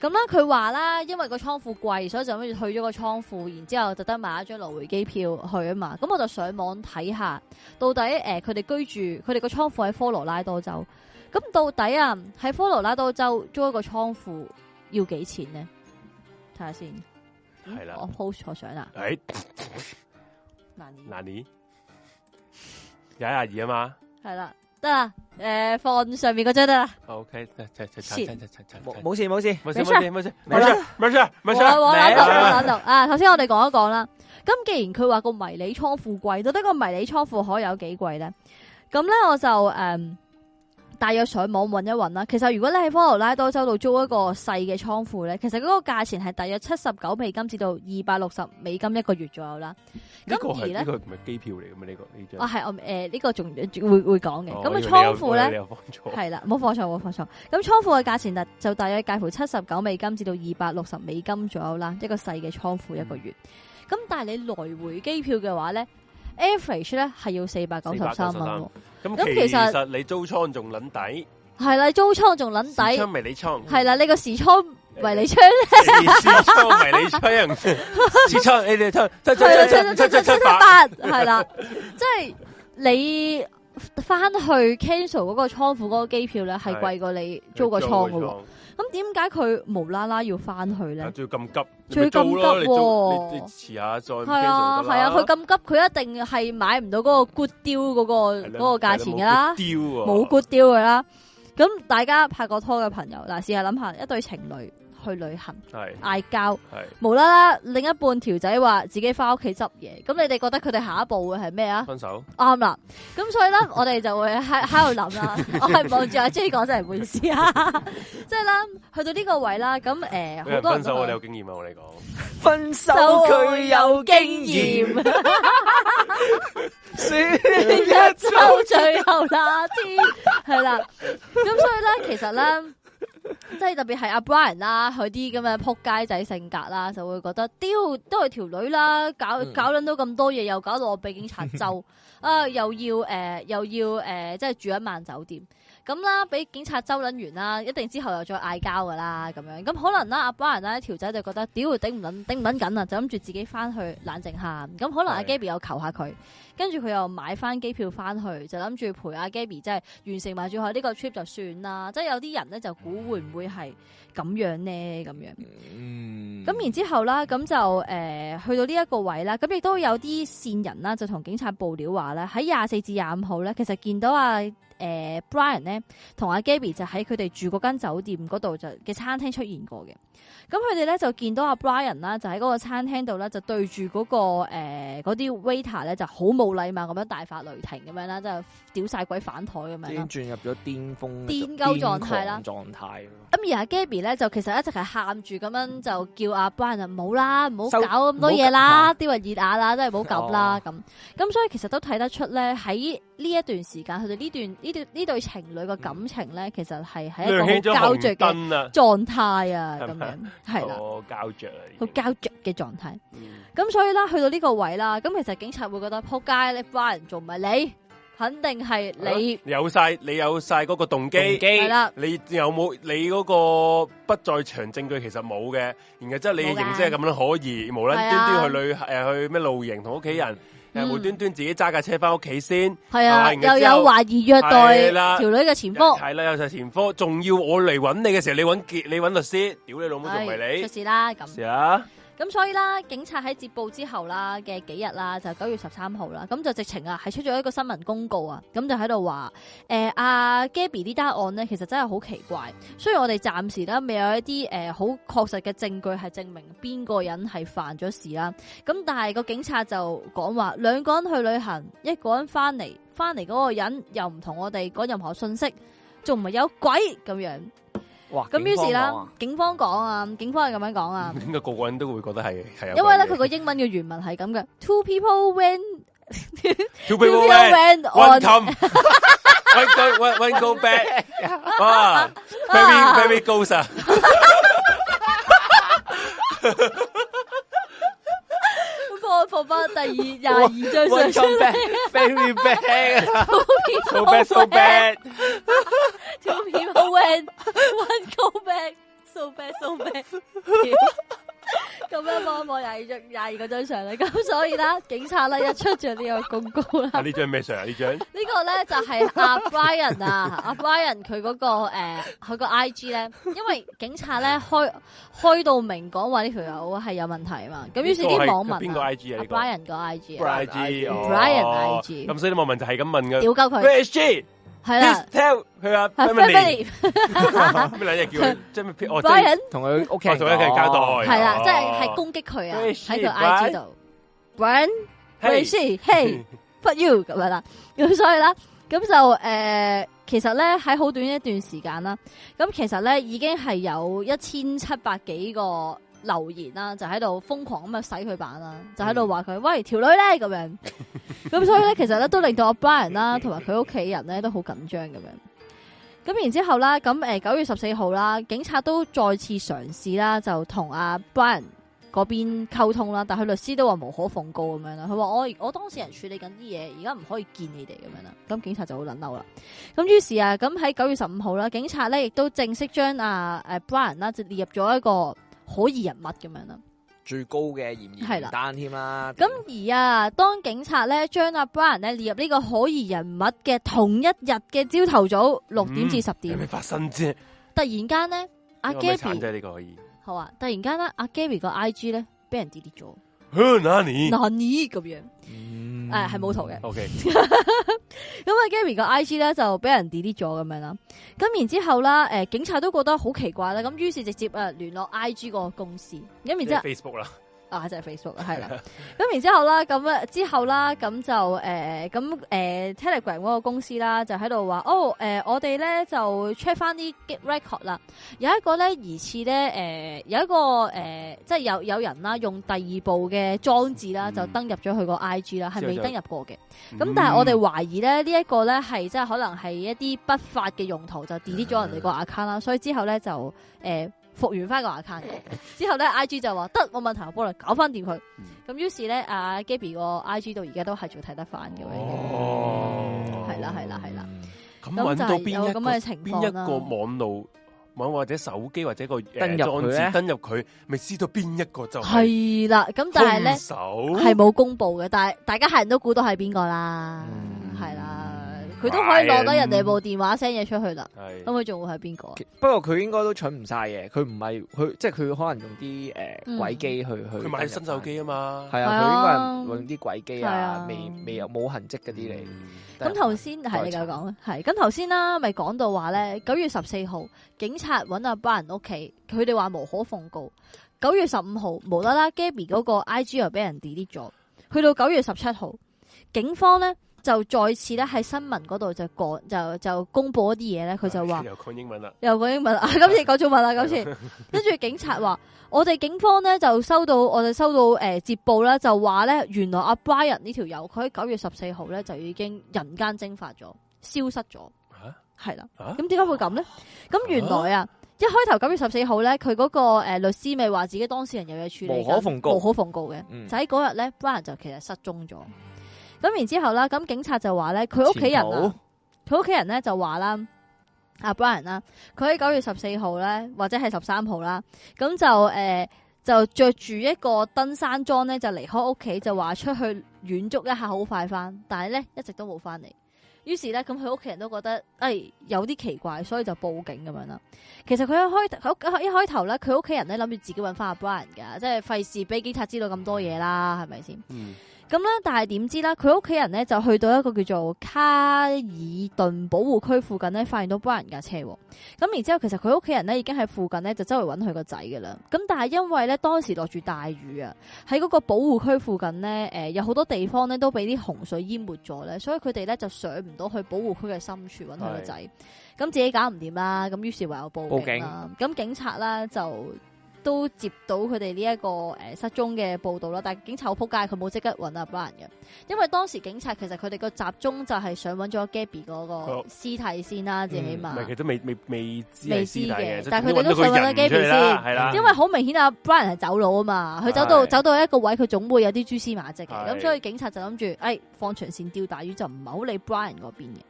Speaker 3: 咁啦，佢話啦，因為個倉庫貴，所以就諗住退咗個倉庫，然之後特登買一張來回機票去啊嘛。咁我就上網睇下，到底誒佢哋居住，佢哋個倉庫喺科羅拉多州。咁到底啊，喺科羅拉多州租一個倉庫要幾錢呢？睇下先，
Speaker 2: 係啦
Speaker 3: 我 post 錯相啦，
Speaker 2: 誒，
Speaker 3: 難以
Speaker 2: 嗱你廿廿二啊嘛
Speaker 3: 係啦，得啦，誒、放上面嗰張得啦，
Speaker 2: ，OK，即即即即
Speaker 3: 切
Speaker 2: 即即即
Speaker 1: 冇冇事冇事，
Speaker 2: 冇事
Speaker 3: 等
Speaker 2: 冇事冇事
Speaker 1: 等
Speaker 2: 冇事冇事冇事，
Speaker 3: 我我諗就
Speaker 1: 嚟
Speaker 3: 我
Speaker 1: 啊
Speaker 3: 諗就啊！頭先我哋講一講啦。咁既然佢話個迷你倉庫貴，到底個迷你倉庫可以有幾貴咧？咁咧我就誒、嗯大約上網揾一揾啦。其實如果你喺科羅拉多州度租一個細嘅倉庫咧，其實嗰個價錢係大約七十九美金至到二百六十美金一個月左右啦。
Speaker 2: 呢個
Speaker 3: 而
Speaker 2: 係
Speaker 3: 咧
Speaker 2: 呢個唔係機票嚟嘅咩？呢個呢
Speaker 3: 啊
Speaker 2: 張
Speaker 3: 係我誒呢個仲會會講嘅。咁
Speaker 2: 哦
Speaker 3: 個
Speaker 2: 我以為你
Speaker 3: 倉
Speaker 2: 有
Speaker 3: 庫
Speaker 2: 我以為
Speaker 3: 咧
Speaker 2: 你。有幫助
Speaker 3: 系啦，冇放錯，冇放錯。咁倉庫嘅價錢就大約介乎七十九美金至到二百六十美金左右啦，一個細嘅倉庫一個月。咁、但係你來回機票嘅話咧，average 咧係要四百九十三蚊喎。
Speaker 2: 咁
Speaker 3: 咁
Speaker 2: 其
Speaker 3: 其實
Speaker 2: 實你租倉仲撚抵，
Speaker 3: 係啦，租倉仲撚
Speaker 2: 時
Speaker 3: 抵，
Speaker 2: 倉迷你倉，
Speaker 3: 係啦，你個時倉迷你倉
Speaker 2: 時倉迷你倉，時倉你哋出出出
Speaker 3: 係啦，
Speaker 2: 出出出出出八，
Speaker 3: 八係 啦，即係你翻去 cancel 嗰個倉庫嗰個機票咧，係
Speaker 2: 係
Speaker 3: 貴過你租個倉嘅
Speaker 2: 租個
Speaker 3: 喎。咁點解佢無啦啦要翻去咧
Speaker 2: 啊！？仲要咁急，你
Speaker 3: 仲要
Speaker 2: 咪租咯你
Speaker 3: 咁急
Speaker 2: 租
Speaker 3: 喎
Speaker 2: 你你遲下再 cancel
Speaker 3: 系啊，
Speaker 2: 得
Speaker 3: 系
Speaker 2: 啦
Speaker 3: 啊，佢咁急，佢一定係買唔到嗰個 good deal 嗰、個
Speaker 2: 係
Speaker 3: 嗰、
Speaker 2: 啦
Speaker 3: 個價錢噶啦，
Speaker 2: 係啦冇 good deal 啊
Speaker 3: 冇 good deal 噶啦。咁大家拍過拖嘅朋友，嗱，試下諗下一對情侶去旅行
Speaker 2: 係
Speaker 3: 嗌交，
Speaker 2: 係
Speaker 3: 無啦啦另一半條仔話自己翻屋企執嘢，咁你哋覺得佢哋下一步會係 咩啊？
Speaker 2: 分手，
Speaker 3: 啱啦，咁所以咧，我哋就會喺喺度諗啦。啊我係望住阿 J 講真係唔好意思啊， 即係啦，去到呢個位啦，咁誒
Speaker 2: 俾
Speaker 3: 好
Speaker 2: 人
Speaker 3: 多
Speaker 2: 分
Speaker 3: 人
Speaker 2: 手我
Speaker 3: 都
Speaker 2: 哋有
Speaker 3: 話
Speaker 2: 經驗啊！我哋講
Speaker 1: 分手佢有經驗，，
Speaker 3: 一
Speaker 1: 選一
Speaker 3: 周最後那天係啦。咁所以咧，其實咧，即係特別係阿 Brian 啦，佢啲咁嘅撲街仔性格啦，就會覺得屌都係條女啦，搞
Speaker 1: 嗯
Speaker 3: 搞撚到咁多嘢，又搞到我被警察周啊，又要誒、呃又要誒、呃即係住一晚酒店。咁啦，俾警察周撚完啦，一定之後又再嗌交噶啦，咁樣咁可能啊啦，阿 Brian 啦條仔就覺得屌頂唔撚頂唔撚緊啊，就諗住自己翻去冷靜下。咁可能阿
Speaker 2: 係
Speaker 3: Gaby 又求下佢，跟住佢又買翻機票翻去，就諗住陪阿 Gaby 即係完成埋最後呢個 trip 就算啦。即係有啲人咧就估會唔會係咁樣呢？咁樣。
Speaker 1: 嗯
Speaker 3: 咁然之後啦，咁就誒、呃去到呢一個位啦，咁亦都有啲線人啦，就同警察報料話咧，喺廿四至廿五號咧，其實見到啊誒、呃 Brian 咧同阿 Gabby 就喺佢哋住嗰間酒店嗰度就嘅餐廳出現過嘅。咁佢哋咧就見到阿 Brian 啦，就喺嗰個餐廳度咧就對住嗰、個誒嗰啲 waiter 咧就好冇禮貌咁樣大發雷霆咁樣啦，就屌晒鬼反台咁樣
Speaker 1: 已
Speaker 3: 啦
Speaker 1: 經。進入咗巔峰
Speaker 3: 癲鳩狀態啦
Speaker 1: 癲狂狀態咯
Speaker 3: 咁而阿 Gabby 咧就其實一直係喊住咁樣就叫阿 Brian 啊唔好啦，唔好
Speaker 1: 收
Speaker 3: 搞咁多嘢啦，啲人熱牙啦，真係唔好及啦
Speaker 1: 哦
Speaker 3: 咁。咁所以其實都睇得出咧，喺呢一段時間，佢哋呢段呢段呢對情侶嘅感情咧，其實係喺
Speaker 2: 亮起
Speaker 3: 一個好膠
Speaker 2: 咗
Speaker 3: 着
Speaker 2: 紅
Speaker 3: 嘅
Speaker 2: 燈啊！
Speaker 3: 狀態啊，
Speaker 2: 係
Speaker 3: 咁
Speaker 2: 咪
Speaker 3: 樣係啦，
Speaker 2: 我膠着啊，已
Speaker 3: 好
Speaker 2: 經
Speaker 3: 膠着嘅狀態。
Speaker 2: 嗯
Speaker 3: 咁所以啦，去到呢個位啦，咁其實警察會覺得扑街，你 Brian 仲唔係你，肯定係你
Speaker 2: 有晒你有晒嗰個動機，
Speaker 1: 動機
Speaker 3: 係啦。
Speaker 2: 你有冇你嗰個不在場證據其實冇嘅，然後即係你
Speaker 3: 冇㗎
Speaker 2: 認識係咁樣可以，無
Speaker 3: 係
Speaker 2: 啦
Speaker 3: 啊
Speaker 2: 端端去旅誒、去咩露營同屋企人，
Speaker 3: 嗯
Speaker 2: 誒無端端自己揸架車翻屋企先，
Speaker 3: 係啊，
Speaker 2: 係然
Speaker 3: 又
Speaker 2: 後之
Speaker 3: 有
Speaker 2: 後
Speaker 3: 懷疑虐待
Speaker 2: 係啦
Speaker 3: 條女嘅前科，
Speaker 2: 係啦有晒前科，仲要我嚟揾你嘅時候，你揾結你揾律師，屌你老母仲唔係
Speaker 3: 唉出
Speaker 2: 你？
Speaker 3: 事啦咁。
Speaker 2: 是啊，
Speaker 3: 咁所以啦，警察喺接報之後啦嘅幾日啦，就九月十三號啦，咁就直情啊，係出咗一個新聞公告啊，咁就喺度話，誒阿 Gabby 呢單案呢，其實真係好奇怪，雖然我哋暫時咧未有一啲誒好確實嘅證據係證明邊個人係犯咗事啦，咁但係個警察就講話，兩個人去旅行，一個人翻嚟，翻嚟嗰個人又唔同我哋講任何信息，仲唔係有鬼咁樣？
Speaker 1: 哇！
Speaker 3: 咁於是
Speaker 1: 警方講
Speaker 3: 啦
Speaker 1: 啊，
Speaker 3: 警方講啊，警方係咁樣講啊。
Speaker 2: 應該個個人都會覺得係嗯係有
Speaker 3: 因為咧
Speaker 2: 鬼嘅
Speaker 3: 佢個英文嘅原文係咁嘅，two people went
Speaker 2: two
Speaker 3: two people
Speaker 2: people went
Speaker 3: went
Speaker 2: one
Speaker 3: on
Speaker 2: come one go one one go back，哇，very very goes 啊！
Speaker 3: 播放翻第二廿二張相出嚟
Speaker 2: Very bad, so
Speaker 3: ，two
Speaker 2: bad, so bad。
Speaker 3: two people went one go back so bad so bad，屌咁樣望一望廿二張廿二嗰張相啦，咁所以啦，警察咧一出咗呢個公告啦
Speaker 2: 啊，呢張咩相啊？呢張
Speaker 3: 呢個咧就係 阿 Brian 啊，阿 Brian 佢嗰、個誒佢個 IG 咧，因為警察咧開開到明講話呢條友係有問題啊嘛，咁於是啲網民
Speaker 2: 邊個
Speaker 3: 啊，
Speaker 2: I G 啊？
Speaker 3: 阿
Speaker 2: 呢個
Speaker 3: Brian 個 IG 啊，
Speaker 2: Brian I G
Speaker 3: Brian IG
Speaker 2: 咁所以啲網民就係咁問嘅。
Speaker 3: 屌鳩佢，
Speaker 2: Where is she?
Speaker 3: 係啦
Speaker 2: Please，tell 佢阿
Speaker 3: 係
Speaker 2: family。
Speaker 3: family
Speaker 2: 咩兩嘢叫佢將 咩？哦，即係
Speaker 3: Brian
Speaker 1: 同佢屋企
Speaker 2: 哦同佢屋企人交代
Speaker 1: 講
Speaker 3: 係啦，
Speaker 2: 哦
Speaker 3: 即係係攻擊佢啊，
Speaker 2: Where is she，
Speaker 3: 喺個 IG 度，Brian where is she hey。不 you 咁樣啦，咁所以啦，咁就誒、呃其實咧喺好短一段時間啦，咁其實咧已經係有一千七百幾個留言啦，就喺度瘋狂咁樣洗佢版啦，就喺度話佢喂條女咧咁樣，咁所以咧其實咧都令到阿 Brian 啦同埋佢屋企人咧都好緊張咁樣。咁然之後啦，咁誒九月十四號啦，警察都再次嘗試啦，就同阿 Brian 嗰邊溝通啦，但係律師都話無可奉告咁樣啦。佢話我我當事人處理緊啲嘢，而家唔可以見你哋咁樣啦。咁警察就好撚嬲啦。咁於是啊，咁喺九月十五號啦，警察咧亦都正式將啊誒 Brian 啦就列入咗一個可疑人物咁樣啦。
Speaker 1: 最高嘅嫌疑
Speaker 3: 係啦
Speaker 1: 名單添啦。
Speaker 3: 咁而啊，當警察咧將阿 Brian 咧列入呢個可疑人物嘅同一日嘅朝頭早六點至十
Speaker 2: 有
Speaker 3: 點，
Speaker 2: 咩發生啫？
Speaker 3: 突然間咧阿
Speaker 2: 呢個咪慘
Speaker 3: Gabby
Speaker 2: 啫，呢個可以。
Speaker 3: 好啊，突然間咧阿 Gabby 個 IG 咧俾人 delete 咗，
Speaker 2: 哼，Nani。
Speaker 3: 嗱你咁樣。
Speaker 1: 誒
Speaker 3: 誒係冇圖嘅，咁
Speaker 2: O K，
Speaker 3: 啊 Gary 個 I G 咧就俾人 delete 咗咁樣啦。咁然之後啦，誒、警察都覺得好奇怪啦，咁於是直接誒聯絡 I G 個公司，咁然之後
Speaker 2: Facebook 啦，
Speaker 3: 啊，即係 Facebook 啊係啦。咁然之後啦，咁啊之後啦，咁就誒咁誒 Telegram 嗰個公司啦，就喺度話哦誒、呃我哋咧就 check 翻啲 gig record 啦，有一個咧疑似咧誒有一個誒、呃即係有有人啦用第二部嘅裝置啦，
Speaker 2: 嗯
Speaker 3: 就登入咗佢個 IG 啦，係未
Speaker 2: 之後就
Speaker 3: 登入過嘅。咁但係我哋懷疑咧，呢一個咧係即係可能係一啲不法嘅用途，就 delete 咗人哋個 account 啦，所以之後咧就誒復原翻個 account 嘅。之後咧 IG 就話得冇問題，我幫你搞翻掂佢
Speaker 2: 嗯。
Speaker 3: 咁於是咧，阿 Gabby 個 IG 到而家都係仲睇得翻嘅，
Speaker 2: 哦
Speaker 3: 係啦係啦係
Speaker 1: 嗯
Speaker 3: 啦，
Speaker 2: 咁揾到邊
Speaker 3: 咁
Speaker 2: 一個
Speaker 3: 就係有咁嘅情
Speaker 2: 邊
Speaker 3: 況
Speaker 2: 一
Speaker 3: 啦
Speaker 2: 個網路網或者手機或者個誒
Speaker 1: 登入佢
Speaker 2: 裝
Speaker 1: 呢
Speaker 2: 置登入佢，咪知道邊一個就係
Speaker 3: 係啦。咁但係咧
Speaker 2: 兇手
Speaker 3: 係冇公布嘅，但係大家係人都估到係邊個啦，
Speaker 1: 嗯
Speaker 3: 係啦，佢都可以攞得人哋部電話 send 嘢出去啦。
Speaker 2: 係
Speaker 3: 咁佢仲會係邊個啊？
Speaker 1: 不過佢應該都蠢唔晒嘅，佢唔係佢即係佢可能用啲诶
Speaker 3: 嗯
Speaker 1: 鬼機去去。
Speaker 2: 佢買新手機啊嘛，
Speaker 1: 係
Speaker 3: 係
Speaker 1: 啊，
Speaker 3: 啊
Speaker 1: 佢應該係用啲鬼機
Speaker 3: 係
Speaker 1: 啊
Speaker 3: 啊，
Speaker 1: 未未有冇痕跡嗰啲嚟。
Speaker 2: 嗯
Speaker 3: 咁頭先係你
Speaker 1: 代
Speaker 3: 有
Speaker 1: 查
Speaker 3: 講，係啊咁頭先啦，咪講到話咧，九月十四號警察揾阿班人屋企，佢哋話無可奉告。九月十五號無啦啦，Gabby 嗰個 IG 又俾人 delete 咗，去到九月十七號，警方咧就再次咧喺新聞嗰度就講就就公佈一啲嘢咧，佢就 話。
Speaker 2: 又講英文啦，
Speaker 3: 又講英文啊！今次講中文啦，今次。跟住警察話：我哋警方咧就收到，我哋收到誒、呃接報啦，就話咧原來阿 Brian 呢條友佢喺九月十四號咧就已經人間蒸發咗，消失咗，
Speaker 2: 嚇
Speaker 3: 係啦。
Speaker 2: 嚇
Speaker 3: 咁點解會咁咧？咁原來啊，一開頭九月十四號咧，佢嗰、個、呃、律師咪話自己當事人有嘢處理緊，
Speaker 1: 無可奉告
Speaker 3: 無可奉告嘅。
Speaker 1: 嗯
Speaker 3: 就喺嗰日咧，Brian 就其實失蹤咗。咁然之後啦，咁警察就話咧，佢屋企人啊。佢屋企人咧就話啦，阿 Brian 啦，佢喺九月十四號咧，或者係十三號啦，咁就誒、呃就着住一個登山裝咧，就離開屋企，就話出去遠足一下，好快翻，但係咧一直都冇翻嚟。於是咧，咁佢屋企人都覺得，誒、哎有啲奇怪，所以就報警咁樣啦。其實佢一開佢一開頭咧，佢屋企人咧諗住自己揾翻阿 Brian 㗎，即係費事俾警察知道咁多嘢啦，係咪先？
Speaker 2: 嗯，
Speaker 3: 咁咧，但係點知啦，佢屋企人咧就去到一個叫做卡爾頓保護區附近咧，發現到 Brian 架車喎。咁然之後，其實佢屋企人咧已經喺附近咧就周圍揾佢個仔噶啦。咁但係因為咧當時落住大雨啊，喺嗰個保護區附近咧，誒、有好多地方咧都俾啲洪水淹沒咗咧，所以佢哋咧就上唔到去保護區嘅深處揾佢個仔。咁自己搞唔掂啦，咁於是唯有報警啦。咁警察啦就。都接到佢哋呢一個誒、呃失蹤嘅報道啦，但係警察好撲街，佢冇即刻揾阿 Brian 嘅，因為當時警察其實佢哋個集中就係想揾咗 Gabby 嗰個
Speaker 2: 哦
Speaker 3: 屍體先啦，最起
Speaker 1: 嗯
Speaker 3: 碼。
Speaker 2: 唔係佢都未未未知
Speaker 3: 未
Speaker 2: 係
Speaker 3: 知
Speaker 2: 師弟
Speaker 3: 嘅
Speaker 2: 嘅，
Speaker 3: 但係佢哋都想揾
Speaker 2: 揾
Speaker 3: 到 Gabriel 先
Speaker 2: 係啦，
Speaker 3: 因為好明顯啊，Brian 係走佬啊嘛，佢走
Speaker 2: 係
Speaker 3: 到走到一個位，佢總會有啲蛛絲馬跡嘅，
Speaker 2: 係
Speaker 3: 咁所以警察就諗住，誒放長線釣大魚就唔係好理 Brian 嗰邊嘅。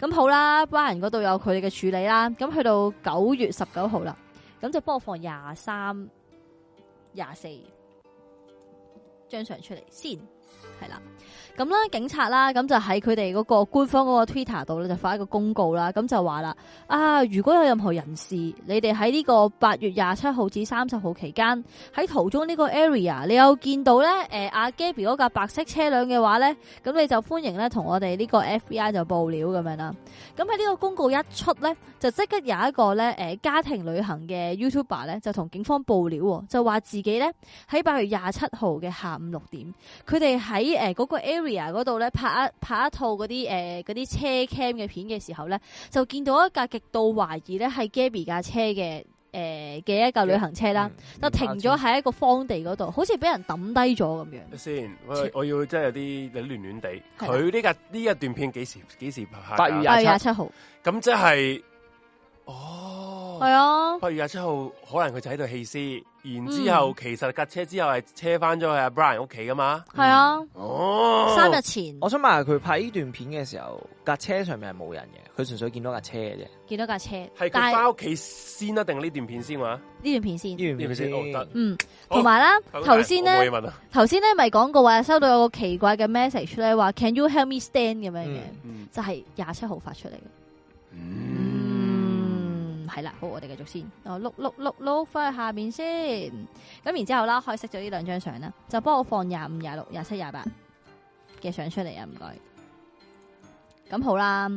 Speaker 3: 咁好啦，Brian 嗰度有佢哋嘅處理啦，咁去到九月十九號啦，咁就幫我放廿三、廿四張相出嚟先，係啦。咁啦，警察啦，咁就喺佢哋嗰個官方嗰個 Twitter 度咧，就發一個公告啦，咁就話啦。啊，如果有任何人士，你哋喺呢個八月廿七號至三十號期間喺途中呢個 area，你有見到咧誒阿 Gabby 嗰架白色車輛嘅話咧，咁你就歡迎咧同我哋呢個 FBI 就報料咁樣啦。咁喺呢個公告一出咧，就即刻有一個咧誒、呃家庭旅行嘅 YouTuber 咧就同警方報料喎，就話自己咧喺八月廿七號嘅下午六點，佢哋喺誒嗰個 area 嗰度咧拍一拍一套嗰啲誒嗰啲車 cam 嘅片嘅時候咧。就見到一架極度懷疑咧係 Gabby 架車嘅誒嘅一架旅行車啦，
Speaker 1: 嗯
Speaker 3: 就停
Speaker 2: 啊
Speaker 3: 咗喺一個荒地嗰度，好似俾人抌低咗咁樣。
Speaker 2: 先，我我要真係有啲有啲亂亂地。
Speaker 3: 係啦
Speaker 2: 佢呢架呢一段片幾時幾時拍㗎？
Speaker 1: 八月
Speaker 3: 八
Speaker 1: 廿七
Speaker 3: 月哎廿七號，
Speaker 2: 咁即係
Speaker 3: 係
Speaker 2: 哦，
Speaker 3: 啊，
Speaker 2: 八月廿七號可能佢就喺度棄屍，然之
Speaker 3: 嗯
Speaker 2: 後其實架車之後係車翻咗去阿 Brian 屋企噶嘛。
Speaker 3: 係啊，
Speaker 2: 哦，
Speaker 3: 三日前
Speaker 1: 我想問下佢拍呢段片嘅時候，架車上面係冇人嘅，佢純粹見到架車嘅啫。
Speaker 3: 見到架車
Speaker 2: 係，佢
Speaker 3: 但係
Speaker 2: 翻屋企先啊，定呢段片先話？
Speaker 3: 呢段片先。
Speaker 1: 呢段片先
Speaker 2: 呢段片先哦得
Speaker 3: 嗯，
Speaker 2: 好
Speaker 3: 同埋啦，
Speaker 2: 好
Speaker 3: 頭先
Speaker 2: 我冇嘢，
Speaker 3: 咧
Speaker 2: 問啊，
Speaker 3: 頭先咧咪講過話收到有個奇怪嘅 message 咧，話 Can you help me stand 咁樣嘅，
Speaker 1: 嗯
Speaker 2: 嗯
Speaker 3: 就係廿七號發出嚟嘅。
Speaker 2: 嗯，
Speaker 3: 嗯，系啦，好，我哋繼續先，我碌碌碌碌翻去下面先，咁然之後啦，可以熄咗呢兩張相啦，就幫我放廿五、廿六、廿七、廿八嘅相出嚟啊，唔該。咁好啦。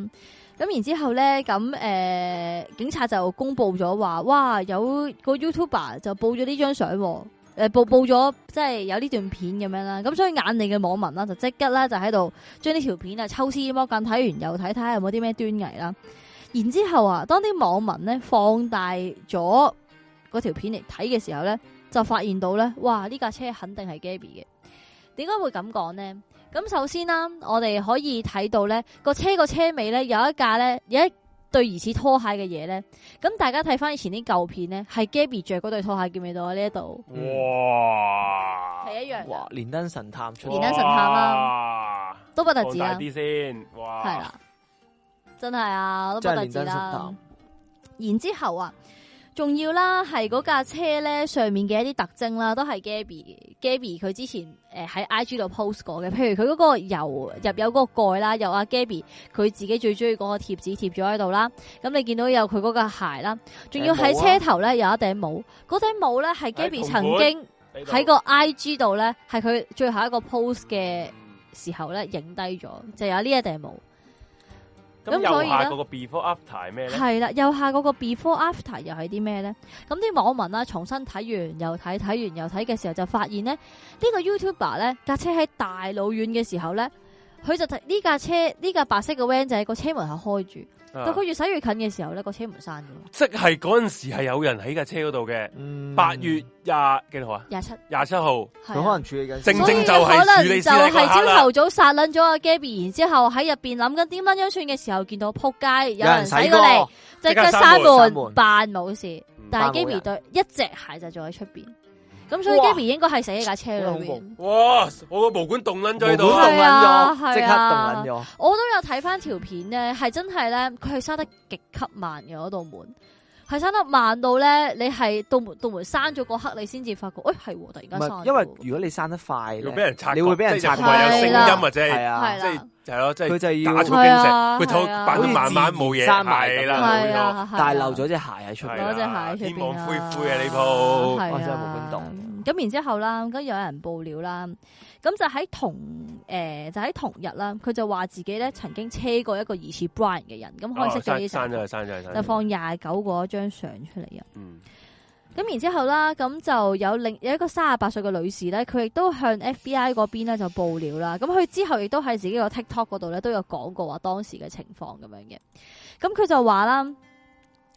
Speaker 3: 咁然之後咧，咁誒、呃警察就公佈咗話，哇，有個 YouTuber 就報咗呢張相喎，誒報報咗即係有呢段片咁樣啦。咁所以眼利嘅網民啦，就即刻啦就喺度將呢條片啊抽絲剝繭，睇完又睇睇下有冇啲咩端倪啦。然之後啊，當啲網民咧放大咗嗰條片嚟睇嘅時候咧，就發現到咧，哇！呢架車肯定係 Gabby 嘅。點解會咁講呢？咁首先啦，我哋可以睇到咧個車個車尾咧有一架咧有一對疑似拖鞋嘅嘢咧。咁大家睇翻以前啲舊片咧，係 Gabby 着嗰對拖鞋見唔見到啊？呢一度
Speaker 2: 哇！
Speaker 3: 係一樣㗎，
Speaker 1: 嗯哇！連登神探出
Speaker 3: 連登神探啊
Speaker 2: 啦，
Speaker 3: 都不特
Speaker 2: 放
Speaker 3: 止
Speaker 2: 大
Speaker 3: 啦。
Speaker 2: 啲先，哇！
Speaker 3: 系啊啦，真系啊，都
Speaker 1: 真
Speaker 3: 不
Speaker 1: 係
Speaker 3: 得
Speaker 1: 連
Speaker 3: 止
Speaker 1: 登神
Speaker 3: 啦
Speaker 1: 探。
Speaker 3: 然之后啊，仲要啦，系嗰架车咧上面嘅一啲特征啦，都系 Gabby Gabby 佢之前诶喺 IG 度 post 过嘅，譬如佢嗰個油入有嗰個蓋啦，有阿 Gabby 佢自己最中意嗰個貼紙貼咗喺度啦。咁你見到有佢嗰個鞋啦，仲要喺
Speaker 2: 頂帽啊
Speaker 3: 車頭咧有一頂帽，嗰頂帽咧
Speaker 2: 係
Speaker 3: 係 Gabby
Speaker 2: 同
Speaker 3: 曾
Speaker 2: 款
Speaker 3: 經
Speaker 2: 呢度
Speaker 3: 喺個 IG 度咧係佢最後一個 post 嘅
Speaker 2: 嗯
Speaker 3: 時候咧影低咗，就有呢一頂帽。
Speaker 2: 咁
Speaker 3: 咁所以
Speaker 2: 右下
Speaker 3: 呢
Speaker 2: 嗰個 before after 係咩咧？
Speaker 3: 系啦，右下嗰個 before after 又係啲咩咧？咁啲網民啦，重新睇完又睇，睇完又睇嘅時候，就發現咧，呢、個 YouTuber 咧架車喺大老遠嘅時候咧，佢就睇呢架車呢架白色嘅 van 仔個車門係開住，到佢
Speaker 2: 啊
Speaker 3: 越駛越近嘅時候咧，個車門閂咗。
Speaker 2: 即係嗰陣時係有人喺架車嗰度嘅，
Speaker 1: 嗯
Speaker 2: 八月廿幾號啊？
Speaker 3: 廿七，
Speaker 2: 廿七號
Speaker 1: 佢
Speaker 3: 佢
Speaker 1: 可能處理緊
Speaker 2: 正
Speaker 3: 所以
Speaker 2: 正就
Speaker 3: 可
Speaker 2: 係
Speaker 3: 能
Speaker 2: 處理
Speaker 3: 就
Speaker 2: 先係嗰
Speaker 3: 係
Speaker 2: 刻啦
Speaker 3: 朝頭早殺撚咗阿 Gabby，然之後喺入邊諗緊點撚樣算嘅時候，見到撲街有人
Speaker 1: 洗
Speaker 3: 駛過嚟，即刻
Speaker 1: 閂
Speaker 3: 閂
Speaker 1: 門
Speaker 3: 門，扮冇事。但係
Speaker 1: 嗯扮冇
Speaker 3: Gaby
Speaker 1: 人
Speaker 3: 對一隻鞋就仲喺出邊，咁所以
Speaker 1: 哇
Speaker 3: Gaby 應該係死喺架車裏
Speaker 1: 好
Speaker 3: 邊。
Speaker 2: 哇！我個毛管凍撚咗喺度
Speaker 1: 無管，
Speaker 2: 啊
Speaker 3: 係啊
Speaker 1: 動撚咗，即刻
Speaker 3: 係啊
Speaker 1: 動撚咗。
Speaker 3: 我都有睇翻條片咧，係真係咧，佢係閂得極級慢嘅嗰道門，係閂得慢到咧，你係道門道門閂咗嗰刻，你先至發覺，哎係喎，突然
Speaker 1: 唔
Speaker 3: 間
Speaker 1: 係，
Speaker 3: 閂咗喎。
Speaker 1: 因為如果你生得快呢，
Speaker 2: 要俾人察覺，
Speaker 1: 你會俾人察覺
Speaker 2: 即係有聲
Speaker 3: 係啦
Speaker 2: 音或者
Speaker 1: 係
Speaker 2: 係
Speaker 1: 啊，
Speaker 3: 係
Speaker 2: 即
Speaker 3: 啦
Speaker 2: 係係咯，即
Speaker 1: 佢
Speaker 2: 係
Speaker 1: 就要
Speaker 2: 打草
Speaker 3: 係
Speaker 2: 驚蛇，
Speaker 3: 啊
Speaker 2: 佢就
Speaker 3: 係啊
Speaker 2: 扮到慢慢
Speaker 1: 好似
Speaker 2: 冇嘢，
Speaker 1: 自然生埋
Speaker 2: 係
Speaker 1: 咁
Speaker 2: 啦，
Speaker 1: 樣
Speaker 2: 冇哦錯
Speaker 3: 係啊，
Speaker 1: 但係
Speaker 3: 係啊
Speaker 1: 漏咗隻鞋喺出
Speaker 2: 係
Speaker 1: 邊
Speaker 2: 啊
Speaker 3: 攞隻鞋出邊
Speaker 2: 天
Speaker 3: 啊
Speaker 2: 網恢恢啊呢鋪
Speaker 3: 係
Speaker 1: 我真係冇管動啊
Speaker 3: 咁然之後啦，咁有人報料啦，咁就喺同诶、就喺同日啦，佢就話自己咧曾經車過一個疑似 Brian 嘅人，咁
Speaker 2: 哦
Speaker 3: 可以識咗
Speaker 2: 刪刪
Speaker 3: 呢三個
Speaker 2: 咗佢，刪咗佢，刪咗佢
Speaker 3: 就放廿九嗰張相出嚟啊！
Speaker 2: 嗯
Speaker 3: 咁然之後啦，咁就有另有一個三十八歲嘅女士咧，佢亦都向 FBI 嗰邊咧就報料啦。咁佢之後亦都喺自己個 TikTok 嗰度咧都有講過話當時嘅情況咁樣嘅。咁佢就話啦，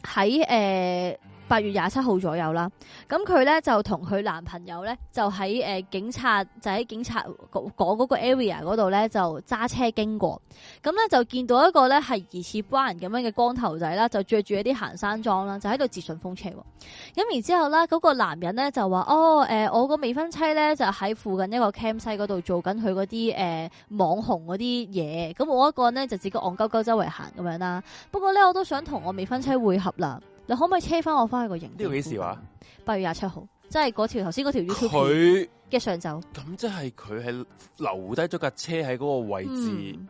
Speaker 3: 喺誒八月廿七號左右啦，咁佢咧就同佢男朋友咧就喺誒、呃警察就喺警察講嗰個 area 嗰度咧就揸車經過，咁咧就見到一個咧係疑似 Brian 咁樣嘅光頭仔啦，就着住一啲行山裝啦，就喺度截順風車喎。咁然之後啦，嗰、個男人咧就話：哦，誒、我個未婚妻咧就喺附近一個 camp 西嗰度做緊佢嗰啲誒網紅嗰啲嘢，咁我一個人咧就自己戇鳩鳩周圍行咁樣啦。不過咧，我都想同我未婚妻會合啦，你可唔可以車翻我翻去個營？
Speaker 2: 呢個幾時話？
Speaker 3: 八月廿七號，即係嗰條頭先嗰條 YouTube 片
Speaker 2: 佢
Speaker 3: 嘅上晝。
Speaker 2: 咁即係佢係留低咗架車喺嗰個位置，
Speaker 3: 嗯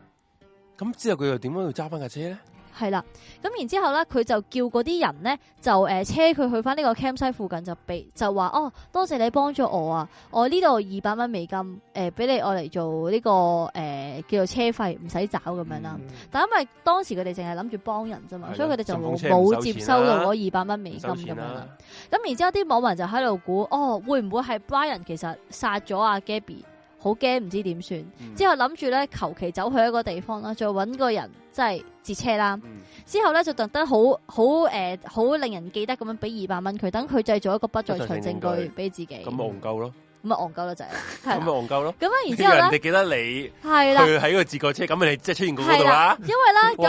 Speaker 2: 咁之後佢又點樣要揸翻架車咧？
Speaker 3: 系啦，咁然之後咧，佢就叫嗰啲人咧，就诶、呃、车佢去翻呢個 camp 西附近就俾就話哦，多謝你幫咗我啊，我呢度二百蚊美金，诶、俾你我嚟做呢、個个呃叫做車費，唔使找咁樣
Speaker 1: 嗯
Speaker 3: 啦。但因為當時佢哋淨係諗住幫人啫嘛，
Speaker 2: 嗯係
Speaker 3: 所以佢哋就
Speaker 2: 順風
Speaker 3: 冇
Speaker 2: 車唔收
Speaker 3: 冇接
Speaker 2: 錢
Speaker 3: 收到
Speaker 2: 啦
Speaker 3: 嗰二百蚊美
Speaker 2: 唔
Speaker 3: 金
Speaker 2: 收
Speaker 3: 咁啊樣
Speaker 2: 錢
Speaker 3: 啦
Speaker 2: 啦。，
Speaker 3: 咁然之後啲網民就喺度估，哦，會唔會係 Brian 其實殺咗阿 Gabby，好驚唔知點算。
Speaker 2: 嗯
Speaker 3: 之後諗住咧，求其走去一個地方啦，再揾個人即係截車啦。
Speaker 2: 嗯
Speaker 3: 之後咧就特登好好誒好令人記得咁樣俾二百蚊佢，等佢製造一個不在場證據俾自己。
Speaker 2: 咁咪戇鳩咯，
Speaker 3: 咁啊戇鳩啦就係，
Speaker 2: 咁
Speaker 3: 係
Speaker 2: 咪
Speaker 3: 啦。
Speaker 2: 戇鳩咯。
Speaker 3: 咁啊，然之
Speaker 2: 人
Speaker 3: 後
Speaker 2: 哋
Speaker 3: 咧
Speaker 2: 記得你
Speaker 3: 係啦。
Speaker 2: 佢喺個自救車，咁你即係出現過嗰
Speaker 3: 係
Speaker 2: 度啊啦
Speaker 3: 啦，。因為 咧，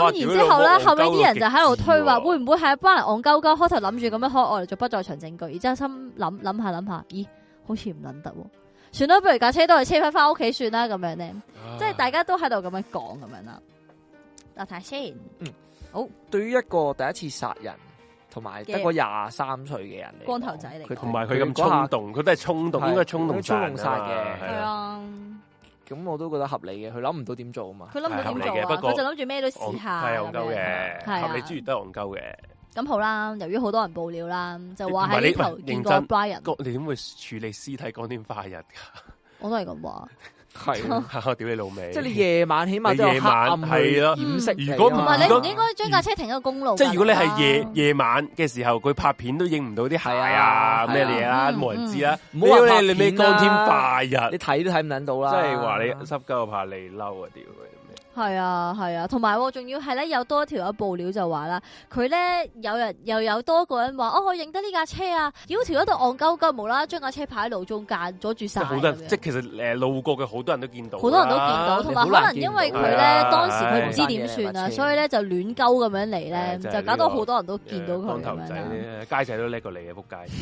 Speaker 2: 哇
Speaker 3: 咁然之後
Speaker 2: 屌你
Speaker 3: 咧，
Speaker 2: 老母
Speaker 3: 後尾啲人就喺度推話，
Speaker 2: 戇鳩到極致喎
Speaker 3: 會唔會係一班人戇鳩鳩？開頭諗住咁樣開我嚟做不在場證據，然之後心諗諗下諗下，咦，好似唔撚得喎，算啦，不如架車都係車翻翻屋企算啦，咁樣咧，
Speaker 2: 啊
Speaker 3: 即係大家都喺度咁樣講咁樣啦。嗱，睇下先，
Speaker 1: 對於一個第一次殺人同埋得個廿三歲嘅人嚟講，
Speaker 3: 光頭仔嚟
Speaker 1: 佢
Speaker 2: 同埋佢咁衝動，佢都係衝動，
Speaker 1: 係
Speaker 2: 應該衝動
Speaker 1: 佢衝動
Speaker 2: 晒㗎嘛
Speaker 1: 曬嘅
Speaker 2: 係
Speaker 3: 係
Speaker 2: 啊，
Speaker 3: 啊，
Speaker 1: 咁我都覺得合理嘅，佢諗唔到點做啊嘛。
Speaker 3: 佢諗唔到
Speaker 2: 係合理
Speaker 3: 點
Speaker 2: 嘅
Speaker 3: 做啊，
Speaker 2: 不過
Speaker 3: 佢就諗住咩都
Speaker 2: 戇
Speaker 3: 試下
Speaker 2: 係戇
Speaker 3: 咁
Speaker 2: 鳩
Speaker 3: 樣。係
Speaker 2: 嘅，
Speaker 3: 啊
Speaker 2: 合理之餘都係戇鳩嘅。
Speaker 3: 咁好啦，由於好多人報料啦，就話
Speaker 2: 唔係
Speaker 3: 喺
Speaker 2: 你
Speaker 3: 呢頭見
Speaker 2: 認
Speaker 3: 過
Speaker 2: 真
Speaker 3: Brian，
Speaker 2: 個你點會處理屍體光天化日㗎？
Speaker 3: 我都係咁話。
Speaker 1: 系 啊，
Speaker 2: 我屌你老味！
Speaker 1: 即系你夜晚起码
Speaker 2: 你
Speaker 1: 都有
Speaker 2: 夜
Speaker 1: 黑
Speaker 2: 晚
Speaker 1: 暗去
Speaker 2: 係咯
Speaker 1: 掩饰你啊嘛。
Speaker 2: 如果唔
Speaker 3: 同埋你
Speaker 2: 如果
Speaker 3: 唔
Speaker 2: 嗯
Speaker 3: 應該將架車停喺個公路。
Speaker 2: 即系如果你系夜，夜晚嘅时候，佢拍片都影唔到啲鞋啊
Speaker 1: 係啊
Speaker 2: 咩嘢啦，
Speaker 3: 嗯
Speaker 2: 冇人知啦。
Speaker 1: 嗯
Speaker 2: 你
Speaker 1: 唔好話
Speaker 2: 你
Speaker 1: 拍
Speaker 2: 你咩
Speaker 1: 片啦
Speaker 2: 光天化日，
Speaker 1: 你睇都睇唔捻到啦，
Speaker 2: 真系话你湿鸠怕你嬲啊！屌你
Speaker 3: 係啊係啊，同埋喎仲要係咧有多一條友報料就話啦，佢咧有人又有多個人話哦，我認得呢架車啊，妖條喺度戇鳩鳩，無啦啦將架車擺喺路中間，阻住晒
Speaker 2: 咩，好
Speaker 3: 咁
Speaker 2: 多
Speaker 3: 樣。
Speaker 2: 人即系其实诶路过嘅好多人都见到，
Speaker 3: 好多人都見到，同
Speaker 1: 你好
Speaker 3: 埋可
Speaker 1: 難
Speaker 3: 能
Speaker 1: 見
Speaker 3: 因為
Speaker 1: 到
Speaker 3: 佢咧
Speaker 2: 啊
Speaker 3: 當時佢唔知
Speaker 1: 係
Speaker 3: 點算
Speaker 1: 單嘢嚟
Speaker 3: 啊，
Speaker 1: 㗎
Speaker 3: 所以咧就亂鳩咁樣嚟咧，
Speaker 2: 係真係
Speaker 3: 就搞
Speaker 2: 呢
Speaker 3: 到
Speaker 2: 個
Speaker 3: 好多人都見到佢
Speaker 2: 當
Speaker 3: 咁樣
Speaker 2: 頭仔
Speaker 3: 啦。
Speaker 2: 咧，街仔都叻過你啊！仆街，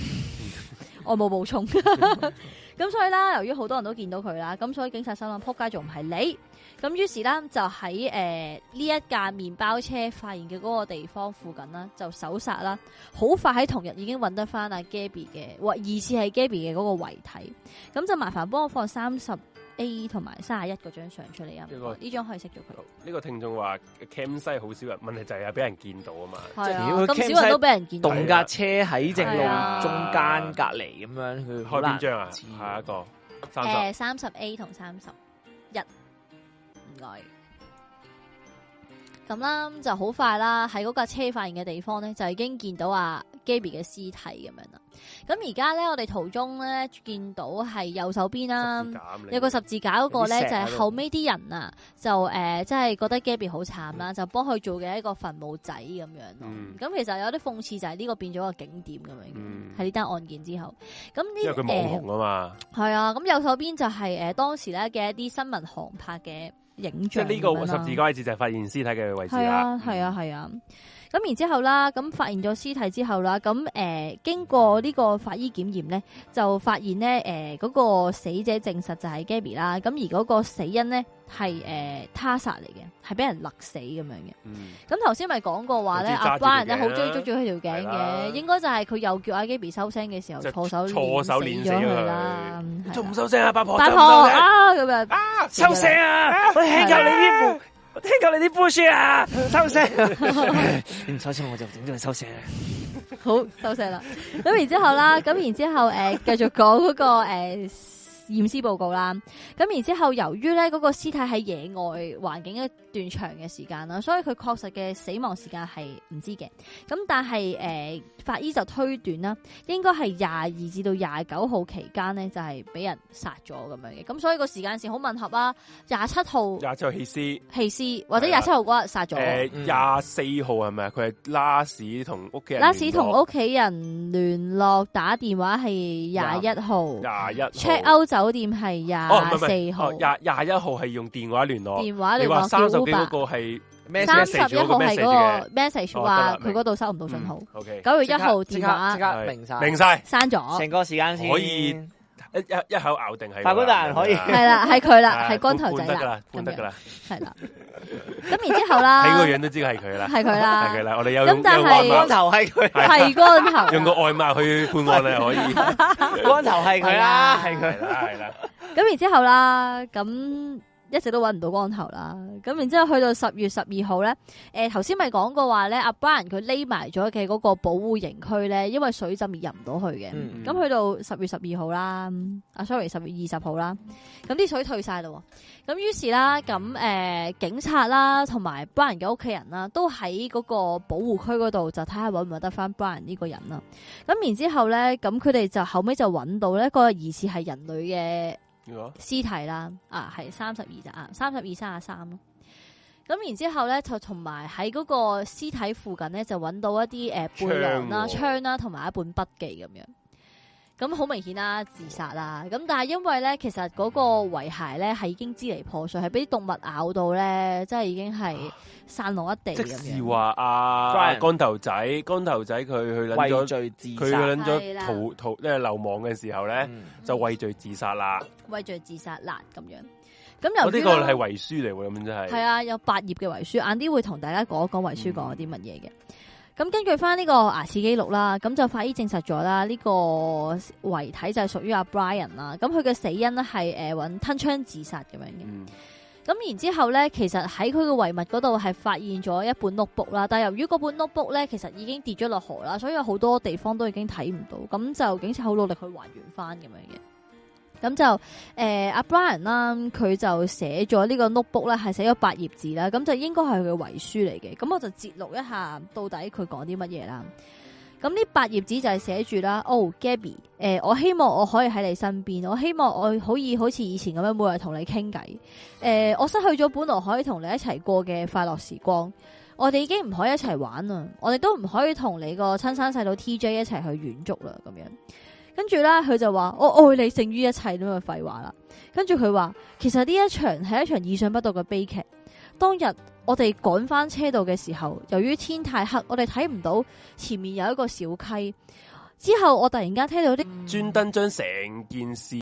Speaker 3: 我冇補充。 咁所以啦，由於好多人都見到佢啦，咁所以警察心諗撲街仲唔係你？咁於是啦，就喺诶呢一架麵包車發現嘅嗰個地方附近啦，就搜殺啦。好快喺同日已經揾得翻阿 Gabby 嘅，或疑似係 Gabby 嘅嗰個遺體。咁就麻煩幫我放三十 A 同埋三十一嗰張相出嚟啊！
Speaker 2: 呢個
Speaker 3: 呢張可以熄咗佢。
Speaker 2: 呢個聽眾話 Cam 西好少人，問題就係俾人見到啊嘛。
Speaker 3: 係啊，
Speaker 1: 屌
Speaker 3: 咁少人都俾人見到。
Speaker 1: 动架车喺正路
Speaker 3: 係啊
Speaker 1: 中間隔離咁樣，佢好
Speaker 2: 開邊
Speaker 1: 難
Speaker 2: 張啊？
Speaker 1: 知
Speaker 2: 下一個三十
Speaker 3: 诶，三十 A 同三十一，唔該。咁啦，咁就好快啦，喺嗰架車發現嘅地方咧，就已經見到啊 Gaby 嘅屍體咁樣啦。咁而家咧，我哋途中咧見到係右手邊啦
Speaker 2: 十字，架咁你
Speaker 3: 有個十字架嗰個咧，
Speaker 1: 有啲
Speaker 3: 就
Speaker 1: 石喺
Speaker 3: 係
Speaker 1: 度
Speaker 3: 後尾啲人啊，就诶，即、係覺得 Gaby 好慘啦，就幫佢做嘅一個墳墓仔咁樣咯。
Speaker 2: 嗯
Speaker 3: 咁、其實有啲諷刺就係呢個變咗個景點咁樣嘅，
Speaker 2: 嗯
Speaker 3: 喺呢單案件之後，咁呢
Speaker 2: 因為佢網
Speaker 3: 誒
Speaker 2: 紅啊嘛，
Speaker 3: 系啊，咁右手邊就係诶當時咧嘅一啲新聞航拍嘅影
Speaker 2: 即係
Speaker 3: 像
Speaker 2: 呢
Speaker 3: 咁
Speaker 2: 個
Speaker 3: 樣啦，
Speaker 2: 十字架位置就係發現屍體嘅位置
Speaker 3: 係
Speaker 2: 啦
Speaker 3: 啊。係啊係啊。咁然之後啦，咁發現咗屍體之後啦，咁诶、呃、经过呢個法醫檢驗咧，就發現咧诶呃嗰個死者證實就係 Gabby 啦，咁而嗰個死因咧係诶他殺嚟嘅，係俾人勒死咁樣嘅。
Speaker 2: 嗯，
Speaker 3: 咁頭先咪講過話咧，
Speaker 2: 總之揸
Speaker 3: 阿
Speaker 2: 住
Speaker 3: Brian 咧
Speaker 2: 條頸
Speaker 3: 好中意捉住佢條頸
Speaker 2: 係啦
Speaker 3: 嘅，應該就係佢又叫阿 Gabby 收聲嘅時候，
Speaker 2: 就
Speaker 3: 錯手
Speaker 2: 錯手
Speaker 3: 碾
Speaker 2: 碾
Speaker 3: 死
Speaker 2: 死
Speaker 3: 咗
Speaker 2: 咗
Speaker 3: 佢
Speaker 2: 佢
Speaker 3: 啦。係啦
Speaker 2: 仲唔收聲啊，八婆？
Speaker 3: 八
Speaker 2: 仲
Speaker 3: 婆
Speaker 2: 唔收聲
Speaker 3: 啊咁樣，
Speaker 2: 啊！
Speaker 1: 收聲啊！我聽夠你啲部，我聽夠你啲 bullshit 啊！收聲！你唔收聲我就整咗你收聲。
Speaker 3: 好收聲啦。咁然之後啦，咁然之後诶，繼續講嗰個诶驗屍報告啦。咁然之後，由於咧嗰個屍體喺野外環境一段長嘅時間啦，所以佢確實嘅死亡時間係唔知嘅。咁但係诶、呃法醫就推斷啦，應該係廿二至到廿九號期間呢，就係俾人殺咗咁樣嘅。咁所以個時間線好吻合啊，廿七號
Speaker 2: 廿七號棄屍，
Speaker 3: 棄屍或者廿七號嗰日殺咗。
Speaker 2: 誒
Speaker 1: 嗯
Speaker 2: 廿四號係咪啊？佢係拉屎同屋企人聯絡，
Speaker 3: 拉士同屋企人聯絡打電話係廿一號
Speaker 2: 廿一號
Speaker 3: ，check out 酒店係
Speaker 2: 哦，唔係唔
Speaker 3: 廿
Speaker 2: 係
Speaker 3: 四號
Speaker 2: 哦，廿廿一號係用電話聯絡。
Speaker 3: 電話
Speaker 2: 你
Speaker 3: 聯
Speaker 2: 話
Speaker 3: 絡叫
Speaker 2: 三十幾嗰個
Speaker 3: Uber。
Speaker 2: 係
Speaker 1: 咩
Speaker 3: 三
Speaker 1: 事
Speaker 3: 十
Speaker 1: 啊
Speaker 3: 一號係嗰個 message
Speaker 2: 哦
Speaker 3: 話
Speaker 2: 得啦嗯
Speaker 3: 佢嗰度收唔到信號，
Speaker 2: O K，
Speaker 3: 九月一號
Speaker 1: 即刻
Speaker 3: 電話
Speaker 1: 即刻明晒，
Speaker 2: 明晒，
Speaker 3: 刪咗，
Speaker 1: 成個時間先
Speaker 2: 可以一一一口咬定係。
Speaker 1: 法官大人可以
Speaker 3: 係啦，係佢啦，係光
Speaker 2: 光
Speaker 3: 頭仔
Speaker 2: 得㗎
Speaker 3: 啦
Speaker 2: 啦，，判啊得㗎啦，
Speaker 3: 係啦。咁然之後啦，
Speaker 2: 睇個樣都知係佢啦，
Speaker 3: 係佢
Speaker 2: 係佢
Speaker 3: 啦，
Speaker 2: 啦。我哋有
Speaker 3: 咁
Speaker 2: 用
Speaker 3: 但
Speaker 2: 用
Speaker 3: 係
Speaker 1: 光
Speaker 2: 外
Speaker 1: 頭係佢，
Speaker 2: 係
Speaker 3: 係光
Speaker 2: 貌，
Speaker 3: 頭啦。
Speaker 2: 用個外貌去判案啦， 可 以
Speaker 1: 光頭係佢啦，
Speaker 3: 係
Speaker 1: 係佢。
Speaker 2: 係啦係啦。
Speaker 3: 咁然之後啦，咁一直都揾唔到光頭啦。咁然之後去到十月十二號咧，誒頭先咪講過話咧，阿 Brian 佢匿埋咗嘅嗰個保護營區咧，因為水浸而入唔到去嘅。
Speaker 1: 嗯
Speaker 3: 咁去到十月十二號啦，啊，sorry，十月二十號啦，咁啲水退晒啦喎，咁於是啦，咁誒、呃警察啦，同埋 Brian 嘅屋企人啦，都喺嗰個保護區嗰度就睇下揾唔揾得翻 Brian 呢個人啦。咁然之後咧，咁佢哋就後尾就揾到咧個疑似係人類嘅
Speaker 2: 如果
Speaker 3: 屍體啦，啊係三十二就啊三十二三十三咯。咁然之後咧，就同埋喺嗰個屍體附近咧，就揾到一啲誒、呃、背囊啦、
Speaker 2: 槍喎
Speaker 3: 槍啦，同埋一本筆記咁樣。咁好明顯啦，自殺啦。咁但係因為咧，其實嗰個遺骸咧係已經支離破碎，係俾啲動物咬到咧，真係已經係散落一地
Speaker 2: 啊即
Speaker 3: 咁
Speaker 2: 是
Speaker 3: 樣。
Speaker 2: 話阿
Speaker 1: Brian
Speaker 2: 光頭仔，光頭仔佢去撚
Speaker 1: 畏
Speaker 2: 咗，
Speaker 1: 罪自
Speaker 2: 佢
Speaker 1: 殺。
Speaker 2: 撚
Speaker 3: 係
Speaker 2: 咗
Speaker 3: 啦
Speaker 2: 逃逃，即係流亡嘅時候咧，
Speaker 1: 嗯
Speaker 2: 就畏罪自殺啦。
Speaker 3: 畏罪自殺啦咁樣。咁
Speaker 2: 我
Speaker 3: 由
Speaker 2: 呢
Speaker 3: 於
Speaker 2: 個
Speaker 3: 呢
Speaker 2: 係遺書嚟喎，咁真係。
Speaker 3: 系啊，有八頁嘅遺書，晏啲會同大家講一講遺書講咗啲乜嘢嘅。咁根據翻呢個牙齒記錄啦，咁就法醫證實咗啦，呢、個遺體就係屬於阿 Brian 啦。咁佢嘅死因咧係诶揾吞槍自殺咁樣嘅。
Speaker 2: 嗯，
Speaker 3: 咁然之後咧，其實喺佢嘅遺物嗰度係發現咗一本 notebook 啦，但係由於嗰本 notebook 咧，其實已經跌咗落河啦，所以有好多地方都已經睇唔到，咁就警察好努力去還原翻咁樣嘅。咁就誒阿、Brian 啦，佢就寫咗呢個 notebook 咧，係寫咗八頁字啦，咁就應該係佢嘅遺書嚟嘅。咁我就節錄一下到底佢講啲乜嘢啦。咁呢八頁紙就係寫住啦，哦，Gabby，誒、我希望我可以喺你身邊，我希望我可以好似以前咁樣每日同你傾偈。誒、我失去咗本來可以同你一齊過嘅快樂時光，我哋已經唔可以一齊玩啦，我哋都唔可以同你個親生細佬 TJ 一齊去遠足啦，咁樣。跟住咧，佢就話我愛你勝於一切咁嘅廢話啦。跟住佢話，其實呢一場係一場意想不到嘅悲劇。當日我哋趕翻車度嘅時候，由於天太黑，我哋睇唔到前面有一個小溪。之後我突然間聽到啲
Speaker 2: 專登將成件事